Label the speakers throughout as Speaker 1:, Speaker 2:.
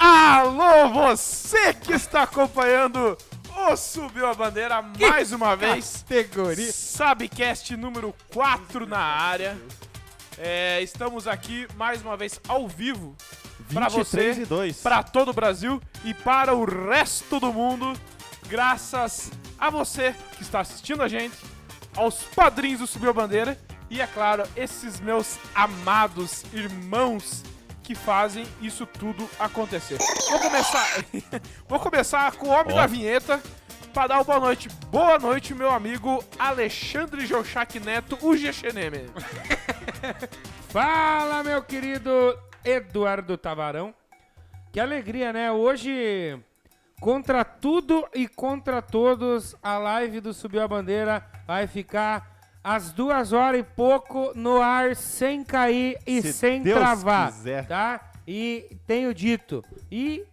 Speaker 1: Alô, você que está acompanhando o Subiu a Bandeira mais uma vez.
Speaker 2: Categoria.
Speaker 1: Sabcast número 4 na área. É, estamos aqui mais uma vez ao vivo para
Speaker 2: 23
Speaker 1: você,
Speaker 2: e 2.
Speaker 1: para todo o Brasil e para o resto do mundo, graças a você que está assistindo a gente, aos padrinhos do Subiu a Bandeira e, é claro, esses meus amados irmãos que fazem isso tudo acontecer. Vou começar, vou começar com o homem da vinheta para dar uma boa noite. Boa noite, meu amigo Alexandre Jochac Neto, o GXNM.
Speaker 3: Fala, meu querido Eduardo Tavarão. Que alegria, né? Hoje, contra tudo e contra todos, a live do Subiu a Bandeira vai ficar às duas horas e pouco no ar, sem cair e
Speaker 2: Se
Speaker 3: sem
Speaker 2: Deus
Speaker 3: travar.
Speaker 2: quiser.
Speaker 3: Tá? E tenho dito. E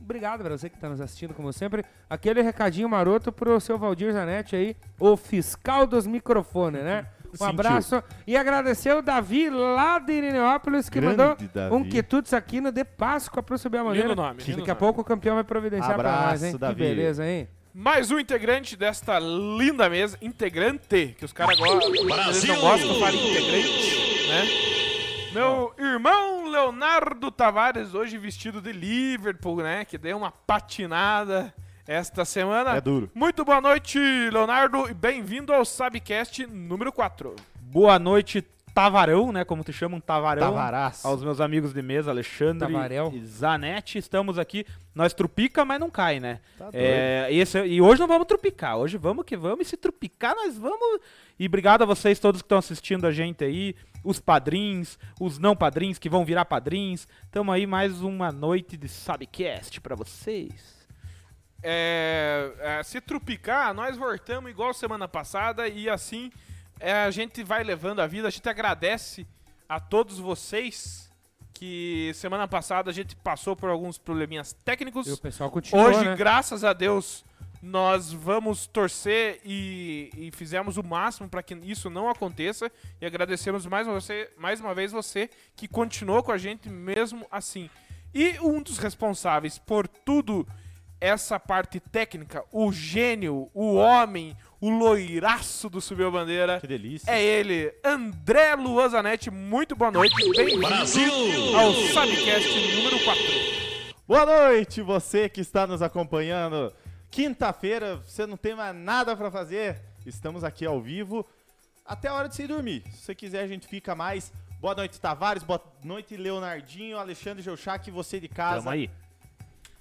Speaker 3: obrigado pra você que tá nos assistindo, como sempre. Aquele recadinho maroto pro seu Valdir Zanetti aí, o fiscal dos microfones, né? Um
Speaker 2: Sentiu.
Speaker 3: abraço. E agradecer o Davi lá de Irineópolis que
Speaker 2: Grande
Speaker 3: mandou
Speaker 2: Davi.
Speaker 3: um quitutes aqui no de Páscoa pro subir a bandeira.
Speaker 1: Lindo nome,
Speaker 3: Que
Speaker 1: lindo
Speaker 3: daqui a
Speaker 1: nome.
Speaker 3: pouco o campeão vai providenciar pra nós,
Speaker 2: Abraço,
Speaker 3: hein?
Speaker 2: Davi.
Speaker 3: Que beleza, hein?
Speaker 1: Mais um integrante desta linda mesa, integrante, que os caras gostam, eles não gostam, falam integrante, né? Meu irmão Leonardo Tavares, hoje vestido de Liverpool, né? Que deu uma patinada esta semana.
Speaker 2: É duro.
Speaker 1: Muito boa noite, Leonardo, e bem-vindo ao Sabcast número 4.
Speaker 4: Boa noite, Tavarão, né? Como te chamam,
Speaker 2: Então,
Speaker 4: Tavarão.
Speaker 2: Tavaraço.
Speaker 4: Aos meus amigos de mesa, Alexandre
Speaker 3: Tavarel.
Speaker 4: e Zanetti, estamos aqui. Nós trupica, mas não cai, né?
Speaker 2: Tá
Speaker 4: É, esse- e hoje não vamos trupicar, hoje vamos que vamos. E se trupicar, nós vamos. E obrigado a vocês todos que estão assistindo a gente aí, os padrinhos, os não padrinhos que vão virar padrinhos. Tamo aí mais uma noite de Sabcast pra vocês.
Speaker 1: É, é, se trupicar, nós voltamos igual semana passada e assim é, a gente vai levando a vida. A gente agradece a todos vocês que semana passada a gente passou por alguns probleminhas técnicos.
Speaker 3: E o pessoal continua,
Speaker 1: Hoje,
Speaker 3: né?
Speaker 1: graças a Deus, nós vamos torcer e, e fizemos o máximo para que isso não aconteça. E agradecemos mais, uma você, mais uma vez você que continuou com a gente mesmo assim. E um dos responsáveis por tudo essa parte técnica, o gênio, o homem, o loiraço do Subiu a Bandeira,
Speaker 2: Que delícia.
Speaker 1: é ele, André Luan Zanetti. Muito boa noite, bem-vindo ao Sabcast número 4.
Speaker 2: Boa noite, você que está nos acompanhando. Quinta-feira, você não tem mais nada para fazer. Estamos aqui ao vivo até a hora de você ir dormir. Se você quiser, a gente fica mais. Boa noite, Tavares. Boa noite, Leonardinho, Alexandre Geuchac e você de casa.
Speaker 4: Tamo aí.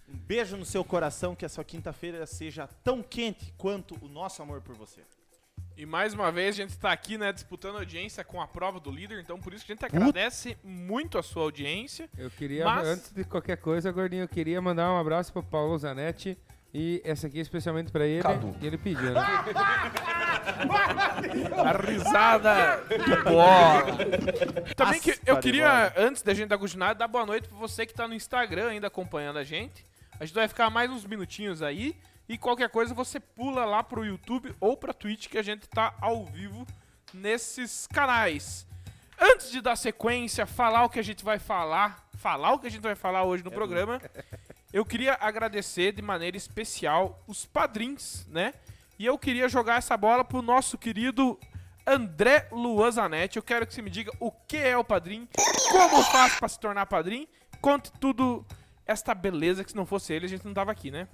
Speaker 2: Um beijo no seu coração, que a sua quinta-feira seja tão quente quanto o nosso amor por você.
Speaker 1: E mais uma vez a gente está aqui, né, disputando audiência com a prova do líder, então por isso que a gente agradece muito a sua audiência.
Speaker 3: Eu queria,
Speaker 1: Mas-
Speaker 3: antes de qualquer coisa, gordinho, eu queria mandar um abraço pro Paulo Zanetti. E essa aqui é especialmente pra ele, que ele pediu, né?
Speaker 1: A risada de bola. Também que eu
Speaker 2: Aspa de
Speaker 1: queria, antes da gente dar continuidade, dar boa noite para você que está no Instagram ainda acompanhando a gente. A gente vai ficar mais uns minutinhos aí e qualquer coisa você pula lá pro YouTube ou pra Twitch que a gente tá ao vivo nesses canais. Antes de dar sequência, falar o que a gente vai falar, falar o que a gente vai falar hoje no programa, eu queria agradecer de maneira especial os padrinhos, né? E eu queria jogar essa bola pro nosso querido André Luan Zanetti. Eu quero que você me diga o que é o padrinho, como faz pra se tornar padrinho, conte tudo esta beleza que se não fosse ele a gente não tava aqui, né?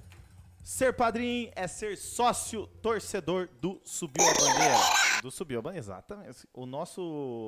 Speaker 2: Ser padrinho é ser sócio torcedor do Subiu a Bandeira. Do Subiu a Bandeira, exatamente. O nosso,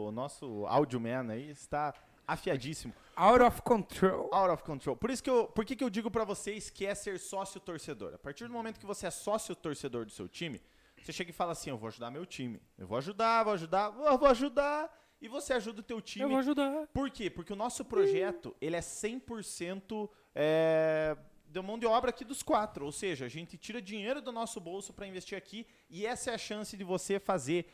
Speaker 2: o nosso audioman aí está afiadíssimo.
Speaker 3: Out of control.
Speaker 2: Out of control. Por isso que eu, por que, que eu digo pra vocês que é ser sócio torcedor? A partir do momento que você é sócio torcedor do seu time, você chega e fala assim: "Eu vou ajudar meu time. Eu vou ajudar, vou ajudar, vou, vou ajudar". E você ajuda o teu time. Eu vou ajudar. Por quê? Porque o nosso projeto, ele é 100% é, da mão de obra aqui dos quatro, ou seja, a gente tira dinheiro do nosso bolso pra investir aqui e essa é a chance de você fazer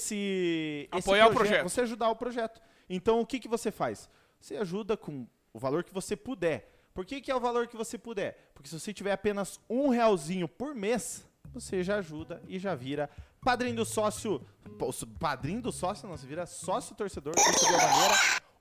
Speaker 2: esse esse
Speaker 1: Apoiar o projeto.
Speaker 2: você ajudar o projeto. Então, o que, que você faz? Você ajuda com o valor que você puder. Por que, que é o valor que você puder? Porque se você tiver apenas um realzinho por mês, você já ajuda e já vira padrinho do sócio. Pô, su- Padrinho do sócio, não, você vira sócio torcedor do Subiu a Bandeira.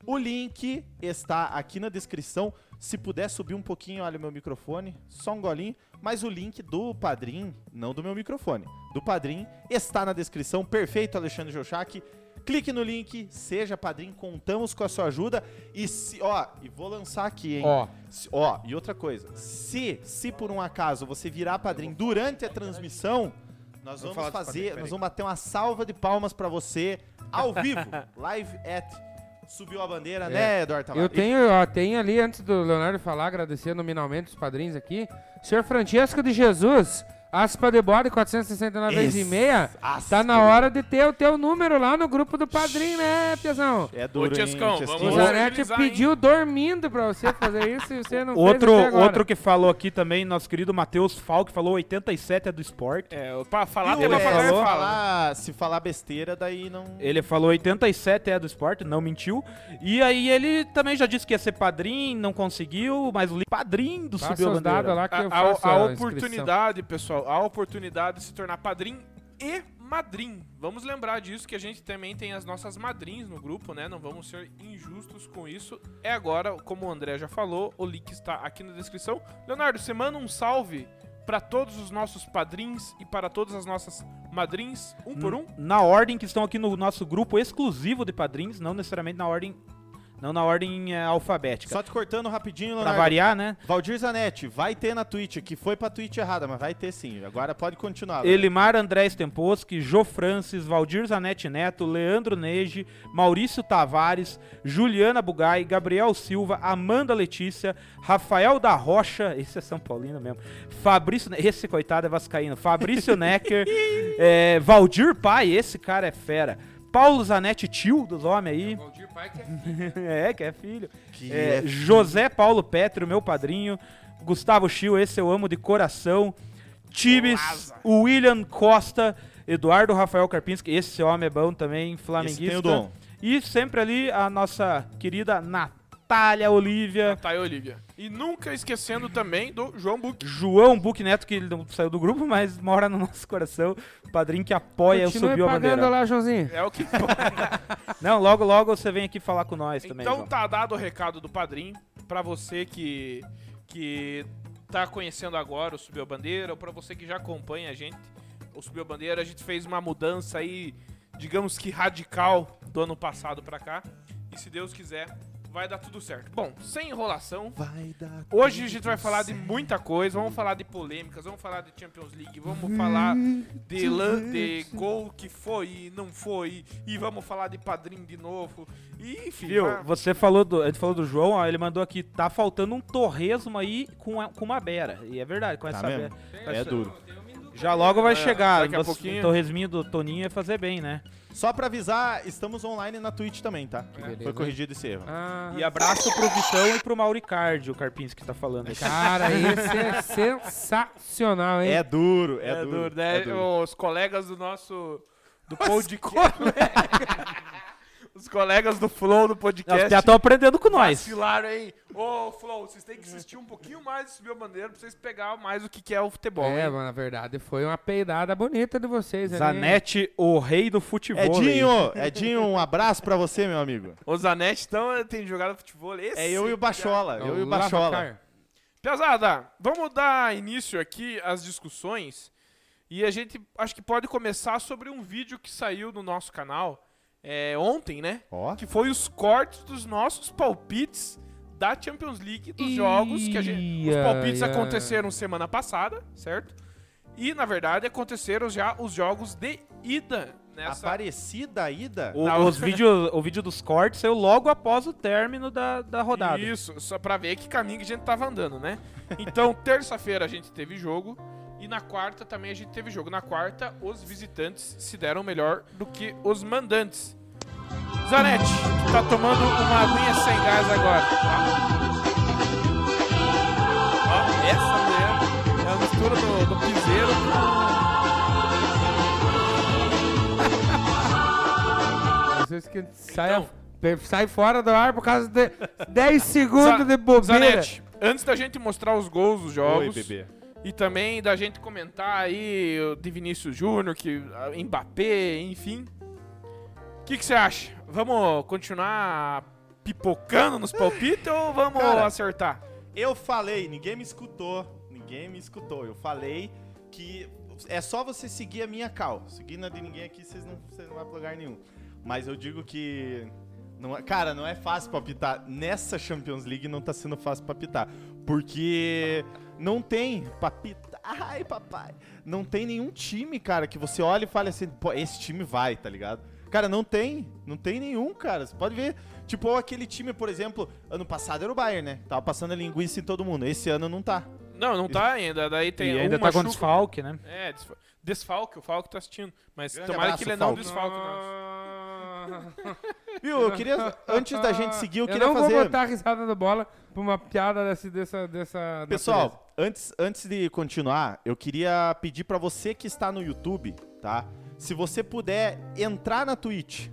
Speaker 2: O link está aqui na descrição. Se puder subir um pouquinho, olha o meu microfone, só um golinho. Mas o link do Padrim, não do meu microfone, do Padrim, está na descrição. Perfeito, Alexandre Jochak. Clique no link, seja padrim, contamos com a sua ajuda. E se, ó, e vou lançar aqui, hein?
Speaker 3: Ó,
Speaker 2: Se- Ó, e outra coisa, se, se por um acaso você virar padrinho durante a transmissão, nós
Speaker 5: Eu vou
Speaker 2: vamos
Speaker 5: falar disso,
Speaker 2: fazer,
Speaker 5: padrinho,
Speaker 2: nós
Speaker 5: peraí.
Speaker 2: vamos bater uma salva de palmas pra você ao vivo, live at Subiu a Bandeira, né, Eduardo
Speaker 1: Tá
Speaker 2: Tavares?
Speaker 3: É. eu tenho, ó, tenho ali, antes do Leonardo falar, agradecer nominalmente os padrinhos aqui. Senhor Francesco de Jesus, Aspa de Bode, 469 vezes e
Speaker 2: Esse-
Speaker 3: meia.
Speaker 2: Aspa.
Speaker 3: Tá na hora de ter o teu número lá no grupo do padrinho, né, Piazão?
Speaker 2: É
Speaker 1: Ô,
Speaker 2: duro, hein,
Speaker 1: Tiescão,
Speaker 2: Tiesquinho?
Speaker 3: O
Speaker 1: vamos-
Speaker 3: Zanetti
Speaker 1: evangelizar, hein?
Speaker 3: pediu dormindo pra você fazer isso e você não
Speaker 4: Outro,
Speaker 3: fez até agora.
Speaker 4: outro que falou aqui também, nosso querido Matheus Falk, falou 87 é do esporte.
Speaker 1: É, pra falar,
Speaker 2: E
Speaker 1: tem
Speaker 2: o-
Speaker 1: pra
Speaker 2: é,
Speaker 1: falar,
Speaker 2: se,
Speaker 1: fala.
Speaker 2: falar, se falar besteira, daí não...
Speaker 4: Ele falou 87 é do esporte, não mentiu. E aí ele também já disse que ia ser padrinho, não conseguiu, mas o link padrinho do
Speaker 3: Passa
Speaker 4: Subiu a
Speaker 3: os
Speaker 4: Bandeira.
Speaker 3: dados lá que eu
Speaker 1: A- a-
Speaker 3: faço
Speaker 1: a,
Speaker 3: inscrição.
Speaker 1: oportunidade, pessoal, a oportunidade de se tornar padrinho e madrinho. Vamos lembrar disso que a gente também tem as nossas madrinhas no grupo, né? Não vamos ser injustos com isso. É agora, como o André já falou, o link está aqui na descrição. Leonardo, você manda um salve para todos os nossos padrinhos e para todas as nossas madrinhas, um por
Speaker 3: Hum.
Speaker 1: um.
Speaker 4: Na ordem que estão aqui no nosso grupo exclusivo de padrinhos, não necessariamente na ordem, não na ordem é, alfabética.
Speaker 2: Só te cortando rapidinho,
Speaker 4: Pra
Speaker 2: Leonardo.
Speaker 4: variar, né?
Speaker 2: Valdir Zanetti, vai ter na Twitch, que foi pra Twitch errada, mas vai ter sim. Agora pode continuar. Leonardo.
Speaker 4: Elimar Andrés Temposki, Jô Francis, Valdir Zanetti Neto, Leandro Neige, Maurício Tavares, Juliana Bugai, Gabriel Silva, Amanda Letícia, Rafael da Rocha, esse é São Paulino mesmo, Fabrício, Ne- esse coitado é vascaíno, Fabrício Necker, é, Valdir Pai, esse cara é fera, Paulo Zanetti, tio dos homens aí,
Speaker 3: Valdir Pai que é
Speaker 4: é, que é filho.
Speaker 2: Que
Speaker 4: É,
Speaker 2: é filho.
Speaker 4: José Paulo Petro, meu padrinho. Gustavo Chil, esse eu amo de coração. Tibes, William Costa, Eduardo Rafael Karpinski, esse homem é bom também, flamenguista.
Speaker 2: Esse tem o dom.
Speaker 4: E sempre ali a nossa querida Natália Olivia.
Speaker 1: Tá aí, Olivia. E nunca esquecendo também do João Buque.
Speaker 4: João Buque Neto, que ele não saiu do grupo, mas mora no nosso coração. Padrinho que apoia, eu
Speaker 3: Continue
Speaker 4: subiu a
Speaker 3: pagando
Speaker 4: bandeira.
Speaker 3: lá, Joãozinho.
Speaker 1: É o que
Speaker 4: Não, logo, logo você vem aqui falar com nós também. é
Speaker 1: Então
Speaker 4: João.
Speaker 1: tá dado o recado do padrinho pra você que que tá conhecendo agora o Subiu a Bandeira ou pra você que já acompanha a gente. O Subiu a Bandeira, a gente fez uma mudança aí, digamos que radical do ano passado pra cá. E se Deus quiser, vai dar tudo certo. Bom, sem enrolação,
Speaker 2: Vai dar
Speaker 1: Hoje a gente vai falar de muita coisa, vamos falar de polêmicas, vamos falar de Champions League, vamos falar de, lan, de gol que foi e não foi, e vamos falar de padrinho de novo, e enfim.
Speaker 4: Viu,
Speaker 1: tá?
Speaker 4: você falou do, a gente falou do João, ó, ele mandou aqui, tá faltando um torresmo aí com, a- com uma beira. E é verdade, com
Speaker 2: Tá
Speaker 4: essa
Speaker 2: mesmo?
Speaker 4: beira.
Speaker 2: É duro.
Speaker 4: Já logo vai
Speaker 1: um É,
Speaker 4: chegar.
Speaker 1: daqui a
Speaker 4: você-
Speaker 1: pouquinho.
Speaker 4: O torresminho do Toninho ia fazer bem, né?
Speaker 2: Só pra avisar, estamos online na Twitch também, tá? Foi
Speaker 3: beleza.
Speaker 2: corrigido esse erro.
Speaker 3: Ah,
Speaker 4: E abraço pro Vitão e pro Mauricardi, o Carpinski que tá falando. aqui.
Speaker 3: cara, esse é sensacional, hein?
Speaker 2: É duro, é, duro.
Speaker 1: né?
Speaker 2: é duro.
Speaker 1: Os colegas do nosso. Do podcast. Os colegas do Flow do
Speaker 4: Não, Os
Speaker 1: podcast.
Speaker 4: piá estão aprendendo com nós.
Speaker 1: Vacilaram, hein? Ô, Flow, vocês têm que assistir um pouquinho mais do Subiu a Bandeira pra vocês pegar mais o que que é o futebol.
Speaker 3: É,
Speaker 1: hein?
Speaker 3: mas na verdade foi uma peidada bonita de vocês ali. hein?
Speaker 4: Zanetti, o rei do futebol.
Speaker 2: Edinho, Edinho, um abraço pra você, meu amigo.
Speaker 1: O Zanetti, então, tem jogado futebol. Esse
Speaker 2: É eu e o Bachola, eu e o
Speaker 3: Lava
Speaker 2: Bachola.
Speaker 3: Car.
Speaker 1: Pesada, vamos dar início aqui às discussões e a gente acho que pode começar sobre um vídeo que saiu no nosso canal é, ontem, né?
Speaker 2: Ó,
Speaker 1: Que foi os cortes dos nossos palpites da Champions League dos jogos que a gente, os
Speaker 3: Ia,
Speaker 1: palpites
Speaker 3: ia.
Speaker 1: aconteceram semana passada, certo? E na verdade aconteceram já os jogos de ida nessa
Speaker 2: Aparecida ida?
Speaker 4: O,
Speaker 1: Não.
Speaker 4: os vídeo, o vídeo dos cortes saiu logo após o término da, da rodada.
Speaker 1: Isso, só pra ver que caminho que a gente tava andando, né? Então, terça-feira a gente teve jogo e na quarta também a gente teve jogo. Na quarta, os visitantes se deram melhor do que os mandantes. Zanetti, que tá tomando uma aguinha sem gás agora. Tá? Ó, essa mulher é a mistura do, do piseiro.
Speaker 3: Vocês que saiam-
Speaker 1: Então.
Speaker 3: pe- sai fora do ar por causa de 10 segundos de bobeira.
Speaker 1: Zanetti, antes da gente mostrar os gols dos
Speaker 2: Oi,
Speaker 1: jogos.
Speaker 2: bebê.
Speaker 1: E também da gente comentar aí o de Vinícius Júnior, que ah, Mbappé, enfim. O que que você acha? Vamos continuar pipocando nos palpites ou vamos
Speaker 2: Cara,
Speaker 1: acertar?
Speaker 2: Eu falei, ninguém me escutou. Ninguém me escutou. Eu falei que é só você seguir a minha cal. Seguindo a de ninguém aqui, vocês não, vocês não vão pra lugar nenhum. Mas eu digo que. Não é, cara, não é fácil palpitar. Nessa Champions League não tá sendo fácil palpitar. Porque não tem palpitar. Ai, papai. Não tem nenhum time, cara, que você olha e fale assim, pô, esse time vai, tá ligado? Cara, não tem. Não tem nenhum, cara. Você pode ver. Tipo, aquele time, por exemplo, ano passado era o Bayern, né? Tava passando a linguiça em todo mundo. Esse ano não tá.
Speaker 1: Não, não tá ainda. Daí tem
Speaker 4: e ainda
Speaker 1: um
Speaker 4: tá com
Speaker 1: machuca-
Speaker 4: desfalque, né?
Speaker 1: É, desfa- desfalque, o Falco tá assistindo. Mas
Speaker 2: Grande
Speaker 1: tomara
Speaker 2: abraço,
Speaker 1: que ele não
Speaker 2: Falco.
Speaker 1: desfalque nós.
Speaker 2: Viu? Eu queria. Antes da gente seguir, eu
Speaker 3: Eu
Speaker 2: queria
Speaker 3: não
Speaker 2: fazer.
Speaker 3: vou botar a risada da bola pra uma piada desse, dessa, dessa. natureza.
Speaker 2: Pessoal, antes, antes de continuar, eu queria pedir pra você que está no YouTube, tá? Se você puder entrar na Twitch,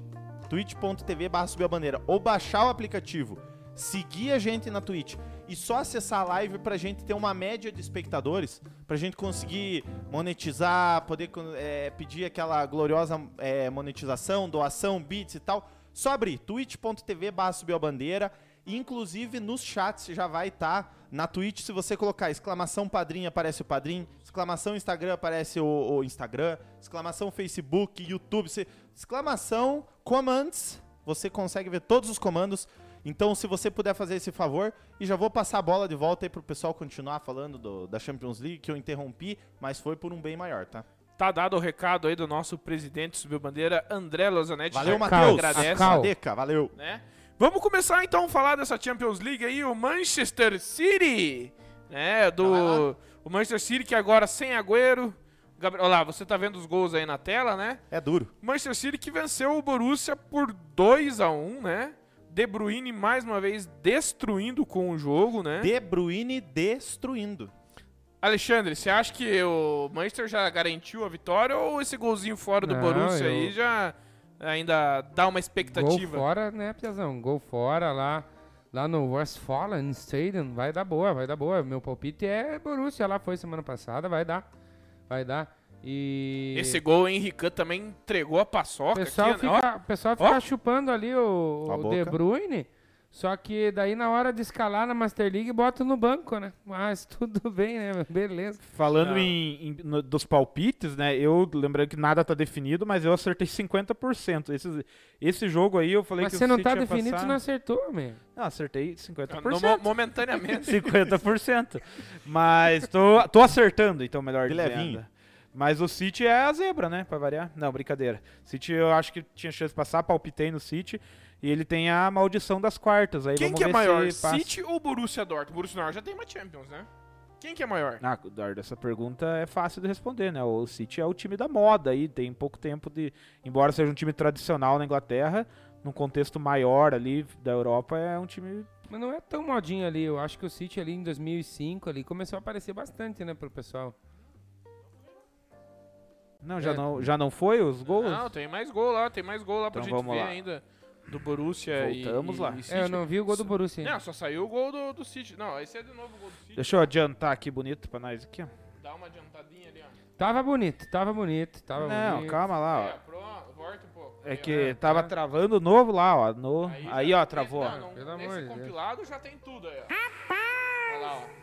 Speaker 2: twitch.tv barra subir a bandeira, ou baixar o aplicativo, seguir a gente na Twitch e só acessar a live pra gente ter uma média de espectadores, pra gente conseguir monetizar, poder eh, pedir aquela gloriosa eh, monetização, doação, bits e tal, só abrir twitch.tv barra subir a bandeira. Inclusive nos chats já vai estar. Na Twitch, se você colocar exclamação padrinho, aparece o padrinho. Exclamação Instagram, aparece o, o Instagram. Exclamação Facebook, YouTube. você- exclamação commands. Você consegue ver todos os comandos. Então, se você puder fazer esse favor, e já vou passar a bola de volta aí pro pessoal continuar falando do- da Champions League, que eu interrompi, mas foi por um bem maior, tá?
Speaker 1: Tá dado o recado aí do nosso presidente subiu bandeira, André Lozanetti.
Speaker 2: Valeu,
Speaker 1: Já
Speaker 2: Matheus.
Speaker 1: Agradece.
Speaker 3: Cal.
Speaker 2: Deca, valeu.
Speaker 1: né? Vamos começar então a falar dessa Champions League aí, o Manchester City, né, do o Manchester City que agora sem Agüero, Gabriel, olha lá, você tá vendo os gols aí na tela, né?
Speaker 2: É duro.
Speaker 1: O Manchester City que venceu o Borussia por 2 a 1, né? De Bruyne mais uma vez destruindo com o jogo, né?
Speaker 2: De Bruyne destruindo.
Speaker 1: Alexandre, você acha que o Manchester já garantiu a vitória ou esse golzinho fora do
Speaker 3: Não,
Speaker 1: Borussia
Speaker 3: eu-
Speaker 1: aí já ainda dá uma
Speaker 3: Gol
Speaker 1: expectativa?
Speaker 3: fora, né, Piazão? Gol fora lá, lá no Westfalen Stadium. Vai dar boa, vai dar boa. Meu palpite é Borussia. Lá foi semana passada, vai dar. Vai dar. E.
Speaker 1: Esse gol, o Henrican também entregou a
Speaker 3: o
Speaker 1: paçoca.
Speaker 3: pessoal
Speaker 1: aqui, né? Ó,
Speaker 3: fica, o pessoal fica
Speaker 1: Ó.
Speaker 3: chupando ali o,
Speaker 2: A
Speaker 3: o De
Speaker 2: boca.
Speaker 3: Bruyne. Só que daí na hora de escalar na Master League bota no banco, né? Mas tudo bem, né? Beleza.
Speaker 4: Falando
Speaker 1: Não.
Speaker 4: em, em- no- dos palpites, né? Eu, lembrando que nada tá definido, mas eu acertei 50%. Esse, esse jogo aí eu falei
Speaker 3: Mas
Speaker 4: que
Speaker 3: você
Speaker 4: o
Speaker 3: não
Speaker 4: City
Speaker 3: tá
Speaker 4: ia
Speaker 3: definido, você
Speaker 4: passar.
Speaker 3: não acertou, meu.
Speaker 4: Não, acertei
Speaker 1: no
Speaker 4: 50%.
Speaker 1: mo- momentaneamente.
Speaker 4: 50%. Mas tô, tô acertando, então, melhor
Speaker 2: De
Speaker 4: dizendo.
Speaker 2: levinho.
Speaker 4: Mas o City é a zebra, né? Pra variar. Não, brincadeira. City eu acho que tinha chance de passar, palpitei no City. E ele tem a maldição das quartas. Aí
Speaker 1: Quem
Speaker 4: vamos
Speaker 1: que é
Speaker 4: ver
Speaker 1: maior,
Speaker 4: se passa.
Speaker 1: City ou Borussia Dortmund? Borussia Dortmund já tem uma Champions, né? Quem que é maior?
Speaker 4: Ah, Eduardo, essa pergunta é fácil de responder, né? O City é o time da moda aí, tem pouco tempo de. Embora seja um time tradicional na Inglaterra, num contexto maior ali da Europa, é um time.
Speaker 3: Mas não é tão modinho ali. Eu acho que o City ali em 2005 ali começou a aparecer bastante, né, pro pessoal.
Speaker 4: Não, já,
Speaker 3: É.
Speaker 4: não, já não foi os gols?
Speaker 1: Não, tem mais gol lá, tem mais gol lá pra
Speaker 4: Então
Speaker 1: gente
Speaker 4: vamos
Speaker 1: ver
Speaker 4: lá.
Speaker 1: ainda. Do Borussia e-
Speaker 4: Voltamos
Speaker 1: e,
Speaker 4: lá.
Speaker 1: e
Speaker 4: É,
Speaker 1: City.
Speaker 3: É, eu não vi o gol do Borussia.
Speaker 1: Não,
Speaker 3: ainda.
Speaker 1: só saiu o gol do, do City. Não, esse é de novo o gol do City.
Speaker 4: Deixa eu adiantar aqui bonito pra nós aqui, ó.
Speaker 1: Dá uma adiantadinha ali, ó.
Speaker 3: Tava bonito, tava bonito, tava
Speaker 4: não,
Speaker 3: bonito.
Speaker 4: calma lá,
Speaker 1: É,
Speaker 4: ó.
Speaker 1: pro- volta um pouco.
Speaker 4: Ah. É
Speaker 1: Aí,
Speaker 4: que
Speaker 1: ó.
Speaker 4: tava travando novo lá, ó. No... Aí,
Speaker 1: já-
Speaker 4: ó, travou.
Speaker 1: Não,
Speaker 4: ó.
Speaker 1: não,
Speaker 3: Pelo
Speaker 1: nesse
Speaker 3: amor de Deus.
Speaker 1: compilado já tem tudo aí, ó. Olha lá, ó.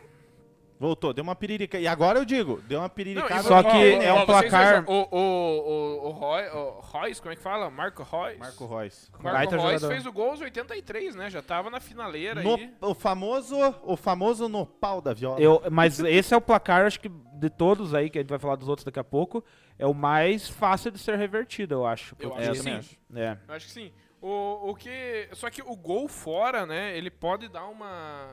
Speaker 2: Voltou, deu uma piririca. E agora eu digo, deu uma piririca.
Speaker 4: e Só que é um placar-
Speaker 1: O, o, o, o, Roy, o Royce, como é que fala? Marco Royce.
Speaker 2: Marco Reus.
Speaker 1: Marco
Speaker 4: Baita
Speaker 1: Reus
Speaker 4: jogador.
Speaker 1: fez o gol aos 83, né? Já tava na finaleira
Speaker 2: No-
Speaker 1: aí.
Speaker 2: o famoso, o famoso no pau da viola.
Speaker 4: Eu, mas esse é o placar, acho que de todos aí, que a gente vai falar dos outros daqui a pouco, é o mais fácil de ser revertido, eu acho.
Speaker 1: Eu
Speaker 4: porque-
Speaker 1: acho
Speaker 2: eu
Speaker 1: que
Speaker 2: também
Speaker 1: sim.
Speaker 2: acho.
Speaker 4: É.
Speaker 1: Eu acho que sim. O, o que... Só que o gol fora, né? Ele pode dar uma...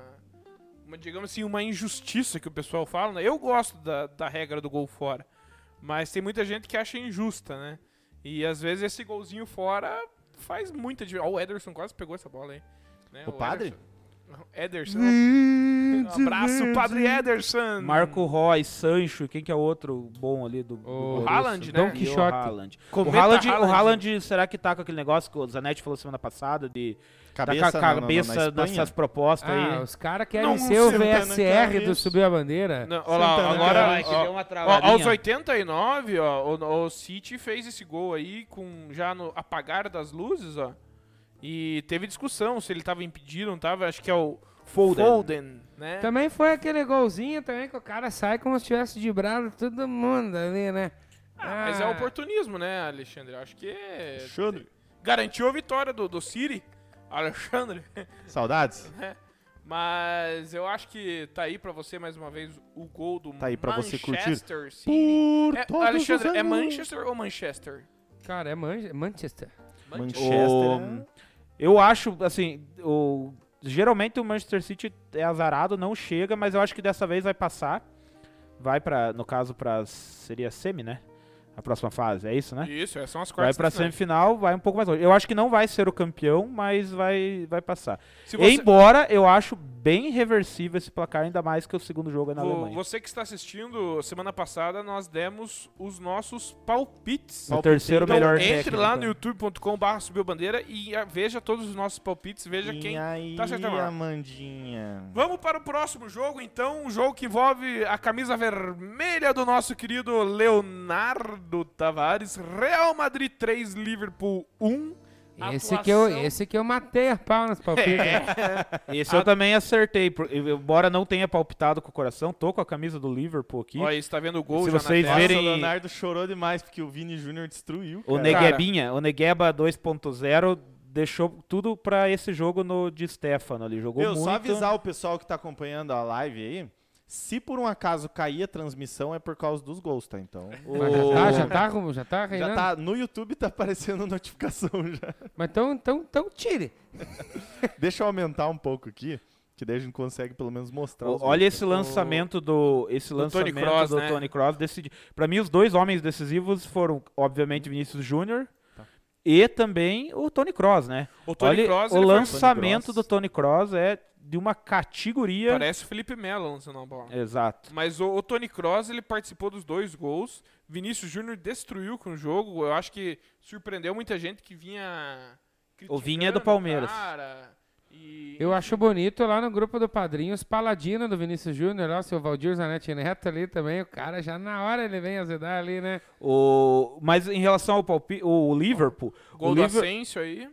Speaker 1: uma, digamos assim, uma injustiça que o pessoal fala. Né? Eu gosto da, da regra do gol fora. Mas tem muita gente que acha injusta, né? E às vezes esse golzinho fora faz muita diferença. Ó, o Ederson quase pegou essa bola aí. né?
Speaker 2: O padre?
Speaker 1: Ederson. Um abraço, padre Ederson.
Speaker 4: Marco Roy, Sancho, quem que é o outro bom ali do, do
Speaker 3: O
Speaker 4: Borussia?
Speaker 1: Haaland, né?
Speaker 4: E
Speaker 3: Dom Quixote.
Speaker 4: O Haaland. O
Speaker 1: Cometa
Speaker 4: Haaland,
Speaker 1: Haaland.
Speaker 4: o Haaland, será que tá com aquele negócio que o Zanetti falou semana passada de
Speaker 2: Cabeça, na-
Speaker 4: tá com a
Speaker 2: na- na-
Speaker 4: cabeça
Speaker 2: na Espanha?
Speaker 4: nessas propostas
Speaker 3: Ah,
Speaker 4: aí?
Speaker 3: os caras querem
Speaker 2: Não,
Speaker 3: ser o
Speaker 2: Santana,
Speaker 3: VSR
Speaker 2: cara,
Speaker 3: do
Speaker 2: isso.
Speaker 3: Subir a Bandeira.
Speaker 1: Não, olha lá,
Speaker 2: Santana,
Speaker 1: agora.
Speaker 2: né, cara,
Speaker 1: ó,
Speaker 4: uma
Speaker 1: ó, aos 89, ó, o, o City fez esse gol aí com já no apagar das luzes, ó. E teve discussão se ele tava impedido, não tava. Acho que é o Foden, né?
Speaker 3: Também foi aquele golzinho também que o cara sai como se tivesse dibrado todo mundo ali, né?
Speaker 1: Ah, mas é
Speaker 3: Ah.
Speaker 1: oportunismo, né, Alexandre? Eu Acho que é...
Speaker 2: Alexandre.
Speaker 1: Garantiu a vitória do, do City, Alexandre. né?
Speaker 2: Saudades?
Speaker 1: Mas eu acho que tá aí pra você mais uma vez o gol do
Speaker 2: Tá aí pra você curtir.
Speaker 1: Manchester City.
Speaker 2: Por
Speaker 1: É,
Speaker 2: todos os
Speaker 1: Alexandre, é
Speaker 2: anos.
Speaker 1: Manchester ou Manchester?
Speaker 3: Cara, é Manche- Manchester.
Speaker 2: Manchester.
Speaker 4: O- Eu acho, assim, o... geralmente o Manchester City é azarado, não chega, mas eu acho que dessa vez vai passar. Vai pra, no caso, pra. Seria semi, né? A próxima fase, é isso, né?
Speaker 1: Isso, é, são as
Speaker 4: Vai
Speaker 1: quartas.
Speaker 4: pra
Speaker 1: de final.
Speaker 4: semifinal, vai um pouco mais longe. Eu acho que não vai ser o campeão, mas vai, vai passar.
Speaker 1: Se você-
Speaker 4: Embora eu acho bem reversível esse placar, ainda mais que o segundo jogo é na
Speaker 1: Vo-
Speaker 4: Alemanha.
Speaker 1: Você que está assistindo, semana passada nós demos os nossos palpites.
Speaker 4: O terceiro
Speaker 1: Então,
Speaker 4: melhor
Speaker 1: entre
Speaker 4: técnico,
Speaker 1: lá
Speaker 4: então.
Speaker 1: no youtube.com/barra subiu bandeira e ah, veja todos os nossos palpites, veja quem
Speaker 2: aí,
Speaker 1: tá acertando a marca.
Speaker 2: Amandinha.
Speaker 1: Vamos para o próximo jogo, então, um jogo que envolve a camisa vermelha do nosso querido Leonardo Tavares, Real Madrid 3, Liverpool 1.
Speaker 3: Esse que, eu,
Speaker 1: Atuação- É.
Speaker 3: esse que eu matei a pau nos palpites.
Speaker 4: Esse eu também acertei. por- eu- Embora não tenha palpitado com o coração, tô com a camisa do Liverpool aqui.
Speaker 1: Olha, está vendo o gol
Speaker 4: Se
Speaker 1: já
Speaker 4: vocês
Speaker 1: na tela.
Speaker 4: verem-
Speaker 2: Nossa, o Leonardo chorou demais porque o Vini Júnior destruiu.
Speaker 4: O
Speaker 2: cara.
Speaker 4: Neguebinha, o Negueba 2.0 deixou tudo pra esse jogo no de Stefano ali. Jogou
Speaker 2: Meu,
Speaker 4: muito.
Speaker 2: só avisar o pessoal que tá acompanhando a live aí. Se por um acaso cair a transmissão, é por causa dos gols, tá? Então.
Speaker 3: Mas já tá, já tá, arrum- já tá reinando.
Speaker 2: Já tá, no YouTube tá aparecendo notificação já.
Speaker 3: Mas então, então, então tire.
Speaker 2: Deixa eu aumentar um pouco aqui, que daí a gente consegue pelo menos mostrar. os
Speaker 4: O-
Speaker 2: gols.
Speaker 4: Olha esse lançamento do esse
Speaker 1: Toni
Speaker 4: lançamento
Speaker 1: Kroos,
Speaker 4: do
Speaker 1: né?
Speaker 4: Tony Cross decidi. Para mim os dois homens decisivos foram obviamente Vinícius Júnior e também o Tony Cross, né?
Speaker 1: O Tony
Speaker 4: Olha,
Speaker 1: Kroos,
Speaker 4: o
Speaker 1: ele foi-
Speaker 4: lançamento
Speaker 2: Toni Kroos.
Speaker 4: do Tony Cross é de uma categoria.
Speaker 1: Parece o Felipe Melo lançando a
Speaker 4: É
Speaker 1: bola.
Speaker 4: Exato.
Speaker 1: Mas o, o Tony Kroos, ele participou dos dois gols. Vinícius Júnior destruiu com o jogo. Eu acho que surpreendeu muita gente que vinha
Speaker 4: O Vinha é
Speaker 1: criticando
Speaker 4: do
Speaker 1: o
Speaker 4: Palmeiras.
Speaker 1: cara. E-
Speaker 3: Eu acho bonito lá no grupo do padrinho, os paladino do Vinícius Júnior, lá, o seu Valdir Zanetti Neto ali também, o cara já na hora ele vem azedar ali, né?
Speaker 4: O mas em relação ao palpi, o Liverpool,
Speaker 1: Gol
Speaker 4: o,
Speaker 1: do
Speaker 4: Liver-
Speaker 1: Asensio aí.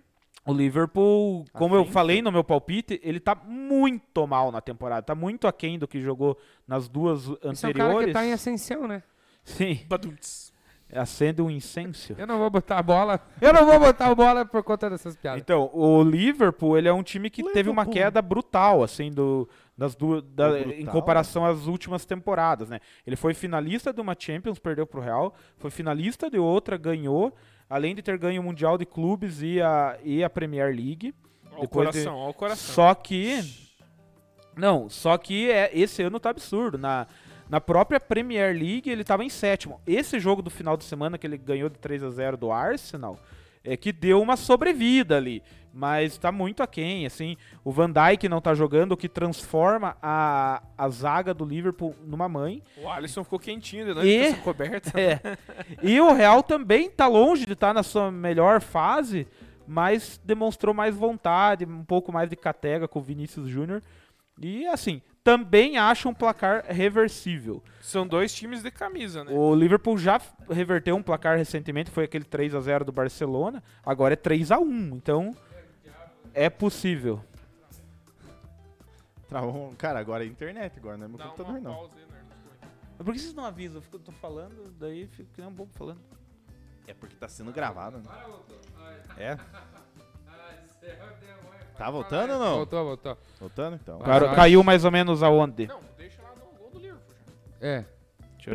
Speaker 4: o Liverpool, como eu falei no meu palpite, ele tá muito mal na temporada, tá muito aquém do que jogou nas duas anteriores.
Speaker 3: Esse é o cara que tá em ascensão, né?
Speaker 4: Sim.
Speaker 1: Badumts.
Speaker 4: Acende um incêndio.
Speaker 3: Eu não vou botar a bola, eu não vou botar a bola por conta dessas piadas.
Speaker 4: Então, o Liverpool, ele é um time que teve uma
Speaker 2: Liverpool.
Speaker 4: queda brutal, assim, do, das duas, da-
Speaker 2: Brutal?
Speaker 3: né?
Speaker 4: em comparação às últimas temporadas, né? Ele foi finalista de uma Champions, perdeu pro Real, foi finalista de outra, ganhou, além de ter ganho o Mundial de Clubes e a, e a Premier League.
Speaker 1: Ó o
Speaker 4: Depois de-
Speaker 1: coração, ó o coração.
Speaker 4: Só que. Não, só que é, esse ano tá absurdo. Na, na própria Premier League ele tava em sétimo. Esse jogo do final de semana que ele ganhou de 3 a 0 do Arsenal é que deu uma sobrevida ali. Mas tá muito aquém, assim. O Van Dijk não tá jogando, o que transforma a, a zaga do Liverpool numa mãe.
Speaker 1: O Alisson ficou quentinho, né?
Speaker 4: E-
Speaker 1: Essa coberta.
Speaker 4: É. E o Real também tá longe de estar na sua melhor fase, mas demonstrou mais vontade, um pouco mais de catega com o Vinícius Júnior. E assim, também acho um placar reversível.
Speaker 1: São dois times de camisa, né?
Speaker 4: O Liverpool já f- reverteu um placar recentemente, foi aquele 3 a 0 do Barcelona, agora é 3 a 1, então é possível.
Speaker 2: Travou um- Cara, agora é internet, agora não é meu
Speaker 1: Dá uma
Speaker 2: computador, não.
Speaker 1: pausa aí, né?
Speaker 4: Por que vocês não avisam? Eu tô falando, daí fico que nem um bobo falando.
Speaker 2: É porque tá sendo gravado, né? É? Tá voltando ou não?
Speaker 3: Voltou, voltou.
Speaker 2: Voltando então.
Speaker 3: Vai. Claro,
Speaker 4: caiu mais ou menos aonde?
Speaker 1: Não, deixa lá no gol do Liverpool. Já.
Speaker 3: É.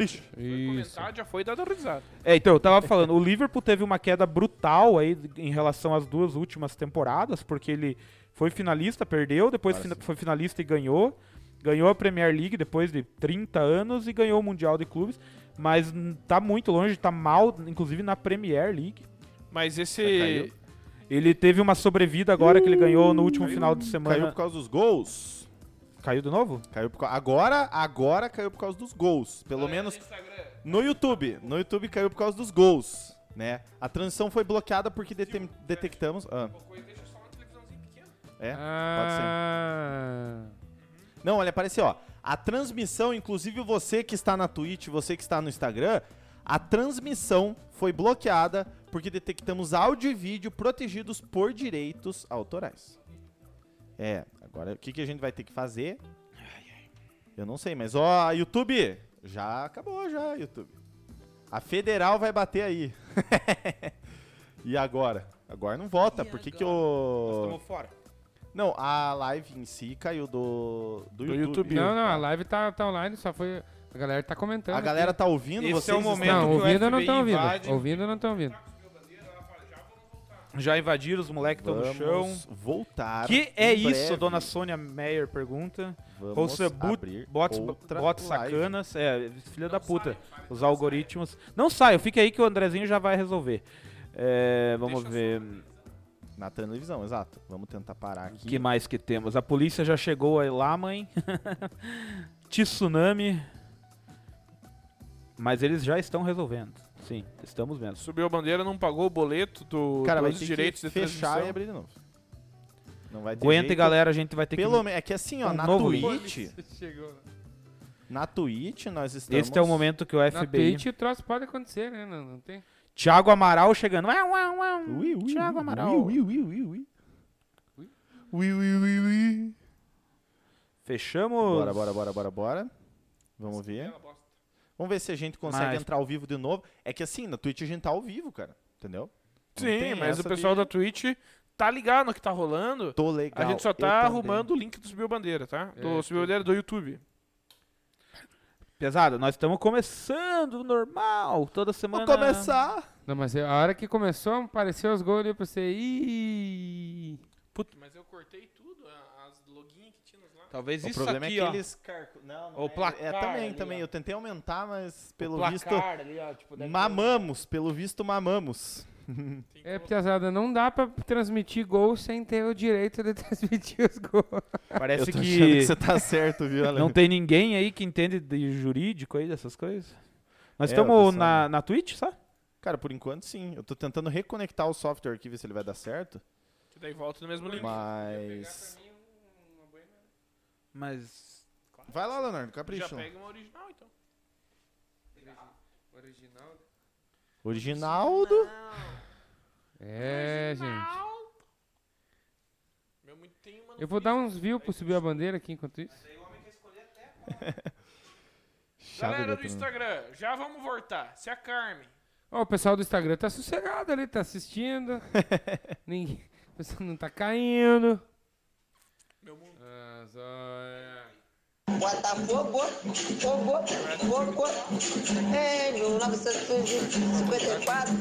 Speaker 2: Ixi.
Speaker 1: Foi
Speaker 3: Isso.
Speaker 1: comentar, já foi dado risada.
Speaker 4: É, então, eu tava falando, o Liverpool teve uma queda brutal aí em relação às duas últimas temporadas, porque ele foi finalista, perdeu, depois
Speaker 2: Agora
Speaker 4: fina-
Speaker 2: Ah, sim.
Speaker 4: foi finalista e ganhou. Ganhou a Premier League depois de 30 anos e ganhou o Mundial de Clubes, mas hum, tá muito longe, tá mal, inclusive na Premier League.
Speaker 1: Mas esse.
Speaker 4: Ele teve uma sobrevida agora que ele ganhou no último final de
Speaker 2: Caiu
Speaker 4: semana.
Speaker 2: por causa dos gols.
Speaker 4: Caiu de novo?
Speaker 2: Caiu por causa... Agora, agora caiu por causa dos gols. Pelo menos no YouTube. No YouTube caiu por causa dos gols, né? A transição foi bloqueada porque
Speaker 1: um
Speaker 2: detem- detectamos... Ah,
Speaker 1: deixa só uma televisãozinha pequena.
Speaker 2: é?
Speaker 3: Ah,
Speaker 2: Não, olha, apareceu, ó. A transmissão, inclusive você que está na Twitch, você que está no Instagram, a transmissão foi bloqueada porque detectamos áudio e vídeo protegidos por direitos autorais. É, agora o que, que a gente vai ter que fazer? Eu não sei, mas ó, YouTube, já acabou já, YouTube. A federal vai bater aí. e agora? Agora não vota,
Speaker 5: E
Speaker 2: porque que
Speaker 5: agora?
Speaker 2: o...
Speaker 4: Estamos fora.
Speaker 2: Não, a live em si caiu do, do, YouTube.
Speaker 3: Não, não, a live tá, tá online, só foi. A galera tá
Speaker 4: Então
Speaker 3: comentando.
Speaker 2: A galera tá ouvindo,
Speaker 6: Esse
Speaker 2: vocês
Speaker 6: é o
Speaker 2: estão-
Speaker 6: momento
Speaker 3: Não,
Speaker 6: que o
Speaker 3: ouvindo ou não
Speaker 6: FBI
Speaker 3: tá ouvindo.
Speaker 6: invade.
Speaker 3: Ouvindo ou não tá ouvindo.
Speaker 4: Já invadiram, os moleques estão no
Speaker 2: Vamos
Speaker 4: chão.
Speaker 2: voltar.
Speaker 4: Que é
Speaker 2: em
Speaker 4: isso,
Speaker 2: breve.
Speaker 4: dona Sônia Meyer pergunta.
Speaker 2: Vamos
Speaker 4: Ouça
Speaker 2: abrir
Speaker 4: bots,
Speaker 2: outra
Speaker 4: bots
Speaker 2: live.
Speaker 4: sacanas. É, filha da puta. Os algoritmos. Não saiam, fica aí que o Andrezinho já vai resolver. É, vamos ver
Speaker 2: Na televisão, exato. Vamos tentar parar
Speaker 4: o
Speaker 2: aqui.
Speaker 4: que mais que temos. A polícia já chegou aí lá, mãe. Tsunami. Mas eles já estão resolvendo. Sim, estamos vendo.
Speaker 1: Subiu a bandeira, não pagou o boleto
Speaker 4: é
Speaker 1: do,
Speaker 2: Cara, vai
Speaker 1: dos
Speaker 2: ter
Speaker 1: direitos
Speaker 2: que
Speaker 1: de
Speaker 2: fechar e
Speaker 1: transmissão.
Speaker 2: abrir de novo. Não vai ter
Speaker 4: Aguenta,
Speaker 2: jeito.
Speaker 4: galera, a gente vai ter que.
Speaker 2: Pelo menos, é que assim, ó,
Speaker 4: um
Speaker 2: na
Speaker 4: novo
Speaker 2: Twitch, na Twitch nós estamos...
Speaker 4: Este é o momento que o
Speaker 3: Na
Speaker 4: FBI.
Speaker 3: Twitch o troço pode acontecer, né? Não, não tem.
Speaker 4: Tiago Amaral chegando. Ué, ué, ué.
Speaker 2: Ui, ui,
Speaker 4: Tiago
Speaker 2: ui,
Speaker 4: Amaral.
Speaker 2: Ui, ui, ui, ui. Ui, ui, ui, ui.
Speaker 4: Fechamos.
Speaker 2: Bora, bora, bora, bora, bora. Vamos
Speaker 6: é
Speaker 2: ver. Vamos ver se a gente consegue
Speaker 4: Mas-
Speaker 2: entrar ao vivo de novo. É que assim, na Twitch a gente tá ao vivo, cara. Entendeu? Não
Speaker 1: Sim,
Speaker 2: tem
Speaker 1: mas o
Speaker 2: essa
Speaker 1: pessoal
Speaker 2: de-
Speaker 1: da Twitch tá ligado no que tá rolando.
Speaker 2: Tô legal.
Speaker 1: A gente só
Speaker 2: eu
Speaker 1: tá
Speaker 2: também.
Speaker 1: arrumando o link do Subiu Bandeira, tá? Do
Speaker 3: É,
Speaker 1: Subiu Bandeira do YouTube.
Speaker 4: Pesado, nós estamos começando normal. Toda semana.
Speaker 2: Vamos começar.
Speaker 3: Não, mas a hora que começou, apareceu os gols ali pra você. Ih!
Speaker 1: Puta, mas eu cortei tudo, as loginhas que tinha lá.
Speaker 6: Talvez
Speaker 2: O
Speaker 6: isso
Speaker 2: problema
Speaker 6: aqui,
Speaker 2: é
Speaker 6: ó.
Speaker 2: que eles... carco- Não, não
Speaker 6: O
Speaker 2: é- É,
Speaker 6: placar
Speaker 2: também,
Speaker 6: ali,
Speaker 2: também.
Speaker 6: ó.
Speaker 2: Eu tentei aumentar, mas
Speaker 6: O
Speaker 2: pelo
Speaker 6: placar
Speaker 2: visto...
Speaker 6: ali, ó, tipo, deve ter-
Speaker 2: Mamamos. Pelo visto, mamamos.
Speaker 3: É, Piazada, não dá pra transmitir gol sem ter o direito de transmitir os gols.
Speaker 2: Eu
Speaker 4: Parece
Speaker 2: tô
Speaker 4: que,
Speaker 2: achando que você tá certo, viu, Ale?
Speaker 4: não tem ninguém aí que entende de jurídico aí dessas coisas. Nós
Speaker 2: É, o
Speaker 4: estamos
Speaker 2: pessoal-
Speaker 4: na, na Twitch, sabe?
Speaker 2: Cara, por enquanto sim. Eu tô tentando reconectar o software aqui, ver se ele vai dar certo.
Speaker 1: Que daí volta no mesmo link.
Speaker 2: Mas.
Speaker 4: Mas.
Speaker 2: Vai lá, Leonardo,
Speaker 1: Já
Speaker 2: capricha. um. lá.
Speaker 1: pega uma original, então.
Speaker 3: Original.
Speaker 2: Originaldo.
Speaker 3: É, gente.
Speaker 1: Meu, muito- tem uma no
Speaker 3: Eu vou dar uns views pra subir a bandeira aqui enquanto isso.
Speaker 2: Chave
Speaker 1: Galera do
Speaker 2: eletrônica.
Speaker 1: Instagram, já vamos voltar. Se a Carmen.
Speaker 3: Ó, o pessoal do Instagram tá sossegado ali, tá assistindo. Ninguém. O pessoal não tá caindo.
Speaker 1: Meu mundo.
Speaker 3: Ah,
Speaker 1: é.
Speaker 3: zóia.
Speaker 7: Botafogo, É, fogo, fogo, em 1954,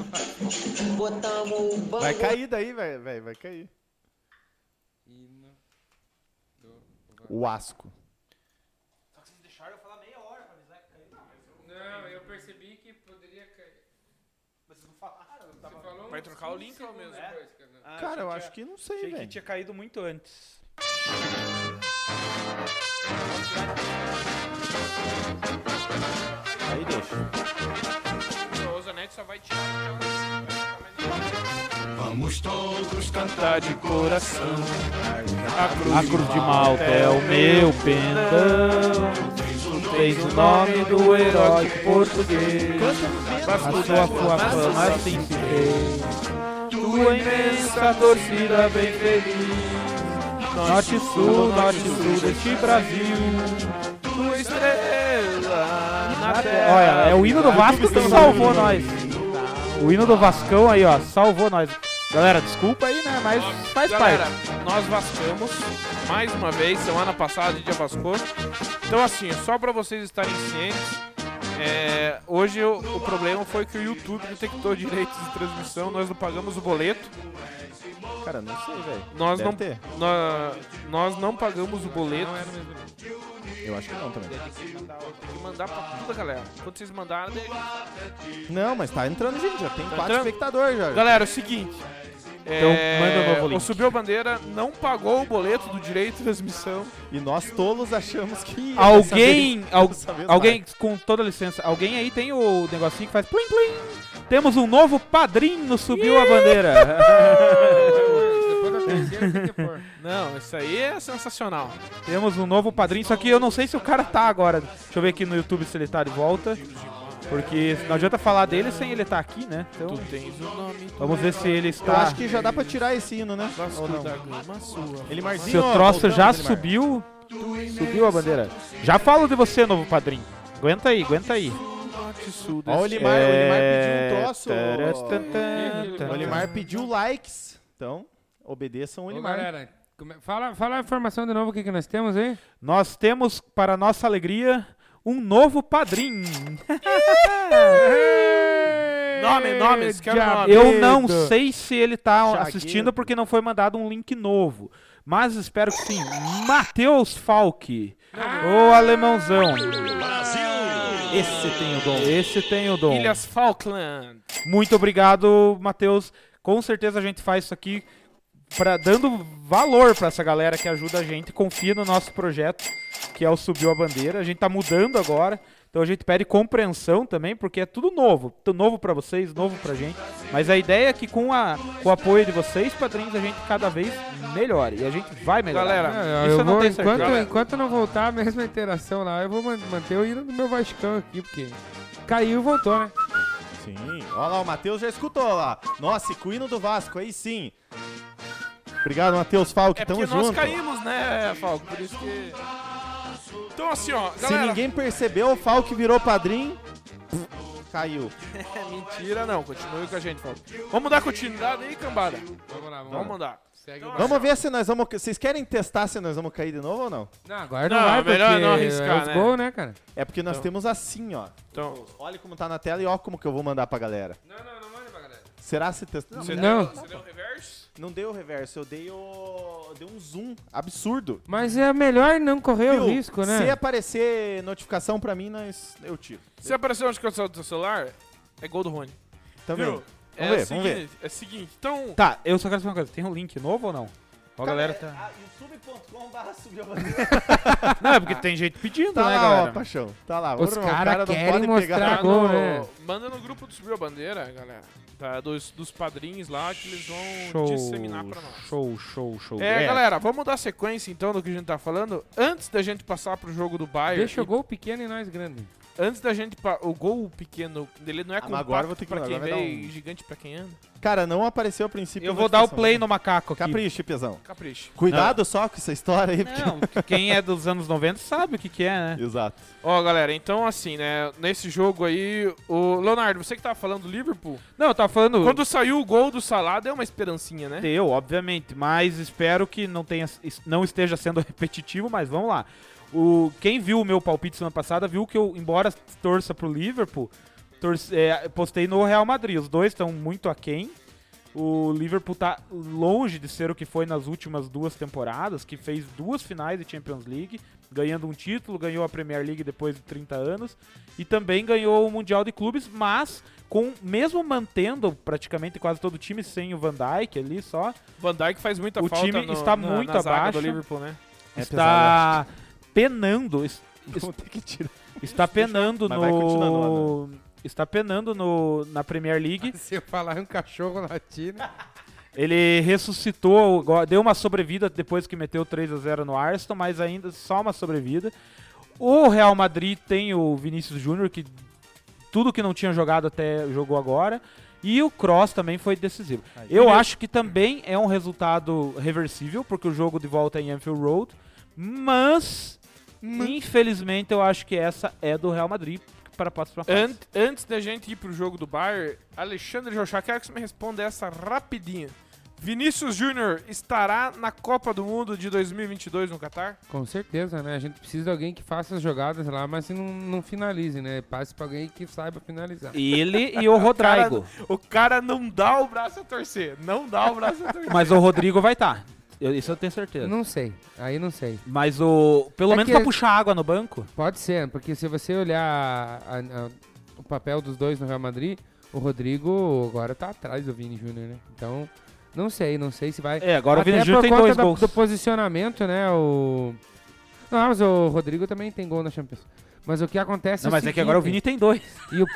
Speaker 7: botamos o banco.
Speaker 2: Vai cair daí, vai, vai, vai cair.
Speaker 3: Hino do-
Speaker 2: O asco.
Speaker 3: Não, eu percebi que poderia cair. Você falou
Speaker 1: Vai
Speaker 3: uns
Speaker 1: trocar o
Speaker 3: 15
Speaker 1: link ou
Speaker 3: segundos
Speaker 1: mesmo?
Speaker 3: depois, cara.
Speaker 2: Cara, eu acho que não sei,
Speaker 4: Achei Ah, que
Speaker 2: velho.
Speaker 4: tinha caído muito antes.
Speaker 2: Aí deixa.
Speaker 1: A Ozanet né? só vai tirar. então, vai ficar mais legal.
Speaker 8: Vamos todos cantar de coração.
Speaker 4: A cruz de malta é o meu pendão. Fez o nome do herói português. A sua fama assim se fez. Tua imensa torcida bem feliz. Norte e sul, norte e sul deste Brasil.
Speaker 1: Tua estrela na terra.
Speaker 4: Olha, é o
Speaker 2: Tá.
Speaker 4: hino do Vasco que salvou nós. O hino do Vascão aí, ó, salvou nós. Galera, desculpa aí, né? Mas faz
Speaker 1: Galera,
Speaker 4: parte.
Speaker 1: nós vascamos mais uma vez, semana passada, dia vascou. Então, assim, só pra vocês estarem cientes, é, hoje o, o problema foi que o YouTube detectou direitos de transmissão, nós não pagamos o boleto,
Speaker 2: Cara, não sei, velho.
Speaker 1: nós
Speaker 2: Deve
Speaker 1: não,
Speaker 2: ter.
Speaker 1: nó- nós, não pagamos o boleto.
Speaker 2: Eu acho que não também.
Speaker 1: Tem que mandar pra toda galera. Quando vocês mandarem, daí-
Speaker 2: Não, mas tá entrando, gente. Já tem quatro
Speaker 1: entrando?
Speaker 2: espectadores já.
Speaker 1: Galera, é o seguinte.
Speaker 4: Então,
Speaker 1: é,
Speaker 4: manda novo
Speaker 1: O
Speaker 4: link.
Speaker 1: Subiu a Bandeira não pagou o boleto do direito de transmissão.
Speaker 2: E nós tolos achamos que. ia
Speaker 4: Alguém,
Speaker 2: dessa vez-
Speaker 4: al-
Speaker 2: dessa vez
Speaker 4: alguém, com toda licença, alguém aí tem o negocinho que faz plim plim. Temos um novo padrinho no Subiu a Bandeira.
Speaker 3: Depois da terceira, o que que for?
Speaker 1: Não, isso aí é sensacional.
Speaker 4: Temos um novo padrinho, só que eu não sei se o cara tá agora. Deixa eu ver aqui no YouTube se ele tá de volta. Porque não adianta falar dele sem ele estar aqui, né? Então,
Speaker 1: Tu tens o nome do
Speaker 4: vamos ver se ele
Speaker 2: Eu
Speaker 4: está.
Speaker 2: acho que já dá pra tirar esse hino, né?
Speaker 1: Vasco tá-
Speaker 2: Ou não?
Speaker 1: da Gama sua.
Speaker 2: Elimarzinho,
Speaker 4: Seu
Speaker 2: ó,
Speaker 4: troço
Speaker 2: voltamos,
Speaker 4: já
Speaker 2: Elimar.
Speaker 4: subiu. Subiu a bandeira. Já falo de você, novo padrinho. Aguenta aí, aguenta aí.
Speaker 1: norte, sul,
Speaker 2: Ó, o
Speaker 1: deste-
Speaker 2: Elimar, o Elimar
Speaker 4: É,
Speaker 2: pediu um troço.
Speaker 4: taras,
Speaker 2: ó.
Speaker 4: tan, tan,
Speaker 3: tá,
Speaker 2: O
Speaker 1: Então,
Speaker 4: tan.
Speaker 1: né?
Speaker 2: Elimar pediu likes. Então, obedeçam o
Speaker 3: Ô,
Speaker 2: Elimar.
Speaker 3: galera, come- fala, fala a informação de novo, o que, que nós temos aí?
Speaker 4: Nós temos, para nossa alegria, um novo padrinho.
Speaker 1: Nome, nomes, quero
Speaker 3: Diabo.
Speaker 1: nome.
Speaker 4: Eu não
Speaker 3: Medo.
Speaker 4: sei se ele tá
Speaker 2: Chagueiro.
Speaker 4: assistindo porque não foi mandado um link novo. Mas espero que sim. Matheus Falck.
Speaker 1: Ah.
Speaker 4: O alemãozão.
Speaker 2: Esse tem um o dom.
Speaker 4: Esse tem o dom.
Speaker 1: Ilhas Falkland.
Speaker 4: Muito obrigado, Matheus. Com certeza a gente faz isso aqui pra, dando valor pra essa galera que ajuda a gente, confia no nosso projeto, que é o Subiu a Bandeira. A gente tá mudando agora, então a gente pede compreensão também, porque é tudo novo. Tudo novo pra vocês, novo pra gente. Mas a ideia é que com, a, com o apoio de vocês, padrinhos, a gente cada vez melhore. E a gente vai melhorar.
Speaker 1: Galera,
Speaker 3: É,
Speaker 4: isso
Speaker 3: eu
Speaker 4: eu não
Speaker 3: vou-
Speaker 4: tenho
Speaker 3: enquanto,
Speaker 4: certeza.
Speaker 3: enquanto não voltar a mesma interação lá, eu vou man- manter o hino do meu Vascão aqui, porque caiu e voltou, né?
Speaker 2: Sim. Olha lá, o Matheus já escutou ó lá. Nossa, e com o hino do Vasco, aí sim. Obrigado, Matheus Falque.
Speaker 1: É
Speaker 2: Tamo
Speaker 1: porque
Speaker 2: junto.
Speaker 1: nós caímos, né, Falco? Por isso que. Então, assim, ó,
Speaker 2: Se
Speaker 1: galera.
Speaker 2: ninguém percebeu, o Falque virou padrinho. Pff, Caiu.
Speaker 1: É mentira, não. Continue com a gente, Falco. Vamos dar continuidade aí, cambada.
Speaker 3: Vamos lá, vamos,
Speaker 1: Vamos mandar.
Speaker 3: Segue
Speaker 1: Então,
Speaker 3: o
Speaker 2: Vamos ver se nós vamos. Vocês querem testar se nós vamos cair de novo ou não?
Speaker 3: Não, agora não,
Speaker 1: Não,
Speaker 3: vai,
Speaker 1: melhor
Speaker 3: porque
Speaker 1: não arriscar,
Speaker 3: é os
Speaker 1: né?
Speaker 3: gols, né, cara?
Speaker 2: É porque nós
Speaker 1: Então.
Speaker 2: temos assim, ó.
Speaker 1: Então,
Speaker 2: Olha como tá na tela e ó como que eu vou mandar pra galera.
Speaker 3: Não, não, não manda pra galera.
Speaker 2: Será se testa? Não, né?
Speaker 3: Não.
Speaker 1: deu reverse?
Speaker 2: não dei o reverso, eu dei o. Dei um zoom absurdo.
Speaker 3: Mas é melhor não correr o
Speaker 2: Viu?
Speaker 3: risco,
Speaker 2: Se é
Speaker 3: né?
Speaker 2: aparecer notificação pra mim, nós... eu tiro.
Speaker 1: Se aparecer uma notificação do teu celular, é gol do Rony.
Speaker 2: Também.
Speaker 1: Viu?
Speaker 2: Vamos
Speaker 1: é
Speaker 2: ver,
Speaker 1: o seguinte,
Speaker 2: vamos ver.
Speaker 1: É o seguinte, então.
Speaker 4: Tá, eu só quero saber uma coisa. Tem um link novo ou não? Ó, a galera tá...
Speaker 2: youtube.com.br subiu
Speaker 4: Não, é porque tem gente pedindo,
Speaker 2: Tá
Speaker 4: né,
Speaker 2: lá, ó,
Speaker 4: galera?
Speaker 2: paixão. Tá lá.
Speaker 3: Os
Speaker 2: Ô, irmão,
Speaker 3: cara
Speaker 2: não
Speaker 3: querem
Speaker 2: pode
Speaker 3: mostrar
Speaker 1: Tá
Speaker 2: pegar.
Speaker 3: gol,
Speaker 1: no-
Speaker 3: né?
Speaker 1: Manda no grupo do Subiu a Bandeira, galera. Tá, dos, dos padrinhos lá que eles vão
Speaker 4: Show,
Speaker 1: disseminar pra nós.
Speaker 4: show, show, show.
Speaker 1: É, galera, vamos dar sequência então do que a gente tá falando. Antes da gente passar pro jogo do Bayern,
Speaker 3: Deixa
Speaker 1: e
Speaker 3: o gol pequeno e nós grande.
Speaker 1: antes da gente pa- o gol pequeno dele não é
Speaker 2: Ah, mas
Speaker 1: compacto
Speaker 2: agora eu vou ter que-
Speaker 1: pra quem
Speaker 2: agora vai
Speaker 1: vê
Speaker 2: dar
Speaker 1: e
Speaker 2: um-
Speaker 1: gigante pra quem anda.
Speaker 2: Cara, não apareceu a princípio.
Speaker 4: Eu vou dar o
Speaker 2: notificação.
Speaker 4: play no macaco
Speaker 2: Tipo
Speaker 4: aqui.
Speaker 2: né? Capricho, Pezão.
Speaker 1: Capricho.
Speaker 2: Cuidado só com essa história aí. porque-
Speaker 4: Não, quem é dos anos 90 sabe o que, que é, né?
Speaker 2: Exato.
Speaker 1: Ó, galera, então assim, né, nesse jogo aí, o Leonardo, você que tava falando do Liverpool,
Speaker 4: Não, eu tava falando.
Speaker 1: quando saiu o gol do Salah, deu uma esperancinha, né?
Speaker 4: Deu, obviamente, mas espero que não, tenha, não esteja sendo repetitivo, mas vamos lá. O, quem viu o meu palpite semana passada viu que eu, embora torça pro Liverpool, torce- é, postei no Real Madrid. Os dois estão muito aquém. O Liverpool tá longe de ser o que foi nas últimas duas temporadas, que fez duas finais de Champions League, ganhando um título, ganhou a Premier League depois de 30 anos e também ganhou o Mundial de Clubes, mas com mesmo mantendo praticamente quase todo o time sem o Van Dijk ali só,
Speaker 1: Van Dijk faz muita
Speaker 4: O
Speaker 1: falta
Speaker 4: time
Speaker 1: no-
Speaker 4: está
Speaker 1: na-
Speaker 4: muito
Speaker 1: na zaga
Speaker 4: abaixo.
Speaker 1: do Liverpool, né?
Speaker 2: É
Speaker 4: está penando, es-
Speaker 2: Vou ter que tirar.
Speaker 4: está penando
Speaker 2: Mas vai continuar
Speaker 4: no está penando no, na Premier
Speaker 2: Ah,
Speaker 4: League.
Speaker 3: Se eu falar um cachorro latino.
Speaker 4: Ele ressuscitou, go- deu uma sobrevida depois que meteu 3 a 0 no Arsenal, mas ainda só uma sobrevida. O Real Madrid tem o Vinícius Júnior que tudo que não tinha jogado até jogou agora. E o Cross também foi decisivo. Eu acho que também é um resultado reversível, porque o jogo de volta é em Anfield Road. Mas, infelizmente, eu acho que essa é do Real Madrid para a próxima fase.
Speaker 1: Ant- antes da gente ir pro jogo do Bayern, Alexandre Jochá, quero que você me responda essa rapidinha. Vinícius Júnior estará na Copa do Mundo de 2022 no Catar?
Speaker 3: Com certeza, né? A gente precisa de alguém que faça as jogadas lá, mas não, não finalize, né? Passe pra alguém que saiba finalizar.
Speaker 4: Ele e o Rodrigo.
Speaker 1: O cara não dá o braço a torcer. Não dá o braço a torcer.
Speaker 4: Mas o Rodrigo vai estar. Isso eu tenho certeza.
Speaker 3: Não sei, aí não sei.
Speaker 4: Mas o. Pelo
Speaker 3: É
Speaker 4: menos
Speaker 3: que-
Speaker 4: pra puxar água no banco.
Speaker 3: Pode ser, né? porque se você olhar a- a- o papel dos dois no Real Madrid, o Rodrigo agora tá atrás do Vini Júnior, né? Então, não sei, não sei se vai.
Speaker 4: É, agora
Speaker 3: Até
Speaker 4: o Vini Júnior
Speaker 3: por
Speaker 4: tem
Speaker 3: conta
Speaker 4: dois
Speaker 3: da-
Speaker 4: gols.
Speaker 3: do posicionamento, né? O. Não, mas o Rodrigo também tem gol na Champions. Mas o que acontece
Speaker 4: Não,
Speaker 3: é
Speaker 4: mas é que agora o Vini
Speaker 3: seguinte,
Speaker 4: tem dois.
Speaker 3: E o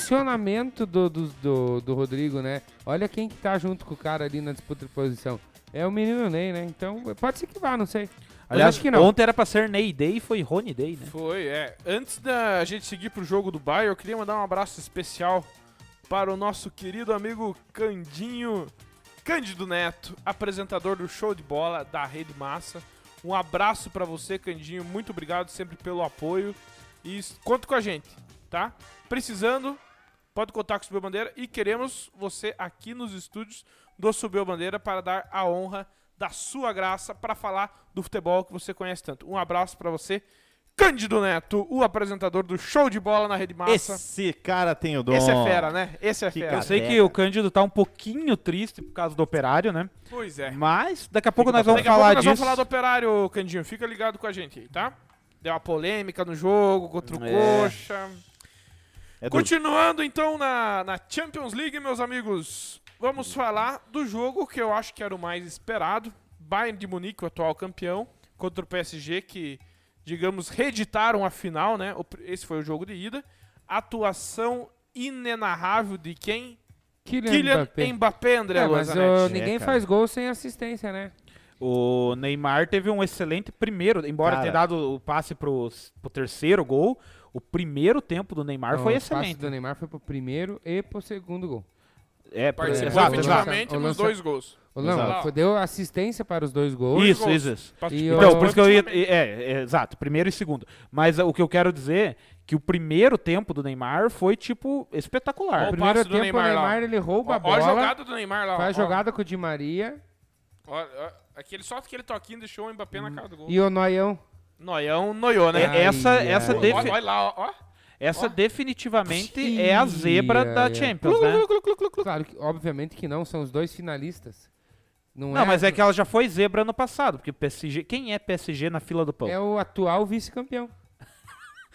Speaker 3: posicionamento do, do, do, do Rodrigo, né? Olha quem que tá junto com o cara ali na disputa de posição. É o menino Ney, né? Então, pode ser que vá, não sei.
Speaker 4: Aliás,
Speaker 3: acho que não.
Speaker 4: ontem era pra ser Ney Day e foi Rony Day, né?
Speaker 1: Foi, é. Antes da gente seguir pro jogo do Bayern, eu queria mandar um abraço especial para o nosso querido amigo Candinho, Cândido Neto, apresentador do Show de Bola da Rede Massa. Um abraço para você, Candinho. Muito obrigado sempre pelo apoio e s- conta com a gente, tá? Precisando, pode contar com o Subiu a Bandeira e queremos você aqui nos estúdios do Subiu a Bandeira para dar a honra da sua graça para falar do futebol que você conhece tanto. Um abraço para você, Cândido Neto, o apresentador do Show de Bola na Rede Massa.
Speaker 2: Esse cara tem o dom.
Speaker 1: Esse é fera, né? Esse é
Speaker 2: Que
Speaker 1: fera.
Speaker 2: cara.
Speaker 4: Eu sei que
Speaker 2: Cadeira.
Speaker 4: o Cândido tá um pouquinho triste por causa do operário, né?
Speaker 1: Pois é.
Speaker 4: Mas daqui a pouco nós vamos
Speaker 1: Daqui a pouco
Speaker 4: falar
Speaker 1: nós
Speaker 4: disso.
Speaker 1: vamos falar do Operário, Candinho. Fica ligado com a gente aí, tá? Deu uma polêmica no jogo contra o
Speaker 4: É.
Speaker 1: Coxa.
Speaker 2: É duro.
Speaker 1: Continuando então na, na Champions League, meus amigos, vamos falar do jogo que eu acho que era o mais esperado. Bayern de Munique, o atual campeão, contra o PSG, que, digamos, reeditaram a final, né? O pr- Esse foi o jogo de ida. Atuação inenarrável de quem?
Speaker 3: Kylian,
Speaker 1: Kylian
Speaker 3: Mbappé.
Speaker 1: Mbappé, André
Speaker 3: É, mas
Speaker 1: Lozanete.
Speaker 3: ô,
Speaker 2: É,
Speaker 3: ninguém
Speaker 2: cara.
Speaker 3: faz gol sem assistência, né?
Speaker 4: O Neymar teve um excelente primeiro, embora
Speaker 2: Cara.
Speaker 4: tenha dado o passe pro, pro terceiro gol. O primeiro tempo do Neymar
Speaker 3: Não,
Speaker 4: foi
Speaker 3: o passe
Speaker 4: excelente.
Speaker 3: do Neymar foi pro primeiro e pro segundo gol.
Speaker 4: É, pro-
Speaker 1: Participou
Speaker 4: exato, exato.
Speaker 1: efetivamente
Speaker 3: O
Speaker 1: nos
Speaker 3: lance- é
Speaker 1: dois gols.
Speaker 3: Ô, Não,
Speaker 1: Exato.
Speaker 3: foi- deu assistência para os dois gols.
Speaker 4: Isso,
Speaker 1: gols.
Speaker 4: isso, isso.
Speaker 1: Parti-
Speaker 3: E o-
Speaker 4: Então, por isso que eu ia.
Speaker 1: Efetivamente.
Speaker 4: É, é, exato, primeiro e segundo. Mas ah, o que eu quero dizer é que o primeiro tempo do Neymar foi, tipo, espetacular.
Speaker 1: Ó,
Speaker 3: No primeiro
Speaker 1: passe do
Speaker 3: tempo, o
Speaker 1: Neymar lá.
Speaker 3: Neymar ele rouba
Speaker 1: Ó,
Speaker 3: a
Speaker 1: ó a
Speaker 3: bola,
Speaker 1: jogada do Neymar lá. ó,
Speaker 3: faz
Speaker 1: ó.
Speaker 3: jogada com o Di Maria
Speaker 1: Ó, ó, aquele, só aquele toquinho deixou o Mbappé na cara do gol.
Speaker 3: Hum. e o Noião.
Speaker 1: Noião noiou, né?
Speaker 3: É,
Speaker 4: É, essa
Speaker 3: Ai,
Speaker 4: essa,
Speaker 1: Ó,
Speaker 3: ai.
Speaker 4: defi-
Speaker 1: ó, Olha lá, ó. ó.
Speaker 4: essa
Speaker 1: ó.
Speaker 4: definitivamente é a zebra
Speaker 3: Ih, ai,
Speaker 4: da
Speaker 3: ai.
Speaker 4: Champions, né?
Speaker 3: Claro que, obviamente que não, são os dois finalistas. Não,
Speaker 4: Não,
Speaker 3: é,
Speaker 4: mas é que ela já foi zebra ano passado, porque PSG. Quem é PSG na fila do pão?
Speaker 3: é o atual vice-campeão.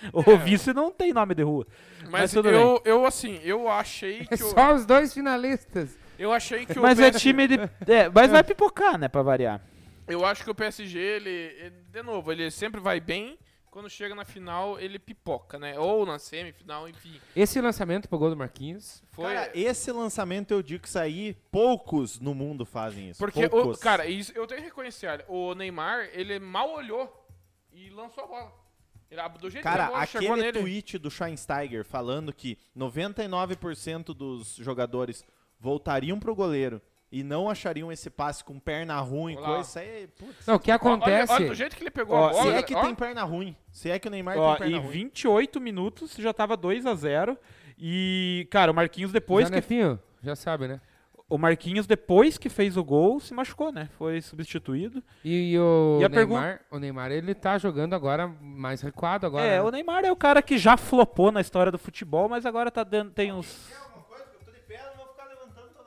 Speaker 3: É.
Speaker 4: O vice não tem nome de rua.
Speaker 1: Mas,
Speaker 4: Mas tudo
Speaker 1: eu, eu, assim, eu achei
Speaker 3: É
Speaker 1: que o,
Speaker 3: só os dois finalistas.
Speaker 1: eu achei que o
Speaker 4: Mas é
Speaker 3: assim.
Speaker 1: PSG
Speaker 4: time de. é, mas vai pipocar, né? Pra variar.
Speaker 1: Eu acho que o PSG, ele, ele- de novo, ele sempre vai bem. Quando chega na final, ele pipoca, né? Ou na semifinal, enfim.
Speaker 3: Esse lançamento pro gol do Marquinhos.
Speaker 1: Foi.
Speaker 2: Cara, esse lançamento eu digo que isso aí, poucos no mundo fazem isso.
Speaker 1: porque, o,
Speaker 2: poucos.
Speaker 1: cara, isso, eu tenho que reconhecer, olha, o Neymar, ele mal olhou e lançou a bola. Ele, ah, do jeito que a
Speaker 2: Cara,
Speaker 1: bola chegou
Speaker 2: aquele
Speaker 1: nele.
Speaker 2: tweet do Schweinsteiger falando que 99% dos jogadores voltariam pro goleiro e não achariam esse passe com perna ruim,
Speaker 1: Olá.
Speaker 2: coisa, isso aí, putz.
Speaker 3: Não, o que
Speaker 1: Ó, olha-
Speaker 3: acontece...
Speaker 1: Olha, do jeito que ele pegou
Speaker 4: Ó,
Speaker 1: a bola.
Speaker 2: Se é
Speaker 1: cara,
Speaker 2: que
Speaker 1: ó.
Speaker 2: tem perna ruim, se é que o Neymar
Speaker 4: Ó,
Speaker 2: tem perna
Speaker 4: em
Speaker 2: ruim.
Speaker 4: 28 minutos já tava 2 a 0 E, cara, o Marquinhos, depois que,
Speaker 3: Zanetinho, já sabe, né?
Speaker 4: o Marquinhos, depois que fez o gol, se machucou, né? Foi substituído.
Speaker 3: E, e o
Speaker 4: E a
Speaker 3: Neymar, o Neymar, ele tá jogando agora mais recuado agora.
Speaker 4: é,
Speaker 3: né?
Speaker 4: o Neymar é o cara que já flopou na história do futebol, mas agora tá dando, tem uns.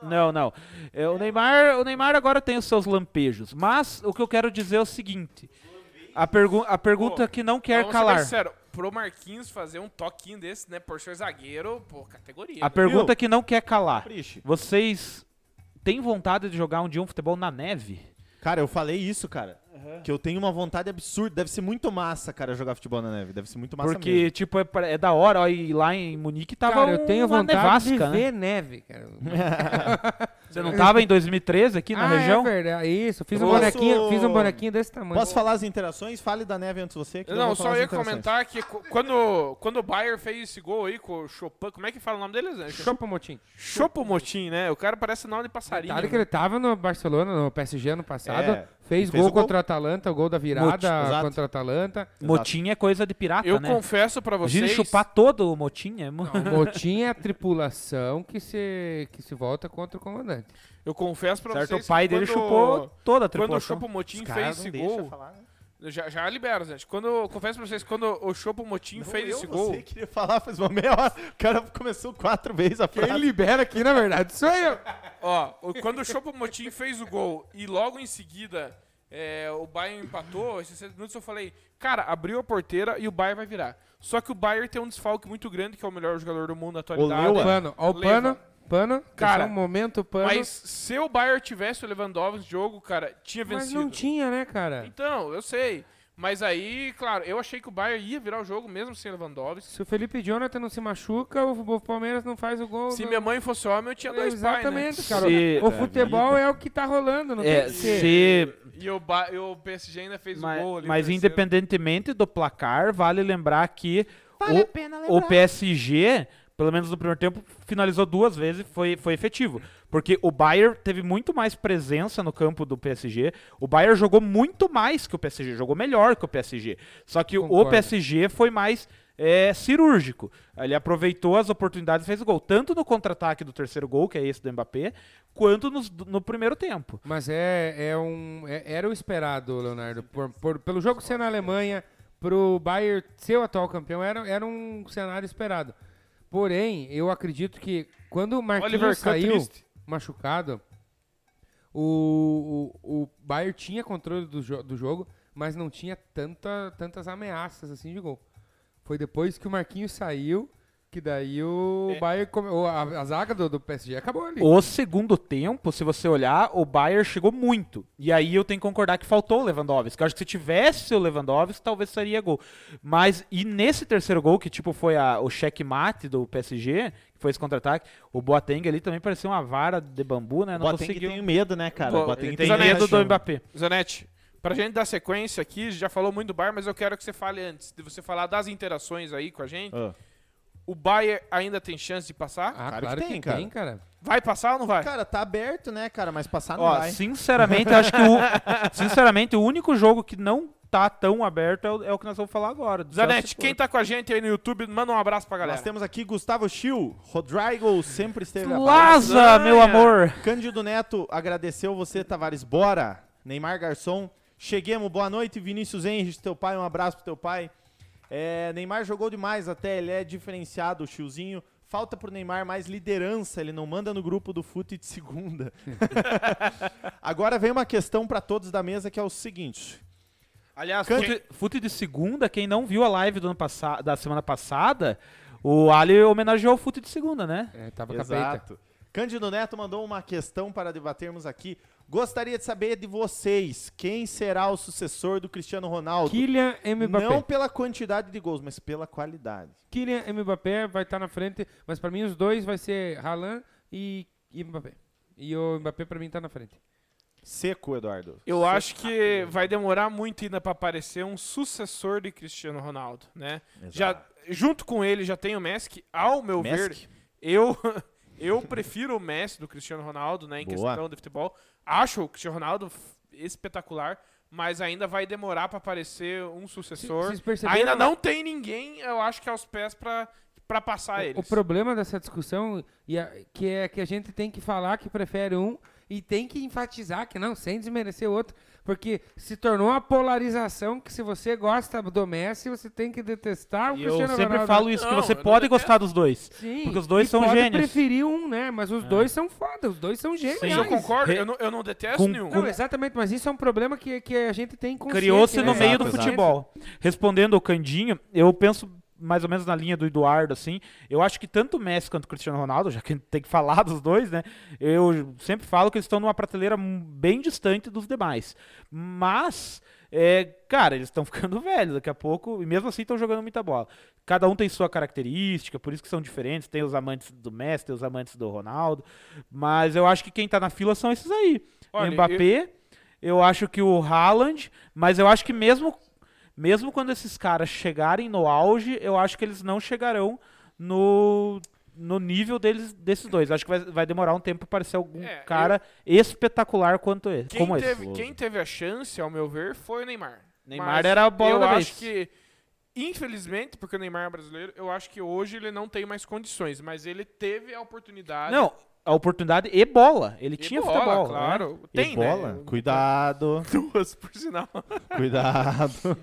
Speaker 4: Não, não. É, o, Neymar, o Neymar agora tem os seus lampejos. Mas o que eu quero dizer é o seguinte: a, pergu a pergunta que não quer
Speaker 1: Vamos ser bem
Speaker 4: calar.
Speaker 1: Sincero, pro Marquinhos fazer um toquinho desse, né? Por ser zagueiro, pô, categoria.
Speaker 4: A
Speaker 1: né?
Speaker 4: pergunta que não quer calar.
Speaker 2: Capricho.
Speaker 4: Vocês têm vontade de jogar um dia um futebol na neve?
Speaker 2: Cara, eu falei isso, cara. Que eu tenho uma vontade absurda. Deve ser muito massa, cara, jogar futebol na neve. Deve ser muito massa
Speaker 4: Porque,
Speaker 2: mesmo.
Speaker 4: tipo, é, pra- é da hora. Ó, e lá em Munique tava um
Speaker 3: Cara, eu tenho
Speaker 4: uma
Speaker 3: vontade
Speaker 4: nevasca,
Speaker 3: de
Speaker 4: né?
Speaker 3: ver neve, cara.
Speaker 4: Você não tá- tava em 2013 aqui na
Speaker 3: ah,
Speaker 4: região?
Speaker 3: é verdade. Isso, fiz um,
Speaker 2: Posso-
Speaker 3: bonequinho, fiz um bonequinho desse tamanho.
Speaker 2: Posso falar as interações? Fale da neve antes você. que eu
Speaker 1: Não,
Speaker 2: vou falar
Speaker 1: só
Speaker 2: as
Speaker 1: ia
Speaker 2: interações.
Speaker 1: comentar que cu- quando, quando o Bayer fez esse gol aí com o Chopin, como é que fala o nome dele, Zé?
Speaker 3: Chupa, Motim.
Speaker 1: Chopomotim, né? O cara parece nome de passarinho.
Speaker 3: Claro que
Speaker 1: né?
Speaker 3: ele tava no Barcelona, no PSG ano passado.
Speaker 2: É,
Speaker 3: fez,
Speaker 2: fez
Speaker 3: gol
Speaker 2: o gol.
Speaker 3: contra o Atalanta, o gol da virada
Speaker 2: exato.
Speaker 3: contra o Atalanta.
Speaker 4: Motim é coisa de pirata,
Speaker 1: Eu
Speaker 4: né?
Speaker 1: confesso pra
Speaker 4: Imagina
Speaker 1: vocês.
Speaker 4: chupar todo o motim. É... mo-
Speaker 3: O Motim é a tripulação que se, que se volta contra o comandante.
Speaker 1: Eu confesso pra
Speaker 4: certo?
Speaker 1: vocês.
Speaker 4: O pai
Speaker 1: que
Speaker 4: dele
Speaker 1: quando-
Speaker 4: chupou toda
Speaker 1: Quando
Speaker 4: a
Speaker 1: o
Speaker 4: tripulação.
Speaker 1: Chopomotim
Speaker 2: Os caras
Speaker 1: fez
Speaker 2: não
Speaker 1: esse
Speaker 2: deixam
Speaker 1: gol.
Speaker 2: falar, né?
Speaker 1: Já, já libera, Zé. Quando, eu confesso pra vocês, quando o Chopomotim
Speaker 2: Não,
Speaker 1: fez
Speaker 2: eu,
Speaker 1: esse gol.
Speaker 2: Você queria falar faz uma meia hora. O cara começou quatro vezes a frase.
Speaker 3: libera aqui, na verdade, sou eu.
Speaker 1: Ó, o- quando o Chopomotim fez o gol e logo em seguida é, o Bayern empatou, esses 60 minutos eu falei, cara, abriu a porteira e o Bayern vai virar. Só que o Bayern tem um desfalque muito grande, que é o melhor jogador do mundo na atualidade.
Speaker 2: Lewa.
Speaker 3: Pano, ó o
Speaker 1: Leva.
Speaker 3: pano. Pano,
Speaker 1: Cara,
Speaker 3: cara, um momento pano.
Speaker 1: Mas
Speaker 3: Mas,
Speaker 1: se o Bayern tivesse o Lewandowski no jogo, cara, tinha vencido.
Speaker 3: não tinha, né, cara?
Speaker 1: Então, eu sei. Mas aí, claro, eu achei que o Bayern ia virar o jogo mesmo sem Lewandowski.
Speaker 3: Se o Felipe Jonathan não se machuca, o o Palmeiras não faz o gol.
Speaker 1: Se
Speaker 3: não-
Speaker 1: minha mãe fosse homem, eu tinha dois pais, né?
Speaker 3: Exatamente, cara.
Speaker 4: Se-
Speaker 3: O futebol é o que tá rolando, não tem
Speaker 4: É,
Speaker 3: que ser.
Speaker 4: se,
Speaker 1: E o, ba... e o PSG ainda fez
Speaker 4: mas
Speaker 1: o gol ali.
Speaker 4: mas
Speaker 1: terceiro.
Speaker 4: independentemente do placar, vale lembrar que o, o PSG, pelo menos no primeiro tempo, finalizou duas vezes e foi, foi efetivo. Porque o Bayern teve muito mais presença no campo do PSG. O Bayern jogou muito mais que o PSG, jogou melhor que o PSG. Só que
Speaker 3: Concordo.
Speaker 4: o PSG foi mais é, cirúrgico. Ele aproveitou as oportunidades e fez o gol. Tanto no contra-ataque do terceiro gol, que é esse do Mbappé, quanto nos- no primeiro tempo.
Speaker 3: Mas é, é um, é- era o esperado, Leonardo. Por, por- pelo jogo ser na Alemanha, pro Bayern ser o atual campeão, era, era um cenário esperado. Porém, eu acredito que quando o
Speaker 1: Oliver Kahn
Speaker 3: Marquinhos saiu
Speaker 1: triste.
Speaker 3: machucado, o, o, o Bayern tinha controle do, jo- do jogo, mas não tinha tanta, tantas ameaças assim de gol. Foi depois que o Marquinhos saiu que daí o
Speaker 1: É.
Speaker 3: Bayern... come- o- a, a zaga do, do PSG acabou ali.
Speaker 4: O segundo tempo, se você olhar, o Bayern chegou muito. E aí eu tenho que concordar que faltou o Lewandowski. Eu acho que se tivesse o Lewandowski, talvez seria gol. Mas, e nesse terceiro gol, que tipo foi a- o checkmate do PSG, que foi esse contra-ataque, o Boateng ali também parecia uma vara de bambu, né? Não
Speaker 2: Boateng
Speaker 4: conseguiu.
Speaker 2: tem medo, né, cara?
Speaker 1: Bo-
Speaker 2: Boateng
Speaker 1: ele
Speaker 4: Tem
Speaker 1: tem
Speaker 4: medo
Speaker 1: medo.
Speaker 2: né?
Speaker 4: do Mbappé.
Speaker 1: Zanetti, pra gente dar sequência aqui, já falou muito do Bayern, mas eu quero que você fale antes de você falar das interações aí com a gente.
Speaker 2: Ah.
Speaker 1: O Bayern ainda tem chance de passar?
Speaker 3: Ah,
Speaker 2: Claro que
Speaker 3: claro que
Speaker 2: tem, cara.
Speaker 3: tem, cara.
Speaker 1: Vai passar ou não vai?
Speaker 2: Cara, tá aberto, né, cara? Mas passar não
Speaker 4: Ó,
Speaker 2: vai.
Speaker 4: sinceramente, eu acho que o, sinceramente, o único jogo que não tá tão aberto é o, é o que nós vamos falar agora. do
Speaker 1: Zanetti,
Speaker 4: Celso
Speaker 1: quem
Speaker 4: Porto.
Speaker 1: tá com a gente aí no YouTube, manda um abraço pra galera.
Speaker 2: Nós temos aqui Gustavo Schill, Rodrigo sempre esteve a
Speaker 4: Laza, meu
Speaker 1: Lasanha.
Speaker 4: amor!
Speaker 2: Cândido Neto agradeceu você, Tavares. Bora! Neymar Garçom, cheguemos, boa noite, Vinícius Henrique, teu pai, um abraço pro teu pai. É, Neymar jogou demais até, ele é diferenciado, o Chiozinho. Falta pro Neymar mais liderança, ele não manda no grupo do fute de segunda. Agora vem uma questão pra todos da mesa que é o seguinte:
Speaker 1: Aliás, quem-
Speaker 4: Fute, fute de segunda, quem não viu a live do ano passa- da semana passada, o Ali homenageou o fute de segunda, né?
Speaker 3: É, tava capeta.
Speaker 2: Exato. Cândido Neto mandou uma questão para debatermos aqui. Gostaria de saber de vocês, quem será o sucessor do Cristiano Ronaldo?
Speaker 3: Kylian Mbappé.
Speaker 2: Não pela quantidade de gols, mas pela qualidade.
Speaker 3: Kylian Mbappé vai estar na frente, mas pra mim os dois vai ser Haaland e, e Mbappé. E o Mbappé pra mim tá na frente.
Speaker 2: Seco, Eduardo.
Speaker 1: eu acho que vai demorar muito ainda pra aparecer um sucessor de Cristiano Ronaldo, né? Já, junto com ele já tem o Messi, que, ao meu ver,
Speaker 2: Messi?
Speaker 1: Eu, eu prefiro o Messi do Cristiano Ronaldo, né, em
Speaker 2: Boa.
Speaker 1: questão de futebol. Acho o Cristiano Ronaldo f- espetacular, mas ainda vai demorar para aparecer um sucessor.
Speaker 3: Vocês perceberam,
Speaker 1: ainda
Speaker 3: né?
Speaker 1: não tem ninguém, eu acho que é aos pés para para passar
Speaker 3: O,
Speaker 1: eles.
Speaker 3: o problema dessa discussão e a- que é que a gente tem que falar que prefere um e tem que enfatizar que não, sem desmerecer o outro, porque se tornou uma polarização que se você gosta do Messi, você tem que detestar o
Speaker 4: E eu
Speaker 3: Cristiano
Speaker 4: sempre
Speaker 3: Ronaldo.
Speaker 4: falo isso, que
Speaker 1: Não,
Speaker 4: você
Speaker 1: eu não
Speaker 4: pode
Speaker 1: detesto.
Speaker 4: gostar dos dois.
Speaker 3: Sim,
Speaker 4: porque os dois
Speaker 3: e
Speaker 4: são
Speaker 3: pode
Speaker 4: gênios. É.
Speaker 3: preferir um, né? Mas os dois são foda, os dois são gênios.
Speaker 1: Mas eu concordo,
Speaker 4: Re-
Speaker 1: eu não, eu não detesto
Speaker 4: com-
Speaker 1: nenhum.
Speaker 3: Não, exatamente, mas isso é um problema que, que a gente tem consciência,
Speaker 4: Criou-se
Speaker 3: né?
Speaker 4: no meio
Speaker 2: Exato,
Speaker 4: do
Speaker 2: exato.
Speaker 4: futebol. Respondendo ao Candinho, eu penso mais ou menos na linha do Eduardo, assim. Eu acho que tanto o Messi quanto o Cristiano Ronaldo, já que a gente tem que falar dos dois, né? Eu sempre falo que eles estão numa prateleira hum, bem distante dos demais. Mas, é, cara, eles estão ficando velhos daqui a pouco, e mesmo assim estão jogando muita bola. Cada um tem sua característica, por isso que são diferentes. Tem os amantes do Messi, tem os amantes do Ronaldo. Mas eu acho que quem tá na fila são esses aí.
Speaker 1: Olha,
Speaker 4: Mbappé, eu... acho que o Haaland, mas eu acho que mesmo, mesmo quando esses caras chegarem no auge, eu acho que eles não chegarão no, no nível deles, desses dois. Acho que vai, vai demorar um tempo para ser algum
Speaker 1: É,
Speaker 4: cara espetacular quanto esse,
Speaker 1: Quem
Speaker 4: como é esse.
Speaker 1: teve, quem teve a chance, ao meu ver, foi o Neymar.
Speaker 4: Neymar era a bola
Speaker 1: eu
Speaker 4: da
Speaker 1: acho
Speaker 4: vez.
Speaker 1: que, infelizmente, porque o Neymar é brasileiro, eu acho que hoje ele não tem mais condições, mas ele teve a oportunidade.
Speaker 4: Não, a oportunidade e bola. Ele
Speaker 1: E
Speaker 4: tinha
Speaker 1: bola,
Speaker 4: futebol. né?
Speaker 1: claro. Tem,
Speaker 2: Ebola?
Speaker 1: né?
Speaker 2: Cuidado,
Speaker 1: Duas, por sinal.
Speaker 2: cuidado.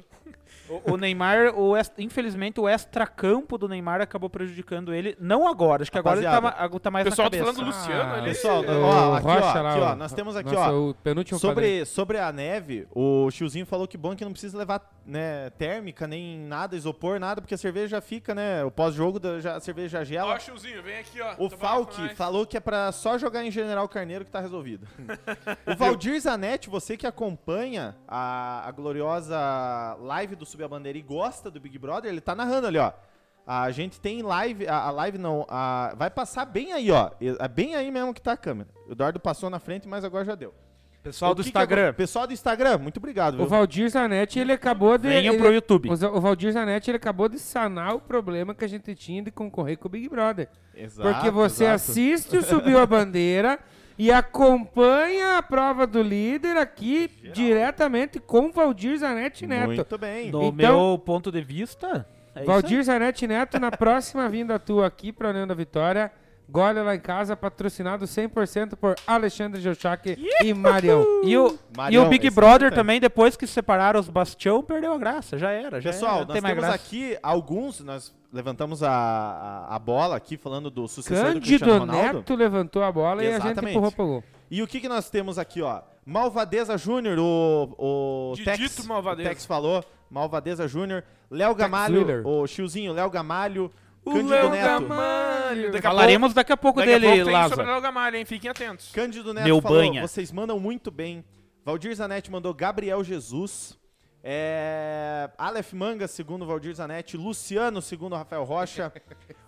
Speaker 4: O, o Neymar, o ex- infelizmente, o extracampo do Neymar acabou prejudicando ele. Não agora, acho que agora ele tá, ma-
Speaker 2: Rapaziada.
Speaker 4: a- tá mais
Speaker 1: O pessoal
Speaker 4: na
Speaker 1: tá
Speaker 4: cabeça.
Speaker 1: falando do Luciano ali.
Speaker 2: Pessoal,
Speaker 3: É,
Speaker 2: ó,
Speaker 3: o
Speaker 2: aqui, ó,
Speaker 3: Rocha lá,
Speaker 2: aqui, ó,
Speaker 3: o-
Speaker 2: nós temos aqui,
Speaker 3: nossa,
Speaker 2: ó,
Speaker 3: o penúltimo quadrinho.
Speaker 2: Sobre, sobre a neve, o Chiozinho falou que bom que não precisa levar né, térmica, nem nada, isopor, nada, porque a cerveja já fica, né? O pós-jogo, da- já- a cerveja já gela.
Speaker 1: Ó, Chuzinho, vem aqui, ó.
Speaker 2: O
Speaker 1: Trabalha com
Speaker 2: Falk
Speaker 1: nós.
Speaker 2: falou que é pra só jogar em General Carneiro que tá resolvido. o Valdir Zanetti, você que acompanha a, a gloriosa live do Subir a Bandeira e gosta do Big Brother, ele tá narrando ali, ó. A gente tem live, a, a live não, a- vai passar bem aí, ó. E- É bem aí mesmo que tá a câmera. O Eduardo passou na frente, mas agora já deu.
Speaker 4: Pessoal
Speaker 2: O
Speaker 4: do
Speaker 2: que que
Speaker 4: Instagram.
Speaker 2: agora- pessoal do Instagram, muito obrigado.
Speaker 3: O
Speaker 2: Viu?
Speaker 3: Valdir Zanetti, ele acabou de.
Speaker 4: Venham
Speaker 3: ele-
Speaker 4: pro YouTube.
Speaker 3: O Za- O Valdir Zanetti, ele acabou de sanar o problema que a gente tinha de concorrer com o Big Brother.
Speaker 2: Exato,
Speaker 3: Porque você
Speaker 2: exato.
Speaker 3: assiste o Subiu a Bandeira e acompanha a prova do líder aqui diretamente com o Valdir Zanetti Neto.
Speaker 2: Muito bem.
Speaker 4: No
Speaker 3: Então-
Speaker 4: meu ponto de vista, é isso aí.
Speaker 3: Valdir Zanetti Neto, na próxima vinda tua aqui para União da Vitória, Gole lá em casa, patrocinado 100% por Alexandre Jochak e Marião.
Speaker 4: E o,
Speaker 2: Marião,
Speaker 4: e o Big
Speaker 2: esse é
Speaker 4: Brother
Speaker 2: importante.
Speaker 4: também, depois que separaram os Bastião, perdeu a graça. Já era, já
Speaker 2: Pessoal,
Speaker 4: era, não
Speaker 2: nós
Speaker 4: É. tem mais
Speaker 2: temos
Speaker 4: graça.
Speaker 2: aqui alguns, nós levantamos a, a, a bola aqui falando do sucessor do Cristiano
Speaker 3: Cândido
Speaker 2: Ronaldo.
Speaker 3: Neto levantou a bola e a gente
Speaker 2: Exatamente.
Speaker 3: empurrou pro gol.
Speaker 2: E o que, que nós temos aqui, ó? Malvadeza Júnior, o, o
Speaker 1: Didito
Speaker 2: Tex,
Speaker 1: Malvadeza.
Speaker 2: o Tex falou. Malvadeza Júnior, Léo Gamalho,
Speaker 3: Wheeler.
Speaker 2: o Chiozinho, Léo Gamalho,
Speaker 1: O
Speaker 2: Cândido
Speaker 1: Léo
Speaker 2: Neto.
Speaker 1: Gamalho. Daqui a
Speaker 4: Falaremos daqui a pouco
Speaker 1: pouco, daqui a
Speaker 4: dele,
Speaker 1: pouco tem sobre
Speaker 4: Lázaro.
Speaker 1: o Léo Gamalho, hein? Fiquem atentos.
Speaker 2: Cândido Neto
Speaker 4: Meu
Speaker 2: falou,
Speaker 4: banha.
Speaker 2: vocês mandam muito bem. Valdir Zanetti mandou Gabriel Jesus. É... Aleph Manga, segundo Valdir Zanetti. Luciano, segundo Rafael Rocha.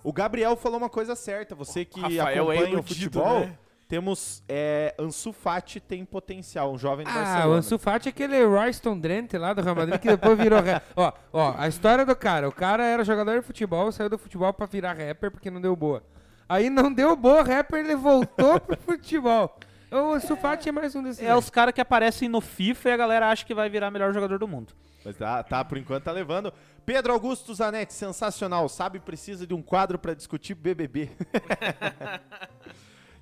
Speaker 2: o Gabriel falou uma coisa certa. Você que
Speaker 1: Rafael é
Speaker 2: acompanha o
Speaker 1: iludido,
Speaker 2: futebol,
Speaker 1: né?
Speaker 2: temos é, Ansu Fati tem potencial, um jovem do
Speaker 3: Ah,
Speaker 2: Barcelona.
Speaker 3: o Ansu Fati é aquele Royston Drenthe lá do Real Madrid que depois virou... ra- ó, ó, a história do cara. O cara era jogador de futebol, saiu do futebol pra virar rapper porque não deu boa. Aí não deu boa, rapper, ele voltou pro futebol. O Ansu Fati é mais um desses.
Speaker 4: É os caras que aparecem no FIFA e a galera acha que vai virar melhor jogador do mundo.
Speaker 2: Mas tá, tá, por enquanto tá levando. Pedro Augusto Zanetti, sensacional. Sabe, precisa de um quadro pra discutir BBB.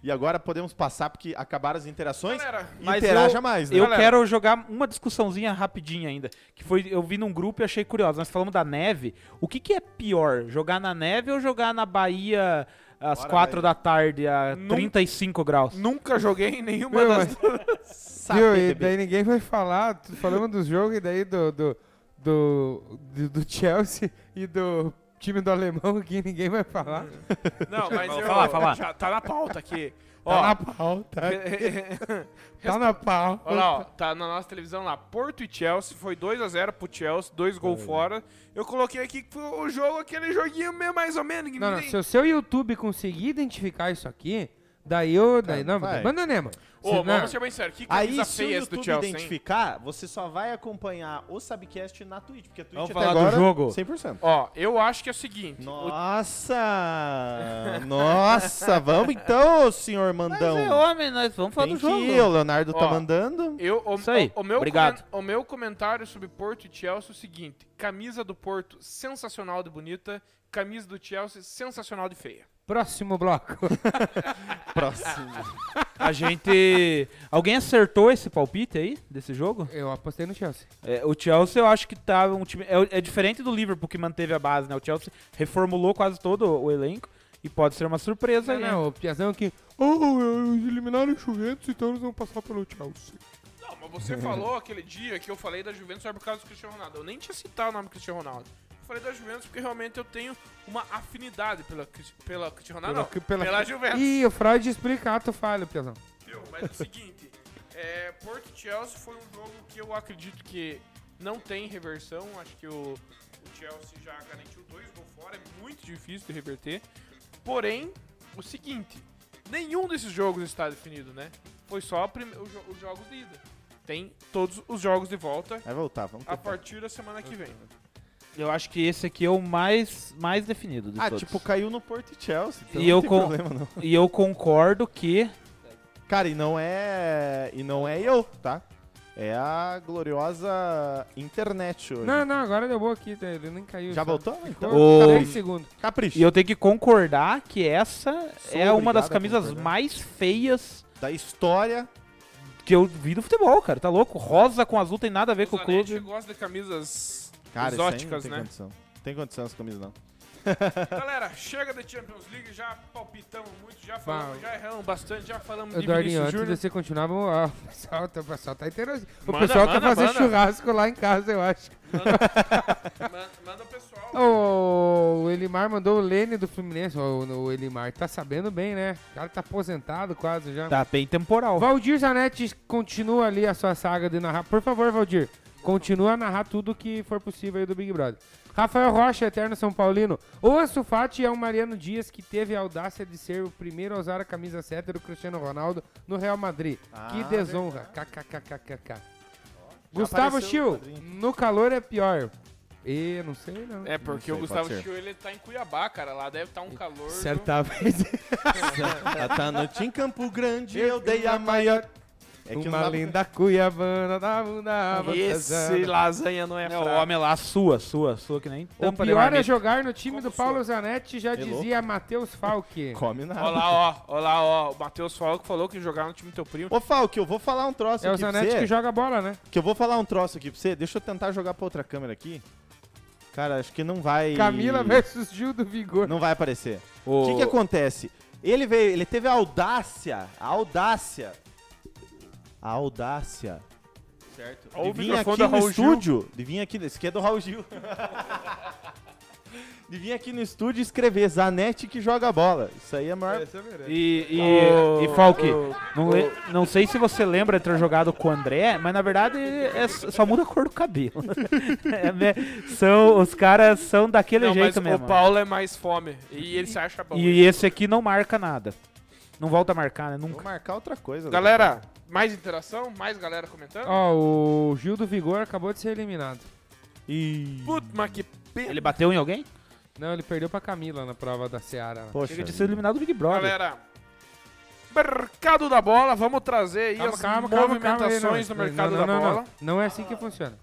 Speaker 2: e agora podemos passar, porque acabaram as interações.
Speaker 1: Galera,
Speaker 4: Mas
Speaker 2: Interaja
Speaker 4: eu,
Speaker 2: mais, né?
Speaker 4: Eu
Speaker 1: Galera.
Speaker 4: quero jogar uma discussãozinha rapidinha ainda. Que foi, eu vi num grupo e achei curioso. Nós falamos da neve. O que, que é pior? Jogar na neve ou jogar na Bahia às
Speaker 2: Bora,
Speaker 4: 4 da tarde, a
Speaker 1: Num-
Speaker 4: 35 graus?
Speaker 1: Nunca joguei em nenhuma
Speaker 3: Meu,
Speaker 1: das
Speaker 3: mas-
Speaker 1: duas.
Speaker 2: Sabe,
Speaker 3: Viu? E
Speaker 2: bebê.
Speaker 3: daí ninguém vai falar. tu- Falamos dos jogos e daí do, do, do, do, do Chelsea e do time do alemão que ninguém vai falar.
Speaker 1: Não, mas eu...
Speaker 4: Fala, fala.
Speaker 1: Já tá na pauta aqui.
Speaker 3: Tá
Speaker 1: Ó,
Speaker 3: na pauta. tá na pauta.
Speaker 1: Olha lá, ó, tá na nossa televisão lá. Porto e Chelsea, foi 2x0 pro Chelsea, dois gols fora. Eu coloquei aqui que foi o jogo, aquele joguinho meio mais ou menos. que
Speaker 3: Não, não,
Speaker 1: nem-
Speaker 3: se o seu YouTube conseguir identificar isso aqui, daí eu. Daí, não,
Speaker 2: vai.
Speaker 3: manda Nemo.
Speaker 1: Ô,
Speaker 3: Se
Speaker 1: mas
Speaker 3: não-
Speaker 1: vamos ser bem sérios, que camisa
Speaker 2: Aí, se o
Speaker 1: feia esse do
Speaker 2: YouTube
Speaker 1: Chelsea, hein?
Speaker 2: identificar, você só vai acompanhar o Subcast na Twitch, porque a Twitch
Speaker 4: Vamos
Speaker 2: até
Speaker 4: falar do
Speaker 2: agora,
Speaker 4: jogo?
Speaker 2: 100%.
Speaker 1: Ó, eu acho que é o seguinte. o-
Speaker 2: Nossa! Nossa! Vamos então, senhor Mandão.
Speaker 4: é homem, nós vamos
Speaker 2: Tem que ir, o Leonardo tá
Speaker 1: Ó.
Speaker 2: mandando.
Speaker 1: Eu, o,
Speaker 4: Isso aí.
Speaker 1: o- o meu
Speaker 4: Obrigado.
Speaker 1: comen- o meu comentário sobre Porto e Chelsea é o seguinte: camisa do Porto sensacional de bonita, camisa do Chelsea sensacional de feia.
Speaker 3: Próximo bloco.
Speaker 2: Próximo.
Speaker 4: A gente. Alguém acertou esse palpite aí desse jogo?
Speaker 3: Eu apostei no Chelsea.
Speaker 4: É, o Chelsea eu acho que tá um time. É, é diferente do Liverpool que manteve a base, né? O Chelsea reformulou quase todo o elenco e pode ser uma surpresa
Speaker 3: Não,
Speaker 4: aí. né?
Speaker 3: não, Né, o Piazão que. Oh, eles eliminaram o Juventus, então eles vão passar pelo Chelsea.
Speaker 1: Não, mas você falou aquele dia que eu falei da Juventus só por causa do Cristiano Ronaldo. Eu nem tinha citado o nome do Cristiano Ronaldo. Eu falei da Juventus porque realmente eu tenho uma afinidade pela, Cris- pela Cristiano Ronaldo. não,
Speaker 3: Pela-
Speaker 1: Pela, Juventus.
Speaker 3: Ih, o Freud explicar, tu falha, Piazão.
Speaker 1: Viu? Mas é o seguinte, é, Porto e Chelsea foi um jogo que eu acredito que não tem reversão. Acho que o, o Chelsea já garantiu dois gols fora, é muito difícil de reverter. Porém, o seguinte, nenhum desses jogos está definido, né? Foi só a prime- o jo- os jogos de ida. Tem todos os jogos de volta
Speaker 2: Vai voltar, vamos
Speaker 1: a
Speaker 2: tentar.
Speaker 1: partir da semana que vem.
Speaker 4: Eu acho que esse aqui é o mais, mais definido de
Speaker 2: Ah,
Speaker 4: todos.
Speaker 2: tipo, caiu no Porto e Chelsea. então
Speaker 4: E
Speaker 2: não
Speaker 4: eu
Speaker 2: tem
Speaker 4: com-
Speaker 2: problema, não.
Speaker 4: E eu concordo que.
Speaker 2: Cara, e não é. E não é eu, tá? É a gloriosa internet hoje.
Speaker 3: Não, não, agora deu boa aqui, tá? ele nem caiu.
Speaker 2: é. Já
Speaker 3: sabe?
Speaker 2: voltou? Então,
Speaker 3: Ficou
Speaker 4: O-
Speaker 3: 10 segundos.
Speaker 2: capricha.
Speaker 4: E eu tenho que concordar que essa
Speaker 2: Sou
Speaker 4: é uma
Speaker 2: obrigado
Speaker 4: das
Speaker 2: a
Speaker 4: camisas
Speaker 2: concordar.
Speaker 4: mais feias
Speaker 2: Da história.
Speaker 4: que eu vi do futebol, cara. Tá louco? Rosa com azul tem nada a ver com o
Speaker 1: Zanetti
Speaker 4: clube.
Speaker 1: gosta de camisas
Speaker 2: Cara,
Speaker 1: Exóticas,
Speaker 2: isso aí não tem
Speaker 1: né?
Speaker 2: condição. Não tem condição essa camisa, não.
Speaker 1: Galera, chega da Champions League, já palpitamos muito, já falamos,
Speaker 3: Fala.
Speaker 1: já erramos bastante, já falamos de
Speaker 3: Eduardinho,
Speaker 1: Vinícius
Speaker 3: antes de
Speaker 1: Júnior.
Speaker 3: você continuar, vamos lá. O pessoal, tá- o pessoal tá interagindo. O
Speaker 1: Manda,
Speaker 3: pessoal
Speaker 1: manda,
Speaker 3: quer fazer
Speaker 1: manda.
Speaker 3: churrasco lá em casa, eu acho.
Speaker 1: Manda, manda o pessoal.
Speaker 3: Ô, o Elimar mandou o Lene do Fluminense. Ô, O, o Elimar tá sabendo bem, né? O cara tá aposentado quase já.
Speaker 4: Tá bem temporal.
Speaker 3: Valdir Zanetti continua ali a sua saga de narrar. Por favor, Valdir, continua a narrar tudo que for possível aí do Big Brother. Rafael Rocha, eterno São Paulino. O Ansu Fati é um Mariano Dias que teve a audácia de ser o primeiro a usar a camisa 7 do Cristiano Ronaldo no Real Madrid. que
Speaker 2: Ah,
Speaker 3: desonra. KKKKKK. Gustavo
Speaker 2: apareceu o
Speaker 3: Chiu,
Speaker 2: quadrinho.
Speaker 3: no calor é pior. E não sei não.
Speaker 1: É, porque
Speaker 2: sei,
Speaker 1: o Gustavo
Speaker 2: pode ser.
Speaker 1: Chiu, ele tá em Cuiabá, cara, lá deve tá um calor. do-
Speaker 3: Certamente.
Speaker 2: tá noite em Campo Grande,
Speaker 3: eu dei a maior-
Speaker 2: É que
Speaker 3: uma linda cuiabana da bunda.
Speaker 1: Esse lasanha não é
Speaker 4: É, o
Speaker 1: fraco.
Speaker 4: homem lá, sua, sua, sua, que nem
Speaker 3: O
Speaker 4: tampa de
Speaker 3: pior é
Speaker 4: marmita.
Speaker 3: jogar no time do
Speaker 1: Como
Speaker 3: Paulo Zanetti, já
Speaker 2: É louco.
Speaker 3: dizia Matheus Falque.
Speaker 2: Come nada.
Speaker 1: Olha lá, ó, olha lá, ó, o Matheus Falco falou que jogar no time do teu primo.
Speaker 2: Ô, Falk, eu vou falar um troço
Speaker 3: É o
Speaker 2: aqui pra
Speaker 3: Zanetti
Speaker 2: você.
Speaker 3: que joga bola, né?
Speaker 2: Que eu vou falar um troço aqui pra você. Deixa eu tentar jogar pra outra câmera aqui. Cara, acho que não vai...
Speaker 3: Camila versus Gil do Vigor.
Speaker 2: Não vai aparecer.
Speaker 4: O-
Speaker 2: O que é? que acontece? Ele veio, ele teve a audácia, a audácia, a audácia. Certo.
Speaker 1: Ó,
Speaker 2: De
Speaker 1: o
Speaker 2: vir
Speaker 1: microfone
Speaker 2: aqui
Speaker 1: da
Speaker 2: no
Speaker 1: Raul Gil.
Speaker 2: estúdio, de vir aqui, esse aqui é do Raul Gil. de vir aqui no estúdio e escrever Zanetti que joga bola. Isso aí é a maior...
Speaker 4: E, e, e Falque, não, le- não sei se você lembra de ter jogado com o André, mas na verdade é, s- só muda a cor do cabelo. É, né? são, os caras são daquele
Speaker 1: Não, mas
Speaker 4: jeito mesmo.
Speaker 1: o Paulo é mais fome e ele se acha bom.
Speaker 4: E esse aqui não marca nada. Não volta a marcar, né?
Speaker 2: Vou
Speaker 4: Nunca.
Speaker 2: marcar outra coisa.
Speaker 1: Galera, mais interação, mais galera comentando.
Speaker 3: Ó, o Gil do Vigor acabou de ser eliminado.
Speaker 4: E...
Speaker 1: Puta, mas que pena.
Speaker 4: Ele bateu em alguém?
Speaker 3: Não, ele perdeu pra Camila na prova da Seara. né?
Speaker 2: Poxa.
Speaker 4: Chega de ser eliminado do Big Brother.
Speaker 1: Galera, mercado da bola, vamos trazer aí as movimentações do
Speaker 3: aí, não.
Speaker 1: mercado
Speaker 3: Não, não,
Speaker 1: da
Speaker 3: não,
Speaker 1: bola.
Speaker 3: Não. não é assim que funciona.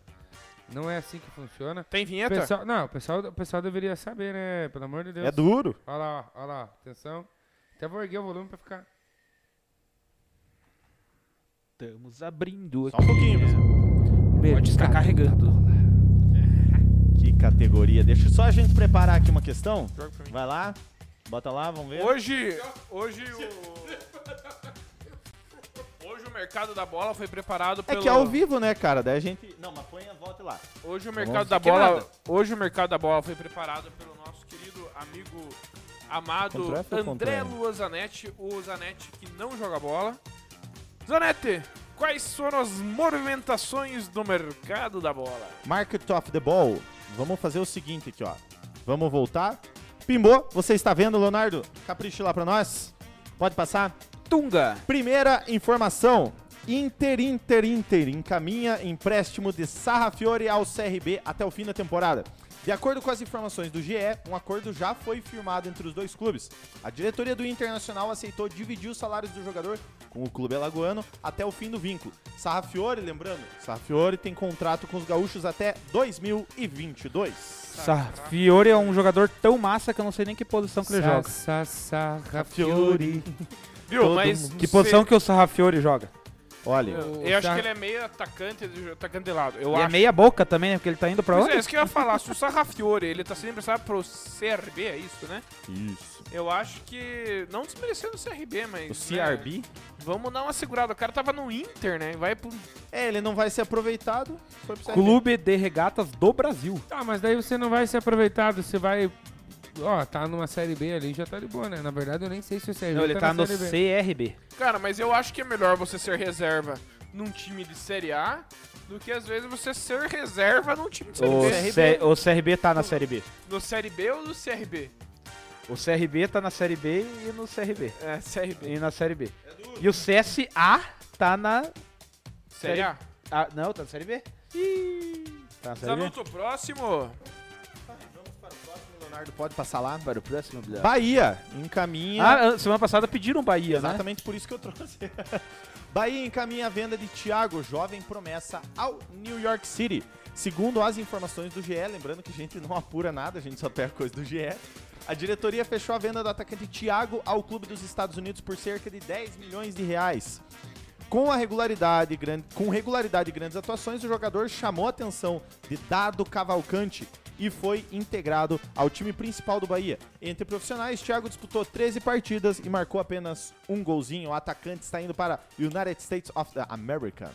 Speaker 3: Não é assim que funciona.
Speaker 1: Tem
Speaker 3: O
Speaker 1: vinheta?
Speaker 3: pessoal, não, o pessoal, o pessoal deveria saber, né? Pelo amor de Deus.
Speaker 2: É duro.
Speaker 3: Olha lá, ó, olha lá, atenção. Até vou erguer o volume pra ficar.
Speaker 4: Estamos abrindo
Speaker 2: Só um pouquinho, pessoal.
Speaker 4: Pode estar carregando.
Speaker 2: Que categoria. Deixa só a gente preparar aqui uma questão.
Speaker 1: Joga pra mim.
Speaker 2: Vai lá. Bota lá, vamos ver.
Speaker 1: Hoje, hoje o Hoje o mercado da bola foi preparado
Speaker 2: É
Speaker 1: pelo
Speaker 2: que é ao vivo, Tá né, cara? Daí a gente. Não, mas põe a volta lá.
Speaker 1: Hoje o
Speaker 2: Não
Speaker 1: mercado da
Speaker 2: fique
Speaker 1: bola,
Speaker 2: nada.
Speaker 1: hoje o mercado da bola foi preparado pelo nosso querido amigo amado
Speaker 2: Contra F ou contra
Speaker 1: André
Speaker 2: N?
Speaker 1: Luan Zanetti, o Zanetti que não joga bola. Zanetti, quais foram as movimentações do mercado da bola?
Speaker 2: Market of the ball. Vamos fazer o seguinte aqui, ó. Vamos voltar. Pimbou, você está vendo, Leonardo? Capricha lá pra nós. Pode passar?
Speaker 4: Tunga.
Speaker 2: Primeira informação. Inter, Inter, Inter encaminha empréstimo de Sarrafiore ao CRB até o fim da temporada. De acordo com as informações do GE, um acordo já foi firmado entre os dois clubes. A diretoria do Internacional aceitou dividir os salários do jogador com o clube alagoano até o fim do vínculo. Sarrafiore, lembrando, Sarrafiore tem contrato com os gaúchos até 2022.
Speaker 4: Sa- Fiore é um jogador tão massa que eu não sei nem que posição que ele joga.
Speaker 3: Sa, sa, sa,
Speaker 1: Viu,
Speaker 2: Todo
Speaker 1: mas
Speaker 2: mundo.
Speaker 4: Que
Speaker 1: você-
Speaker 4: posição que o Sarrafiore joga?
Speaker 2: Olha,
Speaker 1: Eu acho
Speaker 3: Sa-
Speaker 1: que ele é meio atacante, atacante de lado. Eu
Speaker 4: E é
Speaker 1: acho.
Speaker 4: meia boca também, né? Porque ele tá indo pra
Speaker 1: Pois
Speaker 4: onde?
Speaker 1: é, isso que eu ia falar. Se o Sarrafiore, ele tá sendo emprestado pro CRB, é isso, né?
Speaker 2: isso.
Speaker 1: Eu acho que. Não desmerecendo o CRB, mas.
Speaker 2: O
Speaker 1: né,
Speaker 2: CRB?
Speaker 1: Vamos dar uma segurada. O cara tava no Inter, né? Vai pro.
Speaker 2: É, ele não vai ser aproveitado. Foi pro CRB.
Speaker 4: Clube de Regatas do Brasil.
Speaker 3: Tá, mas daí você não vai ser aproveitado, você vai. Ó, tá numa série B ali, já tá de boa, né? Na verdade, eu nem sei se o Sérgio
Speaker 4: Não, ele tá
Speaker 3: na
Speaker 4: no
Speaker 3: série B.
Speaker 4: CRB.
Speaker 1: Cara, mas eu acho que é melhor você ser reserva num time de Série A do que às vezes você ser reserva num time de Série
Speaker 4: O,
Speaker 1: B.
Speaker 2: CRB.
Speaker 4: C- o CRB tá na Série B.
Speaker 1: No Série B ou no CRB?
Speaker 4: O CRB tá na Série B e no CRB.
Speaker 1: É, CRB.
Speaker 4: E na Série B. E o CSA tá na...
Speaker 1: Série A.
Speaker 4: ah, não, tá na Série B. Ih, Tá na Série B.
Speaker 1: Zanuto, próximo.
Speaker 2: Leonardo pode passar lá.
Speaker 4: Para o próximo bloco.
Speaker 2: Bahia encaminha.
Speaker 4: Ah, semana passada pediram Bahia, né?
Speaker 2: exatamente por isso que eu trouxe. Bahia encaminha a venda de Thiago, jovem promessa, ao New York City. Segundo as informações do GE, lembrando que a gente não apura nada, a gente só pega coisa do GE. A diretoria fechou a venda do atacante Thiago ao clube dos Estados Unidos por cerca de 10 milhões de reais. Com a regularidade, gran- com regularidade e grandes atuações, o jogador chamou a atenção de Dado Cavalcante e foi integrado ao time principal do Bahia. Entre profissionais, Thiago disputou 13 partidas e marcou apenas um golzinho. O atacante está indo para United States of the America.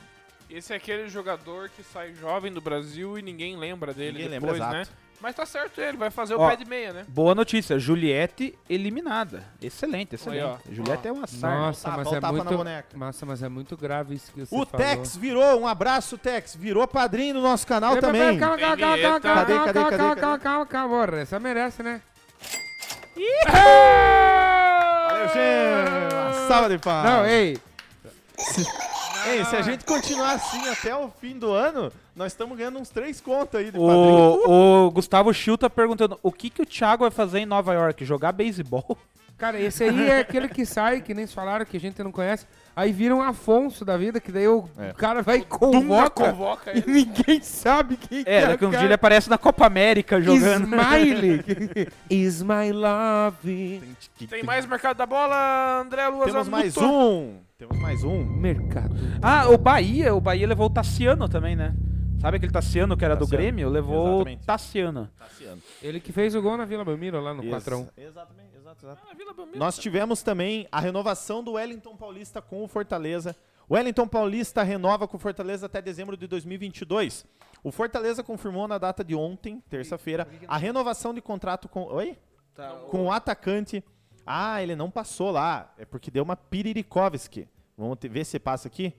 Speaker 1: Esse é aquele jogador que sai jovem do Brasil e ninguém lembra dele
Speaker 2: Ninguém lembra,
Speaker 1: depois, né?
Speaker 2: exato.
Speaker 1: Mas tá certo ele, vai fazer o
Speaker 4: Ó,
Speaker 1: pé de meia, né?
Speaker 4: Boa notícia, Juliette eliminada. Excelente, excelente.
Speaker 1: ó.
Speaker 4: Juliette é um azar.
Speaker 3: Nossa,
Speaker 2: Volta-
Speaker 3: mas é
Speaker 2: voltava na
Speaker 3: muito.
Speaker 2: boneca.
Speaker 3: Nossa, mas é muito grave isso que você
Speaker 2: O
Speaker 3: falou.
Speaker 2: Tex virou, um abraço Tex, virou padrinho do nosso canal
Speaker 3: Pera, pera,
Speaker 2: também.
Speaker 3: Calma, calma,
Speaker 1: Tem
Speaker 3: calma, calma,
Speaker 1: vinheta.
Speaker 3: calma,
Speaker 2: Cadê,
Speaker 3: calma,
Speaker 2: cadê,
Speaker 3: calma,
Speaker 2: cadê,
Speaker 3: calma,
Speaker 2: cadê?
Speaker 3: calma, calma, calma. Porra, Essa merece, né?
Speaker 2: Valeu, gente! Uma Salva de palmas.
Speaker 3: Não, ei.
Speaker 2: Ei, se a gente continuar assim até o fim do ano, nós estamos ganhando uns três contos aí de padrinho.
Speaker 4: O, o Gustavo Schill tá perguntando o que, que o Thiago vai fazer em Nova York? Jogar beisebol?
Speaker 3: Cara, esse aí é aquele que sai, que nem se falaram, que a gente não conhece. Aí vira um Afonso da vida, que daí o
Speaker 2: É.
Speaker 3: cara vai e convoca.
Speaker 1: convoca
Speaker 3: E
Speaker 1: ele.
Speaker 3: ninguém sabe quem
Speaker 4: É,
Speaker 3: que
Speaker 4: daqui
Speaker 3: o
Speaker 4: uns dias
Speaker 3: cara.
Speaker 4: ele aparece na Copa América jogando.
Speaker 3: Smiley. Is my love.
Speaker 1: Tem mais mercado da bola, André Luas.
Speaker 2: Temos mais
Speaker 1: anotou.
Speaker 2: um. Temos mais um.
Speaker 3: Mercado.
Speaker 4: Ah, o Bahia, o Bahia levou o Tassiano também, né? Sabe aquele Tassiano que era do
Speaker 2: Tassiano.
Speaker 4: Grêmio? Levou o
Speaker 2: Exatamente.
Speaker 4: Tassiano.
Speaker 3: Ele que fez o gol na Vila Belmiro lá no 4x1.
Speaker 2: Exatamente, exato, exato.
Speaker 1: Ah, Vila Belmiro.
Speaker 2: Nós tivemos também a renovação do Wellington Paulista com o Fortaleza. O Wellington Paulista renova com o Fortaleza até dezembro de 2022. O Fortaleza confirmou na data de ontem, terça-feira, a renovação de contrato com. Oi? com Tá, o atacante. Ah, ele não passou lá. É porque deu uma Piririkovski. Vamos te- ver se passa aqui.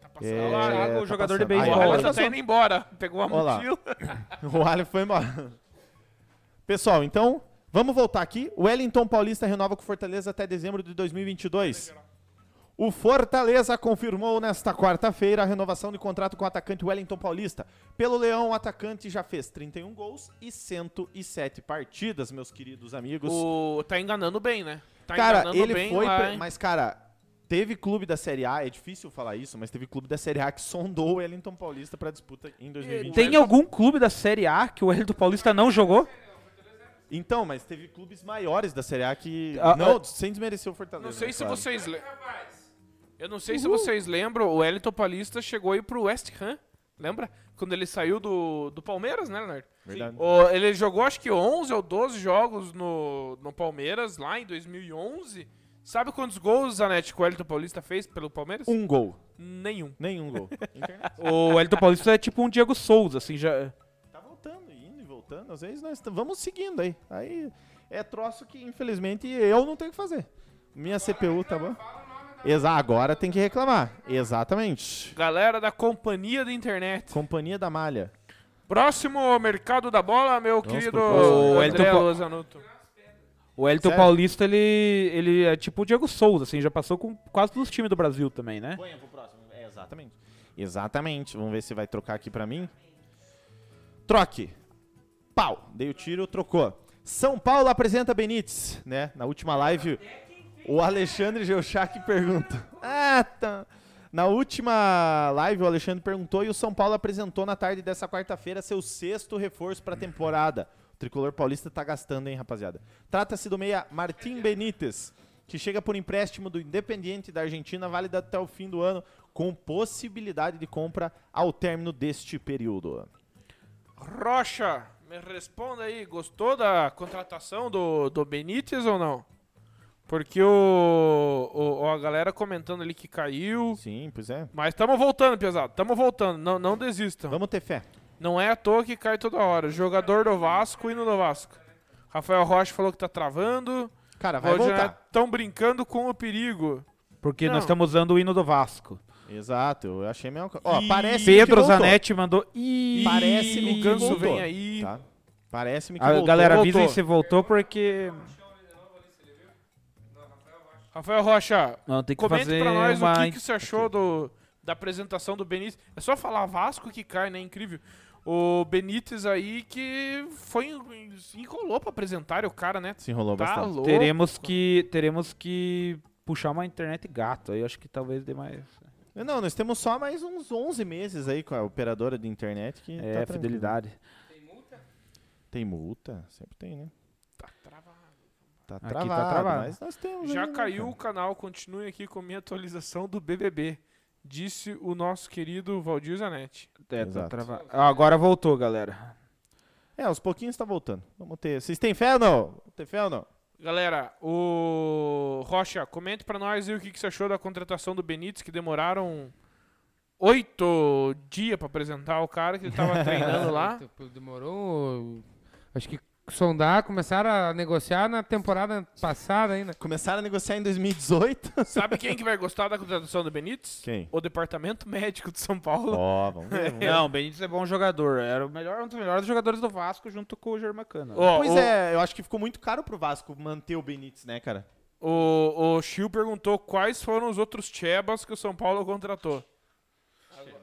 Speaker 1: Tá passando
Speaker 2: É,
Speaker 1: lá, já.
Speaker 4: Thiago, o jogador de
Speaker 1: Ó,
Speaker 2: passando. Aí,
Speaker 4: beisebol.
Speaker 1: o
Speaker 2: olha,
Speaker 1: Alan tá
Speaker 2: passou.
Speaker 1: indo embora. Pegou a
Speaker 2: Olha lá.
Speaker 1: mochila.
Speaker 2: O Aleph foi embora. Pessoal, então, vamos voltar aqui. O Wellington Paulista renova com o Fortaleza até dezembro de 2022. O Fortaleza confirmou nesta quarta-feira a renovação de contrato com o atacante Wellington Paulista. Pelo Leão, o atacante já fez 31 gols e 107 partidas, meus queridos amigos.
Speaker 1: O... Tá enganando bem, né? Tá
Speaker 2: cara,
Speaker 1: enganando
Speaker 2: ele
Speaker 1: bem
Speaker 2: foi.
Speaker 1: lá,
Speaker 2: pra-
Speaker 1: hein?
Speaker 2: Mas, cara, teve clube da Série A, é difícil falar isso, mas teve clube da Série A que sondou o Wellington Paulista pra disputa em 2020.
Speaker 4: Tem algum clube da Série A que o Hélio Paulista não jogou?
Speaker 2: Então, mas teve clubes maiores da Série A que.
Speaker 4: Ah,
Speaker 2: não,
Speaker 4: ah.
Speaker 2: sem desmerecer o Fortaleza.
Speaker 1: Não sei
Speaker 2: né,
Speaker 1: se
Speaker 2: claro.
Speaker 1: vocês le- Eu não sei se vocês lembram, o Wellington Paulista chegou aí pro West Ham, lembra? Quando ele saiu do, do Palmeiras, né, Leonardo?
Speaker 2: Verdade.
Speaker 1: O- ele jogou acho que 11 ou 12 jogos no, no Palmeiras lá em 2011. Sabe quantos gols, Zanetti, que o Wellington Paulista fez pelo Palmeiras?
Speaker 2: Um gol.
Speaker 1: Nenhum.
Speaker 2: Nenhum gol.
Speaker 4: O Hélio Paulista é tipo um Diego Souza, assim, já.
Speaker 2: tá voltando, indo e voltando. Às vezes nós t- vamos seguindo aí. Aí é troço que, infelizmente, eu não tenho o que fazer. Minha CPU, tá bom? Exa agora tem que reclamar. Exatamente.
Speaker 1: Galera da companhia da internet.
Speaker 2: Companhia da Malha.
Speaker 1: Próximo mercado da bola, meu querido
Speaker 2: pro próximo.
Speaker 4: O
Speaker 1: André
Speaker 4: Wellington Pa-
Speaker 1: Lozanotto.
Speaker 4: O Hélio
Speaker 2: Sério?
Speaker 4: Paulista, ele, ele é tipo o Diego Souza, assim, já passou com quase todos os times do Brasil também, né?
Speaker 2: Põe pro próximo. É, exatamente. Exatamente. Vamos ver se vai trocar aqui pra mim. Troque. Pau. Dei o tiro, trocou. São Paulo apresenta Benítez, né? Na última live, o Alexandre Geuchac pergunta. Ah, tá. Na última live, o Alexandre perguntou e o São Paulo apresentou na tarde dessa quarta-feira seu sexto reforço para a temporada. O tricolor paulista tá gastando, hein, rapaziada? Trata-se do meia Martim Benítez, que chega por empréstimo do Independiente da Argentina, válida até o fim do ano, com possibilidade de compra ao término deste período.
Speaker 1: Rocha, me responda aí, gostou da contratação do, do Benítez ou não? Porque o, o- a galera comentando ali que caiu.
Speaker 2: Sim, pois é.
Speaker 1: Mas estamos voltando, pesado. Estamos voltando. Não, não desistam.
Speaker 2: Vamos ter fé.
Speaker 1: Não é à toa que cai toda hora. Jogador do Vasco, indo do Vasco. Rafael Rocha falou que tá travando.
Speaker 2: Cara, vai voltar.
Speaker 1: Estão brincando com o perigo.
Speaker 4: Porque
Speaker 1: Não.
Speaker 4: nós estamos usando o hino do Vasco.
Speaker 2: Exato, eu achei a mesma coisa. Ó, parece que
Speaker 4: Pedro
Speaker 2: voltou.
Speaker 4: Zanetti mandou. Ih,
Speaker 2: Parece-me
Speaker 1: o
Speaker 2: que
Speaker 1: Ganso
Speaker 2: voltou.
Speaker 1: vem aí.
Speaker 2: Tá? Parece-me que
Speaker 4: A
Speaker 2: voltou.
Speaker 4: galera,
Speaker 1: voltou.
Speaker 4: avisem se voltou, porque.
Speaker 1: Rafael Rocha,
Speaker 4: Não, tem que
Speaker 1: Comente
Speaker 4: fazer
Speaker 1: pra nós
Speaker 4: uma
Speaker 1: o que, que você achou do, da apresentação do Benítez. É só falar Vasco que cai, né? Incrível. O Benítez aí que foi en- se enrolou pra apresentar o cara, né?
Speaker 2: se enrolou
Speaker 1: Tá
Speaker 2: bastante.
Speaker 1: louco.
Speaker 4: Teremos que, teremos que puxar uma internet gato. Aí acho que talvez dê mais.
Speaker 3: tá
Speaker 2: Não, nós temos só mais uns 11 meses aí com a operadora de internet que
Speaker 4: É,
Speaker 2: tá tranquilo.
Speaker 4: fidelidade.
Speaker 2: Tem multa, sempre tem, né?
Speaker 1: Tá travado.
Speaker 2: Tá
Speaker 4: tá
Speaker 2: travado,
Speaker 4: travado.
Speaker 2: mas nós temos.
Speaker 1: Já
Speaker 2: aí, né,
Speaker 1: caiu
Speaker 2: cara?
Speaker 1: o canal, continue aqui com minha atualização do BBB. disse o nosso querido Valdir Zanetti.
Speaker 4: É, tá
Speaker 2: Exato.
Speaker 4: trava- Ah, Agora voltou, galera.
Speaker 2: É, aos pouquinhos tá voltando. Vamos ter. Vocês têm fé ou não? Tem fé ou não?
Speaker 1: Galera, o Rocha, comente pra nós aí o que, que você achou da contratação do Benítez, que demoraram oito dias pra apresentar o cara que ele tava treinando
Speaker 3: Ah.
Speaker 1: lá.
Speaker 3: Então, Demorou. Acho que sondar, começaram a negociar na temporada passada ainda.
Speaker 2: Começaram a negociar em 2018?
Speaker 1: Sabe quem que vai gostar da contratação do Benítez?
Speaker 2: Quem?
Speaker 1: O departamento médico de São Paulo.
Speaker 2: Ó, vamos ver. vamos ver.
Speaker 4: Não, o Benítez é bom jogador. Era o melhor, um dos melhores jogadores do Vasco junto com o Germacana.
Speaker 1: Ó,
Speaker 2: Pois
Speaker 1: o-
Speaker 2: é, eu acho que ficou muito caro pro Vasco manter o Benítez, né, cara?
Speaker 1: O, o Chiu perguntou quais foram os outros Chebas que o São Paulo contratou.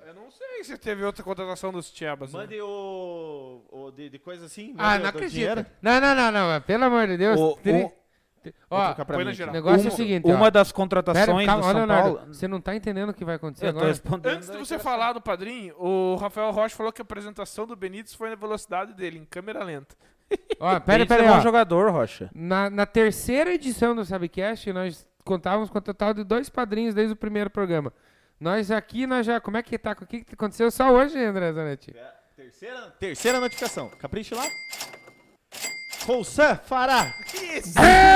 Speaker 1: Eu não sei se teve outra contratação dos Chebas. né?
Speaker 2: Mande o. o de, de coisa assim?
Speaker 3: Ah,
Speaker 2: mande
Speaker 3: não
Speaker 2: o do dinheiro.
Speaker 3: acredito. Não, não, não, não. Pelo amor de Deus.
Speaker 4: O-
Speaker 3: Tri-
Speaker 4: o-
Speaker 3: tri- Ó,
Speaker 2: trocar pra
Speaker 1: Foi
Speaker 2: mim
Speaker 1: na
Speaker 2: aqui.
Speaker 3: o
Speaker 1: geral.
Speaker 3: negócio é
Speaker 4: Uma-
Speaker 3: o seguinte,
Speaker 4: Uma
Speaker 3: ó.
Speaker 4: das contratações
Speaker 3: Pera, calma,
Speaker 4: do
Speaker 3: ó,
Speaker 4: São
Speaker 3: Leonardo,
Speaker 4: Paulo...
Speaker 3: você não tá entendendo o que vai acontecer
Speaker 4: Eu tô
Speaker 3: agora.
Speaker 4: respondendo.
Speaker 1: Antes de você falar do padrinho, o Rafael Rocha falou que a apresentação do Benítez foi na velocidade dele, em câmera lenta.
Speaker 3: Ó, pera,
Speaker 4: Benítez
Speaker 3: pera
Speaker 4: é bom
Speaker 3: aí, ó.
Speaker 4: jogador, Rocha.
Speaker 3: Na, na terceira edição do Sabcast, nós contávamos com o total de dois padrinhos desde o primeiro programa. Nós aqui, nós já. Como é que tá? O que que aconteceu só hoje, André Zanetti?
Speaker 2: É, Terceira, terceira notificação. Capricho lá. Roussan Fará.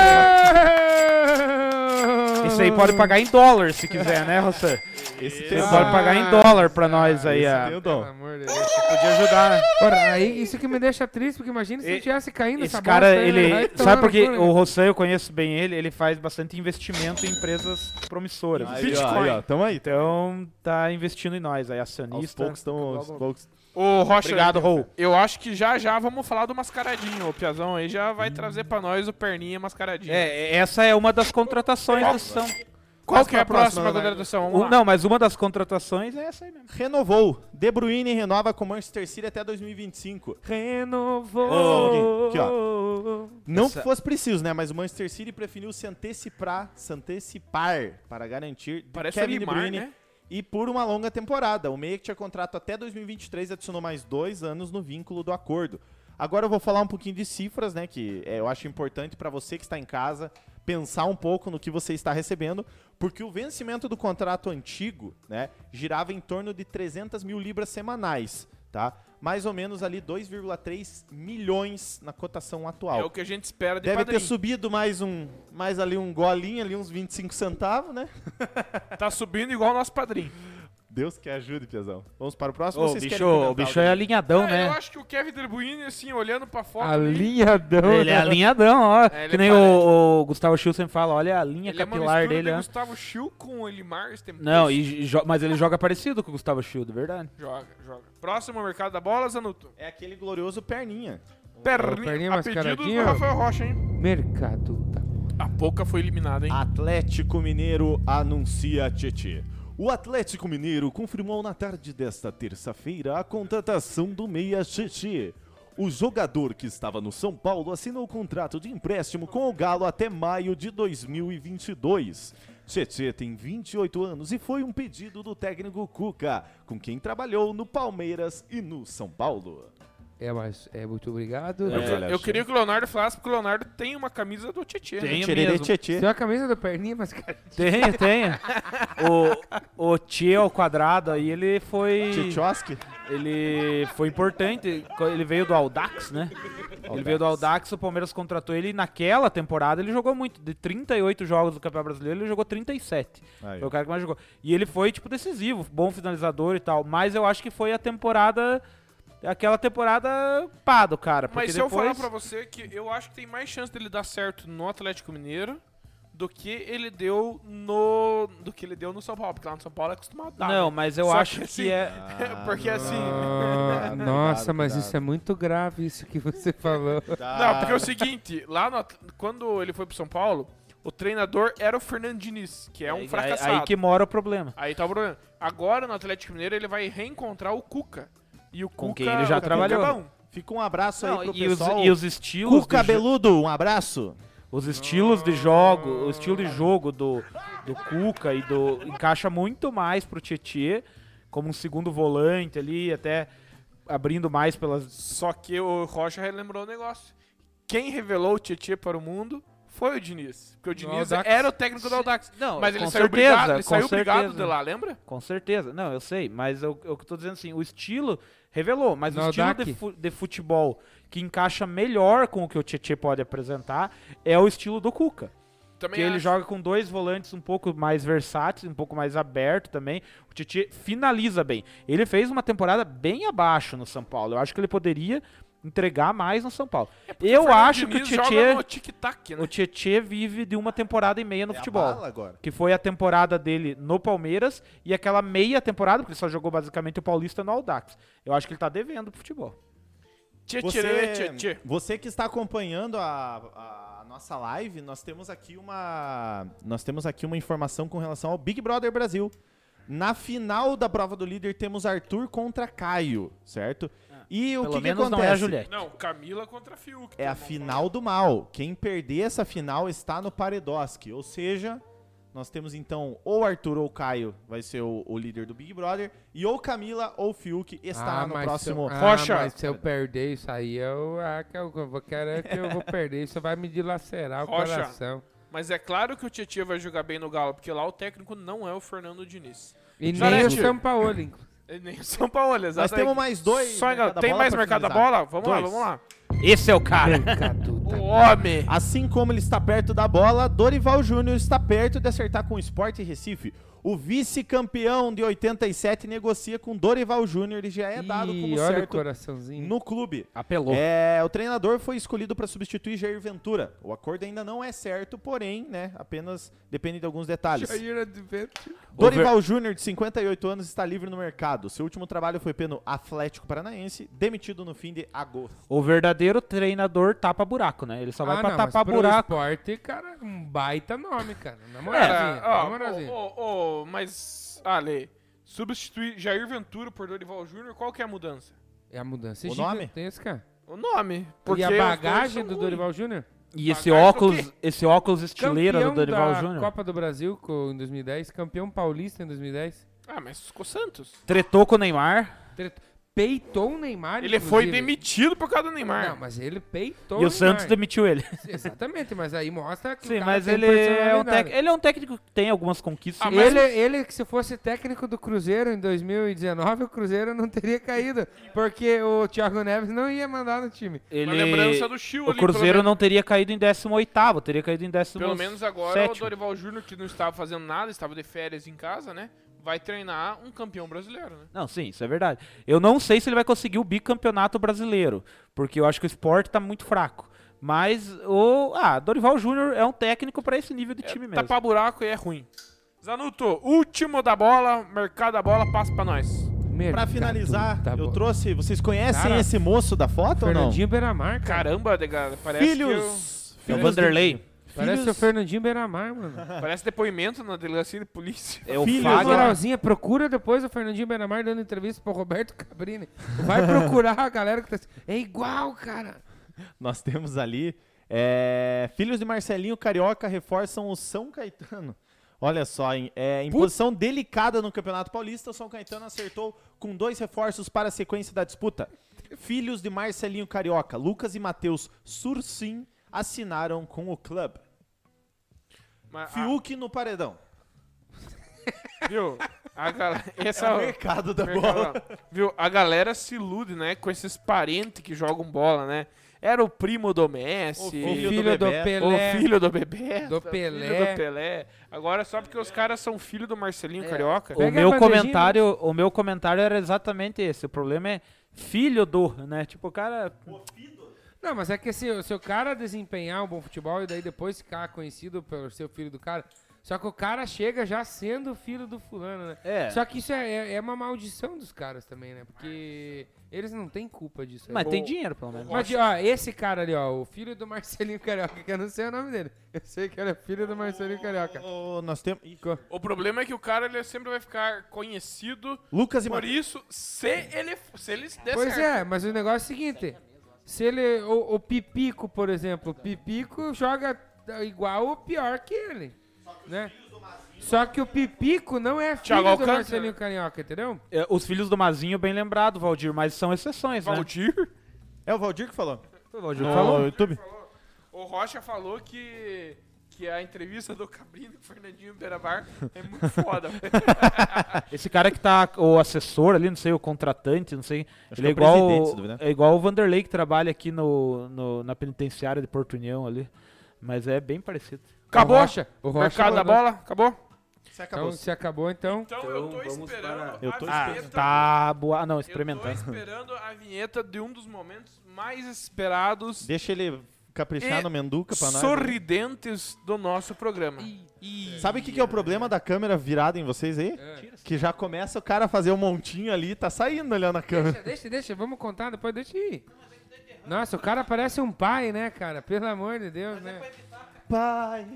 Speaker 4: Isso aí pode pagar em dólar se quiser, né, Rocha?
Speaker 2: Esse
Speaker 4: Você
Speaker 2: tem um
Speaker 4: pode pagar em
Speaker 2: Ah.
Speaker 4: dólar pra nós aí.
Speaker 2: esse
Speaker 4: a-
Speaker 2: tem um o
Speaker 3: Pelo
Speaker 2: dom.
Speaker 3: amor de Deus.
Speaker 4: Podia ajudar, né?
Speaker 3: Ora, aí, isso que me deixa triste, porque imagina se eu tivesse caindo
Speaker 4: Esse
Speaker 3: essa
Speaker 4: cara,
Speaker 3: bosta aí, vai
Speaker 4: ele.
Speaker 3: tomar no
Speaker 4: Sabe porque
Speaker 3: cu, né?
Speaker 4: o Rossan, eu conheço bem ele, ele faz bastante investimento em empresas promissoras.
Speaker 2: Aí, ó, aí, ó, tamo aí.
Speaker 4: Então, tá investindo em nós aí,
Speaker 2: Aos
Speaker 4: acionista.
Speaker 2: poucos, tamo, aos poucos.
Speaker 1: Ô, Rocha,
Speaker 4: Obrigado, Rou.
Speaker 1: eu acho que já já vamos falar do Mascaradinho. O Piazão aí já vai trazer pra nós o Perninha Mascaradinho.
Speaker 4: É, essa é uma das contratações do São
Speaker 1: Qual
Speaker 2: Mas
Speaker 1: que é a
Speaker 2: pra próxima,
Speaker 1: próxima
Speaker 2: Leonardo?
Speaker 1: contratação? Vamos
Speaker 4: Paulo.
Speaker 1: lá.
Speaker 4: Não, mas uma das contratações é essa aí mesmo.
Speaker 2: Renovou. De Bruyne renova com o Manchester City até 2025.
Speaker 3: Renovou.
Speaker 2: Ô, aqui, Não
Speaker 4: Essa-
Speaker 2: que fosse preciso, né? Mas o Manchester City preferiu se antecipar, se antecipar para garantir de
Speaker 1: Parece o
Speaker 2: Kevin
Speaker 1: Neymar,
Speaker 2: De Bruyne
Speaker 1: né?
Speaker 2: e por uma longa temporada. O meia que tinha contrato até 2023 adicionou mais dois anos no vínculo do acordo. Agora eu vou falar um pouquinho de cifras, né? Que é, eu acho importante para você que está em casa pensar um pouco no que você está recebendo, porque o vencimento do contrato antigo, né, girava em torno de 300 mil libras semanais, tá? Mais ou menos ali 2,3 milhões na cotação atual.
Speaker 1: É o que a gente espera de
Speaker 2: Deve
Speaker 1: padrinho.
Speaker 2: ter subido mais um, mais ali um golinho, ali uns 25 centavos, né?
Speaker 1: Tá subindo igual o nosso padrinho.
Speaker 2: Deus que ajude, Piazão. Vamos para o próximo.
Speaker 4: Ô,
Speaker 2: Vocês
Speaker 4: bicho,
Speaker 2: querem comentar
Speaker 4: o bicho
Speaker 2: alguém?
Speaker 4: é alinhadão,
Speaker 1: É,
Speaker 2: Ah,
Speaker 4: né?
Speaker 1: Eu acho que o Kevin De Bruyne, assim, olhando pra foto, ali,
Speaker 3: Alinhadão.
Speaker 4: Ele é alinhadão, ó.
Speaker 1: É, ele
Speaker 4: que nem
Speaker 1: parece.
Speaker 4: o, o Gustavo Schulsen fala, olha a linha
Speaker 1: ele é uma
Speaker 4: capilar
Speaker 1: mistura
Speaker 4: dele,
Speaker 1: de
Speaker 4: ó.
Speaker 1: Gustavo Schill com o Elimar Stenbeck.
Speaker 4: Não, e jo- mas ele joga parecido com o Gustavo Schildo, verdade.
Speaker 1: Joga, joga. Próximo mercado da bola, Zanuto.
Speaker 2: É aquele glorioso perninha.
Speaker 1: Perni,
Speaker 3: perninha
Speaker 1: a pedido do
Speaker 3: mascaradinha.
Speaker 1: Rafael Rocha, hein?
Speaker 3: Mercado. tá. da-
Speaker 1: A pouca foi eliminada, hein?
Speaker 2: Atlético Mineiro anuncia Tietê. O Atlético Mineiro confirmou na tarde desta terça-feira a contratação do meia Tietê. O jogador que estava no São Paulo assinou contrato de empréstimo com o Galo até maio de 2022. Tietê tem 28 anos e foi um pedido do técnico Cuca, com quem trabalhou no Palmeiras e no São Paulo.
Speaker 3: É, mas é muito obrigado.
Speaker 1: Eu-
Speaker 4: É.
Speaker 1: eu,
Speaker 2: Alexandre.
Speaker 1: queria que o Leonardo falasse, porque o Leonardo tem uma camisa do Tietchan. né?
Speaker 4: Tem
Speaker 2: Tchererê
Speaker 4: mesmo.
Speaker 2: Tietê.
Speaker 3: Tem a camisa do perninha, mas cara.
Speaker 4: Tem, tem. O, o Tchê ao quadrado aí, ele foi.
Speaker 2: Tchotchoski?
Speaker 4: Ele foi importante. co- Ele veio do Aldax, né? Ele veio do Aldax, o Palmeiras contratou ele e naquela temporada. Ele jogou muito. De 38 jogos do Campeonato Brasileiro, ele jogou 37.
Speaker 2: Aí,
Speaker 4: Foi
Speaker 2: ó.
Speaker 4: o cara que mais jogou. E ele foi, tipo, decisivo, bom finalizador e tal. Mas eu acho que foi a temporada. Aquela temporada pá do cara. Porque
Speaker 1: Mas se eu falar
Speaker 4: depois...
Speaker 1: pra você que eu acho que tem mais chance dele dar certo no Atlético Mineiro do que ele deu no. do que ele deu no São Paulo, porque lá no São Paulo é acostumado a dar.
Speaker 4: Não,
Speaker 1: né?
Speaker 4: mas eu
Speaker 1: Só
Speaker 4: acho
Speaker 1: assim,
Speaker 4: que é.
Speaker 1: porque assim.
Speaker 3: Ah, nossa, mas isso é muito grave, isso que você falou.
Speaker 1: Não, porque é o seguinte, lá no At- quando ele foi pro São Paulo, o treinador era o Fernando Diniz, que é um
Speaker 4: aí-
Speaker 1: fracassado.
Speaker 4: Aí que mora o problema.
Speaker 1: Aí tá o problema. Agora no Atlético Mineiro ele vai reencontrar o Cuca. E o
Speaker 4: Com
Speaker 1: Cuca
Speaker 4: quem ele já
Speaker 1: o Cuca
Speaker 4: trabalhou.
Speaker 1: é bom.
Speaker 2: Fica um abraço
Speaker 4: Não,
Speaker 2: aí pro
Speaker 4: e, os,
Speaker 2: pessoal.
Speaker 4: e os estilos.
Speaker 2: Cu
Speaker 4: de jo-
Speaker 2: cabeludo, um abraço.
Speaker 4: Os estilos de jogo, o estilo de jogo do, do Cuca e do. encaixa muito mais pro Tietê, como um segundo volante ali, até abrindo mais pelas.
Speaker 1: Só que o Rocha relembrou o negócio. Quem revelou o Tietchan para o mundo foi o Diniz. Porque o Diniz
Speaker 3: Aldax-
Speaker 1: era o técnico do Aldax.
Speaker 4: Não,
Speaker 1: Mas ele
Speaker 4: com
Speaker 1: saiu
Speaker 4: certeza,
Speaker 1: obrigado, ele
Speaker 4: com
Speaker 1: saiu obrigado
Speaker 4: certeza.
Speaker 1: de lá, lembra?
Speaker 4: Com certeza. Não, eu sei, mas eu, eu que tô dizendo assim, o estilo revelou, mas o
Speaker 3: Não,
Speaker 4: estilo
Speaker 3: Dak.
Speaker 4: de, fu- de futebol que encaixa melhor com o que o Tietchan pode apresentar é o estilo do Cuca.
Speaker 1: Também é
Speaker 4: Que ele
Speaker 1: acho.
Speaker 4: joga com dois volantes um pouco mais versáteis, um pouco mais aberto também. O Tietchan finaliza bem. Ele fez uma temporada bem abaixo no São Paulo. Eu acho que ele poderia entregar mais no São Paulo.
Speaker 1: É
Speaker 4: eu
Speaker 1: Fernando
Speaker 4: acho que o
Speaker 1: Diniz joga
Speaker 4: Tietchan,
Speaker 1: no tic-tac, né?
Speaker 4: o Tietchan vive de uma temporada e meia no
Speaker 2: É a
Speaker 4: futebol
Speaker 2: bala agora.
Speaker 4: que foi a temporada dele no Palmeiras e aquela meia temporada, porque ele só jogou basicamente o Paulista no Aldax. Eu acho que ele tá devendo pro futebol.
Speaker 1: Tietchan, né,
Speaker 2: Você,
Speaker 1: Tietchan.
Speaker 2: você que está acompanhando a, a nossa live, nós temos aqui uma nós temos aqui uma informação com relação ao Big Brother Brasil. Na final da prova do líder temos Arthur contra Caio, certo? E o
Speaker 4: Ah. Pelo
Speaker 2: que, que
Speaker 4: menos
Speaker 2: acontece?
Speaker 4: não é a Juliette.
Speaker 1: Não, Camila contra Fiuk. tá
Speaker 2: É a
Speaker 1: todo mundo
Speaker 2: final do mal. Quem perder essa final está no Paredoski. Ou seja, nós temos então ou Arthur ou Caio vai ser o, o líder do Big Brother. E ou Camila ou Fiuk estará
Speaker 3: Ah,
Speaker 2: no
Speaker 3: mas
Speaker 2: próximo.
Speaker 3: Se eu, ah,
Speaker 1: Rocha.
Speaker 3: mas se eu perder isso aí, eu, ah, que eu, eu vou querer que eu vou perder. Isso vai me dilacerar o
Speaker 1: Rocha.
Speaker 3: coração.
Speaker 1: Mas é claro que o Tietchan vai jogar bem no Galo, porque lá o técnico não é o Fernando Diniz.
Speaker 3: E nem o
Speaker 1: Jorete.
Speaker 3: Sampaoli.
Speaker 1: E É Nem o São Paulo, exatamente.
Speaker 2: Nós temos mais dois.
Speaker 1: Só engano.
Speaker 2: mercado da
Speaker 1: Tem
Speaker 2: bola
Speaker 1: mais
Speaker 2: pra
Speaker 1: mercado da
Speaker 2: finalizar.
Speaker 1: bola? Vamos lá,
Speaker 2: Dois.
Speaker 1: vamos lá.
Speaker 4: Esse é o cara.
Speaker 1: O homem.
Speaker 2: Assim como ele está perto da bola, Dorival Júnior está perto de acertar com o Sport Recife. O vice-campeão de 87 negocia com Dorival Júnior e já é dado
Speaker 3: Ih,
Speaker 2: como
Speaker 3: olha o
Speaker 2: certo
Speaker 3: coraçãozinho.
Speaker 2: no clube.
Speaker 4: Apelou.
Speaker 2: É, o treinador foi escolhido para substituir Jair Ventura. O acordo ainda não é certo, porém, né, apenas depende de alguns detalhes.
Speaker 4: é
Speaker 3: Jair Advento.
Speaker 2: Dorival Júnior, de 58 anos, está livre no mercado. Seu último trabalho foi pelo Atlético Paranaense, demitido no fim de agosto.
Speaker 4: O verdadeiro treinador tapa buraco, né? Ele só vai
Speaker 3: ah,
Speaker 4: pra
Speaker 3: não, mas
Speaker 4: tapar
Speaker 3: pro
Speaker 4: buraco.
Speaker 3: esporte, cara, um baita nome, cara.
Speaker 4: É,
Speaker 3: Na moralzinha, na
Speaker 1: Cara,
Speaker 3: moralzinha.
Speaker 1: ó, ó, ó, mas, Ale, substituir Jair Ventura por Dorival Júnior, qual que é a mudança?
Speaker 3: É a mudança
Speaker 2: O nome?
Speaker 3: gigantesca.
Speaker 1: O nome. Porque
Speaker 3: e a
Speaker 1: os dois
Speaker 3: bagagem
Speaker 1: são
Speaker 3: do
Speaker 1: ruins.
Speaker 3: Dorival Júnior?
Speaker 4: E esse
Speaker 1: Bagagem do
Speaker 4: óculos, esse óculos estileira do
Speaker 3: Campeão
Speaker 4: Dorival
Speaker 3: da
Speaker 4: Júnior.
Speaker 3: Copa do Brasil co- em 2010, campeão paulista em 2010.
Speaker 1: Ah, mas com o Santos.
Speaker 4: Tretou com o Neymar
Speaker 3: Tre- Peitou o Neymar,
Speaker 1: Ele foi
Speaker 3: inclusive.
Speaker 1: demitido por causa do Neymar.
Speaker 3: Não, mas ele peitou
Speaker 4: e o
Speaker 3: Neymar.
Speaker 4: Santos demitiu ele.
Speaker 3: Exatamente, mas aí mostra que o
Speaker 4: Sim,
Speaker 3: cara
Speaker 4: mas
Speaker 3: tem
Speaker 4: ele é, um
Speaker 3: personalidade.
Speaker 4: tec- ele é um técnico que tem algumas conquistas.
Speaker 1: Ah, mas-
Speaker 3: Ele, ele, que se fosse técnico do Cruzeiro em 2019, o Cruzeiro não teria caído. Porque o Thiago Neves não ia mandar no time.
Speaker 4: ele...
Speaker 1: Uma lembrança do Chil
Speaker 4: O
Speaker 1: ali, pelo
Speaker 4: Cruzeiro
Speaker 1: menos-
Speaker 4: não teria caído em 18º, teria caído em 17
Speaker 1: Pelo menos agora o Dorival Júnior, que não estava fazendo nada, estava de férias em casa, né? Vai treinar um campeão brasileiro, né?
Speaker 4: Não, sim, isso é verdade. Eu não sei se ele vai conseguir o bicampeonato brasileiro, porque eu acho que o esporte tá muito fraco. Mas o. Ah, Dorival Júnior é um técnico É, tá pra esse nível de time mesmo.
Speaker 1: Tapar buraco e é ruim. Zanuto, último da bola, mercado da bola, passa pra nós.
Speaker 3: Tá
Speaker 2: Pra finalizar, eu trouxe. Vocês conhecem
Speaker 3: Cara,
Speaker 2: esse moço da foto ou não?
Speaker 3: Fernandinho Beiramar, cara.
Speaker 1: Caramba, de- cara, parece
Speaker 2: Filhos.
Speaker 4: É o
Speaker 2: filhos
Speaker 4: Vanderlei.
Speaker 2: de-
Speaker 3: Parece o
Speaker 2: filhos-
Speaker 3: Fernandinho Beiramar, mano.
Speaker 1: que- parece depoimento na delegacia de polícia.
Speaker 4: É o
Speaker 2: Filhos,
Speaker 3: Na
Speaker 4: Fagner.
Speaker 3: moralzinha, procura depois o Fernandinho Beiramar dando entrevista pro Roberto Cabrini. Vai procurar a galera que tá assim. É igual, cara.
Speaker 2: Nós temos ali. é, filhos de Marcelinho Carioca reforçam o São Caetano. Olha só, hein? É, em posição delicada no Campeonato Paulista, o São Caetano acertou com dois reforços para a sequência da disputa. Filhos de Marcelinho Carioca, Lucas e Matheus Sursim assinaram com o clube.
Speaker 1: Mas, a-
Speaker 2: Fiuk no paredão.
Speaker 1: viu? A galera, essa,
Speaker 2: É o mercado da
Speaker 1: Ah. mercado,
Speaker 2: bola.
Speaker 1: viu? A galera se ilude, né? Com esses parentes que jogam bola, né? Era o primo do Messi.
Speaker 2: O
Speaker 3: O
Speaker 2: Filho do
Speaker 3: filho do,
Speaker 2: Bebeto.
Speaker 3: Pelé.
Speaker 1: O filho do Bebeto.
Speaker 3: Do
Speaker 1: o Filho
Speaker 3: Pelé.
Speaker 1: do Pelé. Agora, só porque os caras são filho do Marcelinho Carioca.
Speaker 4: O
Speaker 3: Pega a
Speaker 4: meu,
Speaker 3: bandejinha,
Speaker 4: comentário, o meu comentário era exatamente esse. O problema é filho do, né? Tipo, o cara.
Speaker 3: Não, mas é que se, se o cara desempenhar um bom futebol e daí depois ficar conhecido pelo ser o filho do cara. Só que o cara chega já sendo filho do fulano, né?
Speaker 4: É.
Speaker 3: Só que isso é, é, é uma maldição dos caras também, né? Porque eles não têm culpa disso. aí.
Speaker 4: Mas tem
Speaker 1: O-
Speaker 4: dinheiro, pelo menos.
Speaker 3: Mas, ó, esse cara ali, ó, o filho do Marcelinho Carioca, que eu não sei o nome dele. Eu sei que ele é filho do Marcelinho Carioca.
Speaker 2: Ô, nós temos. Ih,
Speaker 1: O problema é que o cara ele sempre vai ficar conhecido.
Speaker 2: Lucas e
Speaker 1: Por
Speaker 2: Matheus.
Speaker 1: isso, se ele, se ele se der
Speaker 3: Pois
Speaker 1: certo.
Speaker 3: é, mas o negócio é o seguinte: se ele. O, o Pipico, por exemplo, o Pipico joga igual ou pior que ele. Né? Só que o Pipico não é filho
Speaker 1: Thiago
Speaker 3: do
Speaker 1: Alcântara.
Speaker 3: Marcelinho Carioca, entendeu?
Speaker 4: É, Os filhos do Mazinho, bem lembrado, Valdir, mas são exceções, né?
Speaker 1: Valdir?
Speaker 2: É o Valdir que falou?
Speaker 4: Foi o Valdir que
Speaker 2: No
Speaker 4: falou.
Speaker 2: YouTube?
Speaker 1: O Rocha falou que, que a entrevista do Cabrino com o Fernandinho Beirabar é muito foda.
Speaker 4: Esse cara que tá, o assessor ali, não sei, o contratante, não sei.
Speaker 2: Acho
Speaker 4: ele é,
Speaker 2: que é o presidente, se
Speaker 4: igual,
Speaker 2: duvidar.
Speaker 4: é igual o Vanderlei que trabalha aqui no, no- na penitenciária de Porto União ali. Mas é bem parecido.
Speaker 1: Acabou?
Speaker 3: O Rocha, o Rocha
Speaker 1: Mercado da
Speaker 3: mandou.
Speaker 1: bola? Acabou?
Speaker 2: Você acabou.
Speaker 3: Então, se acabou, então.
Speaker 1: Então,
Speaker 5: eu tô vamos esperando
Speaker 2: para- Eu tô
Speaker 1: a
Speaker 2: esperando.
Speaker 1: vinheta.
Speaker 4: Tá, boa. Não,
Speaker 1: Eu tô
Speaker 4: experimentando.
Speaker 1: esperando a vinheta de um dos momentos mais esperados
Speaker 2: Deixa ele caprichar
Speaker 1: E
Speaker 2: no Menduca pra nós.
Speaker 1: sorridentes do nosso programa.
Speaker 2: Sabe o que, que é o problema da câmera virada em vocês aí? Que já começa o cara a fazer um montinho ali, tá saindo olhando a câmera.
Speaker 3: Deixa, deixa, deixa, vamos contar depois, deixa ir. Nossa, o cara parece um pai, né, cara? Pelo amor de Deus, né?
Speaker 2: Pai,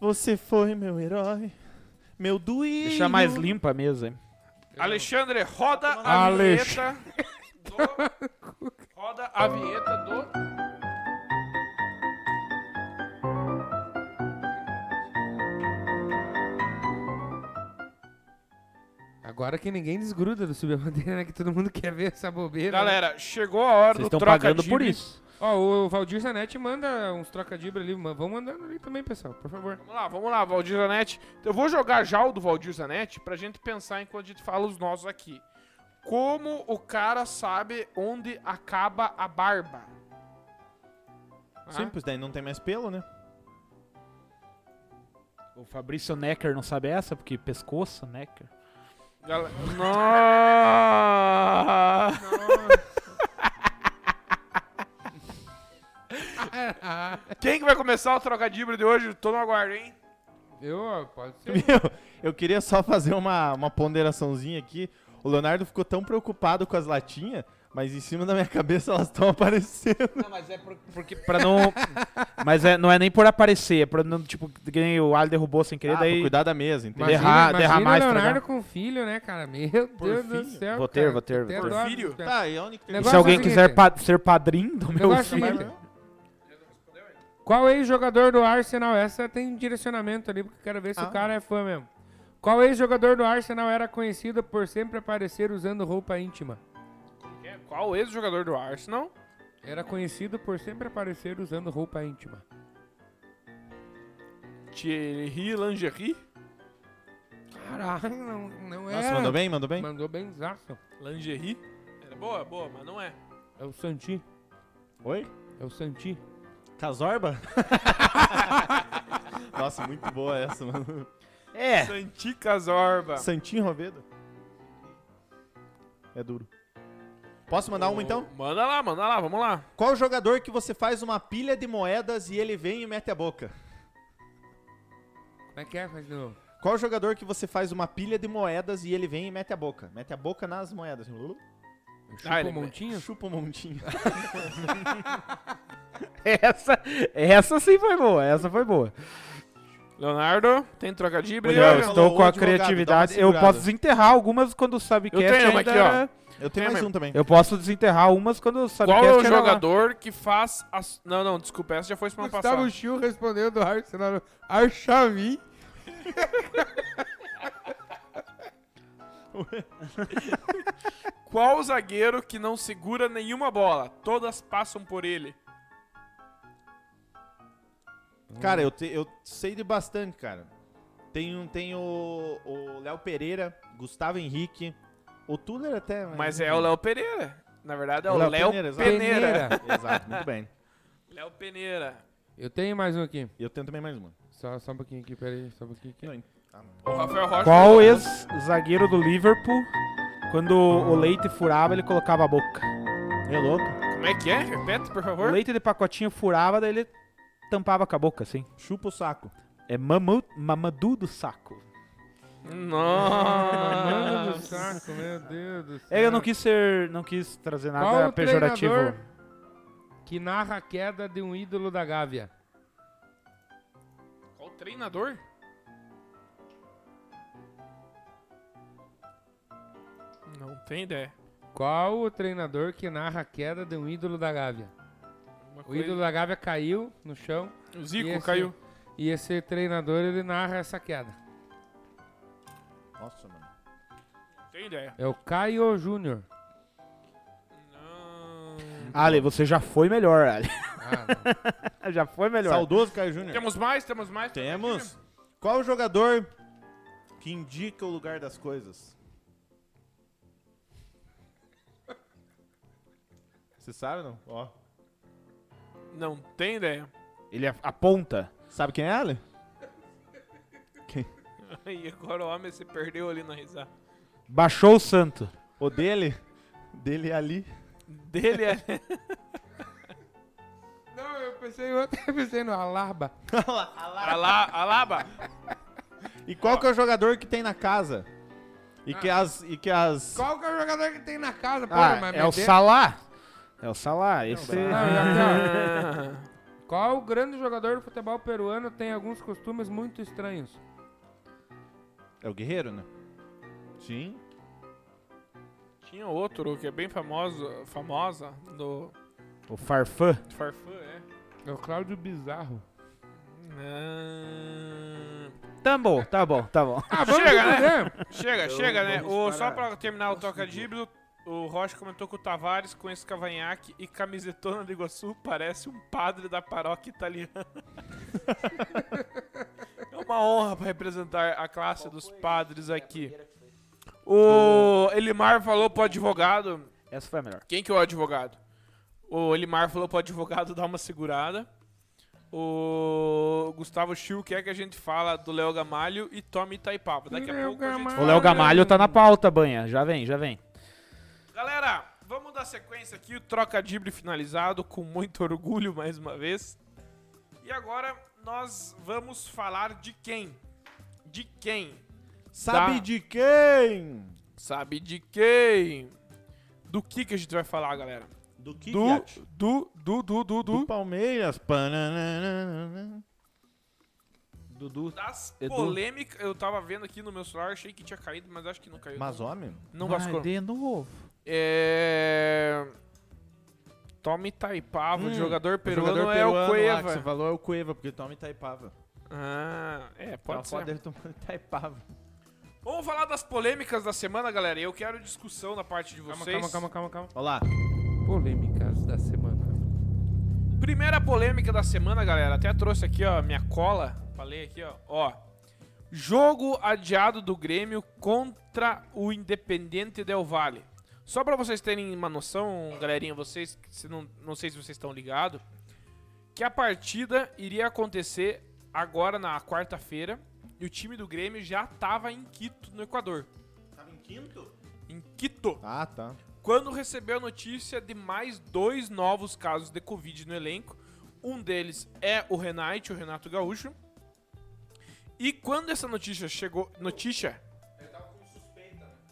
Speaker 2: você foi meu herói, meu doído.
Speaker 4: Deixar mais limpa a mesa. hein?
Speaker 1: Alexandre, roda
Speaker 3: Tá
Speaker 1: a
Speaker 3: Alex.
Speaker 1: vinheta do... Roda a vinheta do...
Speaker 3: Agora que ninguém desgruda do Subir a Bandeira, né? Que todo mundo quer ver essa bobeira. né?
Speaker 1: Galera, chegou a hora
Speaker 4: Vocês
Speaker 1: do
Speaker 4: estão
Speaker 1: troca
Speaker 4: pagando por
Speaker 1: time.
Speaker 4: isso.
Speaker 3: Ó, o Valdir Zanetti manda uns trocadilhos ali. ma- Vão mandando ali também, pessoal, por favor.
Speaker 1: Vamos lá, vamos lá, Valdir Zanetti. Então, Eu vou jogar já o do Valdir Zanetti pra gente pensar enquanto a gente fala os nossos aqui. Como o cara sabe onde acaba a barba? Ah,
Speaker 2: Simples, daí não tem mais pelo, né?
Speaker 4: O Fabrício Necker não sabe essa, porque pescoço, Necker.
Speaker 1: Galera... Nossa! Quem que vai começar o trocadilho de hoje? Tô no aguardo, hein?
Speaker 3: Eu, ó, pode ser.
Speaker 2: Meu, eu queria só fazer uma, uma ponderaçãozinha aqui. O Leonardo ficou tão preocupado com as latinhas, mas em cima da minha cabeça elas estão aparecendo.
Speaker 4: Não, mas é por- porque pra não. mas é, não é nem por aparecer, é pra não, tipo, que nem o Alho derrubou sem querer,
Speaker 2: Ah, pra
Speaker 4: daí.
Speaker 2: cuidar da mesa, entendeu?
Speaker 4: Mas- Derrar- derramar,
Speaker 3: imagina o Leonardo com
Speaker 4: estragar.
Speaker 3: filho, né, cara? Meu Deus do
Speaker 2: filho?
Speaker 3: céu,
Speaker 4: Vou ter,
Speaker 3: cara.
Speaker 4: vou ter,
Speaker 3: Até
Speaker 4: vou ter.
Speaker 3: dói,
Speaker 1: Filho?
Speaker 3: cara.
Speaker 2: Tá, e onde que
Speaker 4: E
Speaker 3: Negócio
Speaker 4: se alguém
Speaker 3: é o seguinte,
Speaker 4: quiser pa- ser padrinho do meu
Speaker 3: negócio é o
Speaker 4: filho.
Speaker 3: seguinte. Qual ex-jogador do Arsenal? Essa tem um direcionamento ali, porque eu quero ver se o cara é fã mesmo. Qual ex-jogador do Arsenal era conhecido por sempre aparecer usando roupa íntima?
Speaker 1: É, Qual ex-jogador do Arsenal?
Speaker 3: Era conhecido por sempre aparecer usando roupa íntima.
Speaker 1: Thierry Lingerie?
Speaker 3: Caralho, não, não era.
Speaker 2: Nossa, mandou bem, mandou bem?
Speaker 3: Mandou bem zaço.
Speaker 1: Lingerie? Era boa, boa, mas não é.
Speaker 3: É o Santi.
Speaker 2: Oi?
Speaker 3: É o Santi.
Speaker 2: Casorba? Nossa, muito boa essa, mano.
Speaker 4: É.
Speaker 1: Santi Casorba.
Speaker 2: Santinho Rovedo? É duro. Posso mandar uma então?
Speaker 1: Manda lá, manda lá, vamos lá.
Speaker 2: Qual jogador que você faz uma pilha de moedas e ele vem e mete a boca?
Speaker 3: Como é que é? Faz de novo.
Speaker 2: Qual jogador que você faz uma pilha de moedas e ele vem e mete a boca? Mete a boca nas moedas.
Speaker 3: Chupa
Speaker 1: Ah, ele-
Speaker 3: um montinho?
Speaker 2: Chupa um montinho.
Speaker 4: Essa, essa sim foi boa, essa foi boa.
Speaker 1: Leonardo, tem trocadilho?
Speaker 2: Ele
Speaker 4: Eu
Speaker 2: Leonardo,
Speaker 1: Leonardo?
Speaker 2: falou,
Speaker 4: estou com a
Speaker 2: "Ô, advogado, dá
Speaker 4: criatividade.
Speaker 2: uma
Speaker 4: Eu
Speaker 2: segurada."
Speaker 4: posso desenterrar algumas quando o
Speaker 1: Eu
Speaker 4: Subcast
Speaker 1: tenho uma
Speaker 4: ainda...
Speaker 1: aqui, ó.
Speaker 2: Eu tenho
Speaker 1: Tem
Speaker 2: mais
Speaker 1: mesmo.
Speaker 2: um também.
Speaker 4: Eu posso desenterrar umas quando o Subcast
Speaker 1: Qual é o
Speaker 4: era lá.
Speaker 1: jogador que faz as... Não, não, desculpa, essa já foi semana passada.
Speaker 3: Gustavo Chiu respondeu do Arsenal. Archavi.
Speaker 1: Qual zagueiro que não segura nenhuma bola? Todas passam por ele.
Speaker 2: Cara, eu, te- eu sei de bastante, cara. Tem, um- tem o o Léo Pereira, Gustavo Henrique, o Tuller até.
Speaker 1: Mas é o Léo Pereira. Na verdade é o
Speaker 2: Léo
Speaker 1: Léo
Speaker 2: Peneira, exato.
Speaker 1: Peneira.
Speaker 2: Exato, muito bem.
Speaker 1: Léo Peneira.
Speaker 3: Eu tenho mais um aqui.
Speaker 2: E eu tenho também mais uma.
Speaker 3: Só, só um pouquinho aqui, peraí. Só um pouquinho aqui.
Speaker 1: O Rafael Rocha.
Speaker 4: Qual ex-zagueiro do Liverpool, quando o leite furava, ele colocava a boca?
Speaker 2: É louco.
Speaker 1: Como é que é? Repete, por
Speaker 4: O
Speaker 1: favor.
Speaker 4: leite de pacotinho furava, daí ele tampava com a boca, assim.
Speaker 2: Chupa o saco.
Speaker 4: É mamu, mamadu do saco.
Speaker 3: Mano do
Speaker 1: Nossa.
Speaker 3: saco, meu Deus do céu.
Speaker 4: É, eu não quis ser. não quis trazer nada
Speaker 3: Qual o
Speaker 4: pejorativo.
Speaker 3: treinador que narra a queda de um ídolo da Gávea?
Speaker 1: Qual treinador? Não tem ideia.
Speaker 3: Qual o treinador que narra a queda de um ídolo da Gávea?
Speaker 1: Uma
Speaker 3: O
Speaker 1: coisa-
Speaker 3: ídolo da Gávea caiu no chão
Speaker 1: O
Speaker 3: e
Speaker 1: Zico
Speaker 3: esse-
Speaker 1: caiu.
Speaker 3: e esse treinador ele narra essa queda.
Speaker 2: Nossa, mano.
Speaker 1: Não tem ideia.
Speaker 3: É o Caio Júnior.
Speaker 1: Não.
Speaker 4: Ali, você já foi melhor, Ali.
Speaker 2: Ah.
Speaker 4: Já foi melhor.
Speaker 2: Saudoso Caio Júnior.
Speaker 1: Temos mais, temos mais.
Speaker 2: Temos. Qual o jogador que indica o lugar das coisas? Você sabe não? Ó.
Speaker 1: Não tem ideia.
Speaker 4: Ele é a- aponta.
Speaker 2: Sabe quem é ele?
Speaker 1: E agora o homem se perdeu ali na risada.
Speaker 4: Baixou o santo.
Speaker 2: O dele? Dele é ali.
Speaker 1: Dele é.
Speaker 3: Não, eu pensei, eu até pensei no Alarba.
Speaker 1: Alá, Alaba.
Speaker 2: E qual que é o jogador que tem na casa? E que as. E que as...
Speaker 3: Qual que é o jogador que tem na casa?
Speaker 4: Ah,
Speaker 3: Porra, mas
Speaker 4: é o
Speaker 3: meter-
Speaker 4: Salá. É o Salá. Esse...
Speaker 3: Não, já tem, ó. Qual grande jogador de futebol peruano tem alguns costumes muito estranhos?
Speaker 2: É o Guerreiro, né? Sim.
Speaker 1: Tinha outro que é bem famoso, famosa, do
Speaker 4: O Farfã.
Speaker 1: Farfã, é.
Speaker 3: É o Cláudio Bizarro.
Speaker 1: Ah,
Speaker 4: Tá bom, tá bom, tá bom.
Speaker 3: Ah, vamos
Speaker 1: Chega,
Speaker 3: entender.
Speaker 1: Chega, chega, né?
Speaker 3: Então, vamos
Speaker 1: O,
Speaker 3: parar.
Speaker 1: só pra terminar o toca díbilo o Rocha comentou que o Tavares com esse cavanhaque e camisetona do Iguaçu parece um padre da paróquia italiana. é uma honra pra representar a classe dos padres aqui. O Elimar falou pro advogado
Speaker 4: Essa foi a melhor.
Speaker 1: Quem que é o advogado? O Elimar falou pro advogado dar uma segurada. O Gustavo Schill quer que a gente fala do Léo Gamalho e Tommy Itaipava. Daqui a
Speaker 3: Léo
Speaker 1: pouco a gente
Speaker 3: Gamalho.
Speaker 4: O
Speaker 1: fala.
Speaker 4: Léo Gamalho tá na pauta, banha. Já vem, já vem.
Speaker 1: Galera, vamos dar sequência aqui. O troca dibre finalizado com muito orgulho mais uma vez. E agora nós vamos falar de quem? De quem?
Speaker 2: Sabe
Speaker 1: Tá.
Speaker 2: de quem?
Speaker 1: Sabe de quem? Do que que a gente vai falar, galera?
Speaker 2: Do que? é?
Speaker 1: Do, do, do, do, do, do.
Speaker 2: Do Palmeiras. Pananana.
Speaker 4: Dudu.
Speaker 1: das
Speaker 4: Edu.
Speaker 1: polêmicas. Eu tava vendo aqui no meu celular, achei que tinha caído, mas acho que não caiu.
Speaker 2: Mas homem.
Speaker 1: não vasculhou.
Speaker 4: de novo.
Speaker 1: É. Tommy Taipava,
Speaker 2: Hum,
Speaker 1: o jogador
Speaker 2: O
Speaker 1: peruano
Speaker 2: jogador
Speaker 1: é
Speaker 2: peruano lá
Speaker 1: o
Speaker 2: que
Speaker 1: Cueva.
Speaker 2: Você falou é o Cueva, porque toma Itaipava.
Speaker 1: Ah, é, pode ser.
Speaker 2: Tava Tá foda ele tomando Itaipava.
Speaker 1: Vamos falar das polêmicas da semana, galera. Eu quero discussão na parte de vocês.
Speaker 3: Calma, calma, calma, calma, calma.
Speaker 2: Olha lá.
Speaker 3: Polêmicas da semana.
Speaker 1: Primeira polêmica da semana, galera. Até trouxe aqui, ó, minha cola. Falei aqui, ó. Ó. Jogo adiado do Grêmio contra o Independente Del Valle. Só pra vocês terem uma noção, galerinha, vocês, que se não, não sei se vocês estão ligados, que a partida iria acontecer agora na quarta-feira e o time do Grêmio já tava em Quito, no Equador.
Speaker 2: Tava em quinto?
Speaker 1: Em Quito
Speaker 2: Ah, tá.
Speaker 1: quando recebeu a notícia de mais dois novos casos de Covid no elenco. Um deles é o Renate, o Renato Gaúcho. E quando essa notícia chegou. Notícia?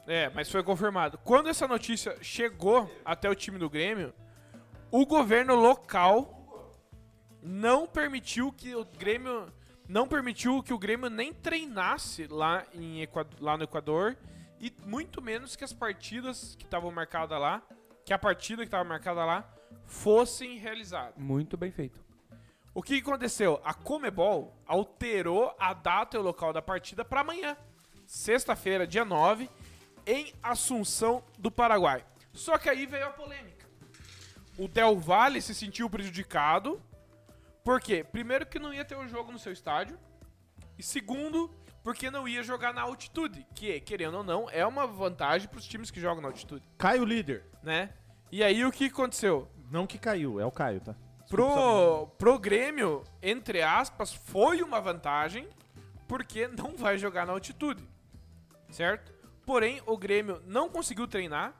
Speaker 1: É, mas foi confirmado. Quando essa notícia chegou até o time do Grêmio, o governo local não permitiu que o Grêmio não permitiu que o Grêmio nem treinasse lá em Equa- lá no Equador e muito menos que as partidas que estavam marcadas lá, que a partida que estava marcada lá fossem realizadas.
Speaker 3: Muito bem feito.
Speaker 1: O que aconteceu? A Comebol alterou a data e o local da partida para amanhã, sexta-feira, dia 9, em Assunção do Paraguai. Só que aí veio a polêmica. O Del Valle se sentiu prejudicado. Por quê? Primeiro que não ia ter o jogo no seu estádio. E segundo, porque não ia jogar na altitude, que, querendo ou não, é uma vantagem para os times que jogam na altitude,
Speaker 2: Caio líder.
Speaker 1: né? E aí o que aconteceu?
Speaker 2: Não que caiu, é o Caio, tá?
Speaker 1: pro, pro Grêmio, entre aspas, foi uma vantagem, porque não vai jogar na altitude, certo? Porém, o Grêmio não conseguiu treinar,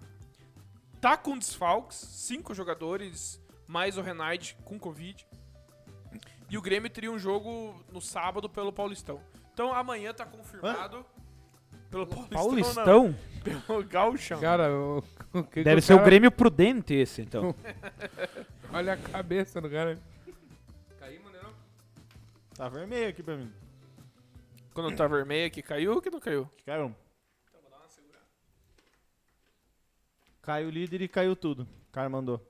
Speaker 1: tá com desfalques, cinco jogadores, mais o Renate com Covid, e o Grêmio teria um jogo no sábado pelo Paulistão. Então amanhã tá confirmado pelo Paulistão, não,
Speaker 4: Paulistão?
Speaker 1: pelo Gauchão.
Speaker 3: Cara, o, o que que
Speaker 4: Deve ser o
Speaker 3: cara-
Speaker 4: Grêmio Prudente esse, então.
Speaker 3: Olha a cabeça do cara. Caímos, né?
Speaker 2: Tá vermelho aqui pra mim.
Speaker 1: Quando tá vermelho que caiu ou que não caiu?
Speaker 2: Caiu. Então, Caio líder e caiu tudo. O cara mandou.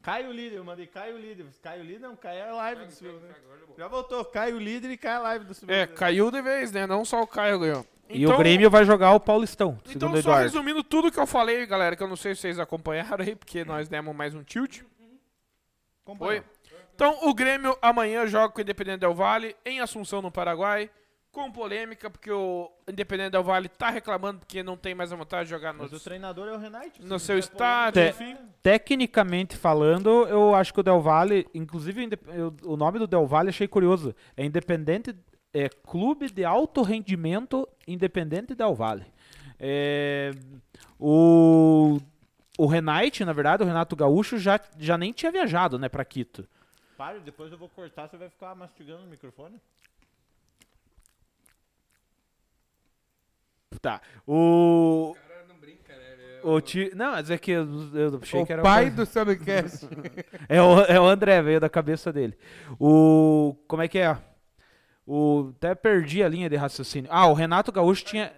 Speaker 2: Caio líder, eu mandei Caio líder. Caio líder não, Caio é a live do Silvio. né? Já voltou, Caio líder e cai a live do Silvio.
Speaker 1: É, caiu de vez, né? Não só o Caio ganhou.
Speaker 4: E o Grêmio vai jogar o Paulistão,
Speaker 1: Então,
Speaker 4: segundo
Speaker 1: só
Speaker 4: Eduardo.
Speaker 1: resumindo
Speaker 4: Hum.
Speaker 1: tudo que eu falei, galera, que eu não sei se vocês acompanharam aí, porque nós demos mais um tilt. Foi. Então, o Grêmio amanhã joga com o Independente Del Valle em Assunção, no Paraguai. Com polêmica, porque o Independente Del Valle tá reclamando porque não tem mais a vontade de jogar
Speaker 2: Mas o
Speaker 1: nos,
Speaker 2: treinador é o Renate.
Speaker 1: no seu estádio,
Speaker 4: polêmica,
Speaker 1: enfim.
Speaker 4: Tecnicamente falando, eu acho que o Del Valle, inclusive inde- eu- o nome do Del Valle achei curioso. É Independente, é Clube de Alto Rendimento Independente Del Valle. É, o o Renate, na verdade, o Renato Gaúcho já, já nem tinha viajado, né, para Quito.
Speaker 2: Pare, depois eu vou cortar, você vai ficar mastigando o microfone.
Speaker 4: Tá. O o ti... Não, mas é que eu, eu achei que era
Speaker 3: o pai
Speaker 4: coisa-
Speaker 3: do Subcast.
Speaker 4: É o, é o André, veio da cabeça dele. O. Como é que é? O, até perdi a linha de raciocínio. Ah, o Renato Gaúcho tinha.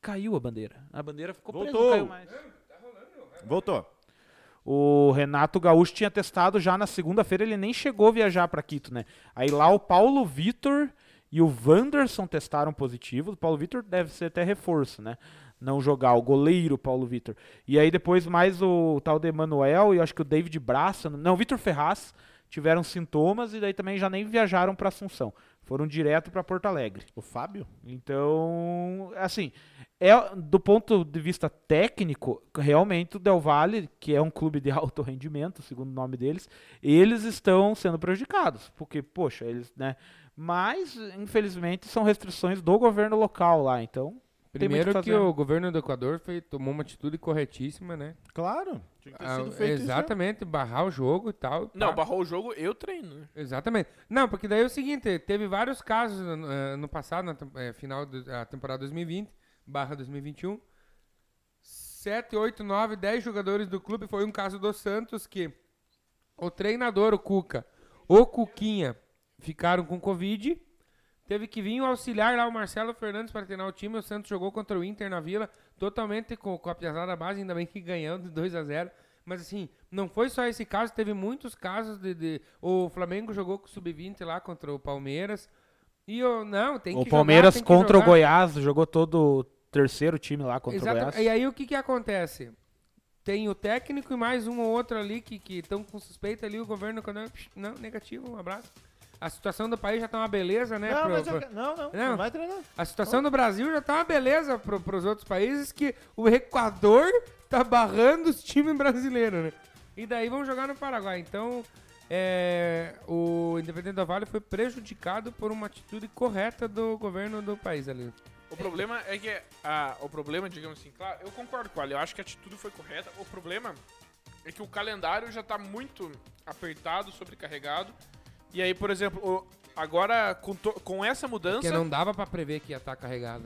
Speaker 4: Caiu a bandeira. A bandeira ficou presa, não
Speaker 2: Voltou.
Speaker 4: caiu mais.
Speaker 2: Voltou.
Speaker 4: O Renato Gaúcho tinha testado já na segunda-feira, ele nem chegou a viajar para Quito, né? Aí lá o Paulo Vitor e o Wanderson testaram positivo. O Paulo Vitor deve ser até reforço, né? Não jogar, o goleiro Paulo Vitor. E aí depois mais o tal de Emanuel e eu acho que o David Braça, não, o Vitor Ferraz, tiveram sintomas e daí também já nem viajaram para Assunção. Foram direto para Porto Alegre.
Speaker 2: O Fábio?
Speaker 4: Então, assim, é, do ponto de vista técnico, realmente o Del Valle, que é um clube de alto rendimento, segundo o nome deles, eles estão sendo prejudicados, porque, poxa, eles, né? Mas, infelizmente, são restrições do governo local lá, então. tem muito
Speaker 3: Primeiro
Speaker 4: o
Speaker 3: que,
Speaker 4: fazer.
Speaker 3: o governo do Equador foi, tomou uma atitude corretíssima, né?
Speaker 2: Claro. Tinha que ter
Speaker 3: Ah,
Speaker 2: sido feito isso, né?
Speaker 3: exatamente, barrar o jogo e tal. tá? pá.
Speaker 1: Não, barrou o jogo, eu treino. né?
Speaker 3: Exatamente. Não, porque daí é o seguinte, teve vários casos eh, no passado, na tem- eh, final da temporada 2020, barra 2021. 7, 8, 9, 10 jogadores do clube. Foi um caso do Santos que o treinador, o Cuca, o Cuquinha, ficaram com Covid. Teve que vir o auxiliar lá, o Marcelo Fernandes, para treinar o time. O Santos jogou contra o Inter na Vila, totalmente com, com a piazada base, ainda bem que ganhando de 2 a 0 Mas assim, não foi só esse caso, teve muitos casos de... de- o Flamengo jogou com o Sub-20 lá contra o Palmeiras. E o... Não, tem
Speaker 4: O
Speaker 3: que
Speaker 4: Palmeiras
Speaker 3: jogar, tem que
Speaker 4: contra o
Speaker 3: jogar.
Speaker 4: Goiás jogou todo o terceiro time lá contra
Speaker 3: Exato.
Speaker 4: o Goiás.
Speaker 3: E aí o que que acontece? Tem o técnico e mais um ou outro ali que estão com suspeita ali, o governo quando é, não, negativo, um abraço. A situação do país já tá uma beleza, né?
Speaker 2: Não,
Speaker 3: pro-
Speaker 2: mas
Speaker 3: pro-
Speaker 2: eu... não,
Speaker 3: Não.
Speaker 2: não, não. vai treinar.
Speaker 3: A situação do Brasil já tá uma beleza pro, pros outros países que o Equador tá barrando os times brasileiros, né? E daí vão jogar no Paraguai. Então, é, o Independente da Vale foi prejudicado por uma atitude correta do governo do país ali.
Speaker 1: O problema é que. ah, o problema, digamos assim, claro, eu concordo com ele. Eu acho que a atitude foi correta. O problema é que o calendário já tá muito apertado, sobrecarregado. E aí, por exemplo, o- agora com, to- com
Speaker 4: É
Speaker 1: essa mudança,
Speaker 3: Porque não dava pra prever que ia estar carregado.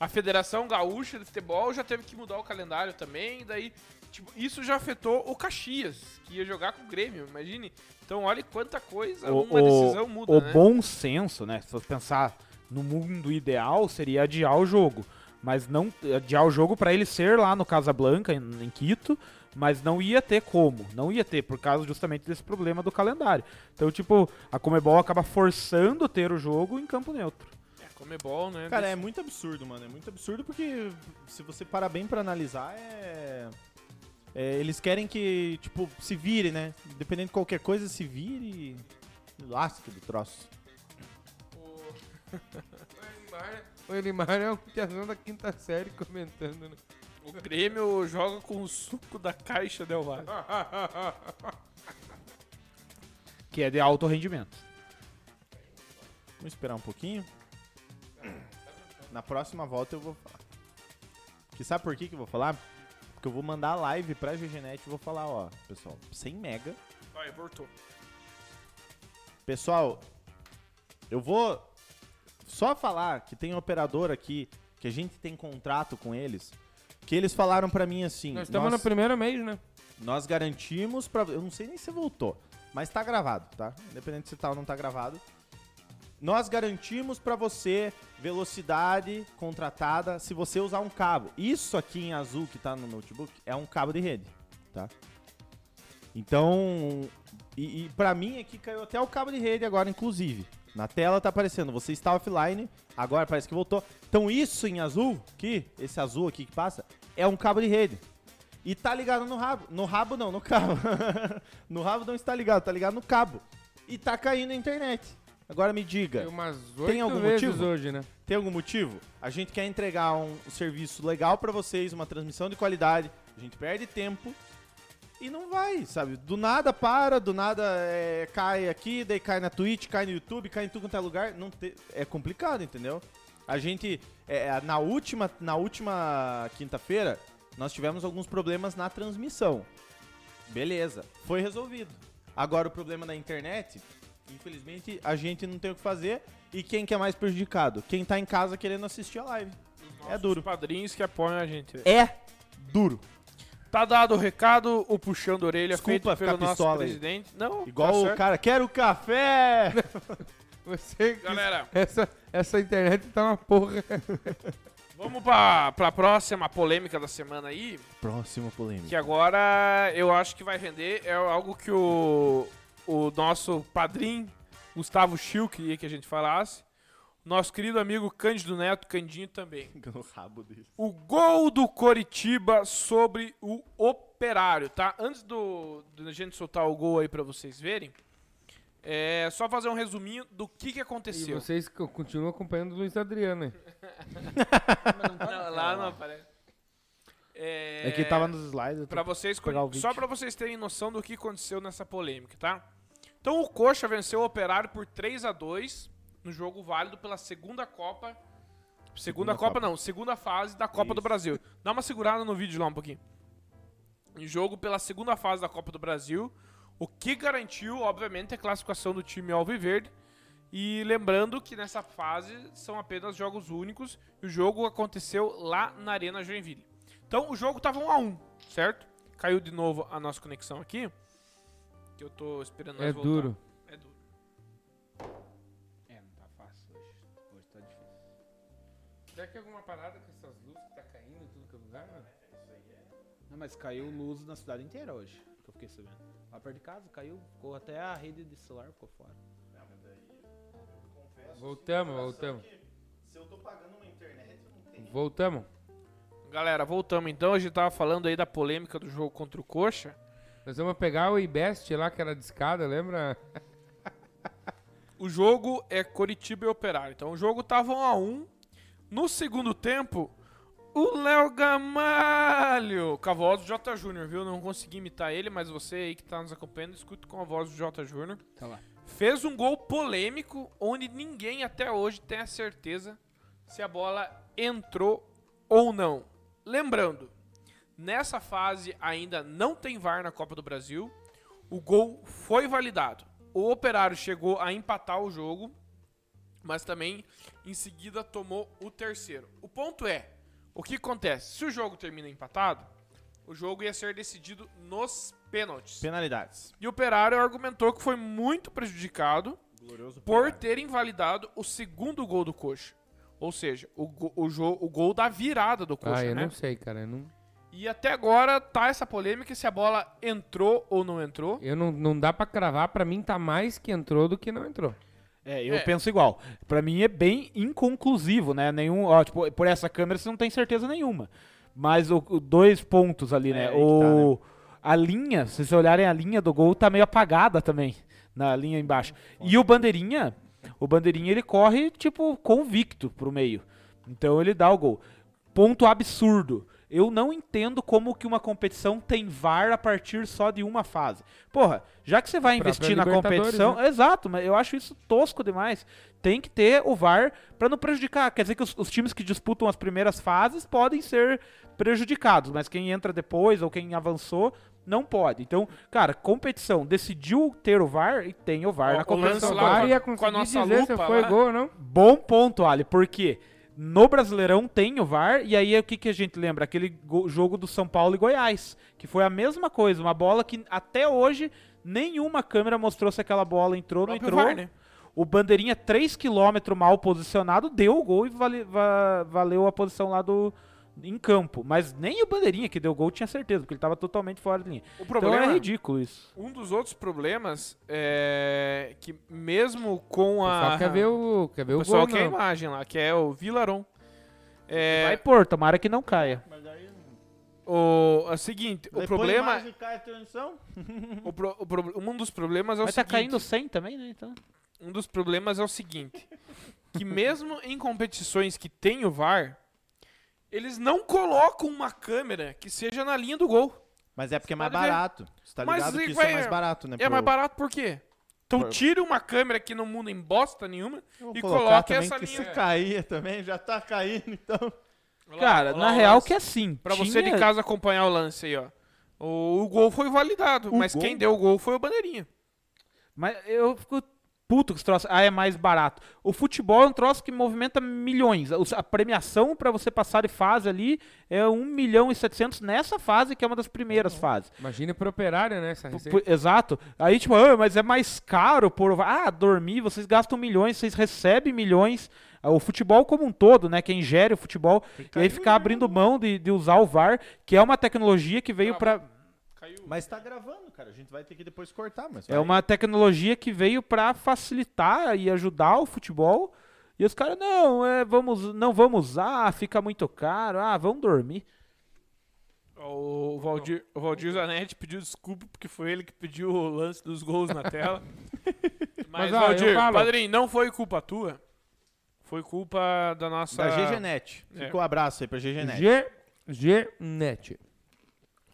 Speaker 1: a Federação Gaúcha de Futebol já teve que mudar o calendário também. Daí, tipo, isso já afetou o Caxias, que ia jogar com o Grêmio, imagine. Então, olha quanta coisa uma decisão muda,
Speaker 4: o
Speaker 1: né?
Speaker 4: bom senso, né? Se você pensar no mundo ideal, seria adiar o jogo. Mas não adiar o jogo para ele ser lá no Casablanca, em, em Quito, mas não ia ter como. Não ia ter, por causa justamente desse problema do calendário. Então, tipo, a Comebol acaba forçando ter o jogo em campo neutro.
Speaker 1: É, Comebol, né?
Speaker 2: Cara, é muito absurdo, mano. É muito absurdo porque se você parar bem pra analisar, é... é, Eles querem que, tipo, se vire, né? Dependendo de qualquer coisa, se vire e... Lasca do troço.
Speaker 3: O Elimar é o tiazão da quinta série comentando, né?
Speaker 1: O Grêmio joga com o suco da caixa Del Valle.
Speaker 4: Que é de alto rendimento.
Speaker 2: Vamos esperar um pouquinho. Na próxima volta eu vou falar. Que sabe por que que eu vou falar? Porque eu vou mandar a live pra GGNet e vou falar, ó, pessoal, 100 mega.
Speaker 1: Vai, voltou.
Speaker 2: Pessoal, eu vou só falar que tem um operador aqui que a gente tem contrato com eles, que eles falaram pra mim assim,
Speaker 3: Nós estamos no primeiro mês, né?
Speaker 2: nós garantimos pra. Eu não sei nem se voltou, mas tá gravado, tá? Independente se tá ou não tá gravado. Nós garantimos pra você velocidade contratada se você usar um cabo. Isso aqui em azul que tá no notebook é um cabo de rede, tá? Então, e, e para mim aqui caiu até o cabo de rede agora, inclusive. Na tela tá aparecendo, você está offline, agora parece que voltou. Então isso em azul, que esse azul aqui que passa, é um cabo de rede. E tá ligado no rabo. No rabo não, no cabo. no rabo não está ligado, tá ligado no cabo. E tá caindo a internet. Agora me
Speaker 1: É.
Speaker 2: diga.
Speaker 3: Tem umas oito
Speaker 2: Tem algum
Speaker 3: vezes
Speaker 2: motivo?
Speaker 3: hoje, né?
Speaker 2: Tem algum motivo? A gente quer entregar um serviço legal pra vocês, uma transmissão de qualidade. A gente perde tempo e não vai, sabe? Do nada para, do nada é, cai aqui, daí cai na Twitch, cai no YouTube, cai em tudo quanto é lugar. Não te- É complicado, entendeu? A gente, é, na última, na última quinta-feira, nós tivemos alguns problemas na transmissão. Beleza, foi resolvido. Agora o problema da internet, infelizmente a gente não tem o que fazer. E quem que é mais prejudicado? Quem tá em casa querendo assistir a live. É duro.
Speaker 1: Os padrinhos que apoiam a gente.
Speaker 2: É duro.
Speaker 1: Tá dado o recado, o puxando a orelha
Speaker 2: Desculpa
Speaker 1: feito pelo
Speaker 2: ficar
Speaker 1: nosso
Speaker 2: pistola aí.
Speaker 1: presidente. Não,
Speaker 2: Igual
Speaker 1: tá
Speaker 2: o
Speaker 1: certo.
Speaker 2: cara, quero café!
Speaker 3: Você,
Speaker 1: Galera,
Speaker 3: Essa, essa internet tá uma porra.
Speaker 1: vamos pra, pra próxima polêmica da semana aí,
Speaker 2: Próxima polêmica.
Speaker 1: que agora eu acho que vai render. É algo que o, o nosso padrinho, Gustavo Schill, queria que a gente falasse. Nosso querido amigo Cândido Neto, Candinho também.
Speaker 2: No rabo dele.
Speaker 1: O gol do Coritiba sobre o Operário, tá? Antes do, do a gente soltar o gol aí pra vocês verem, é só fazer um resuminho do que que
Speaker 3: E
Speaker 1: aconteceu.
Speaker 3: vocês co- continuam acompanhando o Luiz Adriano, hein?
Speaker 1: Não, lá não aparece. É,
Speaker 4: É que tava nos slides. eu tô-
Speaker 1: Pra vocês,
Speaker 4: pegar o vídeo.
Speaker 1: só pra vocês terem noção do que aconteceu nessa polêmica, tá? Então o Coxa venceu o Operário por 3 a 2 no jogo válido pela segunda Copa. Segunda, Copa, não, segunda fase da Copa do Brasil. Dá uma segurada no vídeo lá um pouquinho. Em jogo pela segunda fase da Copa do Brasil, o que garantiu, obviamente, a classificação do time Alviverde. E lembrando que nessa fase são apenas jogos únicos e o jogo aconteceu lá na Arena Joinville. Então o jogo tava 1 a 1 certo? Caiu de novo a nossa conexão aqui. Que eu tô esperando nós
Speaker 3: É
Speaker 1: voltar.
Speaker 3: duro.
Speaker 1: É duro.
Speaker 3: É, não tá fácil hoje. Hoje tá difícil. Será que é alguma parada com essas luzes que tá caindo em tudo que é lugar, mano?
Speaker 5: Não, mas caiu luz na cidade inteira hoje, que eu fiquei sabendo. Lá perto de casa caiu, ficou até a rede de celular ficou fora.
Speaker 3: Voltamos, voltamos.
Speaker 2: Se eu tô pagando uma internet, eu não tenho.
Speaker 3: Voltamos.
Speaker 1: Galera, voltamos então. A gente tava falando aí da polêmica do jogo contra o Coxa.
Speaker 3: Nós vamos pegar o Ibest lá, que era de escada, lembra?
Speaker 1: O jogo é Coritiba e Operário. Então o jogo tava 1 a 1. No segundo tempo, o Léo Gamalho, com a voz do Jota Júnior, viu? Não consegui imitar ele, mas você aí que tá nos acompanhando, escuta com a voz do Jota Júnior.
Speaker 5: Tá lá.
Speaker 1: Fez um gol polêmico onde ninguém até hoje tem a certeza se a bola entrou ou não. Lembrando, nessa fase ainda não tem VAR na Copa do Brasil. O gol foi validado. O Operário chegou a empatar o jogo, mas também em seguida tomou o terceiro. O ponto é, o que acontece? Se o jogo termina empatado, o jogo ia ser decidido nos pênaltis.
Speaker 2: Penalidades.
Speaker 1: E o Operário argumentou que foi muito prejudicado
Speaker 2: Glorioso
Speaker 1: por ter invalidado o segundo gol do Coxa. Ou seja, o, go- o, jo- o gol da virada do Coxa,
Speaker 3: ah, eu
Speaker 1: né?
Speaker 3: não sei, cara. Eu, não,
Speaker 1: E até agora tá essa polêmica se a bola entrou ou não entrou.
Speaker 3: eu não, não dá pra cravar. Pra mim tá mais que entrou do que não entrou.
Speaker 4: É, eu
Speaker 1: É.
Speaker 4: penso igual. Pra mim é bem inconclusivo, né? Nenhum, ó, tipo, por essa câmera você não tem certeza nenhuma. Mas o, o dois pontos ali,
Speaker 2: É,
Speaker 4: né?
Speaker 2: aí que
Speaker 4: o a linha, se vocês olharem a linha do gol tá meio apagada também na linha embaixo. E o bandeirinha, o bandeirinha ele corre tipo convicto pro meio. Então ele dá o gol. Ponto absurdo. Eu não entendo como que uma competição tem VAR a partir só de uma fase. Porra, já que você vai
Speaker 3: própria
Speaker 4: investir na
Speaker 3: Libertadores,
Speaker 4: competição,
Speaker 3: né?
Speaker 4: Exato, mas eu acho isso tosco demais. Tem que ter o VAR pra não prejudicar. Quer dizer que os, os times que disputam as primeiras fases podem ser prejudicados, mas quem entra depois ou quem avançou não pode. Então, cara, competição decidiu ter o VAR e tem o Var
Speaker 1: Ó,
Speaker 4: na
Speaker 1: o lance
Speaker 4: competição.
Speaker 1: lá,
Speaker 4: Agora,
Speaker 3: Agora ia
Speaker 1: com a
Speaker 3: conseguir
Speaker 1: nossa
Speaker 3: dizer se
Speaker 1: lupa
Speaker 3: foi
Speaker 1: lá.
Speaker 3: gol ou não.
Speaker 4: Bom ponto, Ali, porque no Brasileirão tem o VAR, e aí é o que, que a gente lembra? Aquele go- jogo do São Paulo e Goiás, que foi a mesma coisa, uma bola que até hoje nenhuma câmera mostrou se aquela bola entrou ou não
Speaker 1: próprio
Speaker 4: entrou.
Speaker 1: VAR, né?
Speaker 4: O Bandeirinha, 3km mal posicionado, deu o gol e vale- va- valeu a posição lá do em campo. Mas nem o Bandeirinha que deu o gol tinha certeza, porque ele estava totalmente fora de linha.
Speaker 1: O problema
Speaker 4: Então é
Speaker 1: é
Speaker 4: ridículo isso.
Speaker 1: Um dos outros problemas é que mesmo com
Speaker 3: O
Speaker 1: a
Speaker 3: pessoal quer ver o, quer ver
Speaker 1: o
Speaker 3: o,
Speaker 1: pessoal
Speaker 3: gol,
Speaker 1: quer a
Speaker 3: não.
Speaker 1: imagem lá, que é o Vilaron. É,
Speaker 4: Vai pôr, tomara que não caia.
Speaker 1: O, é o seguinte, o
Speaker 2: Depois
Speaker 1: problema,
Speaker 2: imagem cai a transmissão.
Speaker 1: o pro- o pro- um dos problemas é o
Speaker 4: Mas tá
Speaker 1: seguinte,
Speaker 4: caindo 100 também, né? Então.
Speaker 1: um dos problemas é o seguinte, que mesmo em competições que tem o VAR, eles não colocam uma câmera que seja na linha do gol.
Speaker 2: Mas é porque é mais
Speaker 1: pode ver.
Speaker 2: barato. Você tá
Speaker 1: Mas
Speaker 2: ligado
Speaker 1: e
Speaker 2: que isso
Speaker 1: vai-
Speaker 2: é mais barato, né?
Speaker 1: É mais
Speaker 2: pro-
Speaker 1: barato por quê? Então
Speaker 2: Por-
Speaker 1: tira uma câmera que não muda em bosta nenhuma
Speaker 2: Eu vou
Speaker 1: e
Speaker 2: colocar
Speaker 1: coloca
Speaker 2: também,
Speaker 1: essa
Speaker 2: que
Speaker 1: linha.
Speaker 2: Se cair também, já tá caindo, então.
Speaker 1: Olha lá,
Speaker 4: Cara,
Speaker 1: olha lá
Speaker 4: na
Speaker 1: o
Speaker 4: real
Speaker 1: lance.
Speaker 4: que é assim.
Speaker 1: Pra você de
Speaker 4: tinha-
Speaker 1: casa acompanhar o lance aí, ó. O, o gol foi validado, mas
Speaker 2: gol?
Speaker 1: quem deu o gol foi o Bandeirinha.
Speaker 4: Mas eu fico puto com esse troço. Ah, é mais barato. O futebol é um troço que movimenta milhões. Os- A premiação pra você passar de fase ali é 1 milhão e 700 nessa fase, que é uma das primeiras
Speaker 1: Uhum.
Speaker 4: fases.
Speaker 3: Imagina pro operário, né? Essa
Speaker 4: P-
Speaker 3: receita.
Speaker 4: p- Exato. Aí, tipo, ah, mas é mais caro por. Ah, dormir, vocês gastam milhões, vocês recebem milhões. Ah, O futebol como um todo, né? Quem gere o futebol. E aí ficar abrindo mão de, de usar o VAR, que é uma tecnologia que veio pra.
Speaker 2: Mas tá gravando, cara. A gente vai ter que depois cortar, mas.
Speaker 4: É uma tecnologia que veio pra facilitar e ajudar o futebol. E os caras, não, é, vamos, não vamos usar, fica muito caro, ah, vamos dormir.
Speaker 1: O Valdir, o Valdir Zanetti pediu desculpa porque foi ele que pediu o lance dos gols na tela. Mas,
Speaker 3: Mas, ó, eu
Speaker 1: Valdir,
Speaker 3: falo-
Speaker 1: padrinho, não foi culpa tua. Foi culpa da nossa.
Speaker 2: Da né? GGNet.
Speaker 1: É.
Speaker 2: Fica o abraço aí pra GGNet.
Speaker 3: G, G Net.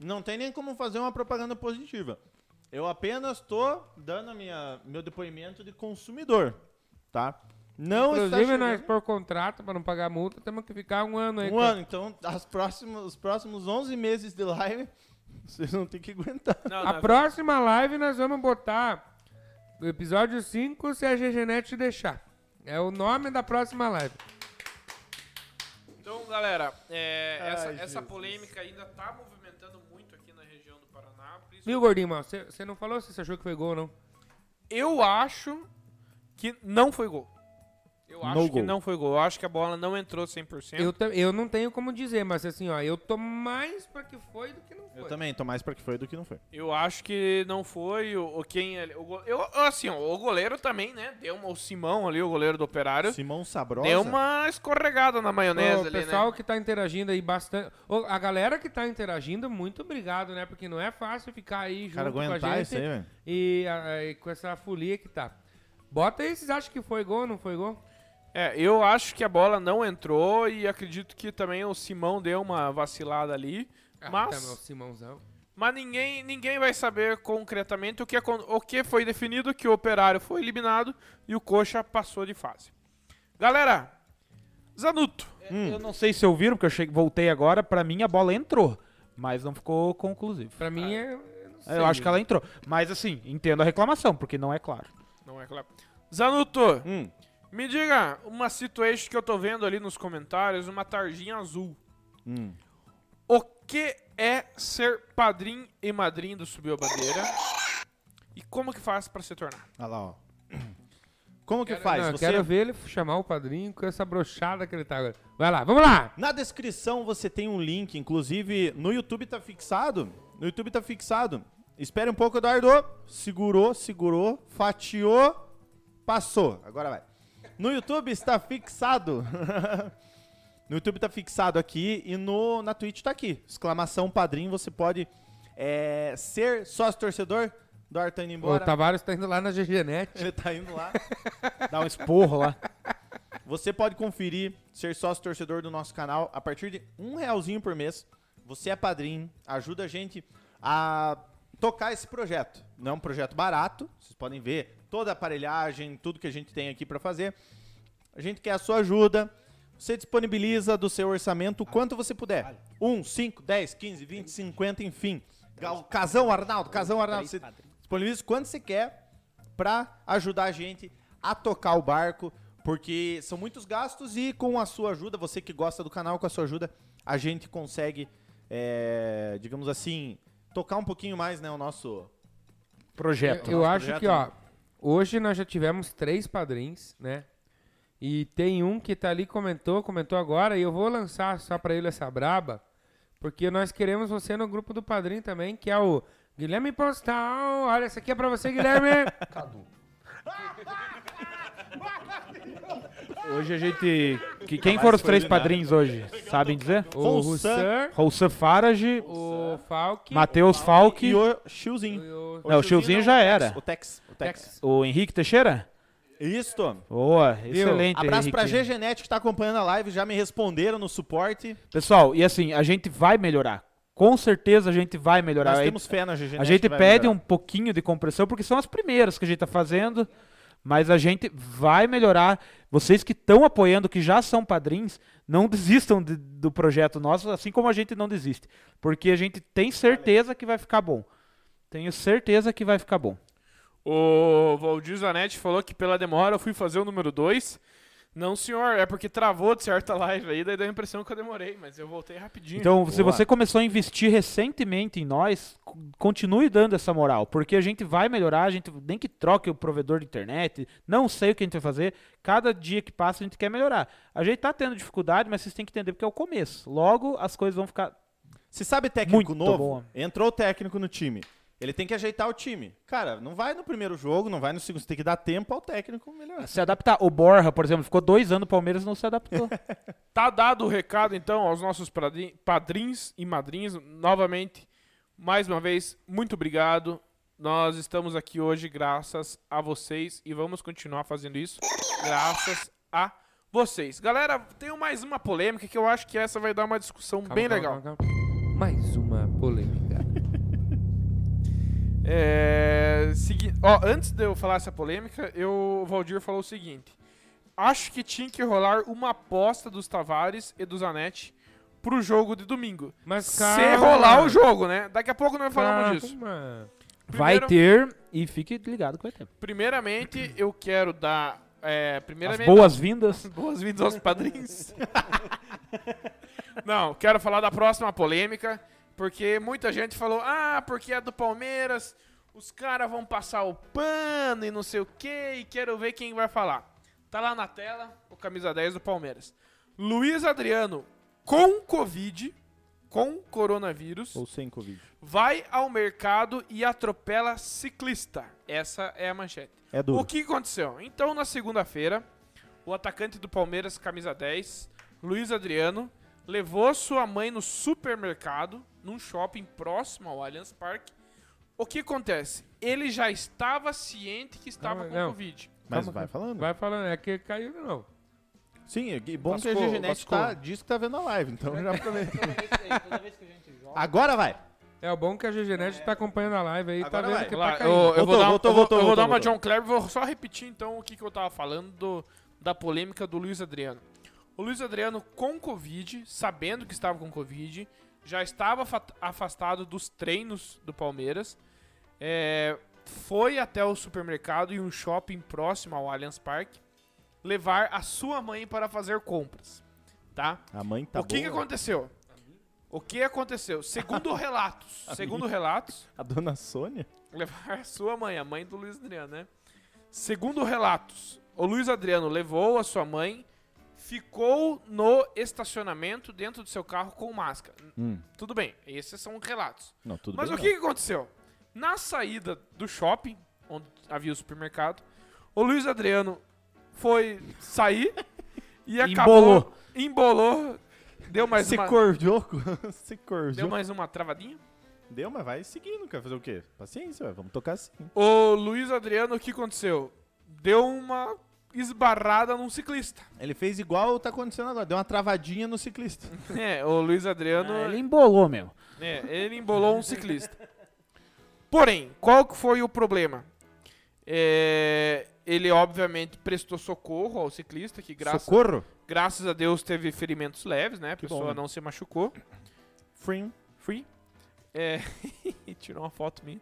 Speaker 2: Não tem nem como fazer uma propaganda positiva. Eu apenas tô dando a minha, meu depoimento de consumidor, tá? Não está
Speaker 3: Inclusive, nós
Speaker 2: chegando-
Speaker 3: por contrato, pra não pagar multa, temos que ficar um ano aí.
Speaker 2: Um ano, então as próximas, os próximos 11 meses de live, vocês vão ter que aguentar.
Speaker 1: Não,
Speaker 3: A
Speaker 1: não,
Speaker 3: próxima live nós vamos botar o episódio 5, se a GGNet deixar. É o nome da próxima live.
Speaker 1: Então, galera, é, essa,
Speaker 2: Ai,
Speaker 1: essa
Speaker 2: Jesus.
Speaker 1: polêmica ainda tá movimentando muito aqui na região do Paraná. por isso-
Speaker 3: Viu, Gordinho, mano? Você não falou se você achou que foi gol ou não?
Speaker 1: Eu acho que não foi gol. Eu acho
Speaker 2: No
Speaker 1: que
Speaker 2: gol.
Speaker 1: não foi gol. Eu acho que a bola não entrou 100%.
Speaker 3: Eu, ta- eu não tenho como dizer, mas assim, ó, eu tô mais pra que foi do que não foi.
Speaker 2: Eu também tô mais pra que foi do que não foi.
Speaker 1: Eu acho que não foi o, o quem ali- o go- eu assim, ó, o goleiro também, né? Deu uma, o Simão ali, o goleiro do Operário,
Speaker 2: Simão Sabrosa.
Speaker 1: deu uma escorregada na maionese
Speaker 3: O
Speaker 1: ali,
Speaker 3: pessoal
Speaker 1: né?
Speaker 3: que tá interagindo aí bastante. Ô, a galera que tá interagindo, muito obrigado, né? Porque não é fácil ficar aí junto
Speaker 2: Cara,
Speaker 3: com a
Speaker 2: aguentar
Speaker 3: gente
Speaker 2: isso aí, velho.
Speaker 3: e, ah, e com essa folia que tá. Bota aí, vocês acham que foi gol ou não foi gol?
Speaker 1: É, eu acho que a bola não entrou e acredito que também o Simão deu uma vacilada ali,
Speaker 3: Ah, tá, meu
Speaker 1: mas
Speaker 3: Simãozão.
Speaker 1: mas ninguém ninguém vai saber concretamente o que acon- o que foi definido que o Operário foi eliminado e o Coxa passou de fase. Galera, Zanuto,
Speaker 4: É, Eu não sei se ouviram, porque eu cheguei, voltei agora, pra mim a bola entrou, mas não ficou conclusivo.
Speaker 3: Pra mim é. Eu, não sei.
Speaker 4: Eu acho que ela entrou, mas assim, entendo a reclamação, porque não é claro.
Speaker 1: Não é claro. Zanuto, me diga uma situation que eu tô vendo ali nos comentários, uma tarjinha azul.
Speaker 2: Hum.
Speaker 1: O que é ser padrinho e madrinho do Subiu a Bandeira? E como que faz pra se tornar?
Speaker 2: Olha lá, ó. Como que
Speaker 3: Quero-
Speaker 2: faz?
Speaker 3: não, eu
Speaker 2: Você
Speaker 3: quero ver ele chamar o padrinho com essa brochada que ele tá agora. Vai lá, vamos lá!
Speaker 2: Na descrição você tem um link, inclusive no YouTube tá fixado. No YouTube tá fixado. Espere um pouco, Eduardo. Segurou, segurou, fatiou, passou. Agora vai. No YouTube está fixado. no YouTube tá fixado aqui e no na Twitch tá aqui. Exclamação padrinho, você pode é, ser sócio torcedor. Eduardo tá indo
Speaker 3: O
Speaker 2: embora.
Speaker 3: Tavares tá indo lá na GGNet.
Speaker 2: Ele tá indo lá.
Speaker 4: Dá um esporro lá.
Speaker 2: Você pode conferir, ser sócio torcedor do nosso canal a partir de um realzinho por mês. Você é padrinho, ajuda a gente a tocar esse projeto. Não é um projeto barato, vocês podem ver toda a aparelhagem, tudo que a gente tem aqui para fazer. A gente quer a sua ajuda. Você disponibiliza do seu orçamento o quanto você puder. 1, 5, 10, 15, 20, 50, enfim. Gal- Casão Arnaldo, Casão Arnaldo, você disponibiliza o quanto você quer para ajudar a gente a tocar o barco, porque são muitos gastos e com a sua ajuda, você que gosta do canal, com a sua ajuda, a gente consegue, é, digamos assim, tocar um pouquinho mais né, o nosso.
Speaker 4: Projeto.
Speaker 3: Eu
Speaker 2: Então, nosso
Speaker 3: acho
Speaker 2: projeto, é
Speaker 3: que, ó, hoje nós já tivemos três padrinhos, né? E tem um que tá ali, comentou, comentou agora, e eu vou lançar só pra ele essa braba, porque nós queremos você no grupo do padrinho também, que é o Guilherme Postal. Olha, essa aqui é pra você, Guilherme.
Speaker 4: Hoje a gente Que, quem foram os três padrinhos hoje? Sabem dizer?
Speaker 3: O
Speaker 2: Roussan.
Speaker 3: Roussan,
Speaker 4: Roussan Farage,
Speaker 3: o Falk,
Speaker 4: Matheus Falck,
Speaker 2: E o Chilzinho.
Speaker 3: o
Speaker 4: Não, É, o Chilzinho já era.
Speaker 2: O Tex. O Tex.
Speaker 3: Tex.
Speaker 4: o Henrique Teixeira?
Speaker 2: Isso, Tom.
Speaker 4: Boa, excelente.
Speaker 2: Abraço pra
Speaker 4: Henrique.
Speaker 2: Ggenetic que tá acompanhando a live, já me responderam no suporte.
Speaker 4: Pessoal, e assim, a gente vai melhorar. Com certeza a gente vai melhorar.
Speaker 2: Nós
Speaker 4: Aí-
Speaker 2: temos fé na Ggenetic.
Speaker 4: a gente
Speaker 2: vai
Speaker 4: pede
Speaker 2: melhorar.
Speaker 4: um pouquinho de compressão, porque são as primeiras que a gente tá fazendo, mas a gente vai melhorar. Vocês que estão apoiando, que já são padrinhos, não desistam de- do projeto nosso, assim como a gente não desiste. Porque a gente tem certeza que vai ficar bom. Tenho certeza que vai ficar bom.
Speaker 1: O Valdir Zanetti falou que pela demora eu fui fazer o número 2. Não, senhor, é porque travou de certa live aí, daí deu a impressão que eu demorei, mas eu voltei rapidinho.
Speaker 4: Então, se
Speaker 2: Boa.
Speaker 4: você começou a investir recentemente em nós, c- continue dando essa moral, porque a gente vai melhorar, a gente nem que troque o provedor de internet, não sei o que a gente vai fazer, cada dia que passa a gente quer melhorar. A gente tá tendo dificuldade, mas vocês têm que entender porque é o começo. Logo as coisas vão ficar
Speaker 2: Se sabe técnico
Speaker 4: Muito
Speaker 2: novo,
Speaker 4: bom.
Speaker 2: entrou o técnico no time. Ele tem que ajeitar o time. Cara, não vai no primeiro jogo, não vai no segundo. Você tem que dar tempo ao técnico melhorar.
Speaker 4: se adaptar. O Borja, por exemplo, ficou dois anos no Palmeiras e não se adaptou.
Speaker 1: Tá dado o recado, então, aos nossos padri- padrinhos e madrinhas. Novamente, mais uma vez, muito obrigado. Nós estamos aqui hoje graças a vocês e vamos continuar fazendo isso graças a vocês. Galera, tenho mais uma polêmica que eu acho que essa vai dar uma discussão
Speaker 3: Calma,
Speaker 1: bem
Speaker 3: calma,
Speaker 1: legal.
Speaker 3: calma, calma. Mais uma polêmica.
Speaker 1: É, segui- ó, antes de eu falar essa polêmica, eu, o Valdir falou o seguinte: Acho que tinha que rolar uma aposta dos Tavares e do Zanetti pro jogo de domingo.
Speaker 3: Mas calma.
Speaker 1: Se rolar o jogo, né? Daqui a pouco nós falamos disso.
Speaker 3: Calma.
Speaker 4: Vai
Speaker 1: Primeiro-
Speaker 4: ter e fique ligado que vai ter.
Speaker 1: Primeiramente, eu quero dar. É,
Speaker 4: As
Speaker 1: primeiramente,
Speaker 4: boas-vindas.
Speaker 1: Boas-vindas aos padrinhos. Não, quero falar da próxima polêmica, porque muita gente falou: ah, porque é do Palmeiras, os caras vão passar o pano e não sei o que, e quero ver quem vai falar. Tá lá na tela o camisa 10 do Palmeiras. Luiz Adriano, com Covid, com coronavírus,
Speaker 2: Ou sem Covid.
Speaker 1: vai ao mercado e atropela ciclista. Essa é a manchete.
Speaker 2: É duro.
Speaker 1: O que aconteceu? Então, na segunda-feira, o atacante do Palmeiras, camisa 10, Luiz Adriano, levou sua mãe no supermercado, num shopping próximo ao Allianz Parque. O que acontece? Ele já estava ciente que estava
Speaker 3: Não,
Speaker 1: com
Speaker 3: não.
Speaker 1: Covid.
Speaker 2: Mas
Speaker 3: Calma,
Speaker 2: vai falando.
Speaker 3: Vai falando, é que caiu de novo.
Speaker 2: Sim, é que bom que
Speaker 1: Vasco,
Speaker 2: a Ggenetic
Speaker 1: Vasco.
Speaker 2: tá, diz que tá vendo a live, então já aproveita.
Speaker 5: Toda vez que- toda vez que a gente joga.
Speaker 2: Agora vai.
Speaker 3: É o bom que a GGNet tá acompanhando a live aí,
Speaker 2: Agora
Speaker 3: tá vendo
Speaker 2: vai.
Speaker 3: que
Speaker 1: Lá,
Speaker 3: tá
Speaker 1: eu, eu vou
Speaker 3: caindo.
Speaker 2: Voltou,
Speaker 1: dar, um-
Speaker 2: voltou,
Speaker 1: eu vou-
Speaker 2: voltou,
Speaker 1: eu vou dar uma
Speaker 2: voltou, voltou.
Speaker 1: John Cleber, vou só repetir então o que, que eu tava falando do- da polêmica do Luiz Adriano. O Luiz Adriano com Covid, sabendo que estava com Covid, já estava fa- afastado dos treinos do Palmeiras, é, foi até o supermercado e um shopping próximo ao Allianz Parque levar a sua mãe para fazer compras, tá?
Speaker 2: A mãe tá
Speaker 1: o que, que
Speaker 2: boa.
Speaker 1: aconteceu? O que aconteceu? Segundo relatos, segundo relatos,
Speaker 2: A dona Sônia?
Speaker 1: levar a sua mãe, a mãe do Luiz Adriano, né? Segundo relatos, o Luiz Adriano levou a sua mãe, ficou no estacionamento dentro do seu carro com máscara.
Speaker 2: Hum.
Speaker 1: Tudo bem, esses são relatos.
Speaker 2: Não, tudo
Speaker 1: Mas
Speaker 2: bem.
Speaker 1: o que que aconteceu? Na saída do shopping, onde havia o supermercado, o Luiz Adriano foi sair e acabou. Embolou. Deu mais
Speaker 2: Se
Speaker 1: uma.
Speaker 2: cordiou, se
Speaker 1: Deu
Speaker 2: cordiou.
Speaker 1: mais uma travadinha.
Speaker 2: Deu, mas vai seguindo, quer fazer o quê? Paciência, ué, vamos tocar assim.
Speaker 1: O Luiz Adriano, o que aconteceu? Deu uma esbarrada num ciclista.
Speaker 2: Ele fez igual tá acontecendo agora, deu uma travadinha no ciclista.
Speaker 1: É, o Luiz Adriano,
Speaker 4: Ah, Ele
Speaker 1: ele...
Speaker 4: embolou, meu.
Speaker 1: ele embolou um ciclista. Porém, qual que foi o problema? É, ele, obviamente, prestou socorro ao ciclista, que graças,
Speaker 2: Socorro?
Speaker 1: graças a Deus teve ferimentos leves, né? A
Speaker 2: Que bom,
Speaker 1: pessoa
Speaker 2: né?
Speaker 1: não se machucou.
Speaker 2: Frim.
Speaker 1: Free. É, tirou uma foto minha.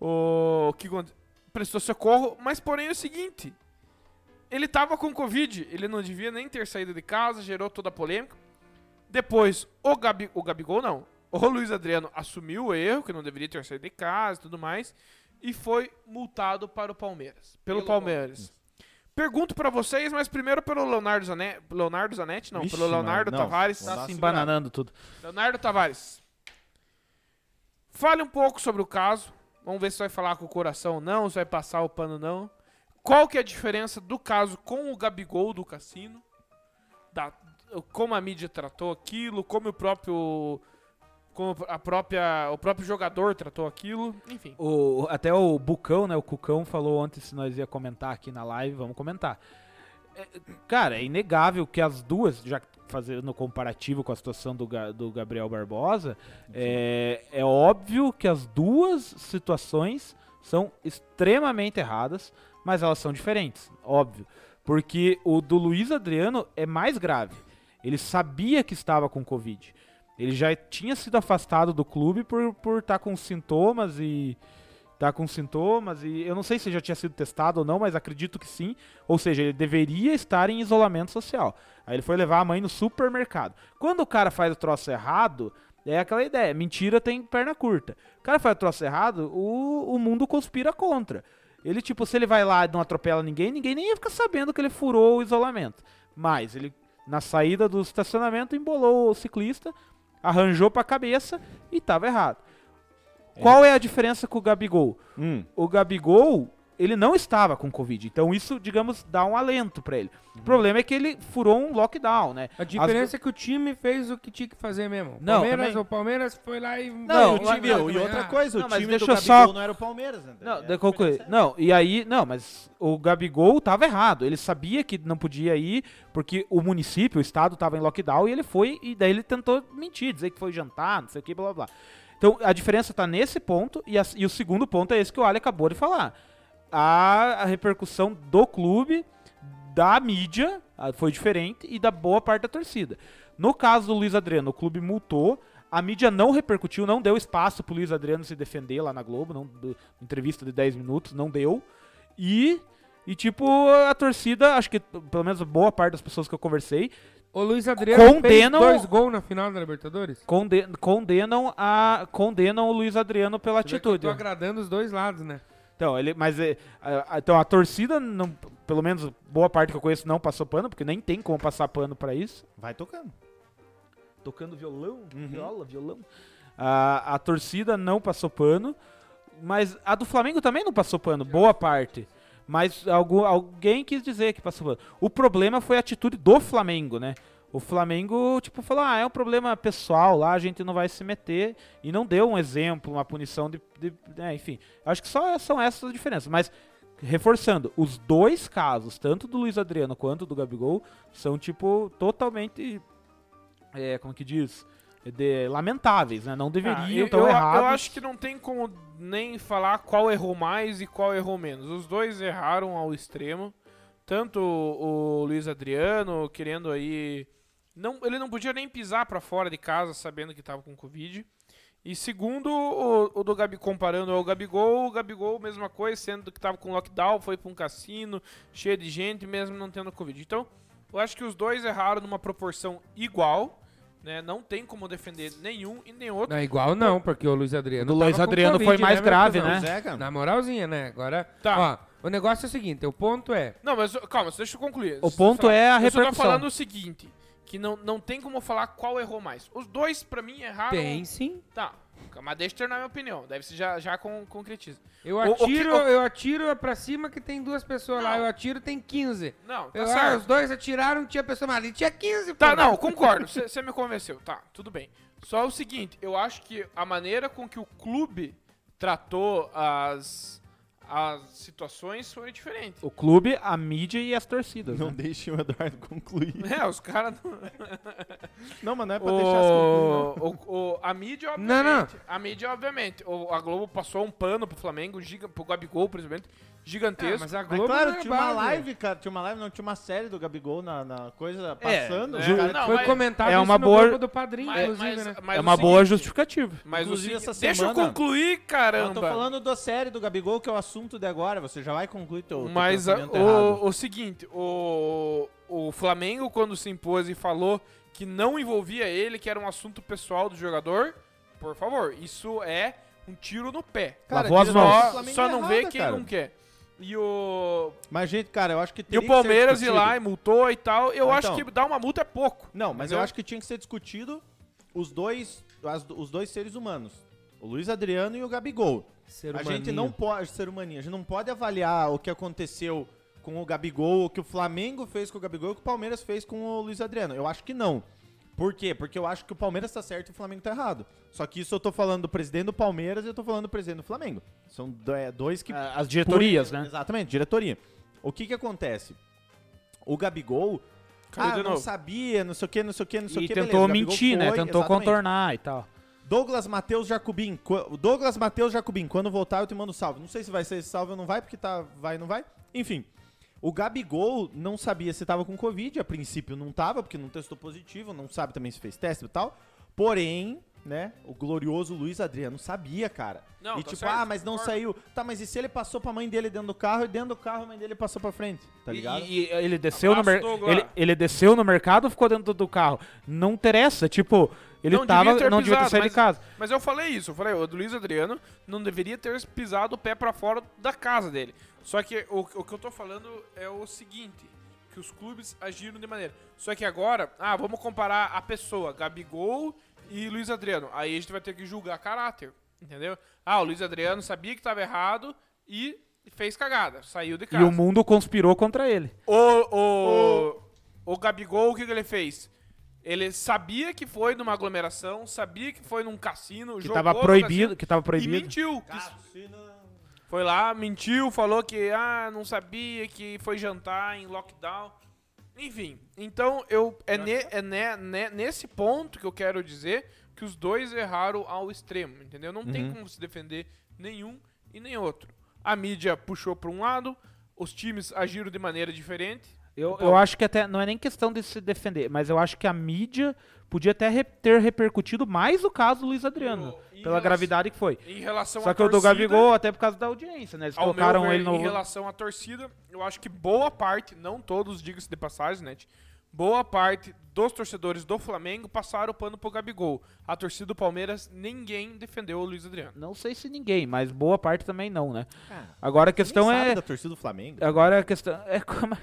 Speaker 1: O que aconte- prestou socorro, mas porém é o seguinte, ele tava com Covid, ele não devia nem ter saído de casa, gerou toda a polêmica. Depois, o, Gabi, o Gabigol não, o Luiz Adriano assumiu o erro, que não deveria ter saído de casa e tudo mais, e foi multado para o Palmeiras, pelo,
Speaker 5: Pelo
Speaker 1: Palmeiras. Pergunto pra vocês, mas primeiro pelo Leonardo Zanetti, Leonardo Zanetti não,
Speaker 2: Vixe,
Speaker 1: pelo Leonardo
Speaker 2: mano, não.
Speaker 1: Tavares.
Speaker 2: Tá
Speaker 4: se
Speaker 2: segurado.
Speaker 4: embananando tudo.
Speaker 1: Leonardo Tavares. Fale um pouco sobre o caso. Vamos ver se vai falar com o coração ou não, se vai passar o pano ou não. Qual que é a diferença do caso com o Gabigol do Cassino, da- como a mídia tratou aquilo, como o próprio como a própria o próprio jogador tratou aquilo, enfim.
Speaker 4: O, até o Bucão, né? O Cucão falou antes se nós ia comentar aqui na live, vamos comentar. É, cara, é inegável que as duas, já fazendo comparativo com a situação do, Ga- do Gabriel Barbosa, é, é óbvio que as duas situações são extremamente erradas, mas elas são diferentes, óbvio. Porque o do Luiz Adriano é mais grave. Ele sabia que estava com Covid. Ele já tinha sido afastado do clube por estar por tá com sintomas e. Tá com sintomas e eu não sei se já tinha sido testado ou não, mas acredito que sim. Ou seja, ele deveria estar em isolamento social. Aí ele foi levar a mãe no supermercado. Quando o cara faz o troço errado, é aquela ideia: mentira tem perna curta. O cara faz o troço errado, o, o mundo conspira contra. Ele, tipo, se ele vai lá e não atropela ninguém, ninguém nem ia ficar sabendo que ele furou o isolamento. Mas ele, na saída do estacionamento, embolou o ciclista, arranjou pra cabeça e tava errado. Qual é a diferença com o Gabigol?
Speaker 2: Hum.
Speaker 4: o Gabigol, ele não estava com Covid. Então isso, digamos, dá um alento pra ele. O problema é que ele furou um lockdown, né?
Speaker 3: A diferença é que o time fez o que tinha que fazer mesmo.
Speaker 4: Não,
Speaker 3: Palmeiras,
Speaker 4: também.
Speaker 3: o Palmeiras foi lá e.
Speaker 4: Não,
Speaker 2: o time,
Speaker 3: Não,
Speaker 2: e outra
Speaker 3: ah,
Speaker 2: coisa,
Speaker 4: Não,
Speaker 2: o
Speaker 4: mas
Speaker 2: time do
Speaker 4: deixa eu
Speaker 2: Gabigol
Speaker 4: só-
Speaker 2: não era o Palmeiras, né?
Speaker 3: é
Speaker 4: Não,
Speaker 2: Era
Speaker 4: de
Speaker 2: o
Speaker 4: concluir.
Speaker 2: Palmeiras,
Speaker 4: não, e aí, não, mas o Gabigol tava errado. Ele sabia que não podia ir porque o município, o estado tava em lockdown e ele foi e daí ele tentou mentir, dizer que foi jantar, não sei o que, blá blá. blá. Então a diferença tá nesse ponto e, as- e o segundo ponto é esse que o Ali acabou de falar. A, a repercussão do clube, da mídia, ah, foi diferente e da boa parte da torcida. No caso do Luiz Adriano, o clube multou, a mídia não repercutiu, não deu espaço pro Luiz Adriano se defender lá na Globo, não, do- entrevista de 10 minutos, não deu. E, e tipo, a torcida, acho que pelo menos boa parte das pessoas que eu conversei,
Speaker 3: O Luiz Adriano
Speaker 4: Condenam-
Speaker 3: fez dois gols na final da Libertadores.
Speaker 4: conde- condenam, a, condenam o Luiz Adriano pela
Speaker 3: Você vê que
Speaker 4: atitude.
Speaker 3: Eu tô agradando os dois lados, né?
Speaker 4: Então, ele, mas é, a, a- então a torcida, não, pelo menos boa parte que eu conheço, não passou pano, porque nem tem como passar pano pra isso.
Speaker 2: Vai tocando. Uhum.
Speaker 4: tocando violão, viola, violão. A, a torcida não passou pano, mas a do Flamengo também não passou pano, boa parte. Mas algu- alguém quis dizer que passou pano. O problema foi a atitude do Flamengo, né? O Flamengo, tipo, falou: ah, é um problema pessoal lá, a gente não vai se meter. E não deu um exemplo, uma punição de. de- né, enfim, acho que só são essas as diferenças. Mas, reforçando, os dois casos, tanto do Luiz Adriano quanto do Gabigol, são, tipo, totalmente é, como que diz? De, lamentáveis, né? Não
Speaker 1: Ah,
Speaker 4: deveriam,
Speaker 1: eu,
Speaker 4: estão
Speaker 1: eu-
Speaker 4: errados.
Speaker 1: eu acho que não tem como nem falar qual errou mais e qual errou menos. Os dois erraram ao extremo. Tanto o, o Luiz Adriano querendo aí. Não, ele não podia nem pisar pra fora de casa sabendo que tava com Covid. E segundo, o, o do Gabi, comparando ao Gabigol, o Gabigol, mesma coisa, sendo que tava com lockdown, foi pra um cassino, cheio de gente, mesmo não tendo Covid. Então, eu acho que os dois erraram numa proporção igual, né? Não tem como defender nenhum e nem outro.
Speaker 3: Não, igual não, porque o Luiz Adriano.
Speaker 4: Do Luiz
Speaker 3: tava com
Speaker 4: Adriano foi mais
Speaker 3: meu
Speaker 4: grave,
Speaker 3: irmão?
Speaker 4: né?
Speaker 2: Pois é, cara.
Speaker 3: Na moralzinha, né? Agora.
Speaker 1: Tá.
Speaker 3: Ó, o negócio é o seguinte: o ponto é.
Speaker 1: Não, mas ó, calma, deixa eu concluir.
Speaker 4: O ponto é a
Speaker 1: Eu só tô
Speaker 4: repercussão.
Speaker 1: falando o seguinte, que não, não tem como falar qual errou mais. Os dois, pra mim, erraram...
Speaker 5: Tem sim.
Speaker 1: Tá, mas deixa eu terminar minha opinião. Deve ser já, já com, concretiza.
Speaker 3: Eu
Speaker 1: O- o que-
Speaker 3: atiro,
Speaker 1: o-
Speaker 3: eu atiro é pra cima que tem duas pessoas lá, eu atiro tem 15.
Speaker 1: Não, tá
Speaker 3: Eu, ah,
Speaker 1: certo.
Speaker 3: os dois atiraram, tinha pessoa mais ali, tinha 15,
Speaker 1: Tá,
Speaker 3: pô.
Speaker 1: não, concordo. Você me convenceu. Tá, tudo bem. Só o seguinte, eu acho que a maneira com que o clube tratou as, as situações foi diferente.
Speaker 4: O clube, a mídia e as torcidas.
Speaker 2: Não
Speaker 4: né?
Speaker 2: deixe o Eduardo concluir.
Speaker 1: É, os caras. não-
Speaker 2: Não, mas não é pra deixar as concluir,
Speaker 1: O, o, o- a mídia,
Speaker 3: Não,
Speaker 1: obviamente.
Speaker 3: não.
Speaker 1: A mídia, obviamente. O, a Globo passou um pano pro Flamengo, giga, pro Gabigol, principalmente, gigantesco.
Speaker 3: Mas a
Speaker 2: não. Ah, Mas
Speaker 3: Globo não
Speaker 2: claro,
Speaker 3: é
Speaker 2: tinha uma
Speaker 3: base.
Speaker 2: live, cara. Tinha uma live, não. Tinha uma série do Gabigol na, na coisa passando.
Speaker 1: né?
Speaker 2: os caras-
Speaker 1: Não,
Speaker 3: Foi
Speaker 1: mas-
Speaker 3: comentado
Speaker 4: É
Speaker 3: isso
Speaker 4: uma
Speaker 3: no
Speaker 4: boa-
Speaker 3: grupo do
Speaker 2: assim,
Speaker 3: padrinho,
Speaker 1: Mas-
Speaker 3: inclusive,
Speaker 1: mas-
Speaker 3: né?
Speaker 1: mas
Speaker 4: é
Speaker 1: o
Speaker 4: uma boa
Speaker 1: seguinte-
Speaker 4: justificativa.
Speaker 1: Mas o
Speaker 2: Inclusive,
Speaker 1: seguinte-
Speaker 2: essa
Speaker 1: Deixa eu
Speaker 2: semana-
Speaker 1: concluir, caramba.
Speaker 2: Eu tô falando da série do Gabigol, que é o assunto de agora. Você já vai concluir teu, teu
Speaker 1: Mas a-
Speaker 2: pensamento errado.
Speaker 1: o, o seguinte, o, o Flamengo, quando se impôs e falou que não envolvia ele, que era um assunto pessoal do jogador, por favor, isso é um tiro no pé.
Speaker 2: Cara,
Speaker 4: Lavou as
Speaker 2: diretor do
Speaker 4: mãos.
Speaker 1: Só,
Speaker 2: Flamengo
Speaker 1: só
Speaker 2: é
Speaker 1: não
Speaker 2: errada,
Speaker 1: vê quem
Speaker 2: cara.
Speaker 1: não quer. E o.
Speaker 2: Mas, gente, cara, eu acho que
Speaker 1: E
Speaker 2: teria
Speaker 1: o
Speaker 2: que ser
Speaker 1: Palmeiras ir
Speaker 2: discutido.
Speaker 1: lá e multou e tal. Eu
Speaker 2: Ah,
Speaker 1: acho
Speaker 2: então.
Speaker 1: que dar uma multa é pouco.
Speaker 2: Não, mas eu
Speaker 1: Entendeu?
Speaker 2: acho que tinha que ser discutido os dois, as- os dois seres humanos. O Luiz Adriano e o Gabigol.
Speaker 5: Ser
Speaker 2: a gente não pode ser humaninho, a gente não pode avaliar o que aconteceu com o Gabigol, o que o Flamengo fez com o Gabigol, o que o Palmeiras fez com o Luiz Adriano. Eu acho que não. Por quê? Porque eu acho que o Palmeiras tá certo e o Flamengo tá errado. Só que isso eu tô falando do presidente do Palmeiras e eu tô falando do presidente do Flamengo. São do- é, dois que
Speaker 4: As diretorias, né?
Speaker 2: Exatamente, diretoria. O que que acontece? O Gabigol,
Speaker 1: Caiu
Speaker 2: ah,
Speaker 1: de
Speaker 2: não
Speaker 1: novo.
Speaker 2: sabia, não sei o que, não sei o que, não sei o
Speaker 4: E
Speaker 2: que.
Speaker 4: tentou
Speaker 2: beleza, o Gabigol
Speaker 4: mentir, né?
Speaker 2: foi,
Speaker 4: Tentou
Speaker 2: exatamente.
Speaker 4: contornar e tal.
Speaker 2: Douglas Matheus Jacobim. Qu- o Douglas Matheus Jacobim, quando voltar eu te mando um salve. Não sei se vai ser esse salve ou não vai, porque tá vai não vai. Enfim, o Gabigol não sabia se tava com Covid, a princípio não tava, porque não testou positivo, não sabe também se fez teste e tal. Porém, né, o glorioso Luiz Adriano sabia, cara.
Speaker 1: Não,
Speaker 2: e
Speaker 1: tá
Speaker 2: tipo,
Speaker 1: certo,
Speaker 2: ah, mas não
Speaker 1: concordo.
Speaker 2: saiu. Tá, mas e se ele passou pra mãe dele dentro do carro e dentro do carro a mãe dele passou pra frente, tá ligado?
Speaker 4: E, e ele desceu no
Speaker 1: Abraço,
Speaker 4: mer-
Speaker 1: Douglas.
Speaker 4: ele, ele desceu no mercado, ficou dentro do carro. Não interessa, tipo, ele
Speaker 1: Não devia
Speaker 4: tava
Speaker 1: ter
Speaker 4: não devia ter
Speaker 1: pisado,
Speaker 4: saído
Speaker 1: mas-
Speaker 4: de casa.
Speaker 1: Mas eu falei isso, eu falei, o Luiz Adriano não deveria ter pisado o pé pra fora da casa dele. Só que o, o que eu tô falando é o seguinte, que os clubes agiram de maneira. Só que agora, ah, vamos comparar a pessoa, Gabigol e Luiz Adriano. Aí a gente vai ter que julgar caráter, entendeu? Ah, o Luiz Adriano sabia que tava errado e fez cagada, saiu de casa.
Speaker 4: E o mundo conspirou contra ele.
Speaker 1: O, o, o Gabigol, o que, que ele fez? Ele sabia que foi numa aglomeração, sabia que foi num cassino,
Speaker 4: Que
Speaker 1: jogou
Speaker 4: tava
Speaker 1: no
Speaker 4: proibido,
Speaker 1: cassino
Speaker 4: que tava
Speaker 1: E
Speaker 4: proibido.
Speaker 1: mentiu. que isso- Foi lá, mentiu, falou que ah, não sabia, que foi jantar em lockdown. Enfim, então eu é, ne- é ne- ne- nesse ponto que eu quero dizer que os dois erraram ao extremo, entendeu? Não
Speaker 4: Uhum.
Speaker 1: tem como se defender nenhum e nem outro. A mídia puxou para um lado, os times agiram de maneira diferente.
Speaker 4: Eu, eu acho que até não é nem questão de se defender, mas eu acho que a mídia podia até re- ter repercutido mais o caso do Luiz Adriano,
Speaker 1: Em
Speaker 4: pela
Speaker 1: relação-
Speaker 4: gravidade que foi.
Speaker 1: Em relação
Speaker 4: Só
Speaker 1: à
Speaker 4: que o do
Speaker 1: Então torcida,
Speaker 4: Gabigol, até por causa da audiência, né? Eles
Speaker 1: ao meu
Speaker 4: colocaram
Speaker 1: ver,
Speaker 4: ele no.
Speaker 1: Em relação à torcida, eu acho que boa parte, não todos, diga-se de passagem, né? Boa parte dos torcedores do Flamengo passaram o pano pro Gabigol. A torcida do Palmeiras, ninguém defendeu o Luiz Adriano.
Speaker 4: Não sei se ninguém, mas boa parte também não, né?
Speaker 2: Ah,
Speaker 4: Agora a questão
Speaker 2: Ninguém sabe
Speaker 4: é.
Speaker 2: da torcida do Flamengo.
Speaker 4: Agora a questão é como.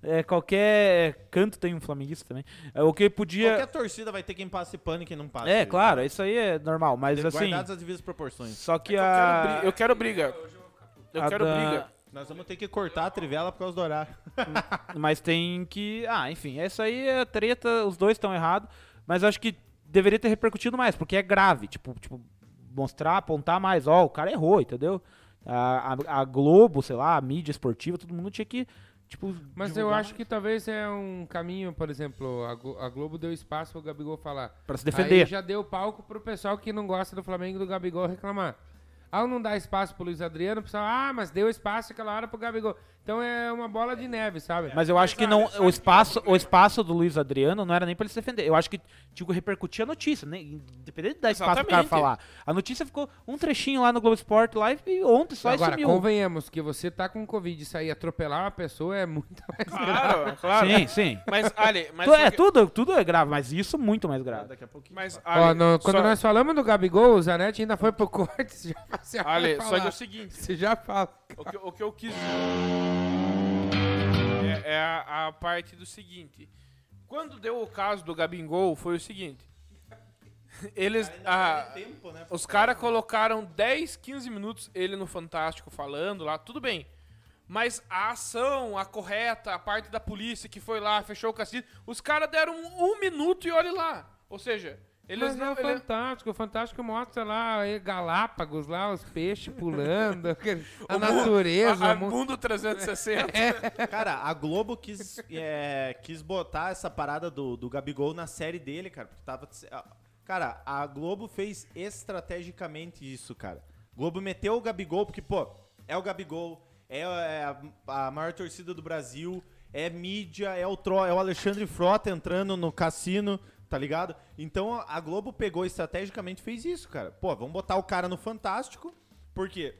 Speaker 4: É, qualquer canto tem um flamenguista também. É, o que
Speaker 2: Qualquer
Speaker 4: podia.
Speaker 2: torcida vai ter quem passe pano e quem não passa.
Speaker 4: É, claro, isso aí é normal, mas assim.
Speaker 2: Guardadas assim. É as devidas proporções.
Speaker 4: Só que
Speaker 1: Eu
Speaker 4: a.
Speaker 1: quero, bri- eu quero briga. Eu
Speaker 4: a
Speaker 1: quero
Speaker 4: da-
Speaker 1: briga.
Speaker 2: Nós vamos ter que cortar a trivela por causa do horário.
Speaker 4: Mas tem que. Ah, enfim, essa aí é treta, os dois estão errados, mas acho que deveria ter repercutido mais, porque é grave. Tipo, tipo mostrar, apontar mais, ó, o cara errou, entendeu? A, a- a Globo, sei lá, a mídia esportiva, todo mundo tinha que. Tipo,
Speaker 3: Mas eu acho que talvez é um caminho, por exemplo, a Glo- a Globo deu espaço pro Gabigol falar.
Speaker 4: Pra se
Speaker 3: Aí
Speaker 4: defender.
Speaker 3: já deu palco pro pessoal que não gosta do Flamengo e do Gabigol reclamar. Ao não dar espaço pro Luiz Adriano, o pessoal, ah, mas deu espaço aquela hora pro Gabigol. Então é uma bola de neve, sabe?
Speaker 4: Mas eu acho que não. O espaço, o espaço do Luiz Adriano não era nem pra ele se defender. Eu acho que tinha que repercutir a notícia, né? Independente de dar espaço pro cara
Speaker 1: Exatamente.
Speaker 4: falar. A notícia ficou um trechinho lá no Globo Esporte Live e ontem só
Speaker 3: Agora,
Speaker 4: sumiu.
Speaker 3: convenhamos que você tá com Covid e sair atropelar uma pessoa é muito mais grave.
Speaker 1: Claro, claro.
Speaker 4: Sim, sim.
Speaker 1: Mas, Ali, mas.
Speaker 4: Tu- é,
Speaker 1: porque-
Speaker 4: tudo, tudo é grave, mas isso muito mais grave.
Speaker 2: Daqui a pouquinho.
Speaker 1: Mas,
Speaker 3: Ó,
Speaker 1: Ali,
Speaker 3: no- quando
Speaker 1: só,
Speaker 3: nós falamos do Gabigol, o Zanetti ainda foi pro corte. Você já, você já
Speaker 1: Ali,
Speaker 3: vai
Speaker 1: só que é
Speaker 3: falar.
Speaker 1: o seguinte.
Speaker 3: Você já fala.
Speaker 1: O que, o que eu quis é, é a, a parte do seguinte. Quando deu o caso do Gabigol, foi o seguinte. Eles. a-
Speaker 2: Tempo, né?
Speaker 1: os caras colocaram 10, 15 minutos ele no Fantástico falando lá, tudo bem. Mas a ação, a correta, a parte da polícia que foi lá, fechou o cassino, os caras deram um, um minuto e olhe lá. Ou seja, eles
Speaker 3: Mas é
Speaker 1: não.
Speaker 3: o
Speaker 1: Ele,
Speaker 3: Fantástico. O Fantástico mostra lá eh, Galápagos, lá os peixes pulando, aquele- a
Speaker 1: o mu-
Speaker 3: natureza.
Speaker 1: a- a
Speaker 3: o mu-
Speaker 1: mundo 360.
Speaker 2: Cara, a Globo quis, é, quis botar essa parada do, do Gabigol na série dele, cara. Porque tava. Cara, a Globo fez estrategicamente isso, cara. Globo meteu o Gabigol, porque, pô, é o Gabigol, é, é a, a maior torcida do Brasil, é mídia, é o, Tro, é o Alexandre Frota entrando no cassino, tá ligado? Então a Globo pegou estrategicamente e fez isso, cara. Pô, vamos botar o cara no Fantástico, porque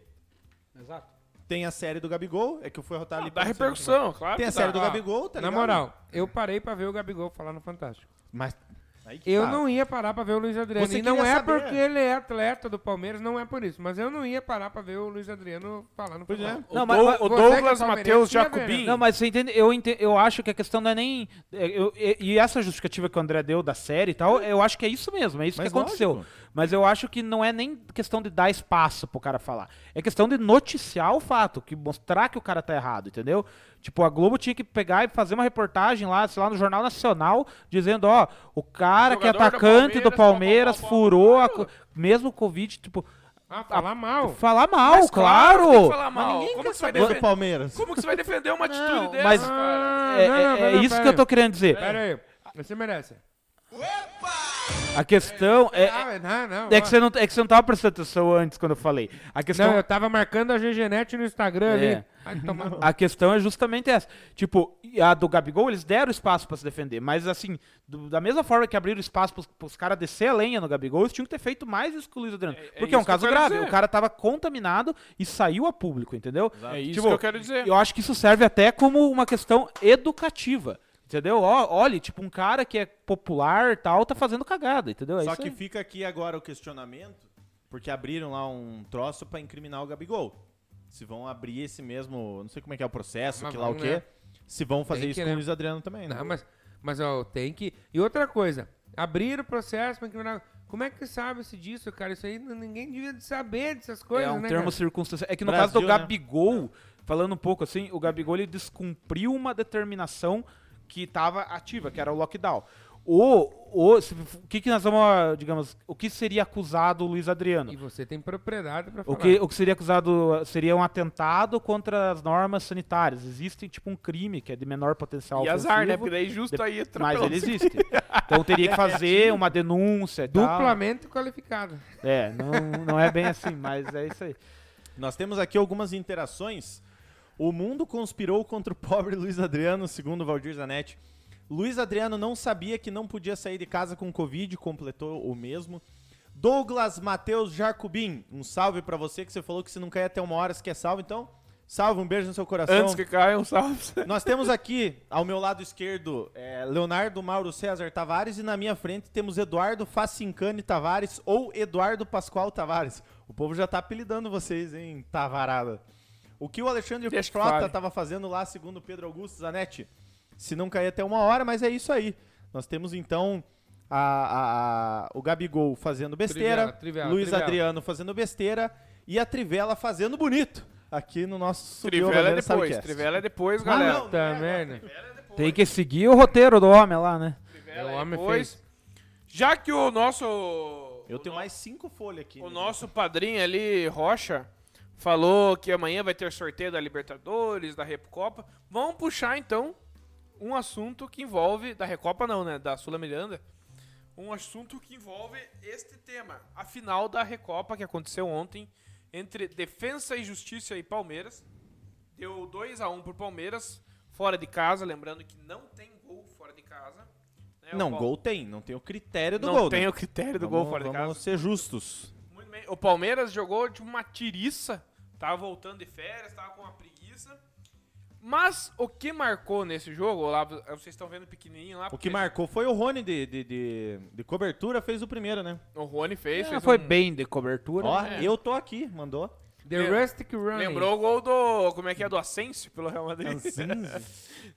Speaker 5: Exato.
Speaker 2: tem a série do Gabigol, é que eu fui rotar ali
Speaker 1: Ah, Dá
Speaker 2: pra você, né?
Speaker 1: repercussão, claro.
Speaker 2: Tem a
Speaker 1: que
Speaker 2: série
Speaker 1: dá. Ah,
Speaker 2: do
Speaker 3: Ó,
Speaker 2: Gabigol, tá
Speaker 3: Na
Speaker 2: ligado?
Speaker 3: moral, eu parei pra ver o Gabigol falar no Fantástico.
Speaker 2: Mas. aí que
Speaker 3: Eu
Speaker 2: tá.
Speaker 3: não ia parar pra ver o Luiz Adriano.
Speaker 2: Você
Speaker 3: e não
Speaker 2: queria
Speaker 3: é
Speaker 2: saber.
Speaker 3: porque ele é atleta do Palmeiras, não é por isso. Mas eu não ia parar pra ver o Luiz Adriano falar no
Speaker 2: Pois é.
Speaker 3: Fantástico.
Speaker 1: O,
Speaker 4: Não,
Speaker 1: Dou-
Speaker 4: mas- mas-
Speaker 1: o
Speaker 3: você que é
Speaker 1: Douglas
Speaker 3: palmeirense,
Speaker 1: Matheus
Speaker 3: tinha ver, né?
Speaker 1: Jacobim.
Speaker 4: Não, mas você entende? Eu, ente- eu acho que a questão não é nem. é, eu- e- e essa justificativa que o André deu da série e tal, eu acho que é isso mesmo, é isso
Speaker 2: Mas
Speaker 4: que aconteceu.
Speaker 2: lógico.
Speaker 4: Mas eu acho que não é nem questão de dar espaço pro cara falar. É questão de noticiar o fato, que mostrar que o cara tá errado, entendeu? Tipo, a Globo tinha que pegar e fazer uma reportagem lá, sei lá, no Jornal Nacional, dizendo, ó, o cara que é
Speaker 1: Jogador do
Speaker 4: atacante do
Speaker 1: Palmeiras, blá, blá, blá,
Speaker 4: Palmeiras,
Speaker 1: blá,
Speaker 4: furou a
Speaker 1: blá, blá.
Speaker 4: co- mesmo o Covid, tipo,
Speaker 3: Ah, falar mal.
Speaker 4: falar mal,
Speaker 1: Mas
Speaker 4: claro.
Speaker 1: tem que falar mal.
Speaker 2: ninguém
Speaker 1: Como que você vai
Speaker 2: Dentro do
Speaker 1: defender?
Speaker 2: Palmeiras.
Speaker 1: Como que você vai defender uma atitude
Speaker 4: Não,
Speaker 1: dessa?
Speaker 4: mas-
Speaker 1: cara?
Speaker 3: Ah,
Speaker 4: É,
Speaker 3: não,
Speaker 4: é-
Speaker 3: não,
Speaker 4: é
Speaker 3: pera,
Speaker 4: isso
Speaker 3: pera
Speaker 4: que eu
Speaker 3: aí.
Speaker 4: tô querendo dizer.
Speaker 3: Pera aí, você merece.
Speaker 4: A questão é, é,
Speaker 3: Ah, não, não.
Speaker 4: é que você não, é que você não tava prestando atenção antes quando eu falei. A questão
Speaker 3: Não, eu tava marcando a GGNet no Instagram ali.
Speaker 4: É.
Speaker 3: Ai, tomar...
Speaker 4: A questão é justamente essa. Tipo, e a do Gabigol, eles deram espaço pra se defender, mas assim, do- da mesma forma que abriram espaço pros, pros caras descer a lenha no Gabigol, eles tinham que ter feito mais isso que o Luiz Adriano.
Speaker 1: é
Speaker 4: porque é um
Speaker 1: isso que eu
Speaker 4: caso
Speaker 1: quero
Speaker 4: grave,
Speaker 1: dizer.
Speaker 4: o cara tava contaminado e saiu a público, entendeu?
Speaker 1: É isso
Speaker 4: Tipo,
Speaker 1: que eu quero dizer.
Speaker 4: Eu acho que isso serve até como uma questão educativa. Entendeu? Ó, olha, tipo, um cara que é popular e tal, tá fazendo cagada, entendeu? É
Speaker 2: Só
Speaker 4: isso
Speaker 2: que
Speaker 4: aí.
Speaker 2: fica aqui agora o questionamento, porque abriram lá um troço pra incriminar o Gabigol. Se vão abrir esse mesmo, não sei como é que é o processo,
Speaker 3: Mas
Speaker 2: que lá o
Speaker 3: vão,
Speaker 2: quê.
Speaker 3: né?
Speaker 2: Se vão fazer
Speaker 3: Tem
Speaker 2: isso
Speaker 3: que,
Speaker 2: com
Speaker 3: né?
Speaker 2: o Luiz Adriano também, né?
Speaker 3: Não, mas, mas ó, tem que. E outra coisa, abrir o processo pra incriminar. Como é que sabe-se disso, cara? Isso aí n- ninguém devia saber dessas coisas,
Speaker 4: É um
Speaker 3: né?
Speaker 4: termo
Speaker 3: cara?
Speaker 4: circunstancial. É que no
Speaker 2: Brasil,
Speaker 4: caso do
Speaker 2: né?
Speaker 4: Gabigol, falando um pouco assim, o Gabigol ele descumpriu uma determinação que estava ativa, que era o lockdown. O, o, se- o que, que nós vamos, ah, digamos, o que seria acusado o Luiz Adriano?
Speaker 3: E você tem propriedade pra
Speaker 4: O
Speaker 3: falar.
Speaker 4: que, o que seria acusado ah, seria um atentado contra as normas sanitárias. Existe, tipo, um crime que é de menor potencial
Speaker 1: E
Speaker 4: ofensivo,
Speaker 1: azar, né? Porque daí justo
Speaker 4: de-
Speaker 1: aí
Speaker 4: mas
Speaker 1: atropelou É
Speaker 4: ele
Speaker 1: você.
Speaker 4: existe. Então teria que fazer uma denúncia e tal.
Speaker 3: Duplamente qualificado.
Speaker 4: É, não, não é bem assim, mas é isso aí.
Speaker 2: Nós temos aqui algumas interações. O mundo conspirou contra o pobre Luiz Adriano, segundo Valdir Zanetti. Luiz Adriano não sabia que não podia sair de casa com Covid, completou o mesmo. Douglas Matheus Jacobim, um salve pra você, que você falou que se não cair até uma hora, você quer salve, então salve, um beijo no seu coração.
Speaker 1: Antes que caia um salve.
Speaker 2: Nós temos aqui, ao meu lado esquerdo, é, Leonardo Mauro César Tavares e na minha frente temos Eduardo Facincani Tavares ou Eduardo Pascoal Tavares. O povo já tá apelidando vocês, hein, Tavarada. O que o Alexandre
Speaker 1: Deixa que
Speaker 2: Frota
Speaker 1: fale.
Speaker 2: tava fazendo lá, segundo Pedro Augusto Zanetti? Se não cair até uma hora, mas é isso aí. Nós temos então a- a- a- o Gabigol fazendo
Speaker 3: Trivela,
Speaker 2: besteira,
Speaker 3: trivela,
Speaker 2: Luiz
Speaker 3: trivela.
Speaker 2: Adriano fazendo besteira e a Trivela fazendo bonito. Aqui no nosso Subiu a
Speaker 1: Trivela é
Speaker 2: Bandeira
Speaker 1: depois.
Speaker 2: Subcast.
Speaker 1: Trivela é depois, galera.
Speaker 2: não,
Speaker 3: Também, né?
Speaker 4: Tem que seguir o roteiro do homem lá, né?
Speaker 1: Trivela
Speaker 3: É, o
Speaker 1: é
Speaker 3: homem
Speaker 1: depois. Já que o nosso.
Speaker 2: Eu
Speaker 1: o
Speaker 2: tenho
Speaker 1: no-
Speaker 2: mais cinco folhas aqui.
Speaker 1: O
Speaker 2: né?
Speaker 1: nosso padrinho ali, Rocha, falou que amanhã vai ter sorteio da Libertadores, da Recopa. Vamos puxar então um assunto que envolve. Da Recopa, não, né? Da Sul-Americana. Um assunto que envolve este tema: a final da Recopa que aconteceu ontem entre Defensa e Justiça e Palmeiras. Deu 2 a 1 pro Palmeiras, fora de casa. Lembrando que não tem gol fora de casa. né? O
Speaker 2: Não,
Speaker 1: Pal-
Speaker 2: gol tem. Não tem o critério do
Speaker 1: não
Speaker 2: gol. né?
Speaker 1: tem o critério do gol
Speaker 2: Vamos-
Speaker 1: fora de casa.
Speaker 2: Vamos ser justos.
Speaker 1: Muito bem. O Palmeiras jogou de uma tiriça. Tava voltando de férias, tava com uma preguiça. Mas o que marcou nesse jogo, lá, vocês estão vendo pequenininho lá.
Speaker 2: O
Speaker 1: porque
Speaker 2: que marcou foi o Rony de, de, de, de cobertura, fez o primeiro, né?
Speaker 1: O Rony fez.
Speaker 4: Ah,
Speaker 1: fez
Speaker 4: foi
Speaker 1: um-
Speaker 4: bem de cobertura.
Speaker 2: Ó,
Speaker 1: É.
Speaker 2: eu tô aqui, mandou.
Speaker 3: The
Speaker 1: Lembra-
Speaker 3: Rustic Run.
Speaker 1: Lembrou o gol do. Como é que é? Do Asensio pelo Real Madrid.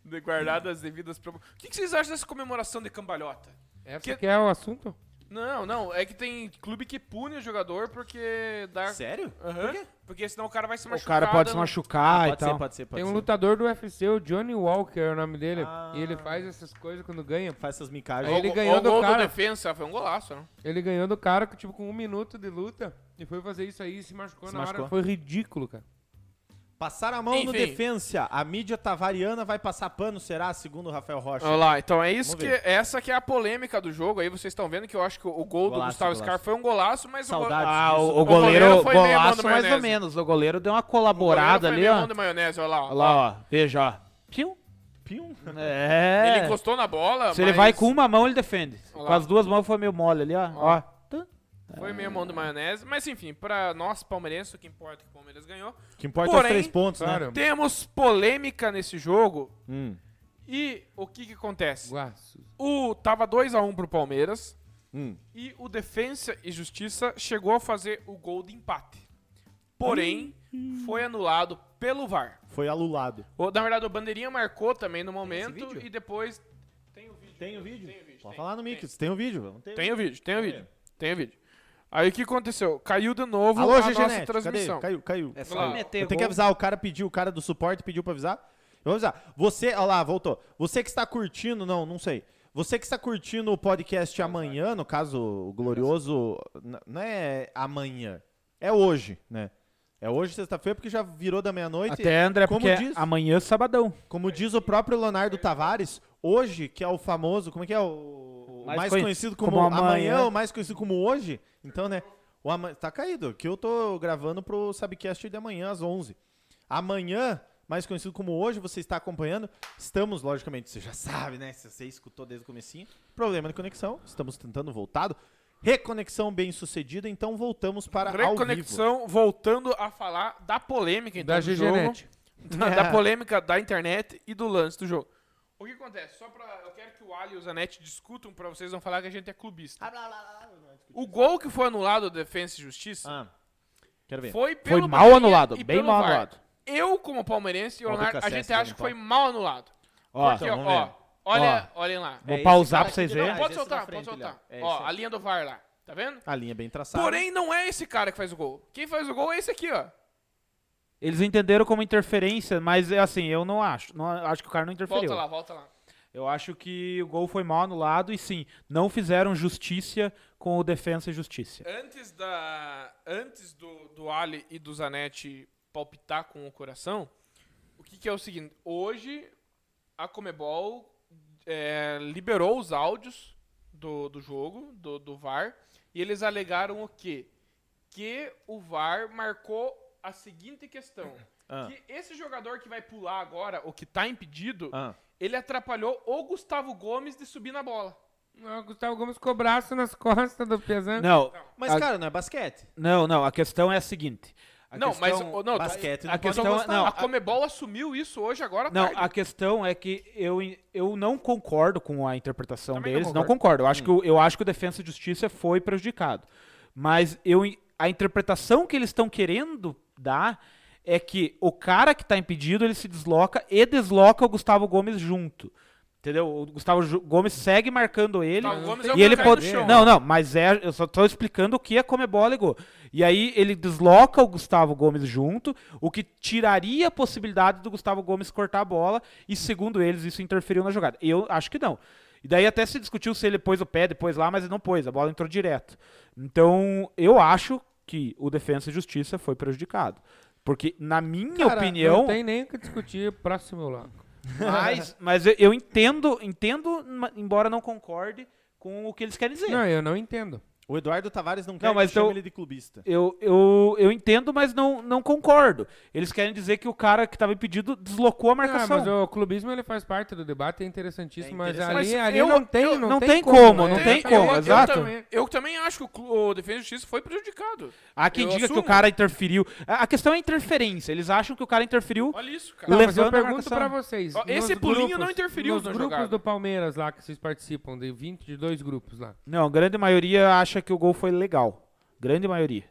Speaker 1: De guardado as devidas. pro- O que que vocês acham dessa comemoração de cambalhota?
Speaker 3: Essa
Speaker 1: Que-
Speaker 3: que... é o assunto?
Speaker 1: Não, não. É que tem clube que pune o jogador porque dá.
Speaker 2: Sério?
Speaker 1: Aham. Porque senão o cara vai se
Speaker 4: o
Speaker 1: machucar.
Speaker 4: cara Ah, pode se
Speaker 1: dando-
Speaker 4: machucar e
Speaker 2: pode
Speaker 4: tal.
Speaker 2: ser, pode ser, pode
Speaker 3: Tem um
Speaker 2: ser.
Speaker 3: lutador do UFC, o Johnny Walker é o nome dele.
Speaker 2: Ah.
Speaker 3: E ele faz essas coisas quando ganha.
Speaker 2: Faz essas
Speaker 1: Ó,
Speaker 2: micagens.
Speaker 3: Aí ele
Speaker 1: o-
Speaker 3: ganhou
Speaker 1: ó, o
Speaker 3: do
Speaker 1: gol
Speaker 3: cara.
Speaker 1: defensa foi um golaço, né?
Speaker 3: Ele ganhou do cara, que, tipo, com um minuto de luta. E foi fazer isso aí e se machucou
Speaker 2: Se
Speaker 3: na
Speaker 2: machucou.
Speaker 3: hora. Foi ridículo, cara.
Speaker 2: Passar a mão no
Speaker 1: Enfim.
Speaker 2: defensa. A mídia tavariana vai passar pano, será? Segundo o Rafael Rocha.
Speaker 1: Olha lá, então é isso
Speaker 2: Vamos
Speaker 1: que essa que é a polêmica do jogo. Aí vocês estão vendo que eu acho que o o gol do
Speaker 2: Golaço,
Speaker 1: Gustavo
Speaker 2: golaço.
Speaker 1: Scar foi um golaço, mas
Speaker 2: Saudades.
Speaker 1: o
Speaker 4: Ah, o, o
Speaker 1: O goleiro
Speaker 4: goleiro,
Speaker 1: foi meio mão
Speaker 4: golaço
Speaker 1: de
Speaker 4: mais ou
Speaker 1: maionese.
Speaker 4: menos. O goleiro deu uma
Speaker 1: gol- o goleiro
Speaker 4: colaborada
Speaker 1: foi
Speaker 4: ali,
Speaker 1: meio
Speaker 4: ó.
Speaker 1: mão de maionese, olha lá. ó.
Speaker 4: Olha lá, ó. Veja, ó. Piu.
Speaker 1: Ah.
Speaker 2: Pium.
Speaker 4: É.
Speaker 1: Ele encostou na bola,
Speaker 4: Se ele
Speaker 1: mas
Speaker 4: vai com uma mão, ele defende.
Speaker 1: Olha lá.
Speaker 4: Com as duas mãos foi meio mole ali, ó. ó. Tum.
Speaker 1: foi meio mão de maionese, mas enfim, pra nós palmeirenses o que importa é que o Palmeiras ganhou.
Speaker 2: Que importa os
Speaker 1: Porém,
Speaker 2: três pontos, né?
Speaker 3: Caramba.
Speaker 1: Temos polêmica nesse jogo
Speaker 2: Hum.
Speaker 1: e o que que acontece?
Speaker 3: Guaço.
Speaker 1: O tava 2 a 1 pro Palmeiras
Speaker 2: Hum.
Speaker 1: e o Defensa e Justiça chegou a fazer o gol de empate. Porém,
Speaker 4: Hum.
Speaker 1: foi anulado pelo VAR.
Speaker 2: Foi alulado.
Speaker 1: O- na verdade, o Bandeirinha marcou também no
Speaker 5: esse
Speaker 1: momento
Speaker 5: vídeo?
Speaker 1: e depois. Tem o vídeo.
Speaker 2: Tem o vídeo?
Speaker 1: Tem o vídeo.
Speaker 2: Pode falar no Mickey, tem o vídeo. Não
Speaker 1: Tem o vídeo, tem o vídeo. Tem o vídeo. Aí o que aconteceu? Caiu de novo
Speaker 2: Alô,
Speaker 1: a
Speaker 2: GG
Speaker 1: nossa
Speaker 2: Net,
Speaker 1: transmissão.
Speaker 2: Cadê? Caiu, caiu.
Speaker 5: É
Speaker 1: Olha
Speaker 5: só
Speaker 1: lá.
Speaker 5: meter
Speaker 2: Eu tenho que
Speaker 5: gol.
Speaker 2: avisar, o cara pediu, o cara do suporte pediu pra avisar. Eu vou avisar. Você, olha lá, voltou. Você que está curtindo, não, não sei. Você que está curtindo o podcast amanhã, no caso, o glorioso. n- Não é amanhã. É hoje, né? É hoje, sexta-feira, porque já virou da meia-noite.
Speaker 4: Até, André,
Speaker 2: Como
Speaker 4: porque
Speaker 2: diz-
Speaker 4: amanhã é sabadão.
Speaker 2: Como diz o próprio Leonardo Tavares, hoje, que é o famoso, como é que é? O, o mais,
Speaker 4: Mais conhe-
Speaker 2: conhecido como,
Speaker 4: como
Speaker 2: amanhã,
Speaker 4: amanhã.
Speaker 2: o mais conhecido como hoje. Então, né? O ama... Tá caído, que eu tô gravando pro Sabcast de amanhã às 11. Amanhã, mais conhecido como hoje, você está acompanhando. Estamos, logicamente, você já sabe, né? Se você escutou desde o comecinho. Problema de conexão, estamos tentando voltado. Reconexão bem sucedida, então voltamos para ao vivo.
Speaker 1: Reconexão, voltando a falar da polêmica então,
Speaker 3: Da
Speaker 1: do jogo.
Speaker 3: GGNet.
Speaker 1: Da, da polêmica da internet e do lance do jogo. O que acontece? Só pra. Eu quero que o Ali e o Zanetti discutam pra vocês não falar que a gente é clubista. O gol que foi anulado do Defensa e Justiça
Speaker 2: Ah, quero ver.
Speaker 1: foi pelo
Speaker 4: Foi mal
Speaker 1: Bahia
Speaker 4: anulado,
Speaker 1: e
Speaker 4: bem
Speaker 1: pelo
Speaker 4: mal
Speaker 1: VAR.
Speaker 4: anulado.
Speaker 1: Eu, como palmeirense e o
Speaker 2: Ó, o
Speaker 1: Leonardo, a
Speaker 2: Lucas
Speaker 1: gente
Speaker 2: Sessa
Speaker 1: acha que foi
Speaker 2: também,
Speaker 1: mal anulado.
Speaker 4: Ó,
Speaker 1: Porque,
Speaker 2: então,
Speaker 1: ó,
Speaker 2: vamos ver.
Speaker 1: olha, olhem lá.
Speaker 4: Vou
Speaker 5: esse
Speaker 4: pausar
Speaker 5: cara
Speaker 4: pra vocês
Speaker 5: aqui de
Speaker 2: é.
Speaker 4: verem.
Speaker 5: novo.
Speaker 1: pode
Speaker 5: esse da
Speaker 1: soltar,
Speaker 5: frente,
Speaker 1: pode soltar.
Speaker 5: Léo. É Tá.
Speaker 1: ó,
Speaker 5: esse
Speaker 1: a linha do VAR lá. Tá vendo?
Speaker 2: A linha é bem traçada.
Speaker 1: Porém, não é esse cara que faz o gol. Quem faz o gol é esse aqui, ó.
Speaker 4: Eles entenderam como interferência, mas é assim, eu não acho. Não, acho que o cara não interferiu.
Speaker 1: Volta lá, volta lá.
Speaker 4: Eu acho que o gol foi mal anulado e sim, não fizeram justiça com o Defensa e Justiça.
Speaker 1: Antes da. Antes do, do Ali e do Zanetti palpitar com o coração, o que, que é o seguinte? Hoje a Comebol é, liberou os áudios do, do jogo, do, do VAR, e eles alegaram o quê? Que o VAR marcou a seguinte questão.
Speaker 2: Ah.
Speaker 1: Que esse jogador que vai pular agora, o que tá impedido,
Speaker 2: Ah.
Speaker 1: ele atrapalhou o Gustavo Gomes de subir na bola.
Speaker 3: Não, o Gustavo Gomes com o braço nas costas do Pesan.
Speaker 4: Não,
Speaker 2: Mas,
Speaker 4: A-
Speaker 2: cara, não é basquete.
Speaker 4: não, não, a questão é a seguinte. A
Speaker 1: não, mas
Speaker 4: questão-
Speaker 1: o- não, tá-
Speaker 2: basquete não
Speaker 4: a
Speaker 2: pode
Speaker 4: questão
Speaker 2: gostar.
Speaker 4: é- não,
Speaker 1: a Comebol assumiu isso hoje, agora à
Speaker 4: Não,
Speaker 1: tarde.
Speaker 4: a questão é que eu, en- eu não concordo com a interpretação
Speaker 1: Também não
Speaker 4: deles. Não
Speaker 1: concordo.
Speaker 4: concordo.
Speaker 1: Hum.
Speaker 4: Eu acho, que, o- eu acho que o Defensa e Justiça foi prejudicado. Mas eu, en- a interpretação que eles estão querendo dar é que o cara que está impedido, ele se desloca e desloca o Gustavo Gomes junto. Entendeu? O Gustavo Ju- Gomes segue marcando ele.
Speaker 1: Gustavo Gomes é o
Speaker 4: e
Speaker 1: que
Speaker 4: ele
Speaker 1: cai no
Speaker 4: pode.
Speaker 1: chão.
Speaker 4: Não, não, mas é. Eu só tô explicando o que é Comebol alegou. E aí ele desloca o Gustavo Gomes junto, o que tiraria a possibilidade do Gustavo Gomes cortar a bola, e segundo eles, isso interferiu na jogada. Eu acho que não. E daí até se discutiu se ele pôs o pé depois lá, mas ele não pôs, a bola entrou direto. Então, eu acho que o Defensa e Justiça foi prejudicado. Porque, na minha
Speaker 3: Cara,
Speaker 4: opinião.
Speaker 3: Não tem nem o que discutir, próximo bloco.
Speaker 4: Mas, mas eu, eu entendo, entendo, ma- embora não concorde com o que eles querem dizer.
Speaker 3: Não, eu não entendo.
Speaker 2: O Eduardo Tavares não quer
Speaker 4: Não, mas
Speaker 2: que chame
Speaker 4: então-
Speaker 2: ele de clubista.
Speaker 4: Eu, eu, eu entendo, mas não, não concordo. Eles querem dizer que o cara que estava impedido deslocou a
Speaker 3: Ah,
Speaker 4: marcação.
Speaker 3: mas o clubismo ele faz parte do debate, é interessantíssimo, mas
Speaker 2: interessante.
Speaker 3: ali,
Speaker 1: Mas
Speaker 3: ali
Speaker 1: eu-
Speaker 3: não tem,
Speaker 1: eu-
Speaker 3: não,
Speaker 4: não
Speaker 3: tem,
Speaker 4: tem como, não
Speaker 3: é,
Speaker 4: tem
Speaker 3: eu-
Speaker 4: como,
Speaker 3: eu- eu
Speaker 4: exato.
Speaker 3: também-
Speaker 1: Eu também acho que o, clu- o Defesa e Justiça foi prejudicado.
Speaker 4: Há quem
Speaker 1: eu
Speaker 4: diga que o
Speaker 1: assumo.
Speaker 4: cara interferiu. A a questão é interferência. Eles acham que o cara interferiu.
Speaker 1: Olha isso, cara.
Speaker 3: Tá, mas eu
Speaker 4: Levando a
Speaker 3: pergunto
Speaker 4: marcação.
Speaker 3: pra vocês.
Speaker 1: Ó, esse
Speaker 3: nos
Speaker 1: pulinho
Speaker 3: grupos-
Speaker 1: não interferiu
Speaker 3: Nos
Speaker 1: na
Speaker 3: grupos
Speaker 1: jogada.
Speaker 3: do Palmeiras lá que vocês participam, de 22 grupos lá.
Speaker 4: Não, a grande maioria acha que o gol foi legal. Grande maioria.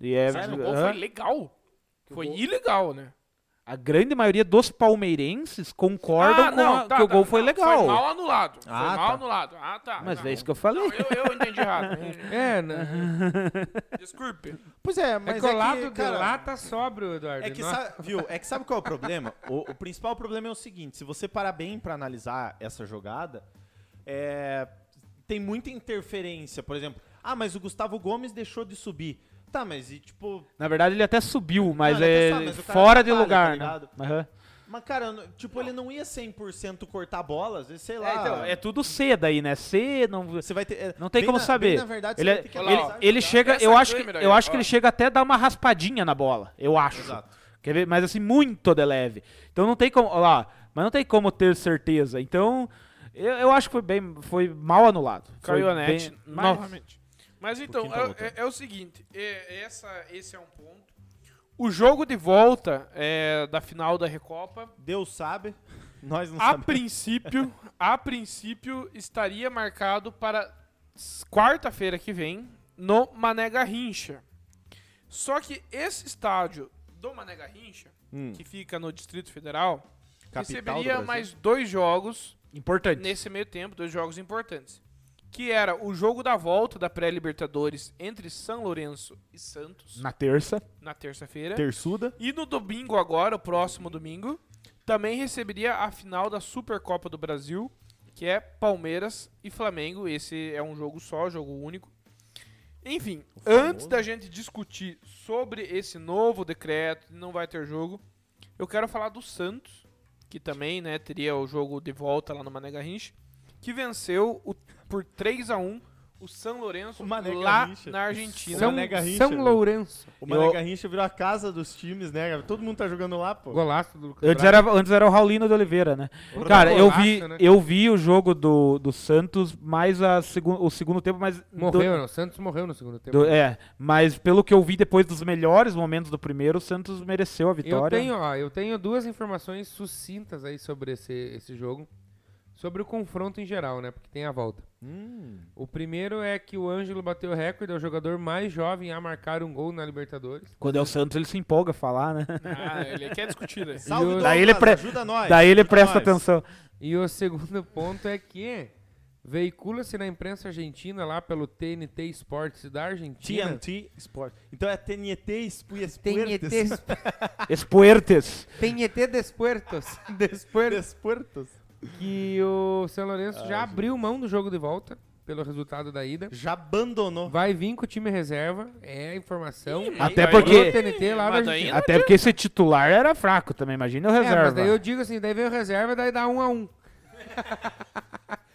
Speaker 4: E é,
Speaker 1: Sério, o
Speaker 4: Hã?
Speaker 1: gol foi legal. Foi ilegal, né?
Speaker 4: A grande maioria dos palmeirenses concordam
Speaker 1: Ah,
Speaker 4: com
Speaker 1: não,
Speaker 4: a-
Speaker 1: tá,
Speaker 4: que o
Speaker 1: tá,
Speaker 4: gol foi
Speaker 1: não,
Speaker 4: legal.
Speaker 1: Foi mal anulado. Foi mal
Speaker 2: Ah, tá.
Speaker 1: anulado. Ah, tá.
Speaker 4: Mas
Speaker 1: tá.
Speaker 4: é isso que eu falei.
Speaker 1: Não, eu, eu entendi errado.
Speaker 3: É, né?
Speaker 1: Desculpe.
Speaker 2: Pois é,
Speaker 3: é
Speaker 2: mas
Speaker 3: colado
Speaker 2: é que,
Speaker 3: de
Speaker 2: cara,
Speaker 3: lá, tá sóbrio, Eduardo.
Speaker 2: É que,
Speaker 3: Nossa.
Speaker 2: sabe, viu, é que sabe qual é o problema? O, o principal problema é o seguinte, se você parar bem pra analisar essa jogada, é, tem muita interferência, por exemplo, ah, mas o Gustavo Gomes deixou de subir. Tá, mas e tipo,
Speaker 4: Na verdade, ele até subiu, mas
Speaker 2: ele
Speaker 4: é
Speaker 2: até sobe, mas o cara
Speaker 4: fora de
Speaker 2: atrapalha, tá
Speaker 4: lugar, né?
Speaker 2: ligado?
Speaker 4: Aham.
Speaker 2: mas cara, não- tipo, ele não ia 100% cortar bolas, às vezes, sei lá.
Speaker 4: É, então, é tudo C daí, né? C não.
Speaker 2: Você vai ter, é,
Speaker 4: Não tem
Speaker 2: bem
Speaker 4: como
Speaker 2: na- bem
Speaker 4: saber.
Speaker 2: na verdade,
Speaker 4: ele
Speaker 2: você vai
Speaker 4: é-
Speaker 2: ter que
Speaker 4: ele-
Speaker 2: analisar a
Speaker 4: ele
Speaker 2: jogada.
Speaker 4: chega,
Speaker 1: Essa
Speaker 3: é
Speaker 4: eu acho, que,
Speaker 1: câmera aí,
Speaker 4: eu acho
Speaker 1: ó.
Speaker 4: que ele chega até a dar uma raspadinha na bola, eu acho.
Speaker 2: Exato.
Speaker 4: Quer ver? Mas assim, muito de leve. Então não tem como, olha lá, mas não tem como ter certeza. Então, eu, eu acho que foi bem, foi mal anulado. Foi
Speaker 1: Caiu a net
Speaker 4: bem- Nossa.
Speaker 1: novamente.
Speaker 4: Um
Speaker 1: Mas então,
Speaker 2: quinta
Speaker 1: é-
Speaker 2: volta.
Speaker 1: é, é o seguinte, é- essa, esse é um ponto. O jogo de volta é, da final da Recopa,
Speaker 2: Deus sabe, nós não
Speaker 1: a
Speaker 2: sabemos.
Speaker 1: princípio, a princípio estaria marcado para s- quarta-feira que vem no Mané Garrincha. Só que esse estádio do Mané Garrincha,
Speaker 2: Hum.
Speaker 1: que fica no Distrito Federal,
Speaker 2: Capital do
Speaker 1: receberia
Speaker 2: Brasil.
Speaker 1: mais dois jogos
Speaker 4: Importante.
Speaker 1: nesse meio tempo, dois jogos importantes. que era o jogo da volta da pré-Libertadores entre São Lourenço e Santos
Speaker 4: Na terça,
Speaker 1: na terça-feira.
Speaker 2: Terçuda.
Speaker 1: E no domingo agora, o próximo domingo, também receberia a final da Supercopa do Brasil, que é Palmeiras e Flamengo. Esse é um jogo só, jogo único. Enfim, antes da gente discutir sobre esse novo decreto, não vai ter jogo, eu quero falar do Santos, que também né, teria o jogo de volta lá no Mané Garrincha, que venceu o- por 3 a 1 o São Lourenço
Speaker 2: O Mané
Speaker 1: lá
Speaker 2: Garrincha.
Speaker 1: na Argentina.
Speaker 3: São,
Speaker 2: Mané Garrincha,
Speaker 3: São
Speaker 2: velho.
Speaker 3: Lourenço.
Speaker 2: O Mané
Speaker 4: Eu-
Speaker 2: Garrincha virou a casa dos times, né? cara? Todo mundo tá jogando lá, pô.
Speaker 3: Golaço do Lucas
Speaker 4: antes
Speaker 3: Braga.
Speaker 4: era, antes era o Raulino de Oliveira, né?
Speaker 3: Puta
Speaker 4: Cara, eu
Speaker 3: golaço,
Speaker 4: vi,
Speaker 3: né?
Speaker 4: eu vi o jogo do, do Santos, mais a segun, o segundo tempo, mas. do-
Speaker 3: Morreu, não. O Santos morreu no segundo tempo.
Speaker 4: do- é, mas pelo que eu vi depois dos melhores momentos do primeiro, o Santos mereceu a
Speaker 3: eu
Speaker 4: vitória.
Speaker 3: tenho, ó, eu tenho duas informações sucintas aí sobre esse, esse jogo. Sobre o confronto em geral, né? Porque tem a volta.
Speaker 2: Hum.
Speaker 3: O primeiro é que o Ângelo bateu o recorde, é o jogador mais jovem a marcar um gol na Libertadores.
Speaker 4: Quando é o Santos, ele se empolga a falar, né?
Speaker 3: Então,
Speaker 1: Ah, ele quer discutir, né?
Speaker 2: Salve,
Speaker 3: o-
Speaker 2: Douglas,
Speaker 4: Daí ele pre-
Speaker 2: ajuda nós.
Speaker 4: Daí ele
Speaker 2: ajuda
Speaker 4: presta
Speaker 2: nós.
Speaker 4: atenção.
Speaker 3: E o segundo ponto é que veicula-se na imprensa argentina, lá pelo TNT Sports da Argentina.
Speaker 2: TNT Sport. Então é TNT Spuertes.
Speaker 4: Espuertes.
Speaker 3: TNT Despuertos.
Speaker 2: Puertos. Ah,
Speaker 3: que o São Lourenço já abriu mão do jogo de volta, pelo resultado da ida.
Speaker 2: Já abandonou.
Speaker 3: Vai vir com o time reserva, é a informação.
Speaker 4: Até
Speaker 1: Aí-
Speaker 4: porque-
Speaker 3: Do TNT lá da
Speaker 1: Mas daí
Speaker 3: Argentina.
Speaker 4: Até porque esse titular era fraco também, imagina o
Speaker 3: É, mas
Speaker 4: reserva.
Speaker 3: daí eu digo assim, daí vem o reserva, daí dá um a um.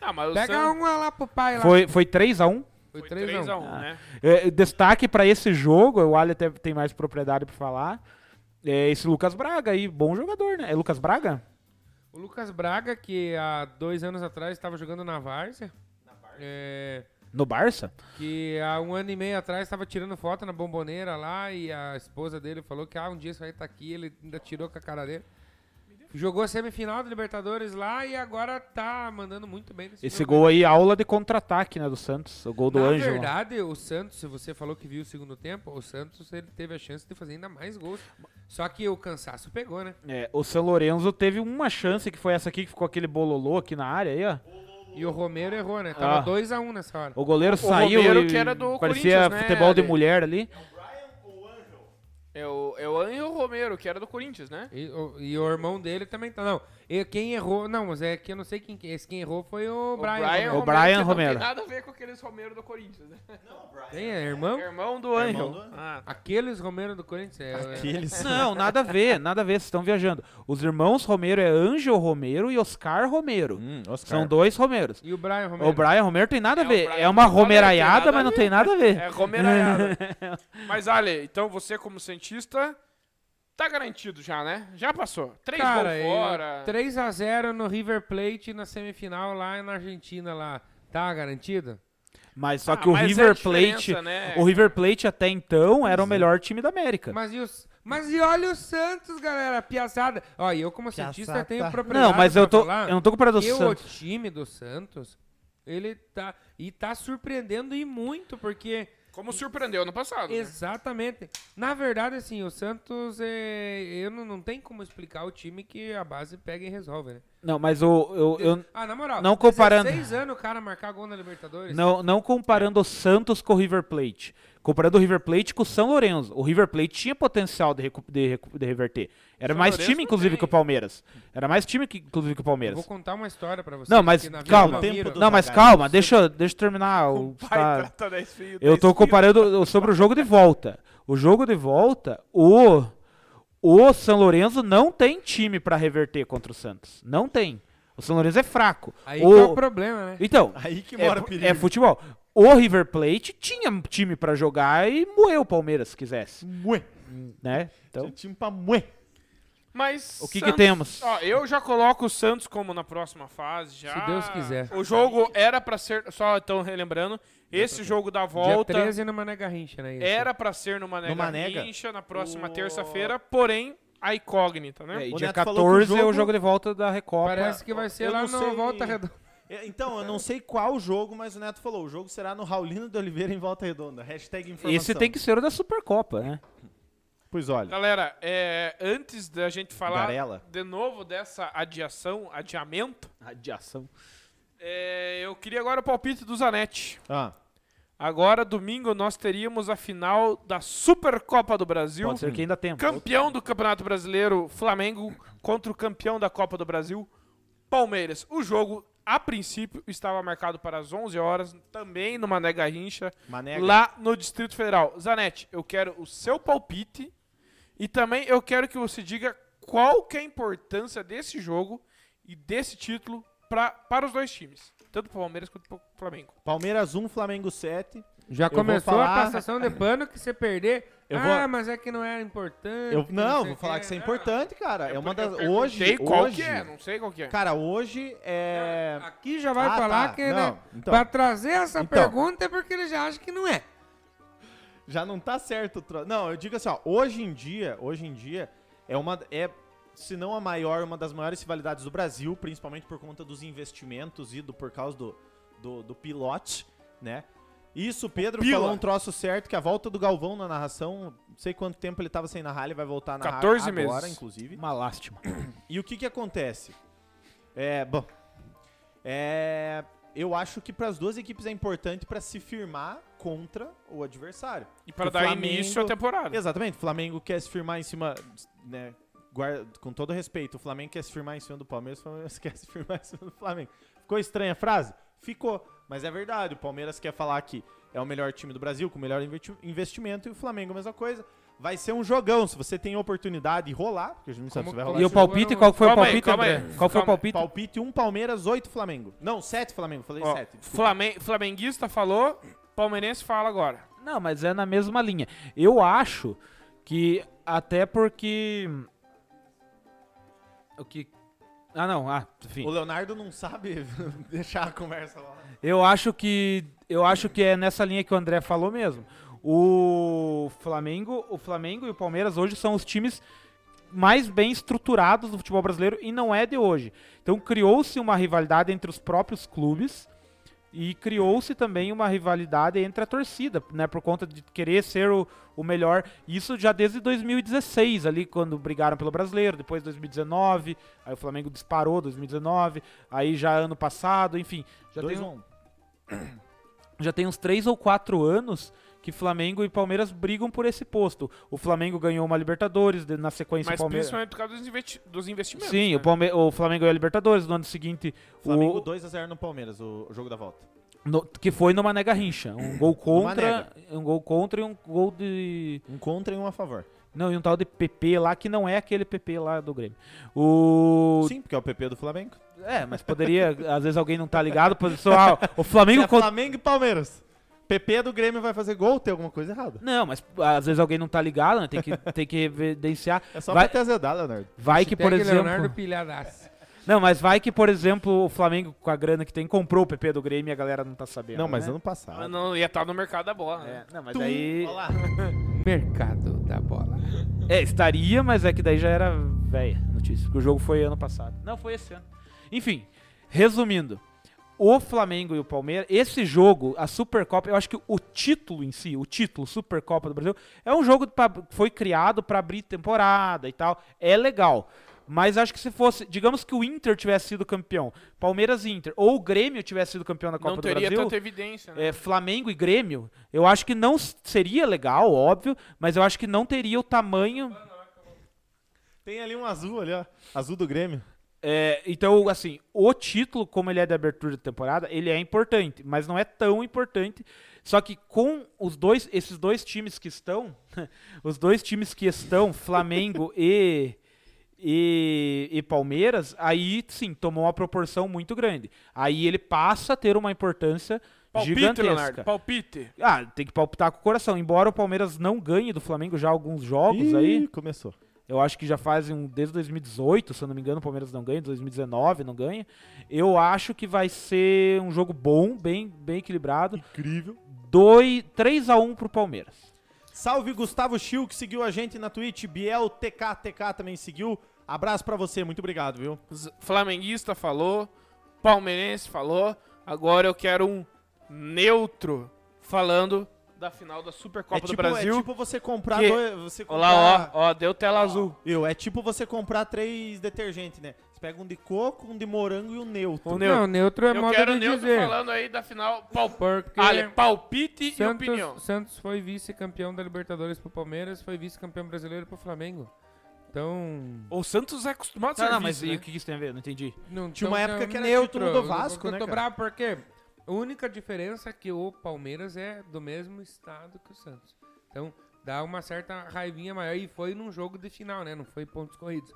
Speaker 1: Ah, mas o
Speaker 3: Pega
Speaker 1: Santos
Speaker 3: um lá pro pai lá.
Speaker 4: Foi, foi 3x1.
Speaker 3: Foi
Speaker 1: foi
Speaker 3: 3
Speaker 1: 3
Speaker 3: a
Speaker 1: a
Speaker 3: 1.
Speaker 1: 1, né?
Speaker 4: É, destaque pra esse jogo, o Ali até tem mais propriedade pra falar. É esse Lucas Braga aí, bom jogador, né? É Lucas Braga?
Speaker 3: O Lucas Braga, que há dois anos atrás estava jogando na Várzea. É,
Speaker 4: No Barça?
Speaker 3: que há um ano e meio atrás estava tirando foto na bomboneira lá e a esposa dele falou que ah, um dia isso vai estar aqui, ele ainda tirou com a cara dele. Jogou a semifinal do Libertadores lá e agora tá mandando muito bem nesse
Speaker 4: Esse
Speaker 3: jogo.
Speaker 4: gol aí, aula de contra-ataque, né? Do Santos. O gol do
Speaker 3: Na
Speaker 4: Ângelo.
Speaker 3: verdade, o Santos, se você falou que viu o segundo tempo, o Santos ele teve a chance de fazer ainda mais gols. Só que o cansaço pegou, né?
Speaker 4: É, o São Lourenço teve uma chance, que foi essa aqui, que ficou aquele bololô aqui na área aí, ó.
Speaker 3: E o Romero errou, né? Tava
Speaker 4: Ah.
Speaker 3: 2 a 1 nessa hora.
Speaker 4: O goleiro saiu
Speaker 1: Romero,
Speaker 4: e
Speaker 1: que era do
Speaker 4: parecia
Speaker 1: Corinthians, né,
Speaker 4: futebol de
Speaker 1: Ali?
Speaker 4: mulher ali.
Speaker 1: É o, é o Angel Romero, que era do Corinthians, né?
Speaker 3: E o, e o irmão dele também tá. Não, e quem errou. Não, mas é que eu não sei quem. Esse quem errou foi o, Brian. Romero.
Speaker 4: O Brian
Speaker 1: que
Speaker 4: Romero.
Speaker 1: Não tem nada a ver com aqueles Romero do Corinthians, né?
Speaker 3: Quem é? Irmão?
Speaker 1: Irmão do Angel. Ah,
Speaker 3: Aqueles Romero do Corinthians. É, é,
Speaker 2: Aqueles.
Speaker 4: Não, nada a ver, nada a ver, vocês estão viajando. Os irmãos Romero é Ângel Romero e Oscar Romero.
Speaker 2: Hum,
Speaker 4: São dois Romeros.
Speaker 3: e o Brian Romero.
Speaker 4: O Brian Romero tem nada a
Speaker 1: É, o
Speaker 4: ver.
Speaker 1: Brian
Speaker 4: É uma
Speaker 1: Romero tem
Speaker 4: romeraiada,
Speaker 1: nada
Speaker 4: mas
Speaker 1: a
Speaker 4: não
Speaker 1: ver.
Speaker 4: tem nada a ver.
Speaker 1: é Romeraiada. Mas, Ale, então você como cientista, tá garantido já, né? Já passou. Três
Speaker 3: Cara,
Speaker 1: gols fora.
Speaker 3: 3x0 no River Plate na semifinal lá na Argentina lá. Tá garantido?
Speaker 4: Mas só
Speaker 1: Ah,
Speaker 4: que o
Speaker 1: mas é a
Speaker 4: River Plate,
Speaker 1: diferença, né?
Speaker 4: o River Plate até então era o melhor time da América.
Speaker 3: Mas e, os, mas e olha o Santos, galera, piazada. Ó, e eu como cientista tenho propriedade
Speaker 4: Não, mas eu
Speaker 3: pra
Speaker 4: tô,
Speaker 3: falar
Speaker 4: eu não tô comparando o
Speaker 3: que o
Speaker 4: Santos.
Speaker 3: time do Santos, ele tá... E tá surpreendendo e muito, porque...
Speaker 1: Como surpreendeu ano passado, né?
Speaker 3: Exatamente. Na verdade, assim, o Santos, é, eu não, não tem como explicar o time que a base pega e resolve, né?
Speaker 4: Não, mas o, eu, eu
Speaker 3: Ah, na moral,
Speaker 4: Não comparando.
Speaker 3: 16 anos o cara marcar gol na Libertadores.
Speaker 4: não, não comparando o Santos com o River Plate. Comparando o River Plate com o São Lourenço. O River Plate tinha potencial de, recu- de, recu- de reverter. Era
Speaker 1: São
Speaker 4: mais
Speaker 1: Lourenço
Speaker 4: time,
Speaker 1: não
Speaker 4: inclusive,
Speaker 1: tem.
Speaker 4: que o Palmeiras. Era mais time, que, inclusive, que o
Speaker 3: Eu
Speaker 4: Palmeiras.
Speaker 3: vou contar uma história pra vocês.
Speaker 4: Não, mas
Speaker 3: que na Um vida
Speaker 4: calma.
Speaker 3: do Ramiro-
Speaker 2: Tempo do
Speaker 4: Não, mas
Speaker 2: Zagallo.
Speaker 4: calma, deixa, deixa eu terminar. O, tá-
Speaker 1: trata da esfio,
Speaker 4: eu
Speaker 1: da
Speaker 4: tô
Speaker 1: esfio.
Speaker 4: comparando o- sobre o jogo de volta. O jogo de volta, o, o São Lourenço não tem time pra reverter contra o Santos. Não tem. O São Lourenço é fraco.
Speaker 3: Aí
Speaker 4: O-
Speaker 3: que é o problema, né?
Speaker 4: Então,
Speaker 2: Aí que mora o perigo.
Speaker 4: é, é futebol. O River Plate tinha time pra jogar e moeu o Palmeiras se quisesse,
Speaker 2: Mué.
Speaker 4: né? Então,
Speaker 2: Tinha time pra mué.
Speaker 1: Mas
Speaker 4: O que que
Speaker 1: Santos-
Speaker 4: temos?
Speaker 1: Ó, eu já coloco o Santos como na próxima fase já.
Speaker 3: Se Deus quiser.
Speaker 1: O jogo era pra ser, só então relembrando, esse jogo da volta
Speaker 3: Dia 13 no Mané Garrincha, né? isso?
Speaker 1: Era pra ser no Mané
Speaker 2: No Mané
Speaker 1: Garrincha na próxima
Speaker 2: O-
Speaker 1: terça-feira, porém a incógnita, né?
Speaker 4: é, e
Speaker 2: O
Speaker 4: dia
Speaker 2: Neto falou que o
Speaker 4: 14 é o
Speaker 2: jogo-
Speaker 4: jogo de volta da Recopa.
Speaker 3: Parece que vai ser
Speaker 2: Eu
Speaker 3: lá
Speaker 2: não
Speaker 3: no
Speaker 2: sei-
Speaker 3: Volta Redonda.
Speaker 2: É, Então, eu não sei qual jogo, mas o Neto falou. O jogo será no Raulino de Oliveira em Volta Redonda. Hashtag informação.
Speaker 4: Esse tem que ser o da Supercopa, né?
Speaker 2: Pois olha.
Speaker 1: Galera, é, antes da gente falar
Speaker 2: Garela.
Speaker 1: de novo dessa adiação, adiamento,
Speaker 4: Radiação.
Speaker 1: É, eu queria agora o palpite do Zanetti.
Speaker 2: Ah,
Speaker 1: Agora, domingo, nós teríamos a final da Supercopa do Brasil.
Speaker 4: Pode ser que ainda tenha.
Speaker 1: Campeão do Campeonato Brasileiro, Flamengo, contra o campeão da Copa do Brasil, Palmeiras. O jogo, a princípio, estava marcado para as 11 horas, também no Mané Garrincha,
Speaker 2: Mané
Speaker 1: lá no Distrito Federal. Zanetti, eu quero o seu palpite e também eu quero que você diga qual que é a importância desse jogo e desse título pra, para os dois times, tanto para o Palmeiras quanto para o Flamengo.
Speaker 2: Palmeiras 1, Flamengo 7.
Speaker 3: Já
Speaker 2: vou
Speaker 3: começou
Speaker 2: falar-
Speaker 3: a passação de pano que você perder.
Speaker 2: Eu
Speaker 3: ah,
Speaker 2: vou-
Speaker 3: mas é que não era importante.
Speaker 2: Eu, não,
Speaker 3: sei
Speaker 2: vou
Speaker 3: o
Speaker 2: falar
Speaker 3: quê.
Speaker 2: que isso é
Speaker 3: Ah,
Speaker 2: importante, cara. É uma das.
Speaker 1: Eu perguntei
Speaker 2: Hoje.
Speaker 1: qual
Speaker 2: hoje
Speaker 1: que é, não sei qual que é.
Speaker 2: Cara, hoje é.
Speaker 3: Aqui já vai
Speaker 2: Ah,
Speaker 3: falar
Speaker 2: tá.
Speaker 3: que,
Speaker 2: Não,
Speaker 3: né?
Speaker 2: então.
Speaker 3: Pra trazer essa
Speaker 2: Então.
Speaker 3: pergunta é porque ele já acha que não é.
Speaker 2: Já não tá certo o tro... Não, eu digo assim, ó, hoje em dia, hoje em dia, é uma. É, se não a maior, uma das maiores rivalidades do Brasil, principalmente por conta dos investimentos e do, por causa do, do, do pilote, né? Isso, o Pedro
Speaker 1: Pila.
Speaker 2: falou um troço certo, que a volta do Galvão na narração, não sei quanto tempo ele tava sem narrar, ele vai voltar a narrar
Speaker 1: 14
Speaker 2: agora,
Speaker 1: meses.
Speaker 2: inclusive.
Speaker 4: Uma lástima.
Speaker 2: E o que que acontece? É, bom. É, eu acho que para as duas equipes é importante para se firmar contra o adversário.
Speaker 1: E para
Speaker 2: O
Speaker 1: dar
Speaker 2: Flamengo-
Speaker 1: início à temporada.
Speaker 2: Exatamente. O Flamengo quer se firmar em cima, né? guarda- com todo respeito, o Flamengo quer se firmar em cima do Palmeiras, o Palmeiras quer se firmar em cima do Flamengo. Ficou estranha a frase? Ficou. Mas é verdade. O Palmeiras quer falar que é o melhor time do Brasil, com o melhor investi- investimento, e o Flamengo a mesma coisa. Vai ser um jogão. Se você tem oportunidade de rolar, porque a gente não sabe
Speaker 1: Como-
Speaker 2: se vai
Speaker 1: como-
Speaker 2: rolar.
Speaker 4: E o
Speaker 1: Chegou
Speaker 4: palpite,
Speaker 1: no-
Speaker 4: qual foi o
Speaker 1: Calma aí,
Speaker 4: palpite,
Speaker 1: calma
Speaker 4: André?
Speaker 1: aí.
Speaker 4: Qual foi o
Speaker 1: Calma aí.
Speaker 4: palpite?
Speaker 2: Palpite 1, Palmeiras 8, Flamengo. Não, 7 Flamengo, falei
Speaker 1: Ó,
Speaker 2: 7.
Speaker 1: Flamen- flamenguista falou, palmeirense fala agora.
Speaker 4: Não, mas é na mesma linha. Eu acho que até porque o que Ah, não, ah, enfim.
Speaker 2: O Leonardo não sabe deixar a conversa lá.
Speaker 4: Eu acho que eu acho que é nessa linha que o André falou mesmo. O Flamengo, o Flamengo e o Palmeiras hoje são os times mais bem estruturados do futebol brasileiro e não é de hoje. Então criou-se uma rivalidade entre os próprios clubes e criou-se também uma rivalidade entre a torcida, né, por conta de querer ser o, o melhor. Isso já desde 2016 ali quando brigaram pelo brasileiro, depois 2019, aí o Flamengo disparou 2019, aí já ano passado, enfim, já tem um- já tem uns três ou quatro anos que Flamengo e Palmeiras brigam por esse posto. O Flamengo ganhou uma Libertadores, de- na sequência
Speaker 1: Mas
Speaker 4: o Palmeiras.
Speaker 1: principalmente por causa dos, investi- dos investimentos.
Speaker 4: Sim,
Speaker 1: né?
Speaker 4: o, Palme- o Flamengo ganhou a Libertadores no ano seguinte,
Speaker 2: Flamengo
Speaker 4: o,
Speaker 2: 2x0 no Palmeiras, o o jogo da volta.
Speaker 4: no- que foi no Mané Garrincha. Um gol contra, um gol contra e um gol de.
Speaker 2: Um contra e um a favor.
Speaker 4: Não, e um tal de PP lá, que não é aquele PP lá do Grêmio. O.
Speaker 2: Sim, porque é o PP do Flamengo.
Speaker 4: É, mas poderia. às vezes alguém não tá ligado, pessoal. O Flamengo
Speaker 2: É
Speaker 4: contra.
Speaker 2: Flamengo e Palmeiras. PP do Grêmio vai fazer gol, tem alguma coisa errada.
Speaker 4: Não, mas às vezes alguém não tá ligado, né? Tem que, tem que evidenciar.
Speaker 2: É só
Speaker 4: vai,
Speaker 2: pra ter azedar, Leonardo.
Speaker 4: vai que, por
Speaker 3: Hashtag
Speaker 4: exemplo.
Speaker 3: Leonardo Pilhadaço.
Speaker 4: Não, mas vai que, por exemplo, o Flamengo, com a grana que tem, comprou o PP do Grêmio e a galera não tá sabendo.
Speaker 2: É. Não, mas
Speaker 4: né?
Speaker 2: ano
Speaker 1: Ah,
Speaker 2: passado.
Speaker 1: Não ia estar no mercado da bola, né?
Speaker 4: É, não, mas daí.
Speaker 2: Olha lá.
Speaker 3: Mercado da bola.
Speaker 4: É, estaria, mas é que daí já era velha a notícia. Porque o jogo foi ano passado. Não, foi esse ano. Enfim, resumindo. O Flamengo e o Palmeiras, esse jogo, a Supercopa, eu acho que o título em si, o título Supercopa do Brasil, é um jogo pra- que foi criado pra abrir temporada e tal. É legal. Mas acho que se fosse, digamos que o Inter tivesse sido campeão, Palmeiras e Inter, ou o Grêmio tivesse sido campeão da Copa
Speaker 1: Não
Speaker 4: do
Speaker 1: teria
Speaker 4: Brasil,
Speaker 1: tanta evidência, né?
Speaker 4: é, Flamengo e Grêmio, eu acho que não s- seria legal, óbvio, mas eu acho que não teria o tamanho.
Speaker 2: Tem ali um azul ali, ó. Azul do Grêmio.
Speaker 4: É, então, assim, o título, como ele é de abertura de temporada, ele é importante, mas não é tão importante. Só que com os dois, esses dois times que estão, os dois times que estão, Flamengo e, e, e Palmeiras, aí sim, tomou uma proporção muito grande. Aí ele passa a ter uma importância
Speaker 1: Palpite,
Speaker 4: gigantesca.
Speaker 1: Leonardo. Palpite.
Speaker 4: Ah, tem que palpitar com o coração. Embora o Palmeiras não ganhe do Flamengo já alguns jogos
Speaker 2: Ih,
Speaker 4: aí,
Speaker 2: começou.
Speaker 4: eu acho que já fazem um, desde 2018, se eu não me engano, o Palmeiras não ganha, 2019 não ganha. Eu acho que vai ser um jogo bom, bem, bem equilibrado.
Speaker 2: Incrível.
Speaker 4: Doi- 3 a 1 pro Palmeiras.
Speaker 2: Salve Gustavo Schill, que seguiu a gente na Twitch. Biel TK, TK também seguiu. Abraço pra você, muito obrigado, viu?
Speaker 1: Z- Flamenguista falou, palmeirense falou. Agora eu quero um neutro falando da final da Supercopa
Speaker 2: é tipo,
Speaker 1: do Brasil.
Speaker 2: É tipo você comprar...
Speaker 1: que-
Speaker 2: dois- você
Speaker 1: Olha lá,
Speaker 2: comprar-
Speaker 1: ó, ó, deu tela azul.
Speaker 2: Eu, é tipo você comprar três detergentes, né? Pega um de coco, um de morango e um neutro.
Speaker 3: O não, neutro é
Speaker 1: Eu
Speaker 3: modo
Speaker 1: quero o
Speaker 3: de
Speaker 1: Nilton
Speaker 3: dizer.
Speaker 1: falando aí da final. Pal...
Speaker 3: Porque
Speaker 1: Olha, palpite e opinião.
Speaker 3: Santos, Santos foi vice-campeão da Libertadores pro Palmeiras, foi vice-campeão brasileiro pro Flamengo. Então.
Speaker 1: O Santos é acostumado a ser
Speaker 4: Tá, não,
Speaker 1: vice,
Speaker 4: mas
Speaker 1: né?
Speaker 4: e o que isso tem a ver? Não entendi.
Speaker 3: Não,
Speaker 2: Tinha uma época que era título do
Speaker 3: Eu-
Speaker 2: Vasco,
Speaker 3: eu
Speaker 2: né,
Speaker 3: Tô
Speaker 2: cara?
Speaker 3: bravo porque a única diferença é que o Palmeiras é do mesmo estado que o Santos. Então dá uma certa raivinha maior e foi num jogo de final, né? Não foi pontos corridos.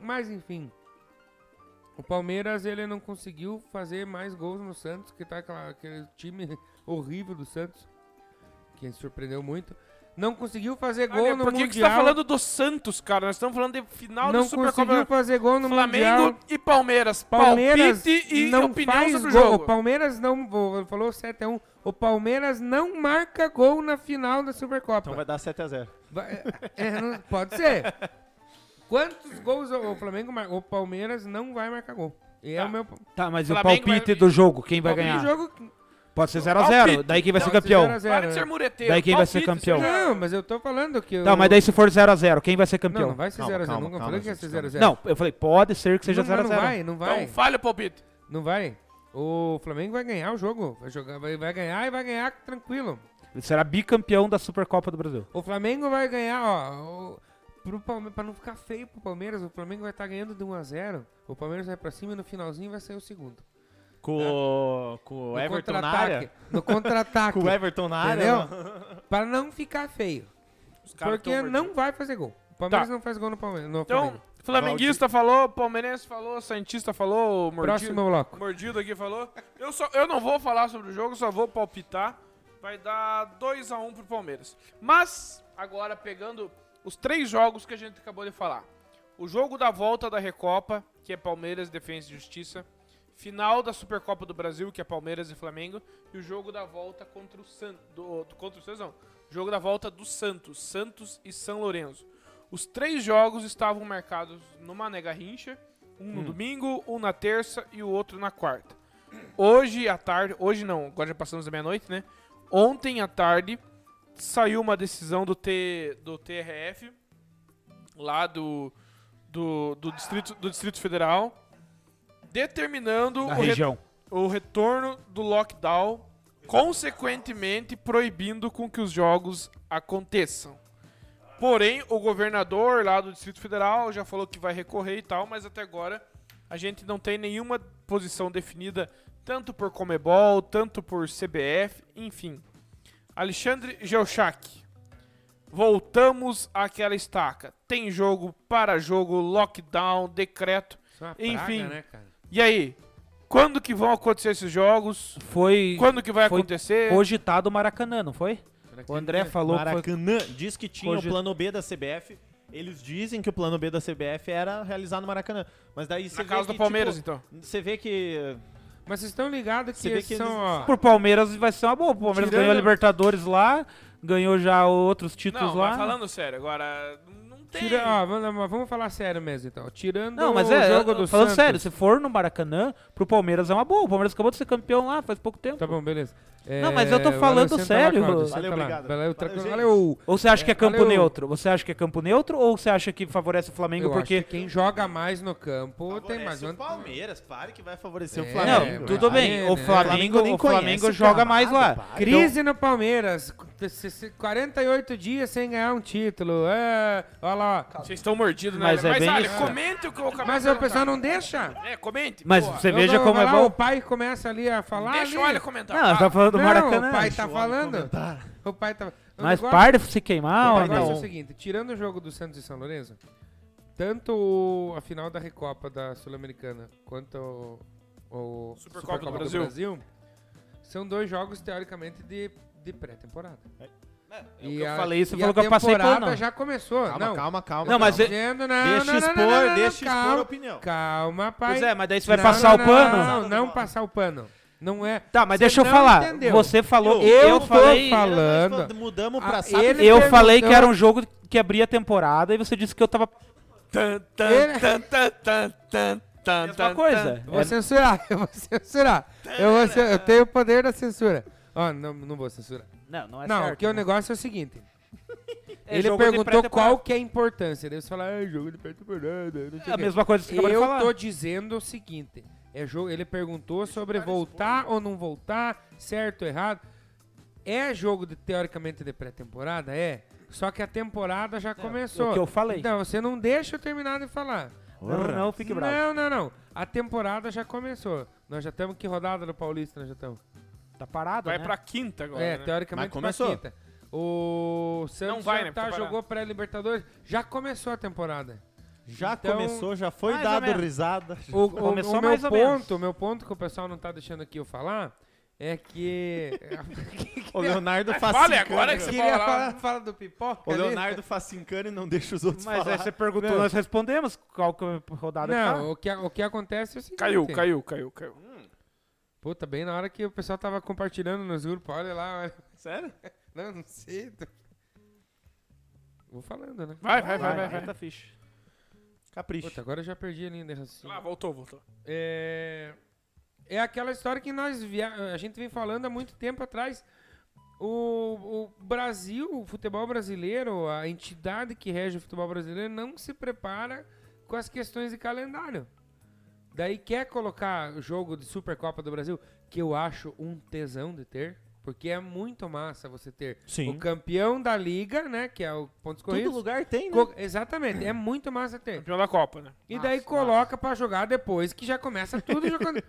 Speaker 3: Mas enfim, o Palmeiras ele não conseguiu fazer mais gols no Santos, que tá aquela- aquele time horrível do Santos, que surpreendeu muito. Não conseguiu fazer gol
Speaker 1: Olha,
Speaker 3: no
Speaker 1: por que,
Speaker 3: Mundial.
Speaker 1: que você tá falando do Santos, cara? Nós estamos falando de final
Speaker 3: não
Speaker 1: do Supercopa
Speaker 3: conseguiu fazer gol no
Speaker 1: Flamengo
Speaker 3: Mundial.
Speaker 1: e Palmeiras.
Speaker 3: Palmeiras
Speaker 1: palpite e
Speaker 3: não
Speaker 1: opinião
Speaker 3: faz
Speaker 1: sobre
Speaker 3: gol.
Speaker 1: o
Speaker 3: O
Speaker 1: jogo.
Speaker 3: Palmeiras não. o- Falou 7x1. O Palmeiras não marca gol na final da
Speaker 2: Então
Speaker 3: Supercopa.
Speaker 2: vai dar 7x0.
Speaker 3: Vai- é, não- pode ser. Quantos gols o o Flamengo marca? O Palmeiras não vai marcar gol. E é o meu.
Speaker 4: Tá, mas
Speaker 1: o
Speaker 4: o
Speaker 1: Flamengo
Speaker 4: palpite
Speaker 1: vai-
Speaker 4: do jogo, quem vai
Speaker 3: palpite
Speaker 4: ganhar?
Speaker 3: de jogo.
Speaker 4: Pode ser
Speaker 1: Palpite.
Speaker 4: 0x0, daí quem vai ser campeão?
Speaker 3: zero a zero,
Speaker 1: Para de
Speaker 3: né?
Speaker 1: ser mureteiro.
Speaker 4: Daí quem vai ser
Speaker 1: Palpite,
Speaker 4: campeão?
Speaker 1: seja-
Speaker 3: Não, mas eu tô falando que.
Speaker 4: Tá,
Speaker 3: o-
Speaker 4: mas daí se for 0x0, quem vai ser campeão?
Speaker 3: Não, não vai ser
Speaker 2: Calma,
Speaker 3: 0x0.
Speaker 2: calma,
Speaker 3: Nunca
Speaker 2: calma,
Speaker 3: falei que ia
Speaker 2: gente,
Speaker 3: ser
Speaker 2: calma.
Speaker 3: 0x0.
Speaker 4: Não, eu falei, pode ser que seja 0x0.
Speaker 3: não, não vai, não vai.
Speaker 1: Então falha o palpite.
Speaker 3: Não vai. O Flamengo vai ganhar o jogo. Vai, jogar, vai, vai ganhar e vai ganhar tranquilo.
Speaker 4: Será bicampeão da Supercopa do Brasil.
Speaker 3: O Flamengo vai ganhar, ó. O, pro Palme- pra não ficar feio pro Palmeiras, o Flamengo vai estar ganhando de 1 a 0 O Palmeiras vai pra cima e no finalzinho vai sair o segundo.
Speaker 2: Com, o- com o
Speaker 3: Né? No
Speaker 2: Everton na
Speaker 3: contra-ataque-
Speaker 2: área.
Speaker 3: No contra-ataque.
Speaker 2: Com o Everton na área. né?
Speaker 3: Entendeu?
Speaker 2: mano.
Speaker 3: pra não ficar feio.
Speaker 1: caras
Speaker 3: Porque
Speaker 1: tão perdidos.
Speaker 3: não vai fazer gol. O Palmeiras
Speaker 1: Tá.
Speaker 3: não faz gol no Palmeiras. No
Speaker 1: Então,
Speaker 3: Flamengo.
Speaker 1: flamenguista falou, palmeirense falou, santista falou, o mordido,
Speaker 3: Próximo bloco.
Speaker 1: mordido aqui falou. Eu, só, eu não vou falar sobre o jogo, só vou palpitar. Vai dar 2x1 pro Palmeiras. Mas, agora pegando os três jogos que a gente acabou de falar. O jogo da volta da Recopa, que é Palmeiras, Defesa e Justiça. Final da Supercopa do Brasil, que é Palmeiras e Flamengo. E o jogo da volta contra o Santos. Contra o Santos, não. Jogo da volta do Santos. Santos e São Lourenço. Os três jogos estavam marcados no Mané Garrincha. Um no domingo, um na terça e o outro na quarta. Hoje à tarde, hoje não, agora já passamos da meia-noite, né? Ontem à tarde saiu uma decisão do, T, do TRF, lá do, do, do Distrito, do Distrito Federal, determinando
Speaker 4: Da
Speaker 1: o, re-
Speaker 4: região.
Speaker 1: o retorno do lockdown, consequentemente proibindo com que os jogos aconteçam. Porém, o governador lá do Distrito Federal já falou que vai recorrer e tal, mas até agora a gente não tem nenhuma posição definida, tanto por Comebol, tanto por CBF, enfim. Alexandre Gelchak, voltamos àquela estaca. Tem jogo, para jogo, lockdown, decreto.
Speaker 3: Isso é uma
Speaker 1: Enfim.
Speaker 3: praga, né, cara?
Speaker 1: E aí, quando que vão acontecer esses jogos?
Speaker 4: Foi
Speaker 1: Quando que vai
Speaker 4: foi
Speaker 1: acontecer?
Speaker 4: cogitado o Maracanã, não foi? O André falou que foi...
Speaker 2: Maracanã diz que tinha
Speaker 4: Hoje-
Speaker 2: o plano B da CBF. Eles dizem que o plano B da CBF era realizar no Maracanã. Mas daí você
Speaker 1: Na
Speaker 2: vê
Speaker 1: casa
Speaker 2: que,
Speaker 1: do Palmeiras,
Speaker 2: tipo,
Speaker 1: então.
Speaker 2: Você vê que
Speaker 3: Mas vocês estão ligados que,
Speaker 2: Você vê que
Speaker 3: são,
Speaker 2: eles-
Speaker 3: ó.
Speaker 4: Pro Ah. Palmeiras vai ser uma boa. O Palmeiras
Speaker 2: Tirando-
Speaker 4: ganhou a Libertadores lá, ganhou já outros títulos
Speaker 1: Não,
Speaker 4: lá.
Speaker 1: mas falando sério, agora não tem.
Speaker 3: Tira, ó, vamos, mas vamos falar sério mesmo, então. Tirando
Speaker 4: Não, mas
Speaker 3: o
Speaker 4: é,
Speaker 3: jogo
Speaker 4: eu-
Speaker 3: do
Speaker 4: falando
Speaker 3: Santos.
Speaker 4: sério, se for no Maracanã, pro Palmeiras é uma boa. O Palmeiras acabou de ser campeão lá faz pouco tempo.
Speaker 3: Tá bom, beleza.
Speaker 4: Não, mas eu tô
Speaker 3: É, o
Speaker 4: falando
Speaker 3: Alessandro
Speaker 4: sério.
Speaker 3: Lacorda, senta
Speaker 2: Valeu,
Speaker 3: lá.
Speaker 2: obrigado.
Speaker 3: Valeu,
Speaker 2: Valeu,
Speaker 3: tranquilo.
Speaker 2: gente.
Speaker 3: Valeu.
Speaker 4: Ou você acha que é campo
Speaker 3: valeu.
Speaker 4: neutro? Você acha que é campo neutro ou você acha que favorece o Flamengo
Speaker 3: Eu
Speaker 4: porque
Speaker 3: acho que quem joga mais no campo tem
Speaker 2: favorece
Speaker 3: mais um-
Speaker 2: o
Speaker 3: vantagem.
Speaker 2: Palmeiras, pare que vai favorecer
Speaker 3: É,
Speaker 2: o
Speaker 4: Não,
Speaker 2: Flamengo.
Speaker 3: mas
Speaker 4: tudo
Speaker 3: aí,
Speaker 4: bem.
Speaker 3: né?
Speaker 4: O Flamengo,
Speaker 2: Flamengo nem
Speaker 4: o Flamengo
Speaker 2: conhece o
Speaker 4: joga
Speaker 2: gramado,
Speaker 4: mais lá.
Speaker 2: pai.
Speaker 3: Crise no Palmeiras. 48 dias sem ganhar um título. É, olha lá.
Speaker 1: Vocês estão mordidos, né?
Speaker 4: Mas é bem
Speaker 1: olha,
Speaker 4: isso.
Speaker 1: comente o que eu acabei
Speaker 3: Mas
Speaker 1: de
Speaker 3: o
Speaker 1: perguntar.
Speaker 3: pessoal não deixa.
Speaker 1: É, comente.
Speaker 4: Mas
Speaker 1: porra.
Speaker 4: você veja
Speaker 3: Eu-
Speaker 4: como
Speaker 3: vai
Speaker 4: é
Speaker 3: lá, O
Speaker 4: bom.
Speaker 3: pai começa ali a falar.
Speaker 1: Deixa o
Speaker 3: ali.
Speaker 1: Alho comentar.
Speaker 4: Não, você tá falando do
Speaker 3: Ah, Não,
Speaker 4: Maracanã.
Speaker 3: o pai tá falando.
Speaker 2: é.
Speaker 3: O pai tá. o
Speaker 4: Mas
Speaker 3: negócio-
Speaker 4: par de se queimar,
Speaker 3: O
Speaker 4: ó,
Speaker 3: negócio é o
Speaker 4: não.
Speaker 3: seguinte, tirando o jogo do Santos e São Lourenço, tanto o- a final da Recopa da Sul-Americana quanto o, o
Speaker 1: Supercopa do Brasil.
Speaker 3: são dois jogos teoricamente de, de pré-temporada.
Speaker 4: que eu
Speaker 3: a-
Speaker 4: falei, você
Speaker 3: e
Speaker 4: falou
Speaker 3: a
Speaker 4: que eu passei pano.
Speaker 3: temporada já começou.
Speaker 2: Calma,
Speaker 3: não,
Speaker 2: calma, calma.
Speaker 4: Não, mas
Speaker 2: calma.
Speaker 4: é-
Speaker 3: Dizendo, não,
Speaker 2: Deixa
Speaker 3: não, não,
Speaker 2: expor,
Speaker 3: não, não, não,
Speaker 2: deixa expor
Speaker 3: calma,
Speaker 2: a opinião.
Speaker 3: Calma, pai.
Speaker 4: Pois é, mas daí você vai
Speaker 3: Não,
Speaker 4: passar
Speaker 3: não,
Speaker 4: o pano?
Speaker 3: Não, não, não passar o pano. Não é.
Speaker 4: Tá, mas
Speaker 3: Você
Speaker 4: deixa eu
Speaker 3: não
Speaker 4: falar.
Speaker 3: entendeu.
Speaker 4: Você falou.
Speaker 2: Eu-
Speaker 4: Eu,
Speaker 3: tô
Speaker 4: falei.
Speaker 3: falando.
Speaker 2: Nós Mudamos pra
Speaker 3: Ah,
Speaker 2: sábado.
Speaker 3: ele-
Speaker 4: Eu
Speaker 3: perguntou-
Speaker 4: falei que era um jogo que abria a temporada e você disse que eu tava.
Speaker 1: Tan, tan,
Speaker 3: Ele-
Speaker 1: tan, tan, tan, tan, tan,
Speaker 4: Mesma
Speaker 1: tan,
Speaker 4: coisa.
Speaker 3: Eu vou censurar, eu vou censurar. Eu, vou ce- eu tenho o poder da censura. Ó, não, não vou censurar.
Speaker 4: Não, não é
Speaker 3: não,
Speaker 4: certo,
Speaker 3: porque o
Speaker 4: né?
Speaker 3: negócio é o seguinte.
Speaker 4: É
Speaker 3: ele
Speaker 4: jogo de
Speaker 3: perguntou
Speaker 4: pré-temporada.
Speaker 3: qual que é a importância. Daí você fala, ah, jogo de pré-temporada. não sei
Speaker 4: É
Speaker 3: o
Speaker 4: a
Speaker 3: quê."
Speaker 4: mesma coisa que você acabou de
Speaker 3: Eu
Speaker 4: falar.
Speaker 3: tô dizendo o seguinte. É jogo, ele perguntou sobre voltar ou não voltar, certo ou errado. É jogo de- teoricamente de pré-temporada? É. Só que a temporada já começou.
Speaker 4: É, o que eu falei.
Speaker 3: Então, você não deixa eu terminar de falar.
Speaker 4: Não, não, fique bravo.
Speaker 3: Não, não, não. A temporada já começou. Nós já estamos que rodada do Paulista, nós já estamos.
Speaker 4: Tá parado,
Speaker 1: Vai
Speaker 4: né?
Speaker 1: pra quinta agora.
Speaker 3: É,
Speaker 1: né?
Speaker 3: teoricamente
Speaker 2: Mas começou.
Speaker 3: pra quinta. O Santos
Speaker 1: Não vai,
Speaker 3: já
Speaker 1: né,
Speaker 3: tá,
Speaker 1: porque tá
Speaker 3: jogou pré-Libertadores, já começou a temporada.
Speaker 2: Já
Speaker 3: Então,
Speaker 2: começou, já foi
Speaker 4: mais ou
Speaker 2: dado
Speaker 4: menos.
Speaker 2: risada.
Speaker 3: O, o-
Speaker 4: Começou
Speaker 3: o meu
Speaker 4: mais ou menos.
Speaker 3: ponto, o meu ponto que o pessoal não tá deixando aqui eu falar é que
Speaker 2: O Leonardo faz
Speaker 1: fale
Speaker 2: cincano,
Speaker 1: agora que
Speaker 2: velho.
Speaker 1: você
Speaker 3: queria
Speaker 1: fala lá.
Speaker 3: falar, fala do pipoca.
Speaker 2: O
Speaker 3: ali. é
Speaker 2: Leonardo faz cincano e não deixa os outros
Speaker 4: Mas
Speaker 2: falar.
Speaker 4: aí você perguntou,
Speaker 3: Não.
Speaker 4: nós respondemos qual que é a rodada que tá.
Speaker 3: Não, o que, a- o que acontece é o seguinte.
Speaker 1: Caiu, caiu, caiu, caiu.
Speaker 3: Puta, bem na hora que o pessoal tava compartilhando nos grupos, olha lá, olha.
Speaker 2: Sério?
Speaker 3: Não, não sei. tô- Vou falando, né?
Speaker 1: Vai, vai, vai, vai.
Speaker 4: vai,
Speaker 1: vai.
Speaker 4: tá ficha.
Speaker 2: Capricho.
Speaker 3: Puta, agora eu já perdi a linha de raciocínio.
Speaker 1: Ah, voltou, voltou.
Speaker 3: É, é aquela história que nós via... a gente vem falando há muito tempo atrás. O, o Brasil, o futebol brasileiro, a entidade que rege o futebol brasileiro não se prepara com as questões de calendário. Daí quer colocar o jogo de Supercopa do Brasil, que eu acho um tesão de ter, porque é muito massa você ter
Speaker 2: Sim.
Speaker 3: o campeão da liga, né, que é o pontos
Speaker 2: Todo
Speaker 3: corridos.
Speaker 2: lugar tem, né?
Speaker 3: Co- Exatamente, é muito massa ter.
Speaker 1: Campeão da Copa, né?
Speaker 3: E daí coloca pra jogar depois que já começa tudo jogando.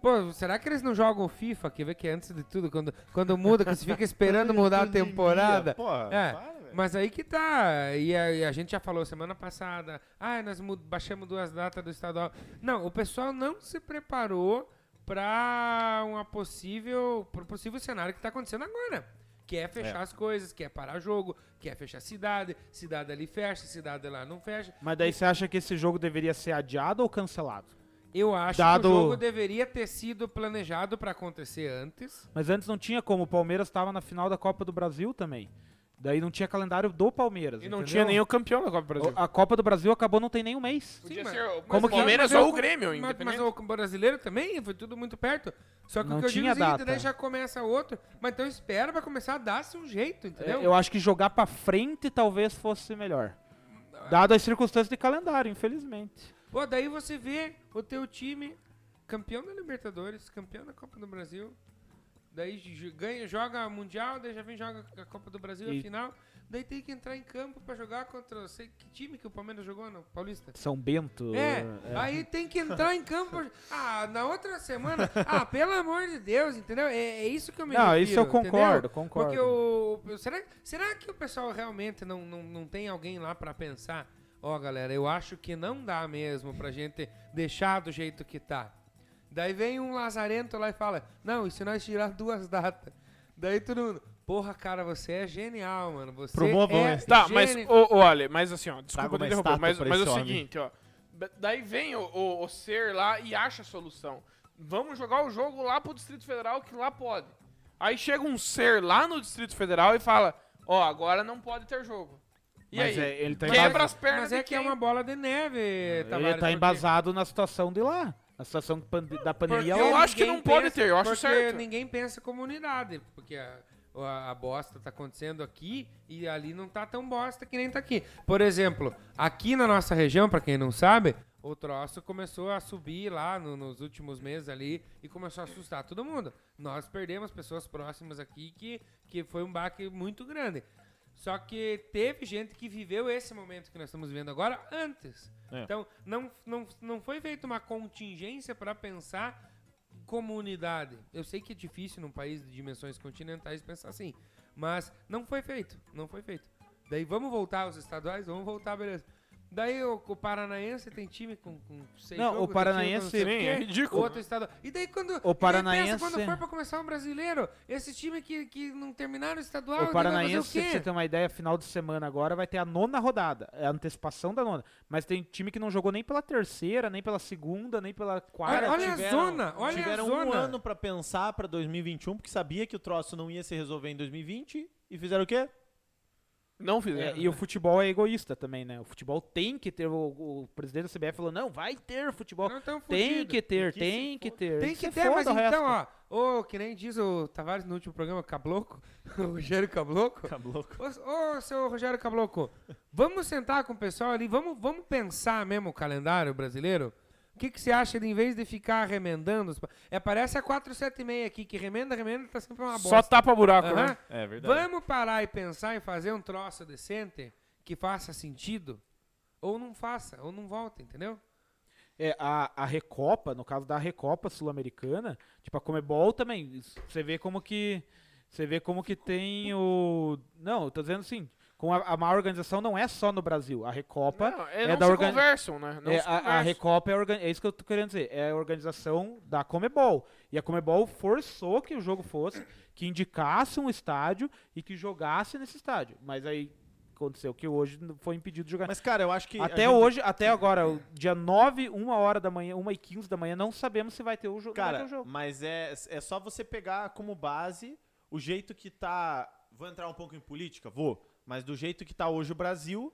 Speaker 3: Pô, será que eles não jogam FIFA? Que vê que é antes de tudo, quando, quando muda, que você fica esperando mudar a
Speaker 2: Pandemia,
Speaker 3: temporada.
Speaker 2: Porra,
Speaker 3: É,
Speaker 2: para, velho.
Speaker 3: mas aí que tá. E a, e a gente já falou semana passada. Ah, nós mu- baixamos duas datas do estadual. Não, o pessoal não se preparou pra uma possível, pro possível cenário que tá acontecendo agora. Que é fechar as coisas, que é parar jogo, que é fechar cidade, cidade ali fecha, cidade lá não fecha.
Speaker 4: Mas daí você acha que esse jogo deveria ser adiado ou cancelado?
Speaker 3: Eu acho
Speaker 4: Dado-
Speaker 3: que o jogo deveria ter sido planejado pra acontecer antes.
Speaker 4: Mas antes não tinha como, o Palmeiras estava na final da Copa do Brasil também. Daí não tinha calendário do Palmeiras.
Speaker 1: E não
Speaker 4: entendeu?
Speaker 1: tinha nem o campeão da Copa do Brasil.
Speaker 4: A Copa do Brasil acabou não tem nem um mês.
Speaker 1: Podia
Speaker 3: Sim, mas-
Speaker 1: ser o-
Speaker 4: Como
Speaker 1: mas
Speaker 4: que- é?
Speaker 1: o Palmeiras
Speaker 3: Mas eu-
Speaker 1: ou o Grêmio,
Speaker 3: Mas, mas
Speaker 1: independente.
Speaker 3: o brasileiro também, foi tudo muito perto. Só que
Speaker 4: Não
Speaker 3: o que eu digo é
Speaker 4: tinha
Speaker 3: o seguinte,
Speaker 4: data.
Speaker 3: daí já começa outro. Mas então espera pra começar a dar-se um jeito, entendeu?
Speaker 4: É, Eu acho que jogar pra frente talvez fosse melhor. Dado as circunstâncias de calendário, infelizmente.
Speaker 3: Pô, daí você vê o teu time campeão da Libertadores, campeão da Copa do Brasil. Daí j- ganha, joga Mundial, daí já vem joga a Copa do Brasil,
Speaker 4: E-
Speaker 3: a final. Daí tem que entrar em campo pra jogar contra... Sei que time que o Palmeiras jogou no Paulista?
Speaker 4: São Bento.
Speaker 3: É,
Speaker 4: tá,
Speaker 3: aí tem que entrar em campo. Ah, na outra semana. Ah, pelo amor de Deus, entendeu? É, é isso que eu me
Speaker 4: Não,
Speaker 3: refiro,
Speaker 4: isso eu
Speaker 3: entendeu?
Speaker 4: concordo, concordo.
Speaker 3: Porque o. Será, será que o pessoal realmente não, não, não tem alguém lá pra pensar? Ó, galera, eu acho que não dá mesmo pra gente deixar do jeito que tá. Daí vem um lazarento lá e fala: Não, e se nós tirar duas datas? Daí todo mundo. Porra, cara, você é genial, mano. Você
Speaker 2: Promovam
Speaker 3: é
Speaker 2: essa.
Speaker 1: Tá, mas,
Speaker 3: geni-
Speaker 1: ô, ô, Ale, mas assim, ó,
Speaker 2: Traga
Speaker 1: desculpa
Speaker 2: uma
Speaker 1: te interromper,
Speaker 2: estátua
Speaker 1: mas,
Speaker 2: pra
Speaker 1: mas é
Speaker 2: esse
Speaker 1: o
Speaker 2: homem.
Speaker 1: seguinte, ó. ba- Daí vem o, o- o ser lá e acha a solução. Vamos jogar o jogo lá pro Distrito Federal, que lá pode. Aí chega um ser lá no Distrito Federal e fala, ó, agora não pode ter jogo. E
Speaker 4: Mas
Speaker 1: aí?
Speaker 4: é, ele tá
Speaker 1: Quebra
Speaker 4: embasado-
Speaker 1: as pernas
Speaker 3: Mas é
Speaker 1: de
Speaker 3: que é
Speaker 1: quem?
Speaker 3: uma bola de neve,
Speaker 4: Ele
Speaker 3: Tavares.
Speaker 4: tá
Speaker 3: porque-
Speaker 4: embasado na situação de lá. Na situação de pan- da pandemia
Speaker 1: eu
Speaker 4: lá.
Speaker 3: é um ninguém
Speaker 1: acho que não pode ter, eu acho
Speaker 3: porque
Speaker 1: certo.
Speaker 3: ninguém pensa como unidade, porque a, a- a bosta tá acontecendo aqui e ali não tá tão bosta que nem tá aqui. Por exemplo, aqui na nossa região, pra quem não sabe, o troço começou a subir lá no- nos últimos meses ali e começou a assustar todo mundo. Nós perdemos pessoas próximas aqui que, que foi um baque muito grande. Só que teve gente que viveu esse momento que nós estamos vivendo agora antes.
Speaker 2: É.
Speaker 3: Então, não, não, não foi feita uma contingência para pensar comunidade. Eu sei que é difícil num país de dimensões continentais pensar assim, mas não foi feito, não foi feito. Daí vamos voltar aos estaduais, vamos voltar, beleza. Daí o, o Paranaense tem time com, com seis
Speaker 4: Não, o
Speaker 3: jogos, tem time com
Speaker 4: Paranaense-
Speaker 3: sei o
Speaker 1: Sim, é
Speaker 3: quê,
Speaker 1: ridículo.
Speaker 3: Outro estado. E daí quando e daí
Speaker 4: Paranaense-
Speaker 3: pensa, quando for para começar um brasileiro, esse time que, que não terminaram o estadual,
Speaker 4: O
Speaker 3: ele vai fazer
Speaker 4: Paranaense,
Speaker 3: o
Speaker 4: pra
Speaker 3: quê?
Speaker 4: você um ter uma ideia, final de semana agora vai ter a nona rodada. É a antecipação da nona. Mas tem time que não jogou nem pela terceira, nem pela segunda, nem pela
Speaker 3: Olha-
Speaker 4: quarta.
Speaker 3: olha a zona, olha a
Speaker 2: tiveram um
Speaker 3: zona.
Speaker 2: ano pra pensar pra 2021, porque sabia que o troço não ia se resolver em 2020 e fizeram o quê?
Speaker 1: Não
Speaker 4: É,
Speaker 1: fizeram.
Speaker 4: e o futebol é egoísta também, né? O futebol tem que ter. O, o presidente da CBF falou: não, vai ter futebol.
Speaker 3: Não tão
Speaker 4: tem
Speaker 3: fudido.
Speaker 4: que
Speaker 2: Que
Speaker 4: ter,
Speaker 2: se
Speaker 4: tem que ter.
Speaker 3: Tem
Speaker 4: Isso
Speaker 3: que
Speaker 4: é
Speaker 3: ter, mas
Speaker 4: foda o
Speaker 3: então,
Speaker 4: resto.
Speaker 3: ó, Ô, que nem diz o Tavares no último programa, Cabloco, o Rogério Cabloco.
Speaker 2: Cabloco.
Speaker 3: Ô, ô, seu Rogério Cabloco, vamos sentar com o pessoal ali, vamos, vamos pensar mesmo o calendário brasileiro? O que, que você acha de, em vez de ficar remendando? os pa- É, parece a 476 aqui, que remenda, remenda, tá
Speaker 4: é
Speaker 3: sempre uma bosta.
Speaker 1: Só tapa buraco,
Speaker 3: Aham.
Speaker 1: né?
Speaker 2: É verdade.
Speaker 3: Vamos parar e pensar em fazer um troço decente que faça sentido? Ou não faça, ou não volta, entendeu?
Speaker 4: É, a, a Recopa, no caso da Recopa Sul-Americana, tipo a Comebol também, s- você vê como que você vê como que tem o não, eu tô dizendo assim, com a, a má organização não é só no Brasil, a Recopa
Speaker 1: Não, é,
Speaker 4: é
Speaker 1: não
Speaker 4: da
Speaker 1: se
Speaker 4: organ-
Speaker 1: conversam, né? Não
Speaker 4: é,
Speaker 1: se
Speaker 4: a, a
Speaker 1: conversam.
Speaker 4: Recopa é, organ- é isso que eu tô querendo dizer, é a organização da Comebol. E a Comebol forçou que o jogo fosse, que indicasse um estádio e que jogasse nesse estádio. Mas aí aconteceu que hoje n- foi impedido de jogar.
Speaker 2: Mas, cara, eu acho que. a
Speaker 4: até
Speaker 2: gente-
Speaker 4: hoje, até agora, o dia 9, 1 hora da manhã, 1 e 15 da manhã, não sabemos se vai ter é o jogo. vai ter
Speaker 2: Cara,
Speaker 4: o jogo.
Speaker 2: mas é, é só você pegar como base o jeito que tá. Vou entrar um pouco em política? Vou. Mas do jeito que tá hoje o Brasil,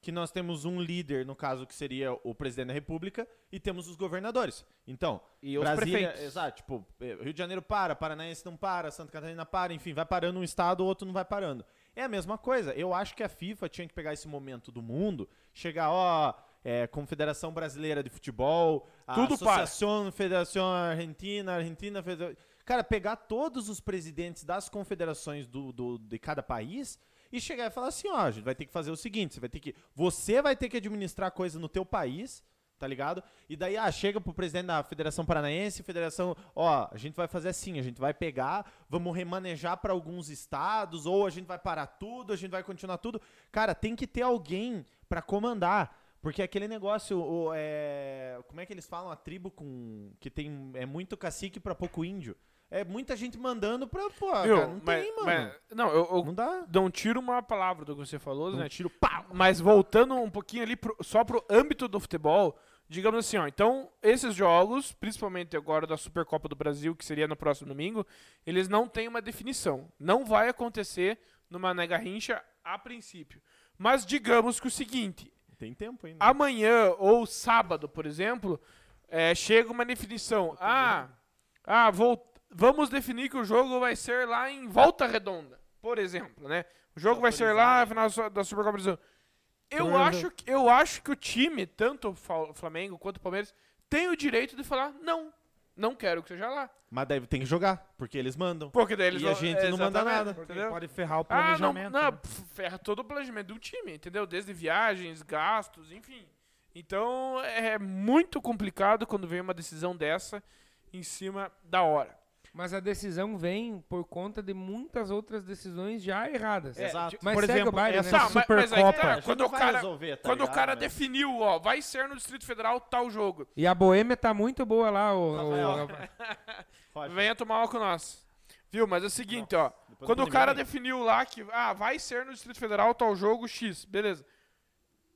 Speaker 2: que nós temos um líder, no caso que seria o presidente da República, e temos os governadores. Então,
Speaker 4: E os prefeitos.
Speaker 2: Exato, tipo, eh, Rio de Janeiro para, Paranaense não para, Santa Catarina para, enfim, vai parando um estado, o outro não vai parando. É a mesma coisa. Eu acho que a FIFA tinha que pegar esse momento do mundo, chegar, ó, eh, Confederação Brasileira de Futebol, a
Speaker 1: Tudo para.
Speaker 2: Associação Federação Argentina, Argentina Federação. Cara, pegar todos os presidentes das confederações do, do- de cada país e chegar e falar assim, ó, a gente vai ter que fazer o seguinte, você vai ter que, você vai ter que administrar coisa no teu país, tá ligado? E daí, ah, chega pro presidente da Federação Paranaense, Federação, ó, a gente vai fazer assim, a gente vai pegar, vamos remanejar pra alguns estados, ou a gente vai parar tudo, a gente vai continuar tudo. Cara, tem que ter alguém pra comandar, porque é aquele negócio, o, é, como é que eles falam, a tribo com que tem é muito cacique pra pouco índio. É muita gente mandando pra, pô,
Speaker 1: Viu?
Speaker 2: cara, não
Speaker 1: Mas-
Speaker 2: tem, mano.
Speaker 1: mas- não, eu, eu
Speaker 2: não dá.
Speaker 1: não um tiro uma palavra do que você falou, né?
Speaker 2: tiro pau.
Speaker 1: Mas voltando um pouquinho ali pro- só pro âmbito do futebol, digamos assim, ó, então esses jogos, principalmente agora da Supercopa do Brasil, que seria no próximo domingo, eles não têm uma definição. Não vai acontecer numa Mané Garrincha a princípio. Mas digamos que o seguinte,
Speaker 2: Tem tempo
Speaker 1: Ah.
Speaker 2: ainda.
Speaker 1: amanhã ou sábado, por exemplo, é, chega uma definição. Ah, ah vol- vamos definir que o jogo vai ser lá em Volta Redonda, por exemplo, né? O jogo vai ser lá na final su- da Supercopa Brasil. Eu acho, que, eu acho que o time, tanto o Fa- Flamengo quanto o Palmeiras, tem o direito de falar, não, não quero que seja lá.
Speaker 2: Mas deve tem que jogar, porque eles mandam.
Speaker 1: Porque daí eles
Speaker 2: E a
Speaker 1: vão-
Speaker 2: gente não manda
Speaker 1: exatamente,
Speaker 2: nada.
Speaker 4: Porque
Speaker 1: entendeu?
Speaker 4: pode ferrar o
Speaker 1: Ah, não,
Speaker 4: planejamento.
Speaker 1: não
Speaker 4: né?
Speaker 1: pf, ferra todo o planejamento do time, entendeu? Desde viagens, gastos, enfim. Então é muito complicado quando vem uma decisão dessa em cima da hora.
Speaker 3: Mas a decisão vem por conta de muitas outras decisões já erradas.
Speaker 2: Exato.
Speaker 3: Mas
Speaker 4: Por
Speaker 3: segue
Speaker 4: exemplo,
Speaker 3: o baile,
Speaker 4: essa
Speaker 3: né?
Speaker 1: Tá, mas- mas aí
Speaker 4: É Supercopa.
Speaker 1: tá,
Speaker 2: gente
Speaker 1: quando
Speaker 2: não
Speaker 1: o
Speaker 2: vai
Speaker 1: cara,
Speaker 2: resolver, tá
Speaker 1: quando o
Speaker 2: ligado,
Speaker 1: cara
Speaker 2: né?
Speaker 1: definiu, ó, vai ser no Distrito Federal tal jogo.
Speaker 3: E a boêmia tá muito boa lá, o, o-
Speaker 2: Rocha,
Speaker 1: Venha tomar uma com nós. Viu? Mas é o seguinte, ó.
Speaker 2: depois
Speaker 1: Quando
Speaker 2: do
Speaker 1: o cara
Speaker 2: Neymar.
Speaker 1: definiu lá que ah, vai ser no Distrito Federal tal jogo X, beleza.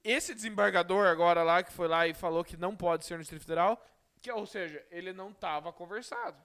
Speaker 1: Esse desembargador agora lá que foi lá e falou que não pode ser no Distrito Federal, que ou seja, ele não tava conversado.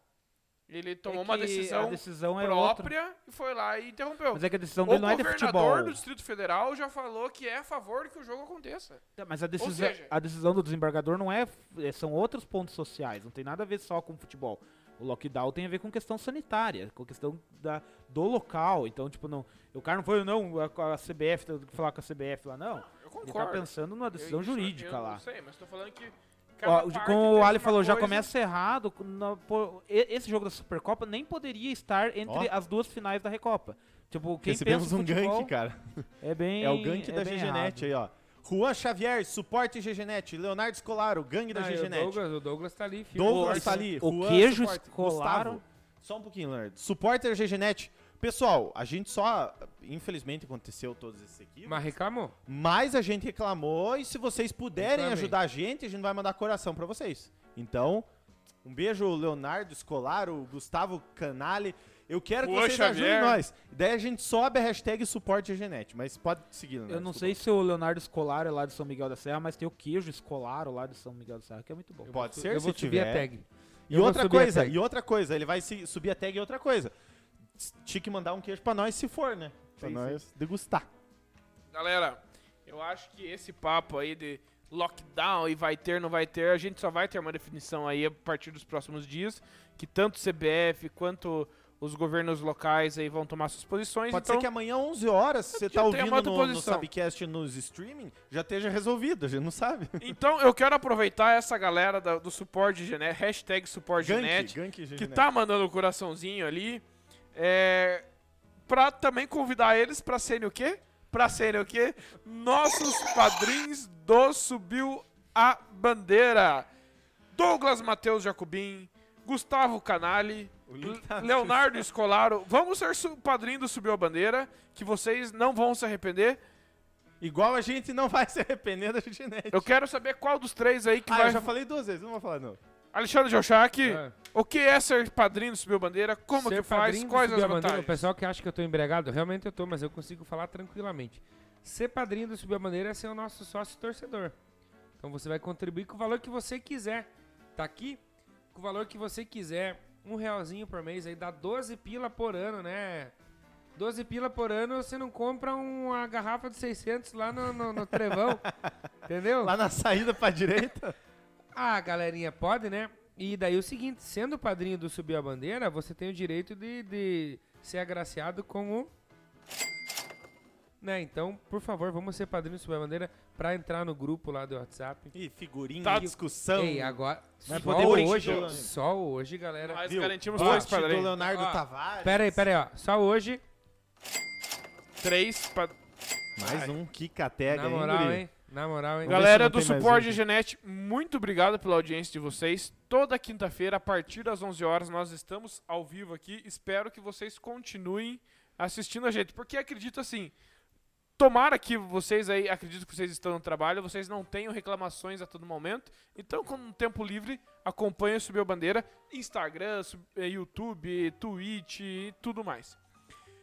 Speaker 1: Ele tomou uma
Speaker 4: É que a
Speaker 1: decisão,
Speaker 4: decisão é
Speaker 1: própria e foi lá e interrompeu.
Speaker 4: Mas é que a decisão
Speaker 1: o
Speaker 4: dele não é de
Speaker 1: governador
Speaker 4: futebol.
Speaker 1: do Distrito Federal já falou que é a favor que o jogo aconteça.
Speaker 4: Tá, Mas a decisão,
Speaker 1: seja-
Speaker 4: a decisão do desembargador não é, é- São outros pontos sociais, não tem nada a ver só com futebol. O lockdown tem a ver com questão sanitária, com questão da, do local. Então, tipo, não. O cara não foi, não, a, a CBF, tem que falar com a CBF lá, não.
Speaker 1: Eu
Speaker 4: Ele tá
Speaker 1: concordo.
Speaker 4: pensando numa decisão
Speaker 1: Eu- isso-
Speaker 4: jurídica
Speaker 1: eu
Speaker 4: lá.
Speaker 1: Não sei, mas tô falando que
Speaker 4: Ó,
Speaker 1: cada
Speaker 4: o-
Speaker 1: parte
Speaker 4: como
Speaker 1: tem
Speaker 4: o Ali
Speaker 1: uma
Speaker 4: falou, já
Speaker 1: coisa-
Speaker 4: começa errado. na- pô, e- esse jogo da Supercopa nem poderia estar
Speaker 2: Ó.
Speaker 4: entre as duas finais da Recopa. Tipo, quem
Speaker 2: Recebemos
Speaker 4: pensa em
Speaker 2: um
Speaker 4: futebol
Speaker 2: gank, cara.
Speaker 4: É bem.
Speaker 2: É o gank da
Speaker 4: bem errado.
Speaker 2: GGNet aí, ó. Juan Xavier, suporte GGNet. Leonardo Scolaro, gangue da
Speaker 3: Ah, e o
Speaker 2: GGNet.
Speaker 3: Douglas, o Douglas tá ali, filho.
Speaker 2: Douglas
Speaker 4: o-
Speaker 2: tá ali.
Speaker 4: o
Speaker 2: Juan,
Speaker 4: queijo
Speaker 2: suporte.
Speaker 4: Scolaro.
Speaker 2: Gustavo, Só um pouquinho, Leonardo. Suporte da GGNet. Pessoal, a gente só. Infelizmente aconteceu todos esses equipes.
Speaker 3: Mas reclamou.
Speaker 2: Mas a gente reclamou e se vocês puderem
Speaker 3: Reclamei.
Speaker 2: ajudar a gente, a gente vai mandar coração pra vocês. Então, um beijo Leonardo Escolaro, Gustavo Canale. Eu quero que
Speaker 1: Juan
Speaker 2: vocês
Speaker 1: Xavier.
Speaker 2: ajudem nós. Daí a gente sobe a hashtag suporte Genete, mas pode seguir, Leonardo.
Speaker 4: Eu não sei
Speaker 2: desculpa.
Speaker 4: se o Leonardo Escolar é lá de São Miguel da Serra, mas tem o queijo Escolaro lá de São Miguel da Serra, que é muito bom.
Speaker 2: Pode ser,
Speaker 3: eu vou
Speaker 2: se
Speaker 3: subir
Speaker 2: tiver.
Speaker 3: a tag.
Speaker 2: E
Speaker 3: Eu vou
Speaker 2: outra
Speaker 3: subir a
Speaker 2: coisa,
Speaker 3: tag.
Speaker 2: e outra coisa, ele vai se- subir a tag e outra coisa. Tinha que mandar um queijo pra nós se for, né? Pra
Speaker 4: Sim,
Speaker 2: nós degustar.
Speaker 1: Galera, eu acho que esse papo aí de lockdown e vai ter, não vai ter, a gente só vai ter uma definição aí a partir dos próximos dias, que tanto o CBF quanto os governos locais aí vão tomar suas posições.
Speaker 2: Pode
Speaker 1: então,
Speaker 2: ser que amanhã, 11 horas,
Speaker 1: já
Speaker 2: você tá
Speaker 1: tenha
Speaker 2: ouvindo
Speaker 1: uma outra
Speaker 2: no, no
Speaker 1: posição.
Speaker 2: Subcast nos streaming, já esteja resolvido, a gente não sabe.
Speaker 1: então eu quero aproveitar essa galera da- do suporte gené, hashtag suporte genético,
Speaker 2: gank,
Speaker 1: que
Speaker 3: né?
Speaker 1: tá mandando o coraçãozinho ali, é, pra também convidar eles pra serem o quê? Pra serem o quê? Nossos padrinhos do Subiu a Bandeira. Douglas Matheus Jacobim, Gustavo Canali,
Speaker 3: tá
Speaker 1: Leonardo Escolaro. Vamos ser su- padrinho do Subiu a Bandeira, que vocês não vão se arrepender.
Speaker 2: Igual a gente não vai se arrepender da genética.
Speaker 1: Eu quero saber qual dos três aí que
Speaker 2: Ah,
Speaker 1: vai...
Speaker 2: eu já falei duas vezes, não vou falar não.
Speaker 1: Alexandre Joshak,
Speaker 3: É.
Speaker 1: o que é ser padrinho do Subiu a Bandeira? Como
Speaker 3: Ser
Speaker 1: que faz?
Speaker 3: padrinho do
Speaker 1: Quais as
Speaker 3: Subir a Bandeira,
Speaker 1: vantagens?
Speaker 3: O pessoal que acha que eu tô embregado, realmente eu tô, mas eu consigo falar tranquilamente. Ser padrinho do Subir a Bandeira é ser o nosso sócio torcedor. Então você vai contribuir com o valor que você quiser. Tá aqui? Com o valor que você quiser. Um realzinho por mês aí dá 12 pila por ano, né? 12 pila por ano você não compra uma garrafa de 600 lá no, no- no Trevão. entendeu?
Speaker 2: Lá na saída pra direita.
Speaker 3: Ah, galerinha, pode, né? E daí o seguinte, sendo padrinho do Subir a Bandeira, você tem o direito de, de ser agraciado com o... Né, então, por favor, vamos ser padrinho do Subir a Bandeira pra entrar no grupo lá do WhatsApp.
Speaker 2: Ih, figurinha,
Speaker 1: Tá.
Speaker 2: discussão.
Speaker 3: Ei, agora...
Speaker 2: Vai
Speaker 3: só
Speaker 2: Então, poder hoje,
Speaker 3: hoje,
Speaker 2: Leandro.
Speaker 3: só hoje, galera.
Speaker 1: Nós
Speaker 2: Viu?
Speaker 1: garantimos
Speaker 2: Bote
Speaker 1: dois
Speaker 2: do
Speaker 1: padrinhos.
Speaker 2: Leonardo
Speaker 3: Ó,
Speaker 2: Tavares.
Speaker 3: Ah. Pera aí, pera aí, ó. Só hoje,
Speaker 1: Três pa-
Speaker 2: Mais um que catega,
Speaker 3: na moral, hein? Na moral, hein?
Speaker 2: Vamos ver
Speaker 1: Galera
Speaker 2: se não
Speaker 1: do
Speaker 2: tem mais
Speaker 1: Suporte
Speaker 2: um.
Speaker 1: Genet, muito obrigado pela audiência de vocês. Toda quinta-feira, a partir das 11 horas, nós estamos ao vivo aqui. Espero que vocês continuem assistindo a gente, porque acredito assim, tomara que vocês aí, acredito que vocês estão no trabalho, vocês não tenham reclamações a todo momento. Então, com um tempo livre, acompanhe o Subiu a Bandeira, Instagram, Sub- eh, YouTube, Twitch e tudo mais.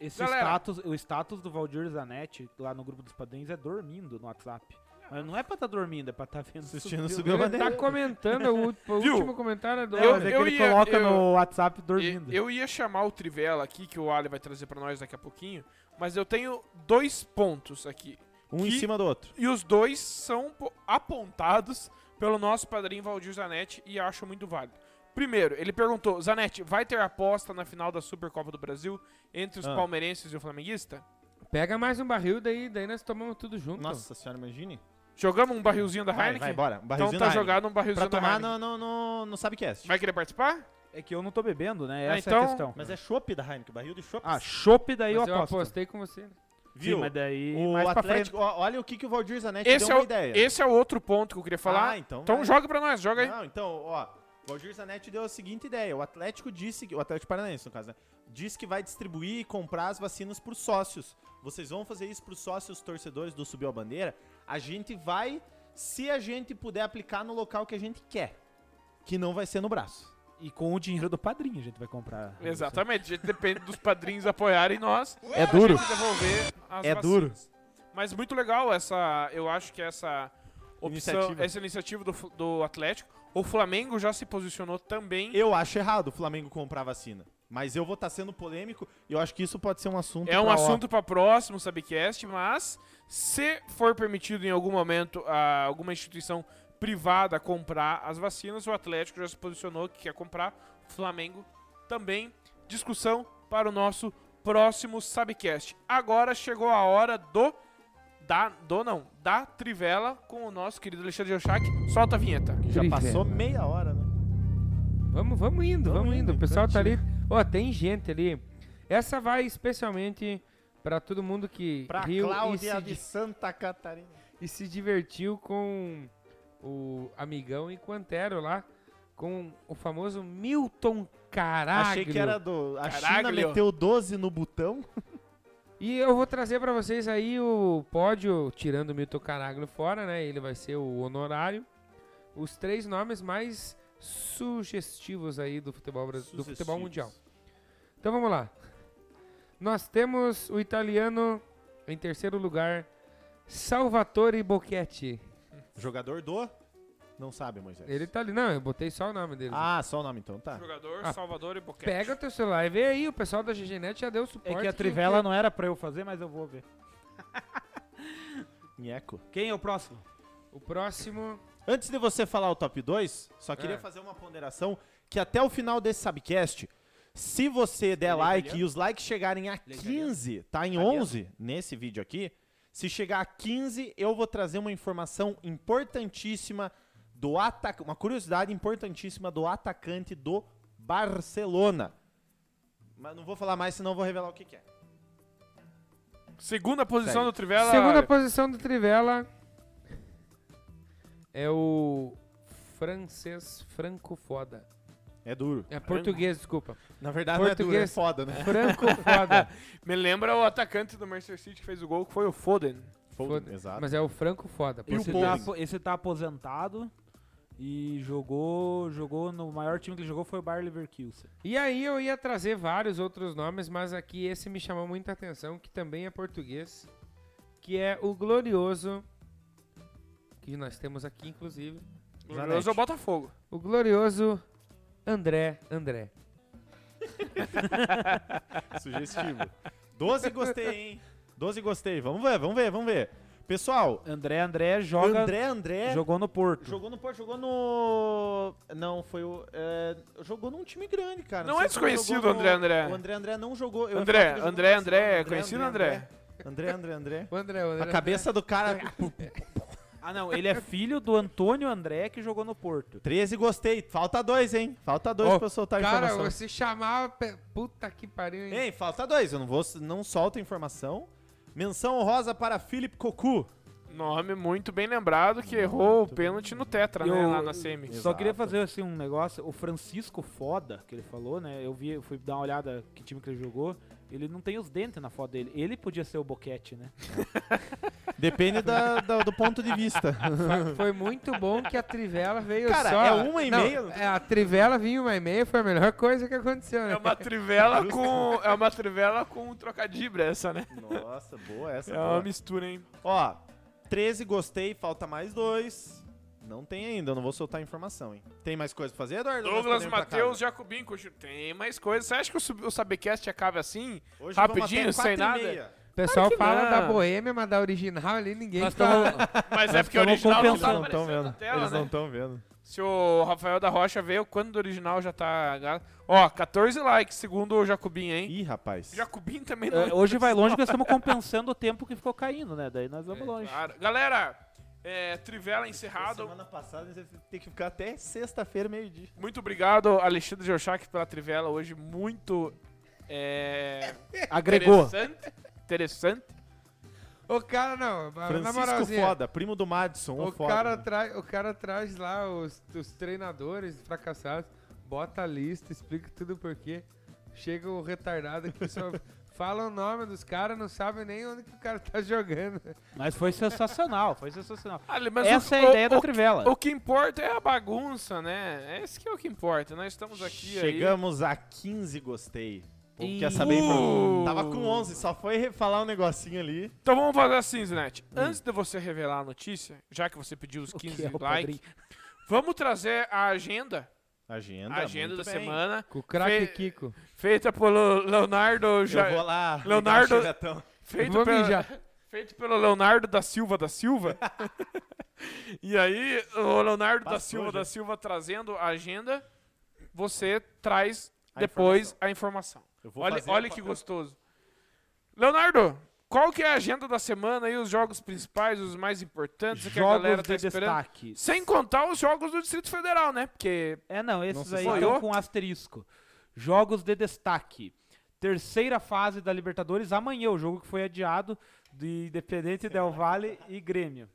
Speaker 5: Esse
Speaker 1: Galera.
Speaker 5: status, o status do Valdir Zanetti lá no grupo dos padrinhos é dormindo no WhatsApp. Mas não é pra estar dormindo, é pra estar vendo.
Speaker 2: Assistindo
Speaker 5: subir-
Speaker 2: subiu
Speaker 3: Ele
Speaker 2: a
Speaker 3: tá
Speaker 2: bandeira.
Speaker 3: comentando, o, ú- o
Speaker 1: Viu?
Speaker 3: último comentário é do...
Speaker 1: Eu-
Speaker 5: Mas é que ele
Speaker 1: ia-
Speaker 5: coloca
Speaker 1: eu-
Speaker 5: no WhatsApp
Speaker 1: E-
Speaker 5: dormindo.
Speaker 1: Eu ia chamar o Trivela aqui, que o Ali vai trazer pra nós daqui a pouquinho, mas eu tenho dois pontos aqui.
Speaker 2: Um em
Speaker 1: Que-
Speaker 2: cima do outro.
Speaker 1: E os dois são po- apontados pelo nosso padrinho Valdir Zanetti e acho muito válido. Primeiro, ele perguntou: Zanetti, vai ter aposta na final da Supercopa do Brasil entre os
Speaker 2: Ah.
Speaker 1: palmeirenses e o flamenguista?
Speaker 3: Pega mais um barril, daí, daí nós tomamos tudo junto.
Speaker 2: Nossa senhora, imagine.
Speaker 1: Jogamos um barrilzinho da
Speaker 2: Então. Vai,
Speaker 1: Heineken?
Speaker 2: vai, bora. Um barrilzinho
Speaker 1: então tá
Speaker 2: da Heineken.
Speaker 1: jogado um
Speaker 2: Pra
Speaker 1: barrilzinho da
Speaker 2: tomar
Speaker 1: Heineken.
Speaker 2: no, no, no, no Subcast.
Speaker 1: Vai querer participar?
Speaker 5: É que eu não tô bebendo, né?
Speaker 1: Ah,
Speaker 5: Essa é
Speaker 1: então-
Speaker 5: a questão.
Speaker 2: Mas é chopp da Heineken, barril de chopp.
Speaker 4: Ah, chope daí
Speaker 3: Mas é
Speaker 4: eu
Speaker 3: eu
Speaker 4: aposto.
Speaker 3: apostei com você.
Speaker 2: viu?
Speaker 5: Sim, mas daí
Speaker 2: o
Speaker 5: mais pra frente.
Speaker 2: Atlético, ó, olha o que, que o Valdir Zanetti
Speaker 1: Esse
Speaker 2: deu
Speaker 1: é,
Speaker 2: uma
Speaker 1: o,
Speaker 2: ideia.
Speaker 1: esse é o outro ponto que eu queria falar.
Speaker 2: Ah, então vai.
Speaker 1: joga pra nós, joga aí.
Speaker 2: Não, então, ó, o Valdir Zanetti deu a seguinte ideia. O Atlético disse, que, o Atlético Paranaense, no caso, né? Diz que vai distribuir e comprar as vacinas pros sócios. Vocês vão fazer isso pros sócios torcedores do Subiu a Bandeira? A gente vai, se a gente puder aplicar no local que a gente quer, que não vai ser no braço.
Speaker 5: E com o dinheiro do padrinho a gente vai comprar.
Speaker 1: Exatamente, a gente depende dos padrinhos apoiarem nós.
Speaker 4: É duro.
Speaker 1: pra devolver as
Speaker 2: É
Speaker 1: vacinas.
Speaker 2: duro.
Speaker 1: Mas muito legal essa, eu acho que essa opção,
Speaker 2: Iniciativa.
Speaker 1: essa iniciativa do, Fl- do Atlético. O Flamengo já se posicionou também.
Speaker 2: Eu acho errado o Flamengo comprar vacina. Mas eu vou estar sendo polêmico e eu acho que isso pode ser um assunto.
Speaker 1: É um
Speaker 2: pra-
Speaker 1: assunto para próximo, Subcast, mas se for permitido em algum momento a alguma instituição privada comprar as vacinas, o Atlético já se posicionou que quer comprar, o Flamengo também. Discussão para o nosso próximo Subcast. Agora chegou a hora do da do não, da Trivela com o nosso querido Alexandre Oshak. Solta a vinheta.
Speaker 2: Já passou meia hora, né?
Speaker 3: Vamos, vamos indo, vamos, indo. O pessoal tá ali. Ó, tem gente ali. Essa vai especialmente pra todo mundo que
Speaker 2: Pra
Speaker 3: riu e
Speaker 2: Cláudia
Speaker 3: se,
Speaker 2: de
Speaker 3: di-
Speaker 2: Santa Catarina.
Speaker 3: e se divertiu com o amigão e com o Antero lá. Com o famoso Milton Caraglio.
Speaker 2: Achei que era do. A China
Speaker 1: Caraglio.
Speaker 2: meteu 12 no botão.
Speaker 3: E eu vou trazer pra vocês aí o pódio, tirando o Milton Caraglio fora, né? Ele vai ser o honorário. Os três nomes mais sugestivos aí do futebol, bras- do futebol mundial. Então vamos lá. Nós temos o italiano em terceiro lugar, Salvatore Bocchetti.
Speaker 2: Jogador do. Não sabe, Moisés.
Speaker 3: Ele tá ali. Não, eu botei só o nome dele.
Speaker 2: Ah, só o nome então, tá.
Speaker 1: Jogador
Speaker 3: Ah.
Speaker 1: Salvador e Boquete.
Speaker 3: Pega o teu celular e vê aí, o pessoal da GGNet já deu
Speaker 5: É
Speaker 3: suporte.
Speaker 5: que a trivela não era pra eu fazer, mas eu vou ver.
Speaker 2: Nheco.
Speaker 5: Quem é o próximo?
Speaker 3: O próximo.
Speaker 2: Antes de você falar o top 2, só queria
Speaker 3: É.
Speaker 2: fazer uma ponderação que até o final desse subcast, se você der like e os likes chegarem a 15, tá em 11 nesse vídeo aqui, se chegar a 15, eu vou trazer uma informação importantíssima do ataque, uma curiosidade importantíssima do atacante do Barcelona. Mas não vou falar mais, senão eu vou revelar o que, que é.
Speaker 1: Segunda posição do Trivela.
Speaker 3: Segunda
Speaker 1: olha,
Speaker 3: posição do Trivela é o francês Franco Foda.
Speaker 2: É duro.
Speaker 3: É português, desculpa.
Speaker 2: Na verdade, não é duro, é
Speaker 3: Português.
Speaker 2: foda, né?
Speaker 3: Franco Foda.
Speaker 1: Me lembra o atacante do Manchester City que fez o gol, que foi o Foden.
Speaker 3: Foda.
Speaker 2: Exato.
Speaker 3: Mas é o Franco Foda.
Speaker 2: E o
Speaker 4: Esse tá,
Speaker 2: Poulsen?
Speaker 4: apo- esse tá aposentado e jogou, jogou no maior time que ele jogou foi o Bayer Leverkusen.
Speaker 3: E aí eu ia trazer vários outros nomes, mas aqui esse me chamou muita atenção, que também é português, que é o glorioso, que nós temos aqui inclusive,
Speaker 1: Glorioso é o Botafogo.
Speaker 3: o glorioso André André.
Speaker 2: Sugestivo. 12 gostei, hein? 12 gostei. Vamos ver, vamos ver, vamos ver. Pessoal,
Speaker 4: André André joga
Speaker 2: André André
Speaker 4: jogou no Porto.
Speaker 2: jogou no Porto, jogou no. Não, foi o. é, jogou num time grande, cara.
Speaker 1: Não
Speaker 2: sei
Speaker 1: é
Speaker 2: se ele
Speaker 1: desconhecido
Speaker 2: jogou
Speaker 1: o André André.
Speaker 2: O André André não jogou. Eu ia
Speaker 1: André,
Speaker 2: falar que ele jogou no
Speaker 1: André,
Speaker 2: Barcelona.
Speaker 1: André, conhecido André?
Speaker 2: assim, André, André, André.
Speaker 3: O André, o André.
Speaker 2: A cabeça do cara.
Speaker 4: Ah não, ele é filho do Antônio André que jogou no Porto.
Speaker 2: 13 gostei. Falta dois, hein? Falta dois
Speaker 3: Ó,
Speaker 2: pra eu soltar a
Speaker 3: Cara, assim-
Speaker 2: informação.
Speaker 3: você chamava... pe- Puta que pariu, hein?
Speaker 2: Ei, falta dois. Eu não vou. Não solto a informação. Menção honrosa para Felipe Cocu.
Speaker 1: Nome muito bem lembrado que errou o pênalti no Tetra, né?
Speaker 4: Eu-
Speaker 1: Lá na semi.
Speaker 4: Só queria
Speaker 2: Exato.
Speaker 4: fazer assim um negócio, o Francisco Foda que ele falou, né? Eu vi, eu fui dar uma olhada que time que ele jogou. Ele não tem os dentes na foto dele. Ele podia ser o Boquete, né?
Speaker 2: Depende da- da- do ponto de vista.
Speaker 3: Fa- Foi muito bom que a Trivela veio
Speaker 2: Cara,
Speaker 3: só...
Speaker 2: é uma e
Speaker 3: Não,
Speaker 2: meia?
Speaker 3: é, A Trivela vinha uma e meia, foi a melhor coisa que aconteceu, né?
Speaker 1: É uma trivela com. É uma trivela com um trocadibra essa, né?
Speaker 2: Nossa, boa essa.
Speaker 1: É uma mistura, hein?
Speaker 2: Ó, 13 gostei, falta mais dois. Não tem ainda, eu não vou soltar a informação, hein? Tem mais coisa pra fazer, Eduardo? Ou nós
Speaker 1: Douglas
Speaker 2: podemos ir pra
Speaker 1: Matheus
Speaker 2: casa?
Speaker 1: Jacobinho, continu- tem mais coisa. Você acha que o, sub- o Sabcast acaba assim?
Speaker 2: Hoje
Speaker 1: rapidinho,
Speaker 2: vamos até
Speaker 1: sem
Speaker 2: quatro e
Speaker 1: nada?
Speaker 2: meia.
Speaker 3: O pessoal
Speaker 1: que
Speaker 3: fala
Speaker 1: não.
Speaker 3: da boêmia, mas da original ali ninguém fala.
Speaker 1: Mas é porque o
Speaker 2: Tamo
Speaker 1: original não
Speaker 2: compensando.
Speaker 1: tá
Speaker 2: Então Eles não tão
Speaker 1: aparecendo
Speaker 2: vendo.
Speaker 1: na tela,
Speaker 2: Eles
Speaker 1: né?
Speaker 2: não estão vendo.
Speaker 1: Se o Rafael da Rocha veio, quando do original já tá. ga- Ó, 14 likes, segundo o Jacobinho, hein?
Speaker 2: Ih, rapaz.
Speaker 1: Jacobinho também não.
Speaker 4: É, hoje vai longe porque nós estamos compensando o tempo que ficou caindo, né? Daí nós vamos longe.
Speaker 1: É, Claro. Galera, é, Trivela encerrado.
Speaker 2: Semana passada você tem que ficar até sexta-feira, meio-dia.
Speaker 1: Muito obrigado, Alexandre Jorchak, pela Trivela hoje. Muito. É,
Speaker 4: Agregou.
Speaker 1: Interessante. Interessante.
Speaker 3: O cara não,
Speaker 1: Ah,
Speaker 3: mas na
Speaker 2: Francisco
Speaker 3: moralzinha.
Speaker 2: Foda, primo do Madison,
Speaker 3: O
Speaker 2: o foda.
Speaker 3: cara,
Speaker 1: né?
Speaker 3: traz, o cara traz lá os, os treinadores fracassados, bota a lista, explica tudo por quê. Chega o retardado que só fala o nome dos caras, não sabe nem onde que o cara tá jogando.
Speaker 4: Mas foi sensacional, foi sensacional.
Speaker 1: Ali, mas
Speaker 4: Essa
Speaker 1: o-
Speaker 4: é a
Speaker 1: o-
Speaker 4: ideia da
Speaker 1: o-
Speaker 4: Trivela.
Speaker 1: O que importa é a bagunça, né? Esse que é o que importa. Nós estamos aqui aí.
Speaker 2: Chegamos a 15 gostei. O povo quer saber?
Speaker 1: Uh!
Speaker 2: Tava com 11, só foi falar um negocinho ali.
Speaker 1: Então vamos fazer assim, Zinete. Antes de você revelar a notícia, já que você pediu os
Speaker 4: que
Speaker 1: 15
Speaker 4: é o
Speaker 1: likes, vamos trazer a agenda.
Speaker 2: Agenda,
Speaker 1: A agenda da
Speaker 2: muito bem.
Speaker 1: semana.
Speaker 3: Com o craque
Speaker 1: Fe-
Speaker 3: Kiko.
Speaker 1: Feita pelo Leonardo.
Speaker 2: Eu
Speaker 1: Ja-
Speaker 2: vou lá. ligar o
Speaker 1: Leonardo-
Speaker 2: chevetão.
Speaker 1: Feito
Speaker 3: Vou
Speaker 1: pela-
Speaker 3: mijar.
Speaker 1: Feito pelo Leonardo da Silva da Silva. e aí, o Leonardo da
Speaker 2: Passou
Speaker 1: Silva
Speaker 2: já.
Speaker 1: da Silva trazendo a agenda, você traz depois a informação.
Speaker 2: Eu vou
Speaker 1: Olha,
Speaker 2: fazer
Speaker 1: olha
Speaker 2: o
Speaker 1: que
Speaker 2: papel.
Speaker 1: gostoso. Leonardo, qual que é a agenda da semana e os jogos principais, os mais importantes, o que a galera
Speaker 4: Jogos
Speaker 1: tá
Speaker 4: de
Speaker 1: esperando?
Speaker 4: destaque.
Speaker 1: Sem contar os jogos do Distrito Federal, né? Porque
Speaker 4: É, não, esses aí
Speaker 1: sabe.
Speaker 4: estão com asterisco. Jogos de destaque. Terceira fase da Libertadores, amanhã, o jogo que foi adiado de Independente Del Valle e Grêmio.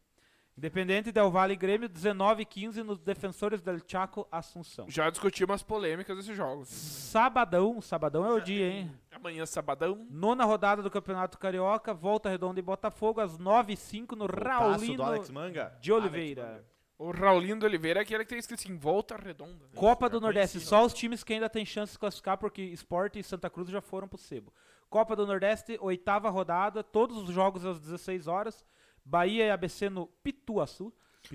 Speaker 4: Independente Del Valle e Grêmio, 19 e 15 nos Defensores del Chaco Assunção.
Speaker 1: já discutimos as polêmicas desses jogos.
Speaker 4: Sabadão, sabadão é o dia, hein?
Speaker 1: Amanhã, sabadão.
Speaker 4: Nona rodada do Campeonato Carioca, Volta Redonda e Botafogo, às 9 e 05 no
Speaker 2: Passo do
Speaker 4: Raulino
Speaker 2: Alex Manga.
Speaker 4: de Oliveira.
Speaker 1: O Raulindo Oliveira é aquele que tem escrito assim, volta redonda. né?
Speaker 4: Copa do Nordeste, só os times que ainda têm chance de classificar, porque Sport e Santa Cruz já foram pro sebo. Copa do Nordeste, oitava rodada, todos os jogos às 16 horas. Bahia e ABC no Pituaçu.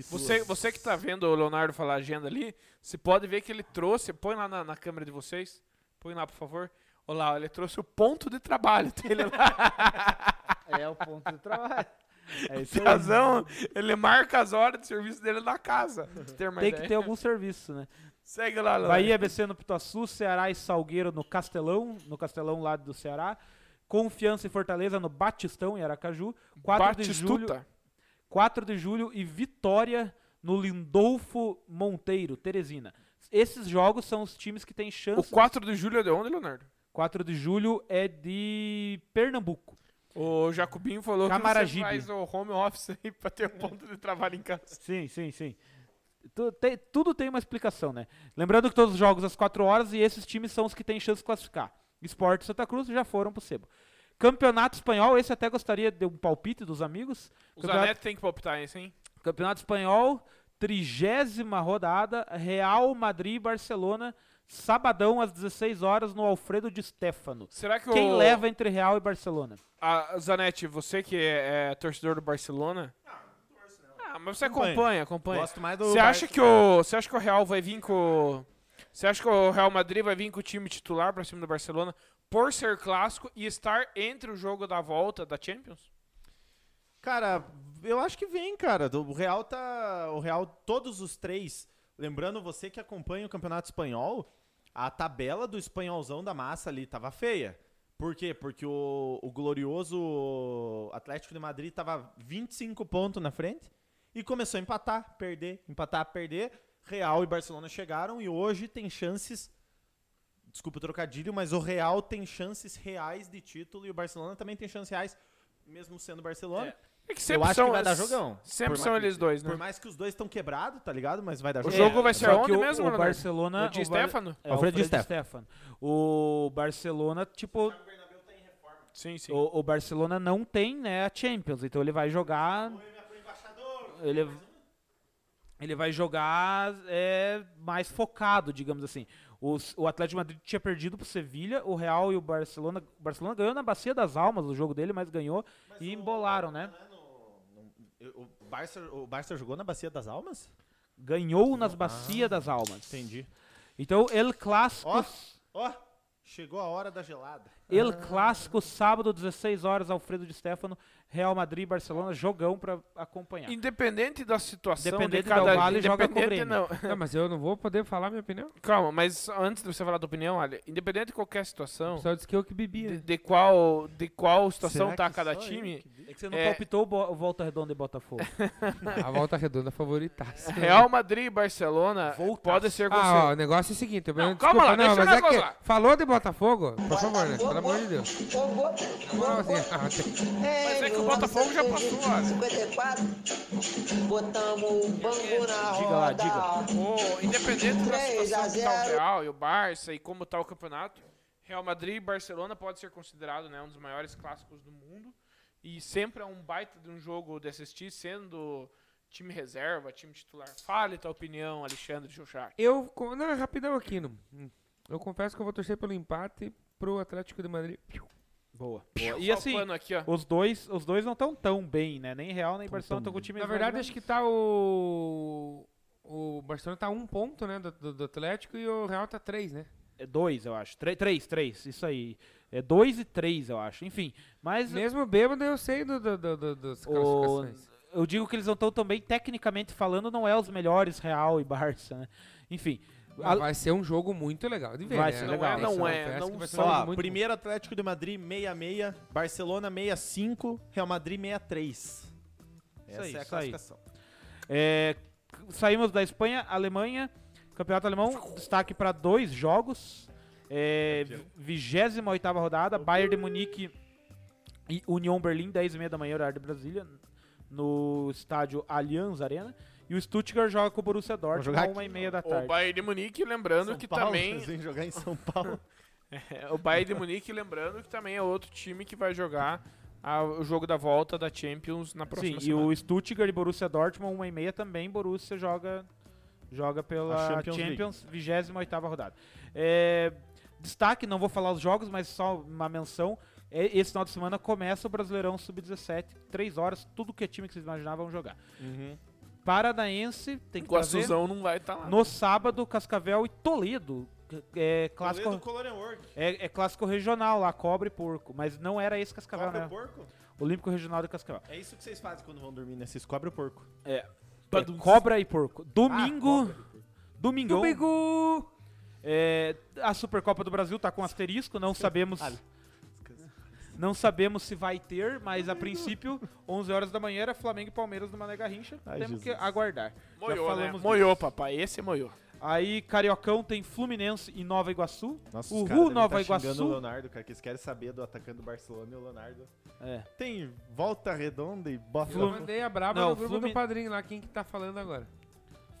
Speaker 1: Você, você que tá vendo o Leonardo falar a agenda ali, você pode ver que ele trouxe, põe lá na, na câmera de vocês, põe lá, por favor. Olha lá, ele trouxe o ponto de trabalho dele lá.
Speaker 4: É o ponto do trabalho. É isso
Speaker 1: Tá
Speaker 4: aí.
Speaker 1: Tazão, ele marca as horas de serviço dele na casa. pra você ter uma
Speaker 4: Tem que
Speaker 1: ideia.
Speaker 4: ter algum serviço, né?
Speaker 1: Segue lá, Léo.
Speaker 4: Bahia, BC no Pituaçu, Ceará e Salgueiro no Castelão, no Castelão lá do Ceará. Confiança e Fortaleza no Batistão, em Aracaju. 4 de julho,
Speaker 1: Batistuta.
Speaker 4: 4 de julho e Vitória no Lindolfo Monteiro, Teresina. Esses jogos são os times que têm
Speaker 1: O
Speaker 4: chance.
Speaker 1: 4 de julho é de onde, Leonardo?
Speaker 4: 4 de julho é de Pernambuco.
Speaker 1: O Jacobinho falou que você
Speaker 4: Camaragibe.
Speaker 1: faz o home office aí pra ter um ponto de trabalho em casa.
Speaker 4: Sim, sim, sim. Tu- tem- tudo tem uma explicação, né? Lembrando que todos os jogos às 4 horas e esses times são os que têm chance de classificar. Sport e Santa Cruz já foram pro sebo. Campeonato Espanhol, esse até gostaria de um palpite dos amigos.
Speaker 1: O
Speaker 4: Campeonato-
Speaker 1: Zanetti tem que palpitar esse, hein?
Speaker 4: Campeonato Espanhol, trigésima rodada, Real Madrid e Barcelona, sabadão às 16 horas no Alfredo de Stefano.
Speaker 1: Será que
Speaker 4: Quem
Speaker 1: o...
Speaker 4: leva entre Real e Barcelona?
Speaker 1: Ah, Zanetti, você que é, é torcedor do Barcelona... Ah, mas você acompanha,
Speaker 2: Acompanha.
Speaker 1: acompanha.
Speaker 2: Gosto mais do.
Speaker 1: Você
Speaker 2: Bar-
Speaker 1: acha que o você acha que o Real vai vir com Você acha que o Real Madrid vai vir com o time titular pra cima do Barcelona por ser clássico e estar entre o jogo da volta da Champions?
Speaker 2: Cara, eu acho que vem, cara. O Real tá. O Real, todos os três. Lembrando você que acompanha o Campeonato Espanhol, a tabela do espanholzão da massa ali tava feia. Por quê? Porque o, o glorioso Atlético de Madrid tava 25 pontos na frente e começou a empatar, perder, empatar, perder. Real e Barcelona chegaram e hoje tem chances. Desculpa o trocadilho, mas o Real tem chances reais de título e o Barcelona também tem chances reais, mesmo sendo Barcelona.
Speaker 1: É que
Speaker 2: Eu acho que vai dar jogão.
Speaker 1: Sempre
Speaker 2: Por
Speaker 1: são
Speaker 2: mais-
Speaker 1: eles dois, né?
Speaker 2: Por mais que os dois estão quebrados, tá ligado? Mas vai dar
Speaker 1: O
Speaker 2: jogão.
Speaker 1: jogo vai ser
Speaker 4: É, só
Speaker 1: onde
Speaker 4: que o-
Speaker 1: mesmo,
Speaker 4: o
Speaker 1: Leonardo?
Speaker 4: Barcelona-
Speaker 1: No Di
Speaker 4: o Bar-
Speaker 1: Stefano?
Speaker 4: É,
Speaker 2: Alfredo de
Speaker 4: Di Stefano. O Barcelona, tipo,
Speaker 1: Sim, sim.
Speaker 4: o, o Barcelona não tem, né, a Champions, então ele vai jogar ele ele vai jogar é, mais focado, digamos assim. Os- o Atlético de Madrid tinha perdido pro Sevilha, o Real e o Barcelona, o Barcelona ganhou na bacia das almas o jogo dele, mas ganhou e embolaram, né?
Speaker 2: O Barça, o Barça jogou na Bacia das Almas?
Speaker 4: Ganhou
Speaker 1: Ah,
Speaker 4: nas bacias das almas.
Speaker 2: Entendi.
Speaker 4: Então, El Clássico,
Speaker 2: Ó, ó, chegou a hora da gelada.
Speaker 4: El Clássico, sábado, 16 horas, Alfredo de Stefano, Real Madrid e Barcelona, jogão pra acompanhar.
Speaker 1: Independente da situação
Speaker 4: Independente
Speaker 1: de cada
Speaker 4: Del Valle, joga com o
Speaker 1: independente não.
Speaker 4: Grêmio.
Speaker 3: Não, mas eu não vou poder falar minha opinião.
Speaker 1: Calma, mas antes de você falar da opinião, olha, independente de qualquer situação,
Speaker 3: Só disse que eu que
Speaker 1: de,
Speaker 3: bebia.
Speaker 1: de qual de qual situação
Speaker 2: Será
Speaker 1: tá
Speaker 2: que
Speaker 1: cada
Speaker 2: só eu
Speaker 1: time,
Speaker 4: É que você não
Speaker 1: É.
Speaker 4: palpitou o Bo- o Volta Redonda e Botafogo.
Speaker 3: A volta redonda favoritaça.
Speaker 1: É Real Madrid e Barcelona
Speaker 4: Voltaço.
Speaker 1: pode ser
Speaker 3: Ah, ó,
Speaker 1: considerado
Speaker 3: o negócio é o seguinte, eu
Speaker 1: Não,
Speaker 3: não,
Speaker 1: calma
Speaker 3: desculpa,
Speaker 1: lá, deixa
Speaker 3: não, mas
Speaker 1: o
Speaker 3: é
Speaker 1: negócio lá.
Speaker 3: que falou de Botafogo, por favor, né?
Speaker 7: Botafogo,
Speaker 3: Pelo amor de Deus.
Speaker 7: Fogo,
Speaker 3: Não, assim,
Speaker 7: fogo.
Speaker 3: ah, tem-
Speaker 1: Mas é que o Botafogo já passou, olha.
Speaker 7: 54, botamos o banco na roda.
Speaker 4: Diga lá, diga.
Speaker 1: Ô, independente da
Speaker 7: 3 a
Speaker 1: situação que tá o
Speaker 7: 0.
Speaker 1: Real e o Barça e como tá o campeonato, Real Madrid e Barcelona pode ser considerado né, um dos maiores clássicos do mundo. E sempre é um baita de um jogo de assistir, sendo time reserva, time titular. Fale tua opinião, Alexandre Juchak.
Speaker 3: Eu, co- não, é rapidão aqui, não. eu confesso que eu vou torcer pelo empate pro Atlético de Madrid.
Speaker 4: Boa. E assim,
Speaker 1: aqui, ó.
Speaker 4: os dois, os dois não estão tão bem, né? Nem Real, nem Barcelona estão com o time
Speaker 3: Na verdade, acho que tá o... O Barcelona tá um ponto, né, do, do- do Atlético e o Real tá três, né?
Speaker 4: É dois, eu acho. Tre- três, três, isso aí. É dois e três, eu acho. Enfim, mas
Speaker 3: Mesmo bêbado eu sei do, do, do- do- das
Speaker 4: o,
Speaker 3: classificações.
Speaker 4: eu digo que eles não estão também, tecnicamente falando, não é os melhores Real e Barça, né? Enfim,
Speaker 3: Ah,
Speaker 4: a-
Speaker 3: vai ser um jogo muito legal de ver,
Speaker 4: Vai
Speaker 3: né?
Speaker 4: ser
Speaker 3: Eu
Speaker 4: legal.
Speaker 3: confesso
Speaker 1: Não é,
Speaker 3: que
Speaker 1: não
Speaker 3: vai ser um jogo
Speaker 2: Ó,
Speaker 3: muito bom.
Speaker 2: primeiro Atlético de Madrid 66, Barcelona 65, Real Madrid 63. Essa é
Speaker 4: aí,
Speaker 2: a
Speaker 4: isso aí.
Speaker 2: classificação.
Speaker 4: é, c- saímos da Espanha, Alemanha, Campeonato Alemão, destaque para dois jogos. É, 28 rodada, Bayern de Munique e União Berlim, 10h30 da manhã, horário de Brasília, no estádio Allianz Arena. E o Stuttgart joga com o Borussia Dortmund,
Speaker 2: jogar aqui.
Speaker 4: 1h30 da
Speaker 1: O
Speaker 4: tarde.
Speaker 1: Bayern de Munique, lembrando
Speaker 2: São
Speaker 1: que
Speaker 2: Paulo,
Speaker 1: também
Speaker 2: eles vêm jogar em São Paulo.
Speaker 1: É, o Bayern de Munique, lembrando que também é outro time que vai jogar a- o jogo da volta da Champions na
Speaker 4: Sim,
Speaker 1: próxima
Speaker 4: e
Speaker 1: semana.
Speaker 4: o Stuttgart e Borussia Dortmund, 1 e meia também, Borussia joga, joga pela
Speaker 2: A
Speaker 4: Champions,
Speaker 2: Champions League.
Speaker 4: 28ª rodada. É, destaque, não vou falar os jogos, mas só uma menção, é, esse final de semana começa o Brasileirão Sub-17, 3 horas, tudo que é time que vocês imaginavam jogar. Paranaense, tem que trazer,
Speaker 1: Guaçuzão não vai estar lá.
Speaker 4: tá no sábado, Cascavel e Toledo, é clássico,
Speaker 2: Toledo Color and Work.
Speaker 4: é, é clássico regional lá, cobre e porco, mas não era esse Cascavel,
Speaker 2: Cobra
Speaker 4: né?
Speaker 2: porco?
Speaker 4: Olímpico Regional de Cascavel.
Speaker 2: É isso que vocês fazem quando vão dormir, né? Vocês cobrem o porco.
Speaker 4: É, cobra e
Speaker 2: Ah,
Speaker 4: porco. Domingo. Domingão.
Speaker 3: Domingo!
Speaker 4: É, a Supercopa do Brasil tá com asterisco, não sabemos.
Speaker 2: Ah,
Speaker 4: Não sabemos se vai ter, mas a princípio, 11 horas da manhã era Flamengo e Palmeiras no Mané Garrincha.
Speaker 2: Ai,
Speaker 4: Temos que
Speaker 2: Jesus.
Speaker 4: aguardar.
Speaker 1: Moiou, né?
Speaker 4: falamos
Speaker 1: Moiou, papai. Esse é moiou.
Speaker 4: Aí, Cariocão tem Fluminense e Nova Iguaçu.
Speaker 2: Nossa,
Speaker 4: Uhul,
Speaker 2: os caras devem
Speaker 4: Nova
Speaker 2: tá xingando
Speaker 4: Iguaçu.
Speaker 2: O Leonardo, cara, que eles querem saber do atacante do Barcelona e o Leonardo.
Speaker 4: É.
Speaker 2: Tem volta redonda e
Speaker 3: Eu
Speaker 2: bota.
Speaker 3: mandei a braba
Speaker 4: Não,
Speaker 3: no grupo
Speaker 4: Flumin-
Speaker 3: do padrinho lá, quem que tá falando agora.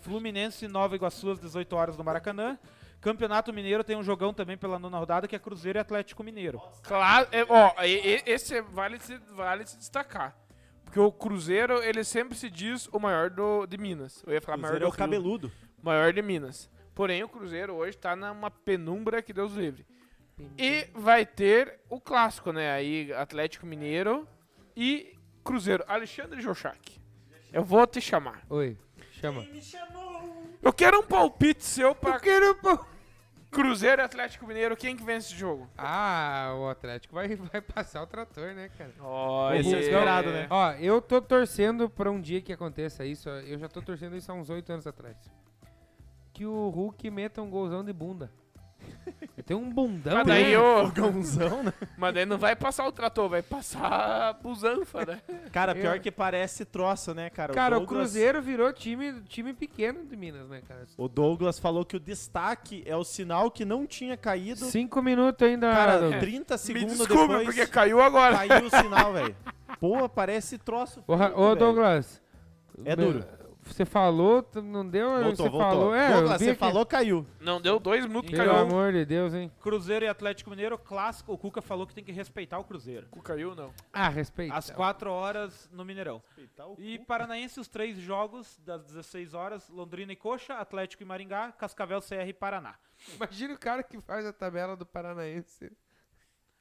Speaker 4: Fluminense e Nova Iguaçu às 18 horas no Maracanã. Campeonato Mineiro tem um jogão também pela nona rodada que é Cruzeiro e Atlético Mineiro.
Speaker 1: Claro, é, ó, e- e- esse é- vale, se- vale se destacar. Porque o Cruzeiro, ele sempre se diz o maior do, de Minas. Eu ia falar maior
Speaker 2: Cruzeiro
Speaker 1: do
Speaker 2: é o
Speaker 1: Rio,
Speaker 2: cabeludo.
Speaker 1: Maior de Minas. Porém, o Cruzeiro hoje tá numa penumbra que Deus livre. E vai ter o clássico, né? Aí, Atlético Mineiro e Cruzeiro. Alexandre Jochak. Eu vou te chamar.
Speaker 3: Oi, chama.
Speaker 1: Eu quero um palpite seu pra. Eu quero um palpite. Cruzeiro e Atlético Mineiro, quem que vence esse jogo?
Speaker 3: Ah, o Atlético vai, vai passar o trator, né, cara?
Speaker 1: Olha,
Speaker 4: Esse é o esperado, né?
Speaker 3: Ó, eu tô torcendo pra um dia que aconteça isso. ó, Eu já tô torcendo isso há uns oito anos atrás. Que o Hulk meta um golzão de bunda. Tem um bundão,
Speaker 1: Mas daí,
Speaker 3: né?
Speaker 1: ô,
Speaker 2: Fogãozão, né?
Speaker 1: mas daí não vai passar o trator, vai passar a busanfa, né?
Speaker 2: Cara,
Speaker 3: Eu-
Speaker 2: pior que parece troço, né, cara?
Speaker 3: É. Cara, o
Speaker 2: Douglas-
Speaker 3: Cruzeiro virou time, time pequeno de Minas, né, cara?
Speaker 2: O Douglas falou que o destaque é o sinal que não tinha caído.
Speaker 3: Cinco minutos ainda.
Speaker 2: Cara,
Speaker 3: Douglas.
Speaker 2: 30
Speaker 1: Me
Speaker 2: segundos
Speaker 1: desculpe,
Speaker 2: depois
Speaker 1: porque caiu agora.
Speaker 2: caiu o sinal, velho. Pô, parece troço.
Speaker 3: Ô, Ra-
Speaker 2: frito,
Speaker 3: Ô,
Speaker 2: velho.
Speaker 3: Douglas.
Speaker 2: É
Speaker 3: meu,
Speaker 2: duro.
Speaker 3: Você falou, tu não deu,
Speaker 2: Voltou,
Speaker 3: você
Speaker 2: voltou.
Speaker 3: falou. É, eu
Speaker 2: Douglas,
Speaker 3: vi
Speaker 2: você
Speaker 3: que-
Speaker 2: falou, caiu.
Speaker 1: Não deu dois minutos,
Speaker 3: Pelo
Speaker 1: caiu.
Speaker 3: amor de Deus, hein?
Speaker 4: Cruzeiro e Atlético Mineiro, clássico. O Cuca falou que tem que respeitar o Cruzeiro.
Speaker 1: Caiu, não.
Speaker 3: Ah, respeito.
Speaker 4: Às 4 horas no Mineirão. E Paranaense, os três jogos das 16 horas: Londrina e Coxa, Atlético e Maringá, Cascavel, CR e Paraná.
Speaker 3: Imagina o cara que faz a tabela do Paranaense.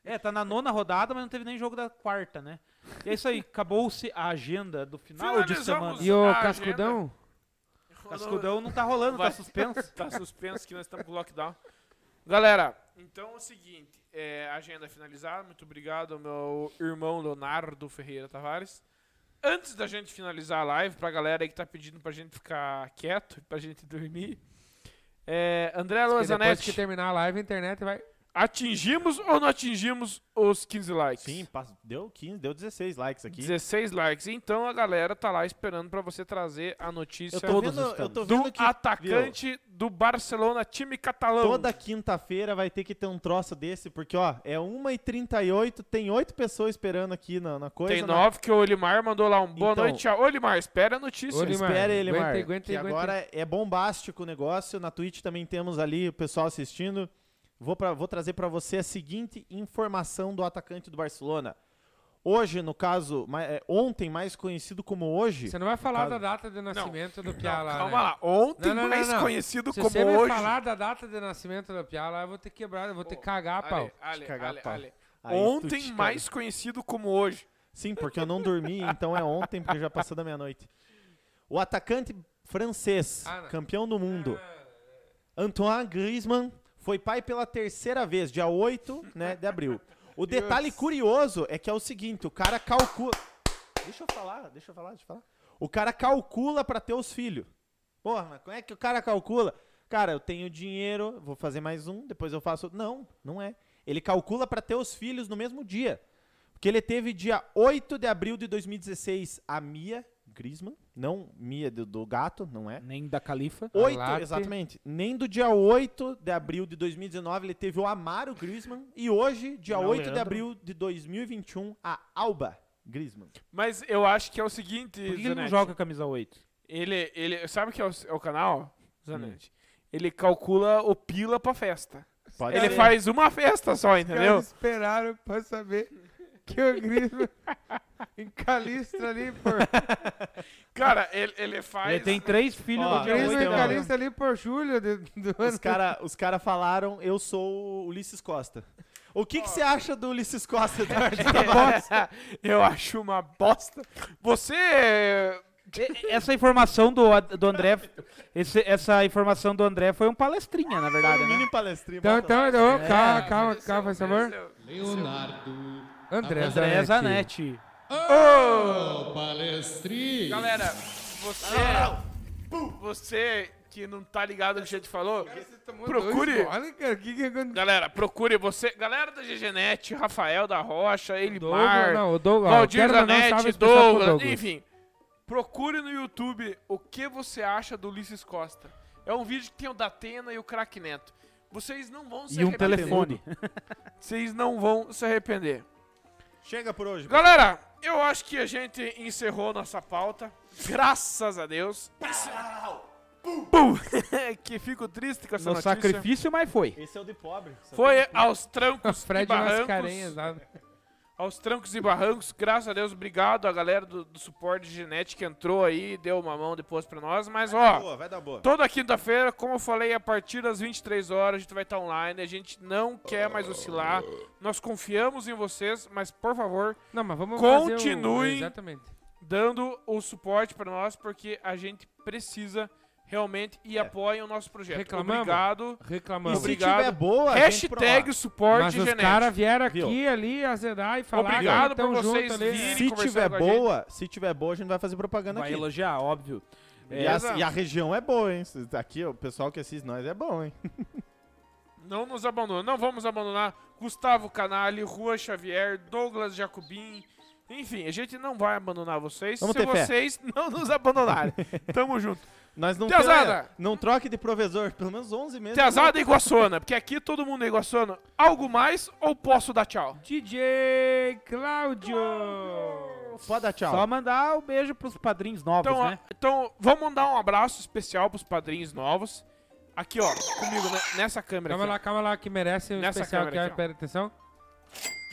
Speaker 4: É, tá na nona rodada, mas não teve nem jogo da quarta, né? E é isso aí, acabou-se a agenda do final de semana.
Speaker 1: Finalizamos.
Speaker 3: E o
Speaker 1: Ah,
Speaker 3: Cascudão?
Speaker 4: Cascudão não tá rolando,
Speaker 1: Vai.
Speaker 4: tá suspenso.
Speaker 1: Tá suspenso que nós estamos com lockdown. Galera, então é o seguinte, é, agenda finalizada. Muito obrigado ao meu irmão Leonardo Ferreira Tavares. Antes da gente finalizar a live, pra galera aí que tá pedindo pra gente ficar quieto, pra gente dormir. é, André
Speaker 3: Porque Depois que
Speaker 1: Lozanetti,
Speaker 3: terminar a live, a internet vai.
Speaker 1: atingimos ou não atingimos os 15 likes?
Speaker 2: Sim, pass- deu 15, deu 16 likes aqui.
Speaker 1: 16 likes. Então a galera tá lá esperando pra você trazer a notícia
Speaker 2: Eu tô vendo, eu tô vendo
Speaker 1: do
Speaker 2: que
Speaker 1: atacante do Barcelona, time catalão.
Speaker 2: toda quinta-feira vai ter que ter um troço desse, porque, ó, é 1h38, tem 8 pessoas esperando aqui na, na coisa. né?
Speaker 1: Tem
Speaker 2: na-
Speaker 1: nove que o Olimar mandou lá um boa
Speaker 2: Então-
Speaker 1: noite. Tchau. Olimar, espera a notícia.
Speaker 3: Olimar.
Speaker 2: Espera ele,
Speaker 3: Aguenta,
Speaker 2: Mar.
Speaker 3: aguenta,
Speaker 2: que
Speaker 3: aguenta.
Speaker 2: agora é bombástico o negócio. Na Twitch também temos ali o pessoal assistindo. Vou, pra- vou trazer para você a seguinte informação do atacante do Barcelona. Hoje, no caso, ma- é, ontem, mais conhecido como hoje.
Speaker 3: Você não vai falar
Speaker 2: Caso-
Speaker 3: da data de nascimento do Piá lá.
Speaker 1: Calma
Speaker 3: né?
Speaker 1: lá. Ontem,
Speaker 3: Não, não, não,
Speaker 1: mais
Speaker 3: não.
Speaker 1: conhecido
Speaker 3: Se
Speaker 1: como
Speaker 3: você vai
Speaker 1: hoje.
Speaker 3: falar da data de nascimento do Piá lá, eu vou ter que quebrar, eu vou ter que cagar a pau.
Speaker 1: Ale, Ale,
Speaker 2: cagar
Speaker 1: Ale,
Speaker 2: pau.
Speaker 1: Ale.
Speaker 2: Aí tu te
Speaker 1: Ontem,
Speaker 2: caga.
Speaker 1: mais conhecido como hoje.
Speaker 2: Sim, porque eu não dormi, então é ontem, porque já passou da meia-noite. O atacante francês,
Speaker 3: Ah, não.
Speaker 2: campeão do mundo, Antoine Griezmann, foi pai pela terceira vez, dia 8 né, de abril. O detalhe curioso é que é o seguinte, o cara calcula... Deixa eu falar, deixa eu falar, deixa eu falar. O cara calcula pra ter os filhos. Porra, mas como é que o cara calcula? Cara, eu tenho dinheiro, vou fazer mais um, depois eu faço. outro. Não, não é. Ele calcula pra ter os filhos no mesmo dia. Porque ele teve dia 8 de abril de 2016 a Mia Grisman, não Mia do, do gato, não é?
Speaker 4: Nem da Califa.
Speaker 2: 8,
Speaker 3: Latte.
Speaker 2: exatamente. Nem do dia 8 de abril de 2019 ele teve o Amaro Grisman e hoje, dia 8 de abril de 2021, a Alba Grisman.
Speaker 1: Mas eu acho que é o seguinte,
Speaker 4: Por que que ele não
Speaker 1: Zanetti.
Speaker 4: joga a camisa 8?
Speaker 1: Ele, ele- sabe o que é o, é o canal, Zanetti? Ele calcula o pila pra festa.
Speaker 2: Pode
Speaker 1: Ele
Speaker 2: ser.
Speaker 1: faz uma festa só, entendeu?
Speaker 3: Eles esperaram pra saber que o Griezmann encalista ali por.
Speaker 1: Cara, ele, ele faz...
Speaker 4: Ele tem três filhos
Speaker 2: Ó,
Speaker 4: no dia
Speaker 3: Griezmann
Speaker 2: Griezmann
Speaker 4: 8
Speaker 2: oito, não.
Speaker 4: agora.
Speaker 3: encalista ali por julho de- do
Speaker 2: Os
Speaker 3: ano.
Speaker 2: caras os cara falaram, eu sou o Ulisses Costa. O que que você acha do Ulisses Costa? Eduardo?
Speaker 1: Eu acho uma bosta. Você...
Speaker 4: E- Essa informação do, Ad- do André. esse- essa informação do André foi um palestrinha, na verdade, né?
Speaker 2: Mini Tá palestrinha.
Speaker 3: Então,
Speaker 2: bota lá.
Speaker 3: então, então,
Speaker 1: É,
Speaker 3: calma, calma, calma, por favor.
Speaker 9: Leonardo
Speaker 3: André
Speaker 4: André
Speaker 3: Zanetti.
Speaker 4: Zanetti. um
Speaker 6: Palestri.
Speaker 1: Galera, você. Você que não tá ligado no que a gente falou, procure.
Speaker 3: Olha, cara, o que que aconteceu?
Speaker 1: Galera, procure você. Galera da GGNet, Rafael da Rocha,
Speaker 3: Douglas,
Speaker 1: Elimar,
Speaker 3: não, o Douglas.
Speaker 1: Valdir
Speaker 3: quero mandar um salve
Speaker 1: Zanetti,
Speaker 3: especial pro
Speaker 1: Douglas, enfim. Procure no YouTube o que você acha do Ulisses Costa. É um vídeo que tem o Datena e o Crack Neto. Vocês não vão se
Speaker 4: E um
Speaker 1: arrepender.
Speaker 4: telefone.
Speaker 1: Vocês não vão se arrepender. então-
Speaker 2: Chega por hoje.
Speaker 1: Galera, eu acho que a gente encerrou nossa pauta. Graças a Deus. Pum! que fico triste com essa
Speaker 4: No
Speaker 1: notícia.
Speaker 4: sacrifício, mas foi.
Speaker 2: Esse é o de pobre.
Speaker 1: Foi aos trancos e
Speaker 3: Fred Mascarenhas
Speaker 1: barrancos.
Speaker 3: lá.
Speaker 1: Aos trancos e barrancos. Graças a Deus, obrigado a galera do, do suporte de genética que entrou aí, deu uma mão depois pra nós. Mas,
Speaker 2: Vai dar
Speaker 1: ó,
Speaker 2: tá boa, vai dar boa.
Speaker 1: toda quinta-feira, como eu falei, a partir das 23 horas a gente vai estar online. A gente não quer mais oscilar. Nós confiamos em vocês, mas, por favor,
Speaker 3: Não, mas vamos Fazer o...
Speaker 1: Continuem.
Speaker 3: Exatamente.
Speaker 1: dando o suporte pra nós, porque a gente precisa realmente
Speaker 2: É.
Speaker 1: e apoiem o nosso projeto.
Speaker 3: Reclamamos.
Speaker 1: Obrigado.
Speaker 3: Reclamamos.
Speaker 1: E se-
Speaker 2: Se tiver
Speaker 1: obrigado.
Speaker 2: boa,
Speaker 1: Hashtag suporte
Speaker 3: Mas os
Speaker 1: genético.
Speaker 3: caras vieram aqui
Speaker 2: Viu?
Speaker 3: ali azedar e falar
Speaker 4: "Ah,
Speaker 1: Obrigado
Speaker 3: que tão
Speaker 1: por vocês
Speaker 3: junto ali.
Speaker 1: virem.
Speaker 2: Se
Speaker 1: conversando
Speaker 2: tiver
Speaker 1: com a gente.
Speaker 2: boa, se tiver boa, a gente vai fazer propaganda
Speaker 4: Vai
Speaker 2: aqui.
Speaker 4: elogiar, óbvio.
Speaker 2: E a,
Speaker 1: Beleza?
Speaker 2: e a região é boa, hein? Cês- Aqui, ó, o pessoal que assiste nós é bom, hein?
Speaker 1: Não nos abandona, não vamos abandonar. Gustavo Canali, Rua Xavier, Douglas Jacobim. Enfim, a gente não vai abandonar vocês
Speaker 2: Vamos
Speaker 1: se
Speaker 2: ter fé.
Speaker 1: vocês não nos abandonarem. Tamo junto.
Speaker 2: Nós não
Speaker 1: Piazada!
Speaker 2: temos- Não troque de provedor, pelo menos 11 meses. é
Speaker 1: Teazada e Iguaçona, porque aqui todo mundo é Iguaçona. Algo mais ou posso dar tchau?
Speaker 3: DJ Cláudio.
Speaker 2: Pode dar tchau.
Speaker 4: Só mandar um beijo pros padrinhos novos,
Speaker 1: Então,
Speaker 4: né?
Speaker 1: a- então, vamos mandar um abraço especial pros padrinhos novos. Aqui, ó, comigo, né? nessa câmera
Speaker 3: Calma
Speaker 1: aqui. ó.
Speaker 3: lá, calma lá, que merece um
Speaker 1: Nessa
Speaker 3: especial que
Speaker 1: câmera
Speaker 3: é,
Speaker 1: aqui, ó.
Speaker 3: pera atenção.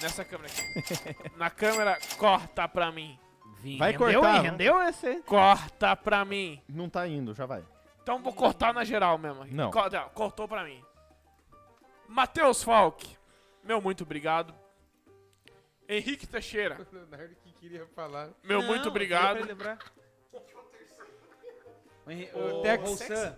Speaker 1: Nessa câmera aqui. Na câmera, corta pra mim.
Speaker 2: Vai cortar,
Speaker 4: hein?
Speaker 2: não?
Speaker 4: Rendeu esse?
Speaker 1: Corta pra mim.
Speaker 2: Não tá indo, já vai.
Speaker 1: Então vou cortar na geral mesmo.
Speaker 2: Não.
Speaker 1: Co- cortou pra mim. Matheus Falk, meu muito obrigado. Henrique Teixeira,
Speaker 3: Leonardo que queria falar.
Speaker 1: meu muito obrigado.
Speaker 4: O Tex.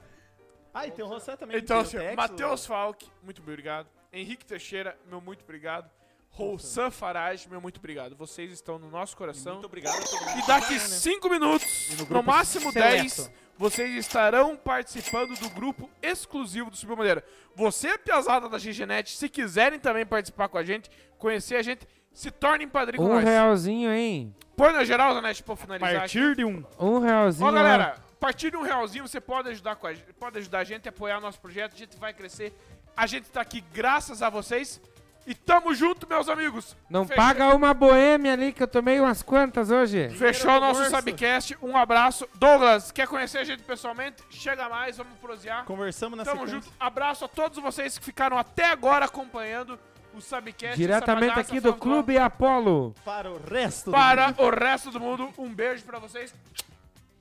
Speaker 2: Ah, e tem o Rossan também.
Speaker 1: Então,
Speaker 2: tem
Speaker 1: assim,
Speaker 2: o Tex,
Speaker 1: Matheus Falk, muito obrigado. Henrique Teixeira, meu muito obrigado. Roussan Farage, meu muito obrigado. Vocês estão no nosso coração. Muito obrigado. E daqui 5 minutos, no, máximo 10, vocês estarão participando do grupo exclusivo do Super Bandeira. Você, Piazada da GGNet, se quiserem também participar com a gente, conhecer a gente, se tornem padrinho com
Speaker 3: Um
Speaker 1: nós.
Speaker 3: realzinho, hein?
Speaker 1: Põe na geral, Zanetti, pra finalizar.
Speaker 4: Partir de um.
Speaker 3: Um realzinho.
Speaker 1: Ó,
Speaker 3: lá.
Speaker 1: galera, a partir de um realzinho você pode ajudar, com a, gente- pode ajudar a gente a apoiar nosso projeto, a gente vai crescer. A gente tá aqui graças a vocês. E tamo junto, meus amigos.
Speaker 3: Não
Speaker 1: Fecha-
Speaker 3: paga uma boêmia ali que eu tomei umas quantas hoje.
Speaker 1: Fechou o nosso Subcast. Um abraço. Douglas, quer conhecer a gente pessoalmente? Chega mais, vamos prosear.
Speaker 2: Conversamos na
Speaker 1: Tamo
Speaker 2: sequência.
Speaker 1: junto. Abraço a todos vocês que ficaram até agora acompanhando o Subcast.
Speaker 3: Diretamente
Speaker 1: essa
Speaker 3: aqui
Speaker 1: bagaça
Speaker 3: do Clube Apolo.
Speaker 2: Para o resto do
Speaker 1: Para o resto do mundo, um beijo pra vocês.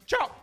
Speaker 1: Tchau.